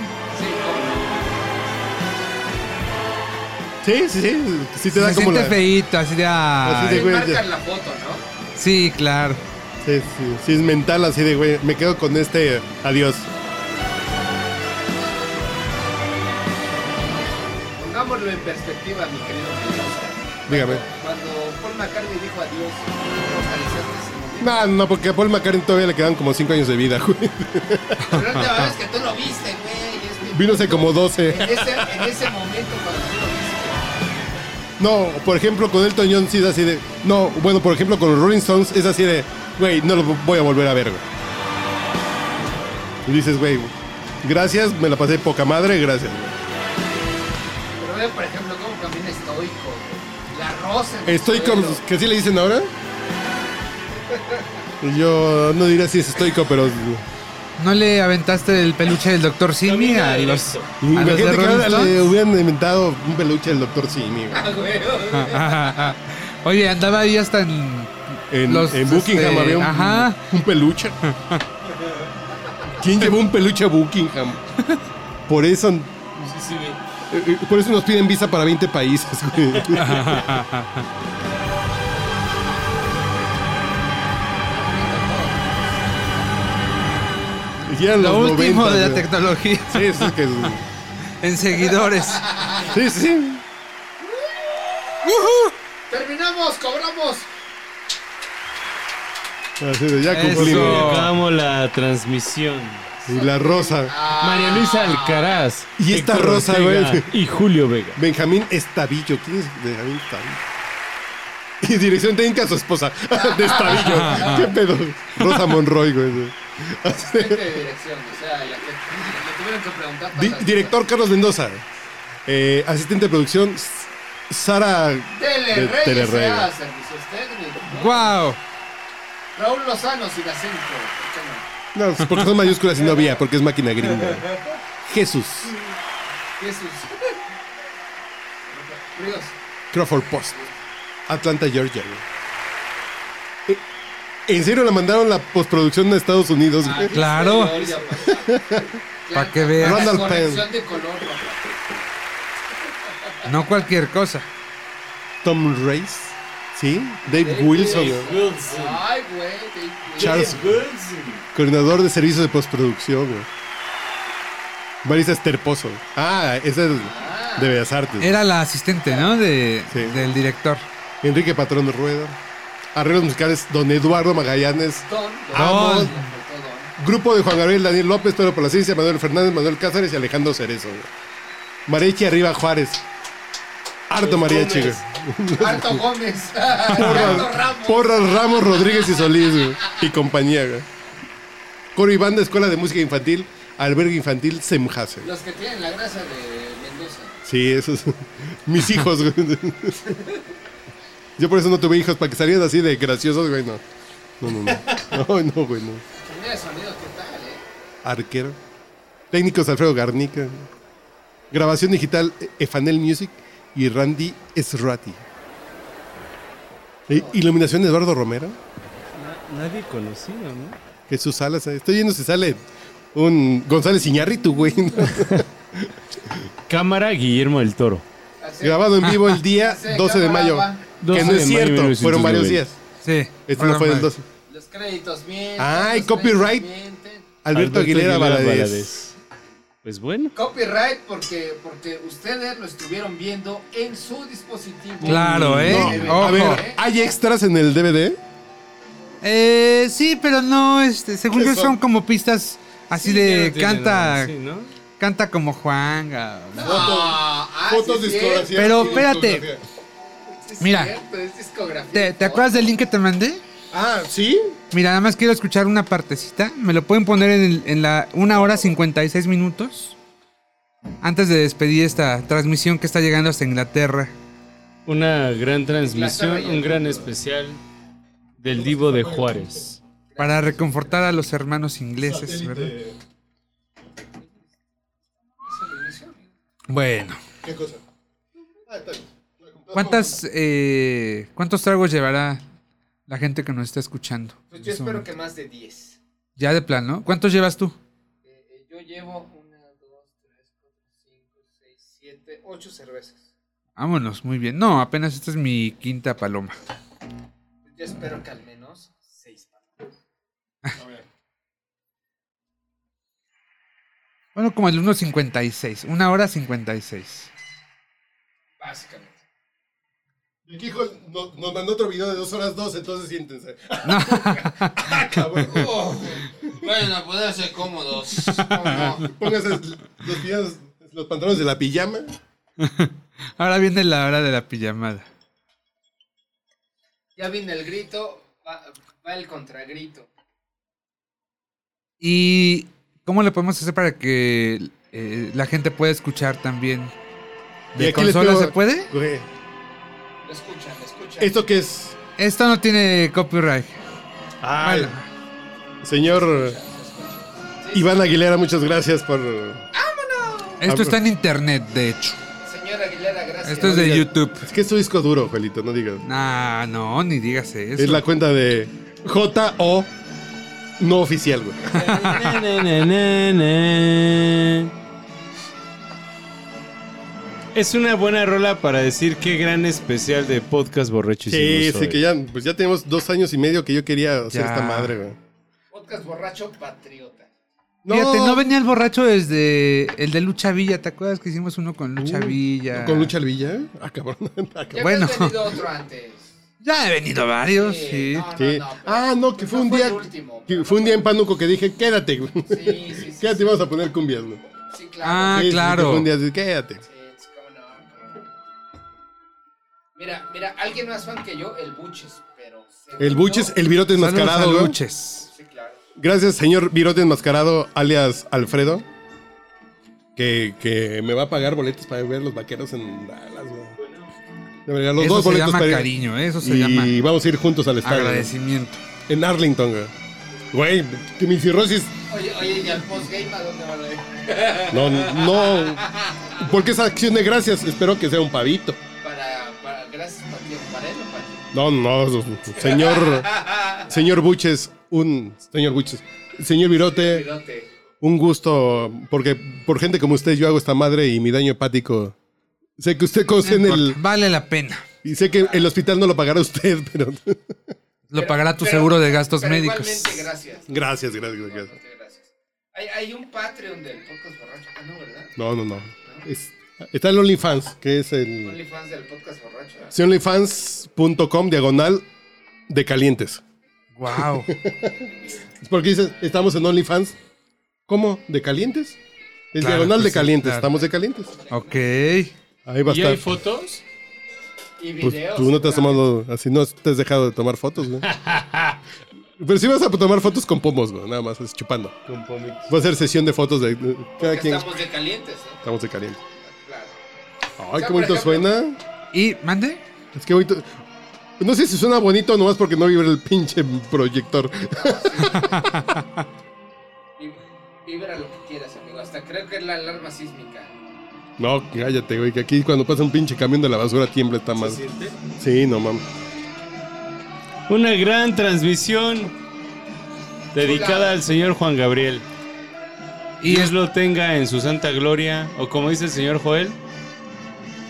S1: Sí, sí, sí. Sí te da
S2: se
S1: como
S2: siente
S1: la.
S2: feíto, así de... "Ay".
S1: Así de, güey. ya-
S6: Marcan la foto, ¿no?
S2: Sí, claro.
S1: Sí, sí, sí, es mental así de, güey, me quedo con este eh, adiós.
S6: Pongámoslo en perspectiva, mi querido. Mendoza.
S1: Dígame.
S6: Cuando Paul McCartney dijo adiós, ¿cómo analizaste ese momento?
S1: No, no, porque a Paul McCartney todavía le quedan como 5 años de vida, güey.
S6: Pero la última vez que tú lo viste, güey. es que-
S1: Vínose como 12.
S6: En ese, en ese momento cuando tú lo viste.
S1: No, por ejemplo, con Elton John sí es así de. No, bueno, por ejemplo, con los Rolling Stones es así de, güey, no lo voy a volver a ver, güey. Y dices, güey, gracias, me la pasé poca madre, gracias.
S6: Pero ve, por ejemplo, cómo camina estoico. güey. La rosa. en el
S1: Estoy con.
S6: suelo.
S1: ¿Qué sí le dicen ahora? Yo no diría si es estoico, pero.
S2: ¿No le aventaste el peluche del doctor Simi
S4: Camina
S2: a los,
S4: directo.
S2: a los Ah, de
S1: Imagínate que
S2: Rolling
S1: ahora le
S2: Stones?
S1: hubieran inventado un peluche del Dr. Simi, güey.
S6: Ah, güey, güey.
S2: ah, Oye, andaba ahí hasta en...
S1: En,
S2: Los,
S1: en Buckingham
S2: este,
S1: había un,
S2: ajá.
S1: un peluche. ¿Quién llevó un peluche a Buckingham? Por eso, eh,
S4: Sí, sí, güey.
S1: eh, por eso nos piden visa para 20 países. güey. Y eran
S2: Lo
S1: los
S2: último
S1: 90,
S2: de la
S1: güey.
S2: tecnología
S1: Sí, eso es que-
S2: en seguidores.
S1: sí, sí.
S6: Terminamos, cobramos.
S1: Así de, ya
S2: Eso.
S1: cumplimos.
S5: Acabamos la transmisión.
S1: Y la rosa.
S5: María Luisa Alcaraz.
S1: Y esta
S5: Héctor
S1: rosa,
S5: Ortega
S1: güey.
S5: Y Julio Vega.
S1: Benjamín Estavillo. ¿Quién es Benjamín Estavillo? Y dirección técnica a su esposa. De Estavillo. ¿Qué pedo? Rosa Monroy, güey. Así de-
S6: Gente de dirección, o sea, la gente. Le tuvieron que preguntar. para
S1: Di-
S6: las-
S1: director Carlos Mendoza. Eh, asistente de producción S- Sara. de
S6: Telerrey,
S1: Telerrey.
S6: S.A., servicios técnicos. ¿no?
S2: ¡Guau!
S6: Raúl Lozano sin acento. ¿por qué no?
S1: No, pues porque son mayúsculas y no había, porque es máquina gringa. Jesús
S6: Jesús. Ríos.
S1: Crawford Post. Atlanta, Georgia. güey. Eh, ¿En serio la mandaron la postproducción a Estados Unidos? güey?
S2: Claro.
S6: Gloria, pa-
S2: Para que vean.
S1: Randall
S6: Corrección de color. papá.
S2: No cualquier cosa.
S1: Tom Race. ¿Sí? Dave Wilson. güey.
S4: Wilson.
S6: Ay, güey. te- te-
S1: Charles,
S4: Wilson.
S1: coordinador de servicios de postproducción. güey. Marisa Esterposo. Ah, esa es de Bellas Artes.
S2: Era la asistente, ¿no? De,
S1: Sí.
S2: Del director.
S6: Ah.
S1: Enrique Patrón Rueda. Arreglos musicales Don Eduardo Magallanes.
S6: Don, don,
S1: Amon.
S6: faltó don.
S1: Grupo de Juan Gabriel Daniel López, Pedro Palacencia, Manuel Fernández, Manuel Cáceres y Alejandro Cerezo. güey. Mariachi Arriba Juárez. Harto mariachi. güey.
S6: Harto Gómez. Harto Ramos.
S1: Porras Ramos Rodríguez y Solís güey. y compañía. güey. Coro y Banda, Escuela de Música Infantil, Albergue Infantil Semjase.
S6: Los que tienen la grasa de Mendoza.
S1: Sí, esos mis hijos. güey. Yo por eso no tuve hijos, para que salieran así de graciosos, güey, no. No, no, no. No, no, güey, no.
S6: Mira el sonido, ¿qué tal, eh?
S1: Arquero. Técnicos Alfredo Garnica. Grabación digital eh, Efanel Music y Randy Esrati. Eh, Iluminación Eduardo Romero.
S5: Nadie conocido, ¿no?
S1: Jesús Salas. eh. Estoy viendo si sale un González Iñárritu, güey. ¿no?
S5: Cámara Guillermo del Toro.
S6: Así-
S1: Grabado en vivo el día
S6: Sí,
S1: 12 de mayo.
S6: cámara,
S1: Que
S5: 12
S1: no
S5: de
S1: es
S5: mayo
S1: cierto, fueron varios
S5: 1990.
S1: días.
S2: Sí.
S1: Este no fue el 12.
S6: Los créditos mienten.
S1: Ay,
S6: los
S1: copyright.
S6: créditos mienten.
S1: Alberto, Aguilera, Valadez.
S5: Pues bueno.
S6: Copyright porque, porque ustedes lo estuvieron viendo en su dispositivo.
S2: Claro, ¿eh?
S6: No,
S2: Ojo.
S1: A ver, ¿hay extras en el DVD?
S2: Eh, sí, pero no, este, según
S1: ¿Qué
S2: yo
S1: son?
S2: son como pistas así
S4: Sí, ya no
S2: de
S4: tiene
S2: canta,
S4: nada, sí, ¿no?
S2: canta como Juanga.
S6: Ah, sí es cierto,
S2: Pero espérate,
S6: sí es
S2: mira.
S6: cierto, es discografía.
S2: ¿te, te acuerdas del link que te mandé?
S1: Ah, ¿sí?
S2: Mira, nada más quiero escuchar una partecita. ¿Me lo pueden poner en, el- en la 1 hora 56 minutos? Antes de despedir esta transmisión que está llegando hasta Inglaterra.
S5: Una gran
S6: Inglaterra
S5: transmisión,
S6: y el
S5: un gran especial del Divo de Juárez.
S2: Para reconfortar a los hermanos ingleses, ¿verdad? Bueno.
S1: ¿Qué cosa?
S6: Ah,
S2: ¿Cuántas, eh, ¿Cuántos tragos llevará la gente que nos está escuchando?
S6: Pues yo espero que más de 10.
S2: Ya de plano, ¿no? ¿Cuántos llevas tú?
S6: Eh, eh, yo llevo 1, 2, 3, 4, 5, 6, 7, 8 cervezas.
S2: Vámonos, muy bien. No, apenas esta es mi quinta paloma.
S6: Yo espero que al menos 6
S2: Bueno, como el 1.56, una hora 56.
S6: básicamente.
S1: Hijo, no- nos mandó otro video de 2 horas 2, entonces siéntense.
S6: Vayan a ponerse cómodos. ¿cómo no?
S1: Pónganse los, pijamas- los pantalones de la pijama.
S2: Ahora viene la hora de la pijamada.
S6: Ya viene el grito, va, va el contragrito.
S2: ¿Y cómo le podemos hacer para que eh, la gente pueda escuchar también?
S1: Y
S2: ¿De
S1: aquí les
S2: consola
S1: pido-
S2: se puede?
S1: Güey,
S6: Lo escuchan, lo escuchan.
S1: ¿Esto qué es?
S2: Esto no tiene copyright.
S1: Ay,
S2: Bueno.
S1: señor Iván Aguilera, muchas gracias por... Ah,
S2: Esto está en
S1: pues.
S2: internet, de hecho.
S6: Señora Aguilera, gracias.
S2: Esto es de YouTube.
S1: Es que es tu disco duro, Juelito, no digas.
S2: Ah, no, ni digas eso.
S1: Es la cuenta de J.O. No oficial, güey.
S5: Es una buena rola para decir qué gran especial de podcast borracho
S1: Sí,
S5: hicimos
S1: sí,
S5: hoy.
S1: que ya, pues ya tenemos dos años y medio que yo quería hacer
S2: Ya.
S1: esta madre, güey.
S6: Podcast borracho patriota.
S2: Fíjate, no venía el borracho desde el de Lucha Villa. ¿Te acuerdas que hicimos uno con Lucha Villa?
S1: Uh, ¿Con Lucha Alvilla? Ah, cabrón. Ah, cabrón.
S6: Ya
S2: Bueno.
S6: bueno. habías tenido otro antes.
S2: Ya he venido varios,
S6: Sí,
S2: sí.
S6: no, no,
S1: Sí.
S6: no, pero-
S1: ah, no, que fue
S6: no
S1: un
S6: fue
S1: día.
S6: el último,
S1: que
S6: pero-
S1: fue un día en Pánuco que dije, quédate, güey.
S6: Sí, sí, sí.
S1: Quédate, vamos a poner cumbias, güey.
S6: Sí,
S2: Ah,
S6: claro.
S1: Sí, sí,
S2: claro.
S1: que fue un día de, quédate.
S6: Sí, sí, cómo no, cómo no. Mira, mira, alguien más fan que yo, el Buches, pero... según
S1: El
S6: yo-
S1: Buches, el virote
S2: Saludos a
S1: enmascarado. güey.
S2: Luches.
S6: Sí, claro.
S1: Gracias, señor virote enmascarado, alias Alfredo. Que, que me va a pagar boletos para ver los vaqueros en Dallas, güey. De verdad, los
S2: Eso
S1: dos
S2: se
S1: boletos
S2: llama
S1: para ir.
S2: cariño, eh, eso se llama
S1: Y vamos a ir juntos al estadio. güey.
S2: agradecimiento.
S1: En Arlington, güey. Güey, que mi cirrosis.
S6: Oye, oye, ¿y al postgame a dónde van a ir?
S1: No, no. Porque esa acción de gracias, espero que sea un pavito.
S6: Para, para, gracias, Pati, para él o para ti.
S1: No, no, señor. Señor Buches, un. Señor Buches. Señor Virote,
S6: Pirote.
S1: un gusto. Porque por gente como usted, yo hago esta madre y mi daño hepático. Sé que usted conoce Pues en
S2: No
S1: el.
S2: importa, Vale la pena.
S1: Y sé que el hospital no lo pagará usted, pero.
S2: Lo pagará tu
S6: Pero-
S2: seguro de gastos
S6: pero
S2: médicos.
S6: Igualmente, gracias.
S1: Gracias, gracias, gracias.
S6: Igualmente, gracias. Hay, hay un Patreon del podcast borracho. Ah, no, ¿verdad?
S1: No, no, no. Es- está el OnlyFans, que es el.
S6: OnlyFans del podcast borracho.
S1: Sí, onlyfans.com diagonal de calientes.
S2: Wow.
S1: Es porque dices, estamos en OnlyFans. ¿Cómo? ¿De calientes? Es
S2: Claro,
S1: diagonal
S2: pues
S1: de
S2: sí,
S1: calientes,
S2: claro.
S1: estamos de calientes.
S2: Ok.
S1: Ahí va a
S4: ¿Y
S1: estar.
S4: hay fotos?
S6: Y
S1: Pues
S6: videos.
S1: tú no te has tomado, así no te has dejado de tomar fotos, güey. Pero si vas a tomar fotos con pomos, güey, nada más, es chupando.
S5: Con pomitos.
S1: Va a ser sesión de fotos de de- cada
S6: Porque
S1: quien.
S6: estamos de calientes, ¿eh?
S1: Estamos de caliente.
S6: Claro.
S1: Ay, qué bonito
S6: por ejemplo-
S1: suena.
S2: Y, mande.
S1: Es que bonito. No sé si suena bonito nomás porque no vibra el pinche proyector.
S6: Vib- Vibra lo que quieras, amigo. Hasta creo que es la alarma sísmica.
S1: No, cállate, güey, que aquí cuando pasa un pinche camión de la basura tiembla esta madre. Sí, no mames.
S5: Una gran transmisión dedicada al señor Juan Gabriel.
S2: Y
S5: Dios
S2: es
S5: lo tenga en su santa gloria, o como dice el señor Joel,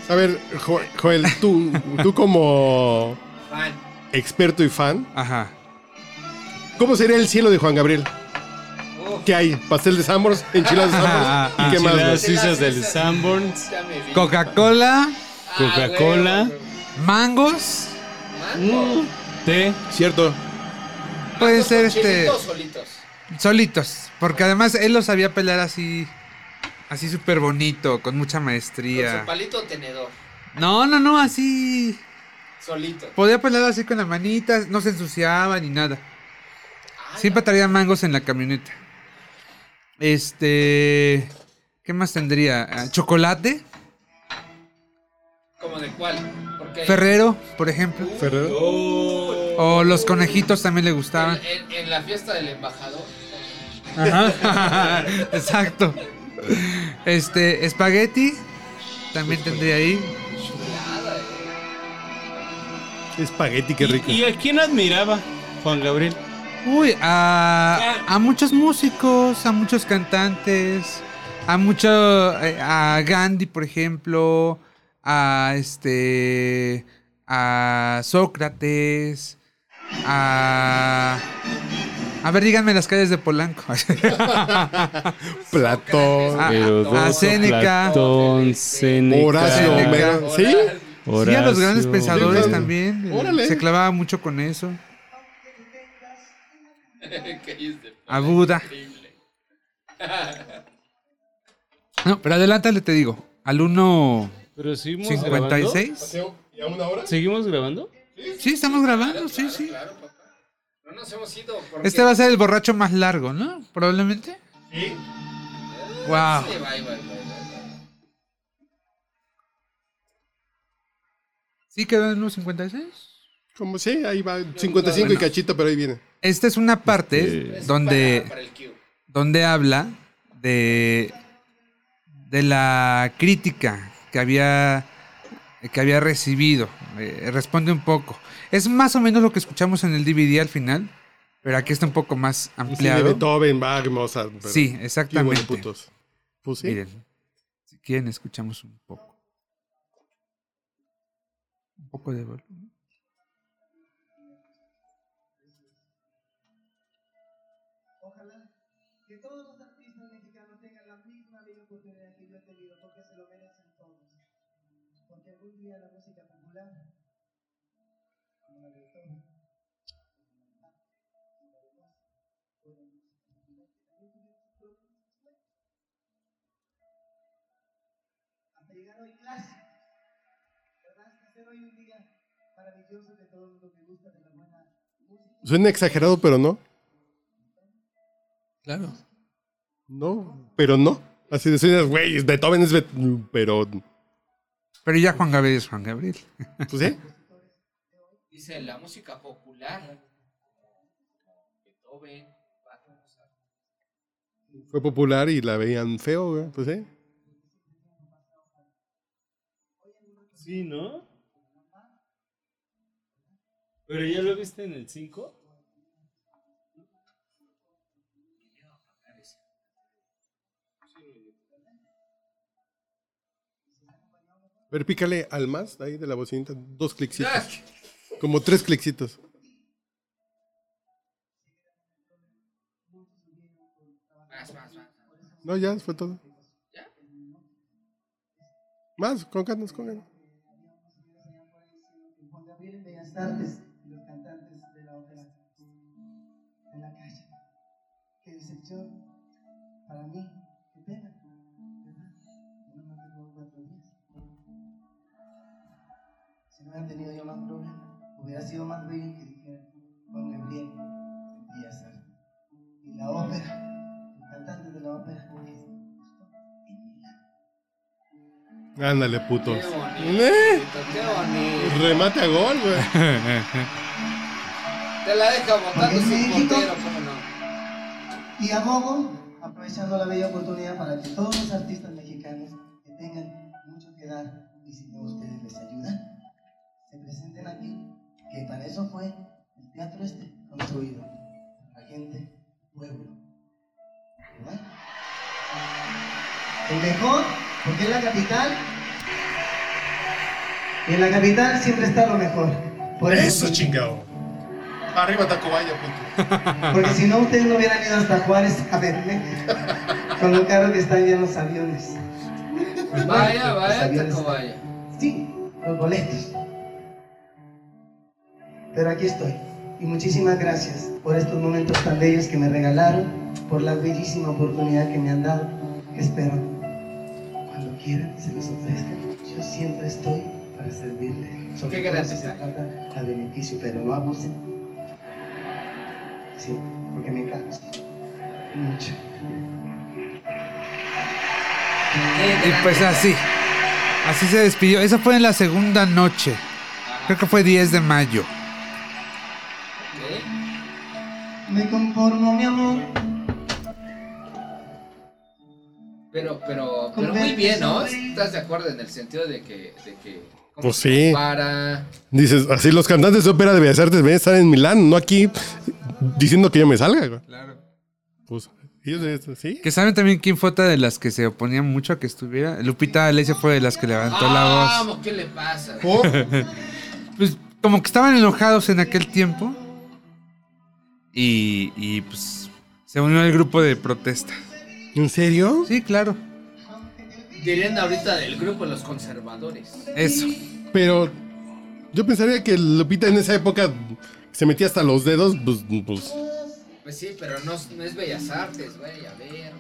S1: A ver, Jo- Joel, tú, tú como
S6: Fan.
S1: experto y fan,
S2: Ajá.
S1: ¿cómo sería el cielo de Juan Gabriel? ¿Qué hay? ¿Pastel de Sambors? ¿Enchiladas de Sambors? ¿Y qué más? güey?
S5: las suizas del Sanborns,
S6: Ya me vi.
S2: Coca-Cola,
S6: Ah,
S5: Coca-Cola.
S6: güey, güey.
S2: mangos.
S6: Mango.
S5: té,
S1: Cierto.
S2: Pueden Mm, ser
S6: Ah, pues, ¿Con
S2: este.
S6: chilito o solitos.
S2: Solitos. Porque además él los sabía pelar así. Así súper bonito, con mucha
S6: Con su
S2: maestría.
S6: palito o tenedor.
S2: No, no, no, así.
S6: Solito.
S2: Podía pelar así con las manitas, no se ensuciaba ni nada. Siempre traía mangos en la camioneta. Este. ¿Qué más tendría? Ah, Chocolate,
S6: ¿Como de cuál? Porque
S2: Ferrero, por ejemplo.
S1: Ferrero.
S2: O los conejitos también le gustaban.
S6: en, en- en la fiesta del embajador.
S2: Ajá. Exacto. Este, espagueti. También tendría ahí.
S1: Espagueti, qué rico.
S5: ¿Y, y a quién admiraba Juan Gabriel?
S2: Uy, a, a muchos músicos, a muchos cantantes, a mucho eh, a Gandhi, por ejemplo, a este a Sócrates, a a ver, díganme las calles de Polanco.
S1: Platón.
S2: Ah,
S11: Herodoto,
S2: a Séneca.
S11: Platón, Séneca,
S1: Horacio,
S2: Seneca.
S1: Homero. ¿Sí?
S2: Sí, a los grandes
S11: Horacio.
S2: pensadores
S1: Sí, claro.
S2: también. eh,
S1: Órale.
S2: Se clavaba mucho con eso.
S6: que ahí es de-
S2: A Buda.
S6: Increíble.
S2: No, pero adelántale, te digo. Al 1.56.
S11: Pero seguimos grabando.
S1: ¿Y a una hora?
S11: ¿Seguimos grabando?
S2: Sí, estamos grabando, sí, sí.
S6: Ah, Claro, papá. No nos hemos ido. Porque
S2: Este va a ser el borracho más largo, ¿no? Probablemente. Wow.
S6: Sí, va, va, va, va, va.
S2: ¿Sí quedó en los 56?
S1: Como sí, ahí va. 55 y cachito, pero ahí viene.
S2: Esta es una parte
S1: Este,
S6: Es
S2: donde,
S6: para- para el Q.
S2: donde habla de, de la crítica que había, que había recibido. Eh, responde un poco. Es más o menos lo que escuchamos en el DVD al final, pero aquí está un poco más
S1: Sí, de
S2: ampliado.
S1: Beethoven, Bach, Mozart. pero-
S2: Sí,
S1: Qué bueno,
S2: exactamente.
S1: putos. Pues sí.
S2: Miren, si quieren, escuchamos un poco. Un poco de volumen.
S7: Ojalá que todos los artistas mexicanos tengan la misma vida oportunidad que yo he tenido, porque se lo merecen todos. Porque algún día la música popular, como la de Beethoven, hasta llegar hoy clásico, ¿verdad? Hacer hoy un día maravilloso de todo lo que gusta de la buena música.
S1: Suena exagerado, pero no.
S2: Claro.
S1: No, pero no. Así de suenas, güey, es Beethoven es Bet- pero
S2: Pero ya Juan Gabriel es Juan Gabriel.
S1: pues sí.
S6: Dice la música popular. Beethoven, Bach, Mozart.
S1: Fue popular y la veían feo, güey, pues sí.
S5: Sí, ¿no? ¿Pero ya lo viste en el 5?
S1: A ver, pícale al más ahí de la bocinita, dos clicsitos. Como tres clicsitos.
S6: Más, más, más.
S1: No, ya fue todo. Más, con ganas, con ganas.
S7: Juan Gabriel en Bellas Artes y los cantantes de la ópera en la calle. Qué decepción para mí, qué pena, ¿verdad? Que no me tengo cuatro días. Si no hubiera tenido yo más problemas, hubiera sido más bello que dijera Juan Gabriel, la ópera, el cantante de la ópera es justo en Milán.
S1: Ándale, putos.
S6: Qué bonito.
S1: ¿Eh?
S6: Qué bonito.
S1: Remate a gol, güey.
S6: Te la deja botando
S7: Porque
S6: sin
S7: México-
S6: portero, cómo no.
S7: Y a Mogo, aprovechando la bella oportunidad para que todos los artistas mexicanos que tengan mucho que dar y si no ustedes les ayudan, se presenten aquí, que para eso fue el teatro este construido. La gente, pueblo. ¿Verdad? El mejor, porque es la capital. Y en la capital siempre está lo mejor. Por eso,
S1: Eso, chingado. Arriba Tacubaya, puto.
S7: porque si no, ustedes no hubieran ido hasta Juárez a verme. Con lo caro que están ya los aviones.
S6: Vaya,
S7: Los
S6: vaya,
S7: aviones.
S6: Tacobaya.
S7: Sí, los boletos. Pero aquí estoy. Y muchísimas gracias por estos momentos tan bellos que me regalaron, por la bellísima oportunidad que me han dado. Espero, cuando quieran, se les ofrezca. Yo siempre estoy para servirles. Sobre
S6: Qué
S7: todo
S6: grande,
S7: si se
S6: ¿eh?
S7: trata a beneficio, pero no abusen. Sí, porque me encanta. Mucho.
S2: Y pues así. Así se despidió. Esa fue en la segunda noche. Creo que fue 10 de mayo.
S7: Me conformo, mi amor.
S6: Pero, pero, pero muy bien, ¿no? ¿Estás de acuerdo en el sentido de que, de que ¿cómo
S1: Pues
S6: se
S1: sí.
S6: compara?
S1: Dices, así los cantantes de ópera de Bellas Artes deben estar en Milán, no aquí diciendo que yo me salga, güey.
S2: Claro.
S1: Pues, ellos, ¿sí?
S2: Que saben también quién fue otra de las que se oponía mucho a que estuviera. Lupita Alessia fue de las que levantó la voz.
S6: Vamos, ¿qué le pasa?
S1: O-
S2: Pues como que estaban enojados en aquel tiempo. Y, y pues se unió al grupo de protesta.
S1: ¿En serio?
S2: Sí, claro.
S6: Dirían ahorita del grupo los conservadores.
S2: Eso.
S1: Pero yo pensaría que Lupita en esa época se metía hasta los dedos, pues, pues,
S6: Pues sí, pero no, no es Bellas Artes, güey, a ver.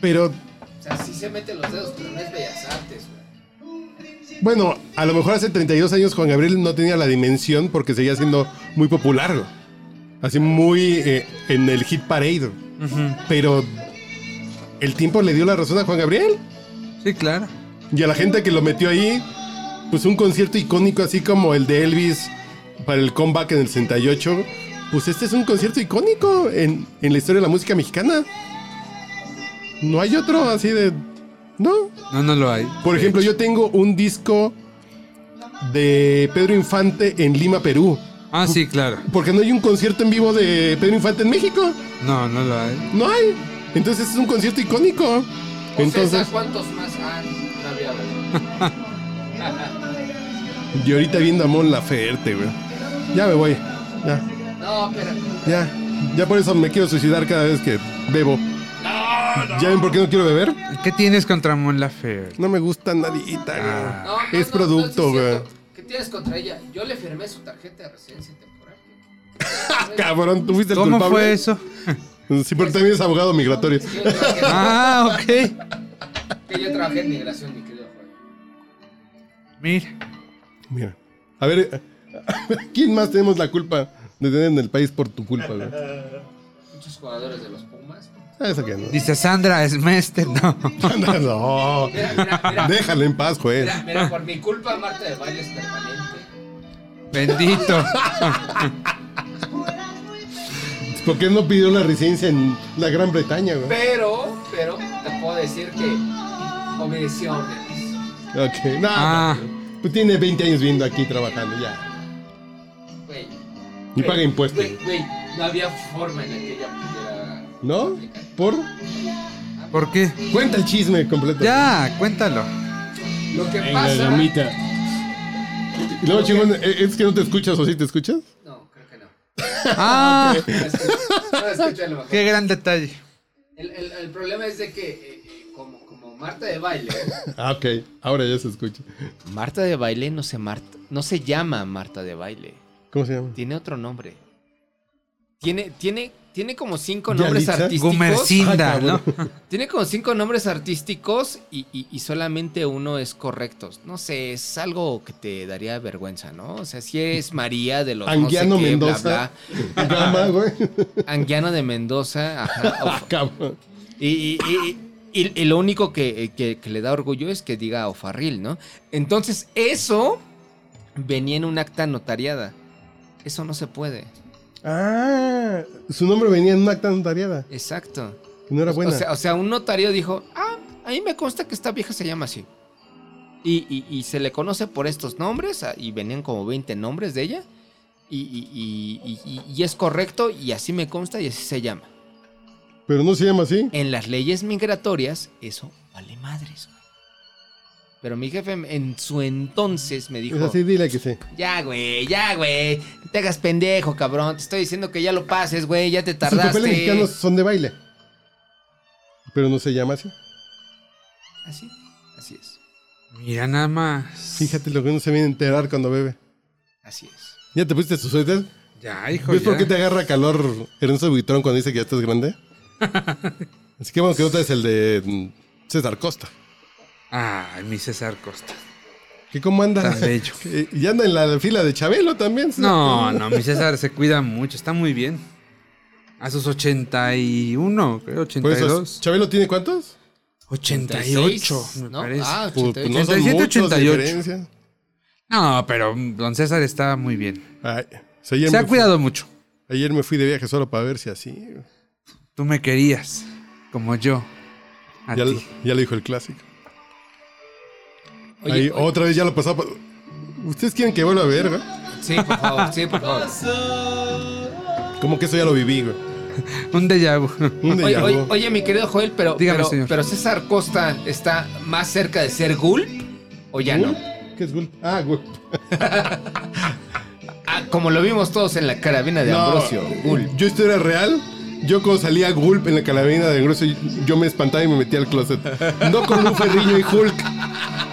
S1: pero
S6: O sea, sí se mete los dedos, pero no es Bellas Artes, güey.
S1: bueno, a lo mejor hace 32 años Juan Gabriel no tenía la dimensión porque seguía siendo muy popular, güey. así muy eh, en el hit parade, güey. pero el tiempo le dio la razón a Juan Gabriel
S2: Sí, claro.
S1: y a la gente que lo metió ahí, pues un concierto icónico así como el de Elvis para el comeback en el 68, pues este es un concierto icónico en, en la historia de la música mexicana. No hay otro así de... No.
S2: No, no lo hay.
S1: Por ejemplo, yo tengo un disco de Pedro Infante en Lima, Perú.
S2: Ah, sí, claro.
S1: Porque no hay un concierto en vivo de Pedro Infante en México.
S2: No, no lo hay.
S1: No hay. Entonces es un concierto icónico.
S6: O
S1: Entonces,
S6: sea, ¿cuántos más Ah, han? No había, güey.
S1: y ahorita viendo a Mon Laferte, güey. Ya me voy. Ya,
S6: No, pero.
S1: ya. Ya por eso me quiero suicidar cada vez que bebo. ¿Ya ven por qué no quiero beber?
S2: ¿Qué tienes contra Mon Laferte?
S1: No me gusta nadita,
S2: Ah.
S1: güey.
S6: No, no,
S1: Es
S6: no,
S1: producto,
S6: no, sí es
S1: güey.
S6: cierto. ¿Qué tienes contra ella? Yo le firmé su tarjeta de residencia temporal.
S1: Cabrón, tú fuiste el
S2: ¿Cómo
S1: culpable.
S2: fue eso?
S1: Sí, pero también es abogado migratorio.
S6: Que yo trabajé,
S2: Ah, ok.
S6: que yo trabajé en migración, mi querido Juan.
S2: Mira.
S1: Mira. A ver, ¿quién más tenemos la culpa de tener en el país por tu culpa, güey? Ah,
S6: Muchos jugadores de los Pumas.
S1: Eso que no.
S2: Dice Sandra Esmeste. No.
S1: No.
S6: Mira, mira, mira.
S1: Déjale en paz, juez.
S6: Mira, mira, por mi culpa Marta de baile es permanente.
S2: Bendito.
S1: ¿Por qué no pidió la residencia en la Gran Bretaña, güey?
S6: Pero, pero, te puedo decir que obedeció órdenes.
S1: Ok. No,
S2: Ah.
S1: pues tiene 20 años viendo aquí trabajando ya.
S6: Güey.
S1: Y
S6: güey,
S1: paga impuestos.
S6: Eh, Güey, güey, no había forma en la que ella pudiera.
S1: ¿No? ¿Por?
S2: ¿Por qué?
S1: Cuenta el chisme completo.
S2: Ya, cuéntalo.
S6: Lo que
S12: Venga,
S6: pasa.
S12: gamita.
S1: Y luego, chingón, ¿eh, ¿es que no te escuchas o sí te escuchas?
S6: No, creo que no.
S2: Ah,
S6: No, escucha- no, escucha a lo mejor.
S2: qué gran detalle.
S6: El, el- el problema es de que, eh, eh, como, como Marta de baile,
S1: Ah, ok. Ahora ya se escucha.
S13: Marta de baile no se, Marta, no se llama Marta de baile.
S1: ¿Cómo se llama?
S13: Tiene otro nombre.
S6: Tiene, tiene, tiene como cinco
S14: ¿Yalitza?
S6: nombres artísticos.
S2: Gumercinda, ¿no?
S6: Tiene como cinco nombres artísticos y, y- y solamente uno es correcto. No sé, es algo que te daría vergüenza, ¿no? O sea, si eres María de los no sé
S1: Anguiano
S6: qué, bla,
S1: Mendoza.
S6: bla.
S1: Gama, güey.
S6: Anguiano de Mendoza. Ajá. of-
S1: Cabrón.
S6: y, y- y- y- y lo único que, que- que le da orgullo es que diga Ofarril, ¿no? Entonces, eso venía en un acta notariada. Eso no se puede.
S1: Ah, su nombre venía en una acta notariada.
S6: Exacto.
S1: que No era buena.
S6: O sea, o sea, un notario dijo, ah, a mí me consta que esta vieja se llama así. Y, y- y se le conoce por estos nombres, ah, y venían como 20 nombres de ella. Y, y- y- y- y- y es correcto, y así me consta, y así se llama.
S1: Pero no se llama así.
S6: En las leyes migratorias, eso vale madres. güey. Pero mi jefe en su entonces me dijo,
S1: Es así, dile que sí.
S6: ya, güey, ya, güey, no te hagas pendejo, cabrón. Te estoy diciendo que ya lo pases, güey, ya te
S1: Sus
S6: tardaste.
S1: papeles mexicanos son de baile. Pero no se llama así.
S6: Así, así es,
S2: Mira nada más.
S1: Fíjate lo que uno se viene a enterar cuando bebe.
S6: así es.
S1: ¿Ya te pusiste tu suéter?
S2: Ya, hijo.
S1: ¿Ves por
S2: ya.
S1: qué te agarra calor Ernesto Buitrón cuando dice que ya estás grande? Así que bueno, que otra es el de mm, César Costa.
S2: Ay, mi César Costa.
S1: ¿Qué cómo anda?
S2: Tan bello.
S1: Eh, Y anda en la fila de Chabelo también. ¿sí?
S2: Ah, No, no, mi César se cuida mucho, está muy bien. A sus 81, creo,
S1: Por Pues eso,
S2: 82.
S1: ¿Chabelo tiene cuántos?
S2: 88,
S6: 86,
S2: me
S6: ¿no?
S2: parece.
S6: Ah,
S1: Pues,
S6: 88.
S1: no son
S2: 87,
S1: muchos de
S2: 88.
S1: diferencia.
S2: No, pero mm, don César está muy bien.
S1: Ay, o sea, ayer,
S2: Se ha
S1: me fui,
S2: cuidado mucho.
S1: ayer me fui de viaje solo para ver si así.
S2: Tú me querías, como yo. A
S1: Ya,
S2: ti.
S1: ya lo dijo el clásico.
S6: Oye,
S1: Ahí,
S6: oye,
S1: Otra vez ya lo pasaba. ¿Ustedes quieren que vuelva a ver, güey?
S6: Sí, por favor, sí, por favor.
S1: Como que eso ya lo viví, güey.
S2: Un déjà vu.
S1: Un
S6: Oye,
S1: déjà vu.
S6: oye, oye, mi querido Joel, pero,
S2: Dígame,
S6: pero,
S2: señor.
S6: pero César Costa está más cerca de ser Gulp o ya no.
S1: ¿Gulp? ¿Qué es Gulp? Ah, Gulp.
S6: Ah, como lo vimos todos en la carabina de
S1: No, eh,
S6: Ambrosio, Gulp.
S1: Yo historia real. Yo cuando salía Gulp en la calabina de Ambrosio, yo me espantaba y me metía al closet. No con un ferrillo y Hulk,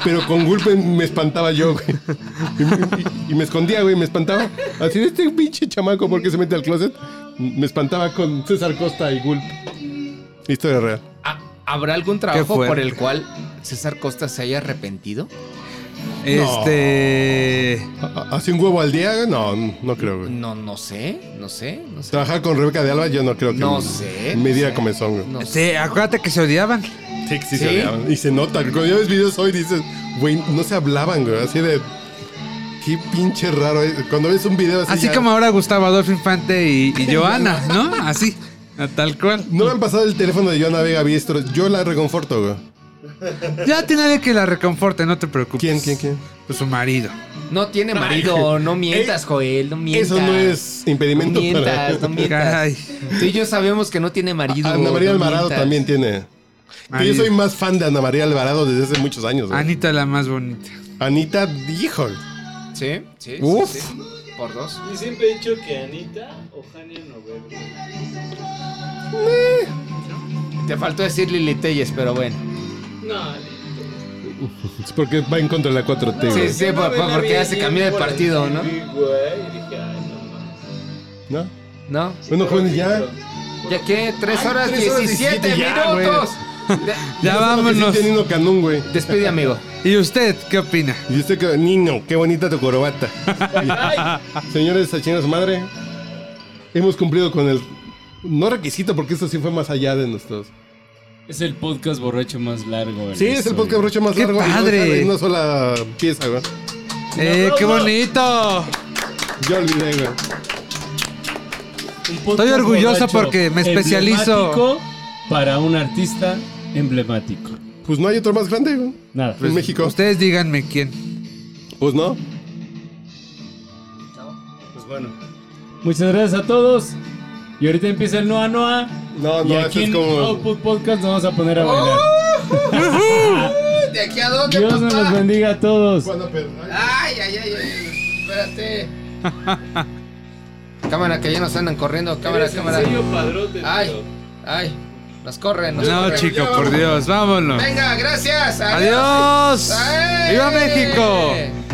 S1: pero con Gulp me espantaba yo, güey. Y, me- y me escondía, güey, me espantaba. Así de este pinche chamaco, ¿por qué se mete al closet? Me espantaba con César Costa y Gulp. Historia real.
S6: Ah, ¿Habrá algún trabajo por
S2: fuerte.
S6: el cual César Costa se haya arrepentido?
S2: Este.
S1: A- a- ¿Hace un huevo al día? güey? No, no creo, güey.
S6: No, no sé, no sé, no sé.
S1: Trabajar con Rebeca de Alba, yo no creo que
S6: No
S1: me-
S6: sé,
S1: me
S6: no
S1: diera
S6: sé.
S1: comezón, güey.
S6: No sé.
S2: Sí, acuérdate que se odiaban.
S1: Sí, sí,
S6: ¿Sí?
S1: se hablaban. Y se nota. Cuando yo ves videos hoy dices, güey, no se hablaban, güey. Así de. Qué pinche raro. es. Cuando ves un video así.
S2: Así
S1: ya-
S2: como ahora Gustavo Adolfo Infante y, y Joana, ¿no? Así, a tal cual.
S1: No me han pasado el teléfono de Joana Vega Biestro. Yo la reconforto, güey.
S2: Ya tiene alguien que la reconforte, no te preocupes.
S1: ¿Quién, quién, quién?
S2: Pues su marido.
S6: No tiene marido, no mientas, Joel, no mientas.
S1: Eso no es impedimento
S6: No mientas,
S1: para.
S6: no mientas.
S2: Caray.
S6: Tú y yo sabemos que no tiene marido.
S1: Ana María
S6: no
S1: Alvarado
S6: mientas.
S1: también tiene. Que yo
S2: Marido.
S1: soy más fan de Ana María Alvarado desde hace muchos años, güey.
S2: Anita la más bonita.
S1: Anita dijo.
S6: Sí, sí. sí,
S1: Uf.
S6: sí. Por dos.
S4: Yo siempre he dicho que Anita o Hania no
S6: Te faltó decir Lili Telles, pero bueno.
S4: No,
S1: Es porque va en contra de la 4T,
S6: Sí,
S1: güey.
S6: sí, por- por- porque ya se cambió de partido, ¿no?
S1: ¿No?
S6: ¿No?
S1: Bueno, jóvenes, ya.
S6: ¿Ya qué? ¿Tres horas
S1: tres horas
S6: diecisiete
S1: 17 ya,
S6: minutos?
S2: Ya
S1: Estoy
S2: vámonos.
S1: teniendo canún, güey.
S6: Despide, amigo.
S2: ¿Y usted qué opina?
S1: Y usted que, niño, qué bonita tu corbata. Señores, a chingar a su madre. Hemos cumplido con el. No requisito, porque esto sí fue más allá de nuestros.
S5: Es el podcast borracho más largo. en
S1: Sí,
S5: la
S1: es el
S5: historia.
S1: podcast broche más
S2: ¡Qué
S1: largo. y no
S2: padre!
S1: sale en una sola pieza, güey.
S2: ¡Eh, qué bonito!
S1: Yo olvidé, güey.
S5: Un podcast
S2: Estoy orgulloso
S5: borracho
S2: porque me especializo.
S5: emblemático Para un artista emblemático.
S1: Pues no hay otro más grande, güey.
S5: Nada.
S2: Pues
S1: en México.
S2: Ustedes díganme quién.
S1: Pues no.
S5: Pues bueno. Muchas gracias a todos. Y ahorita empieza el Noa Noa.
S1: No,
S5: y
S1: no, este
S5: aquí
S1: es
S5: en
S1: como- ¡Oh,
S5: Output Podcast nos vamos a poner a bailar.
S6: ¿De aquí a dónde,
S5: Dios nos los bendiga a todos.
S6: Ay, ay, ay, ay. Espérate. cámara, que ya nos andan corriendo. Cámara, cámara. Ay, ay. Nos corren, nos
S2: No,
S6: corren.
S2: chico, por Dios, vámonos.
S6: Venga, gracias.
S2: ¡Adiós!
S6: ¡Ay!
S2: ¡Viva México!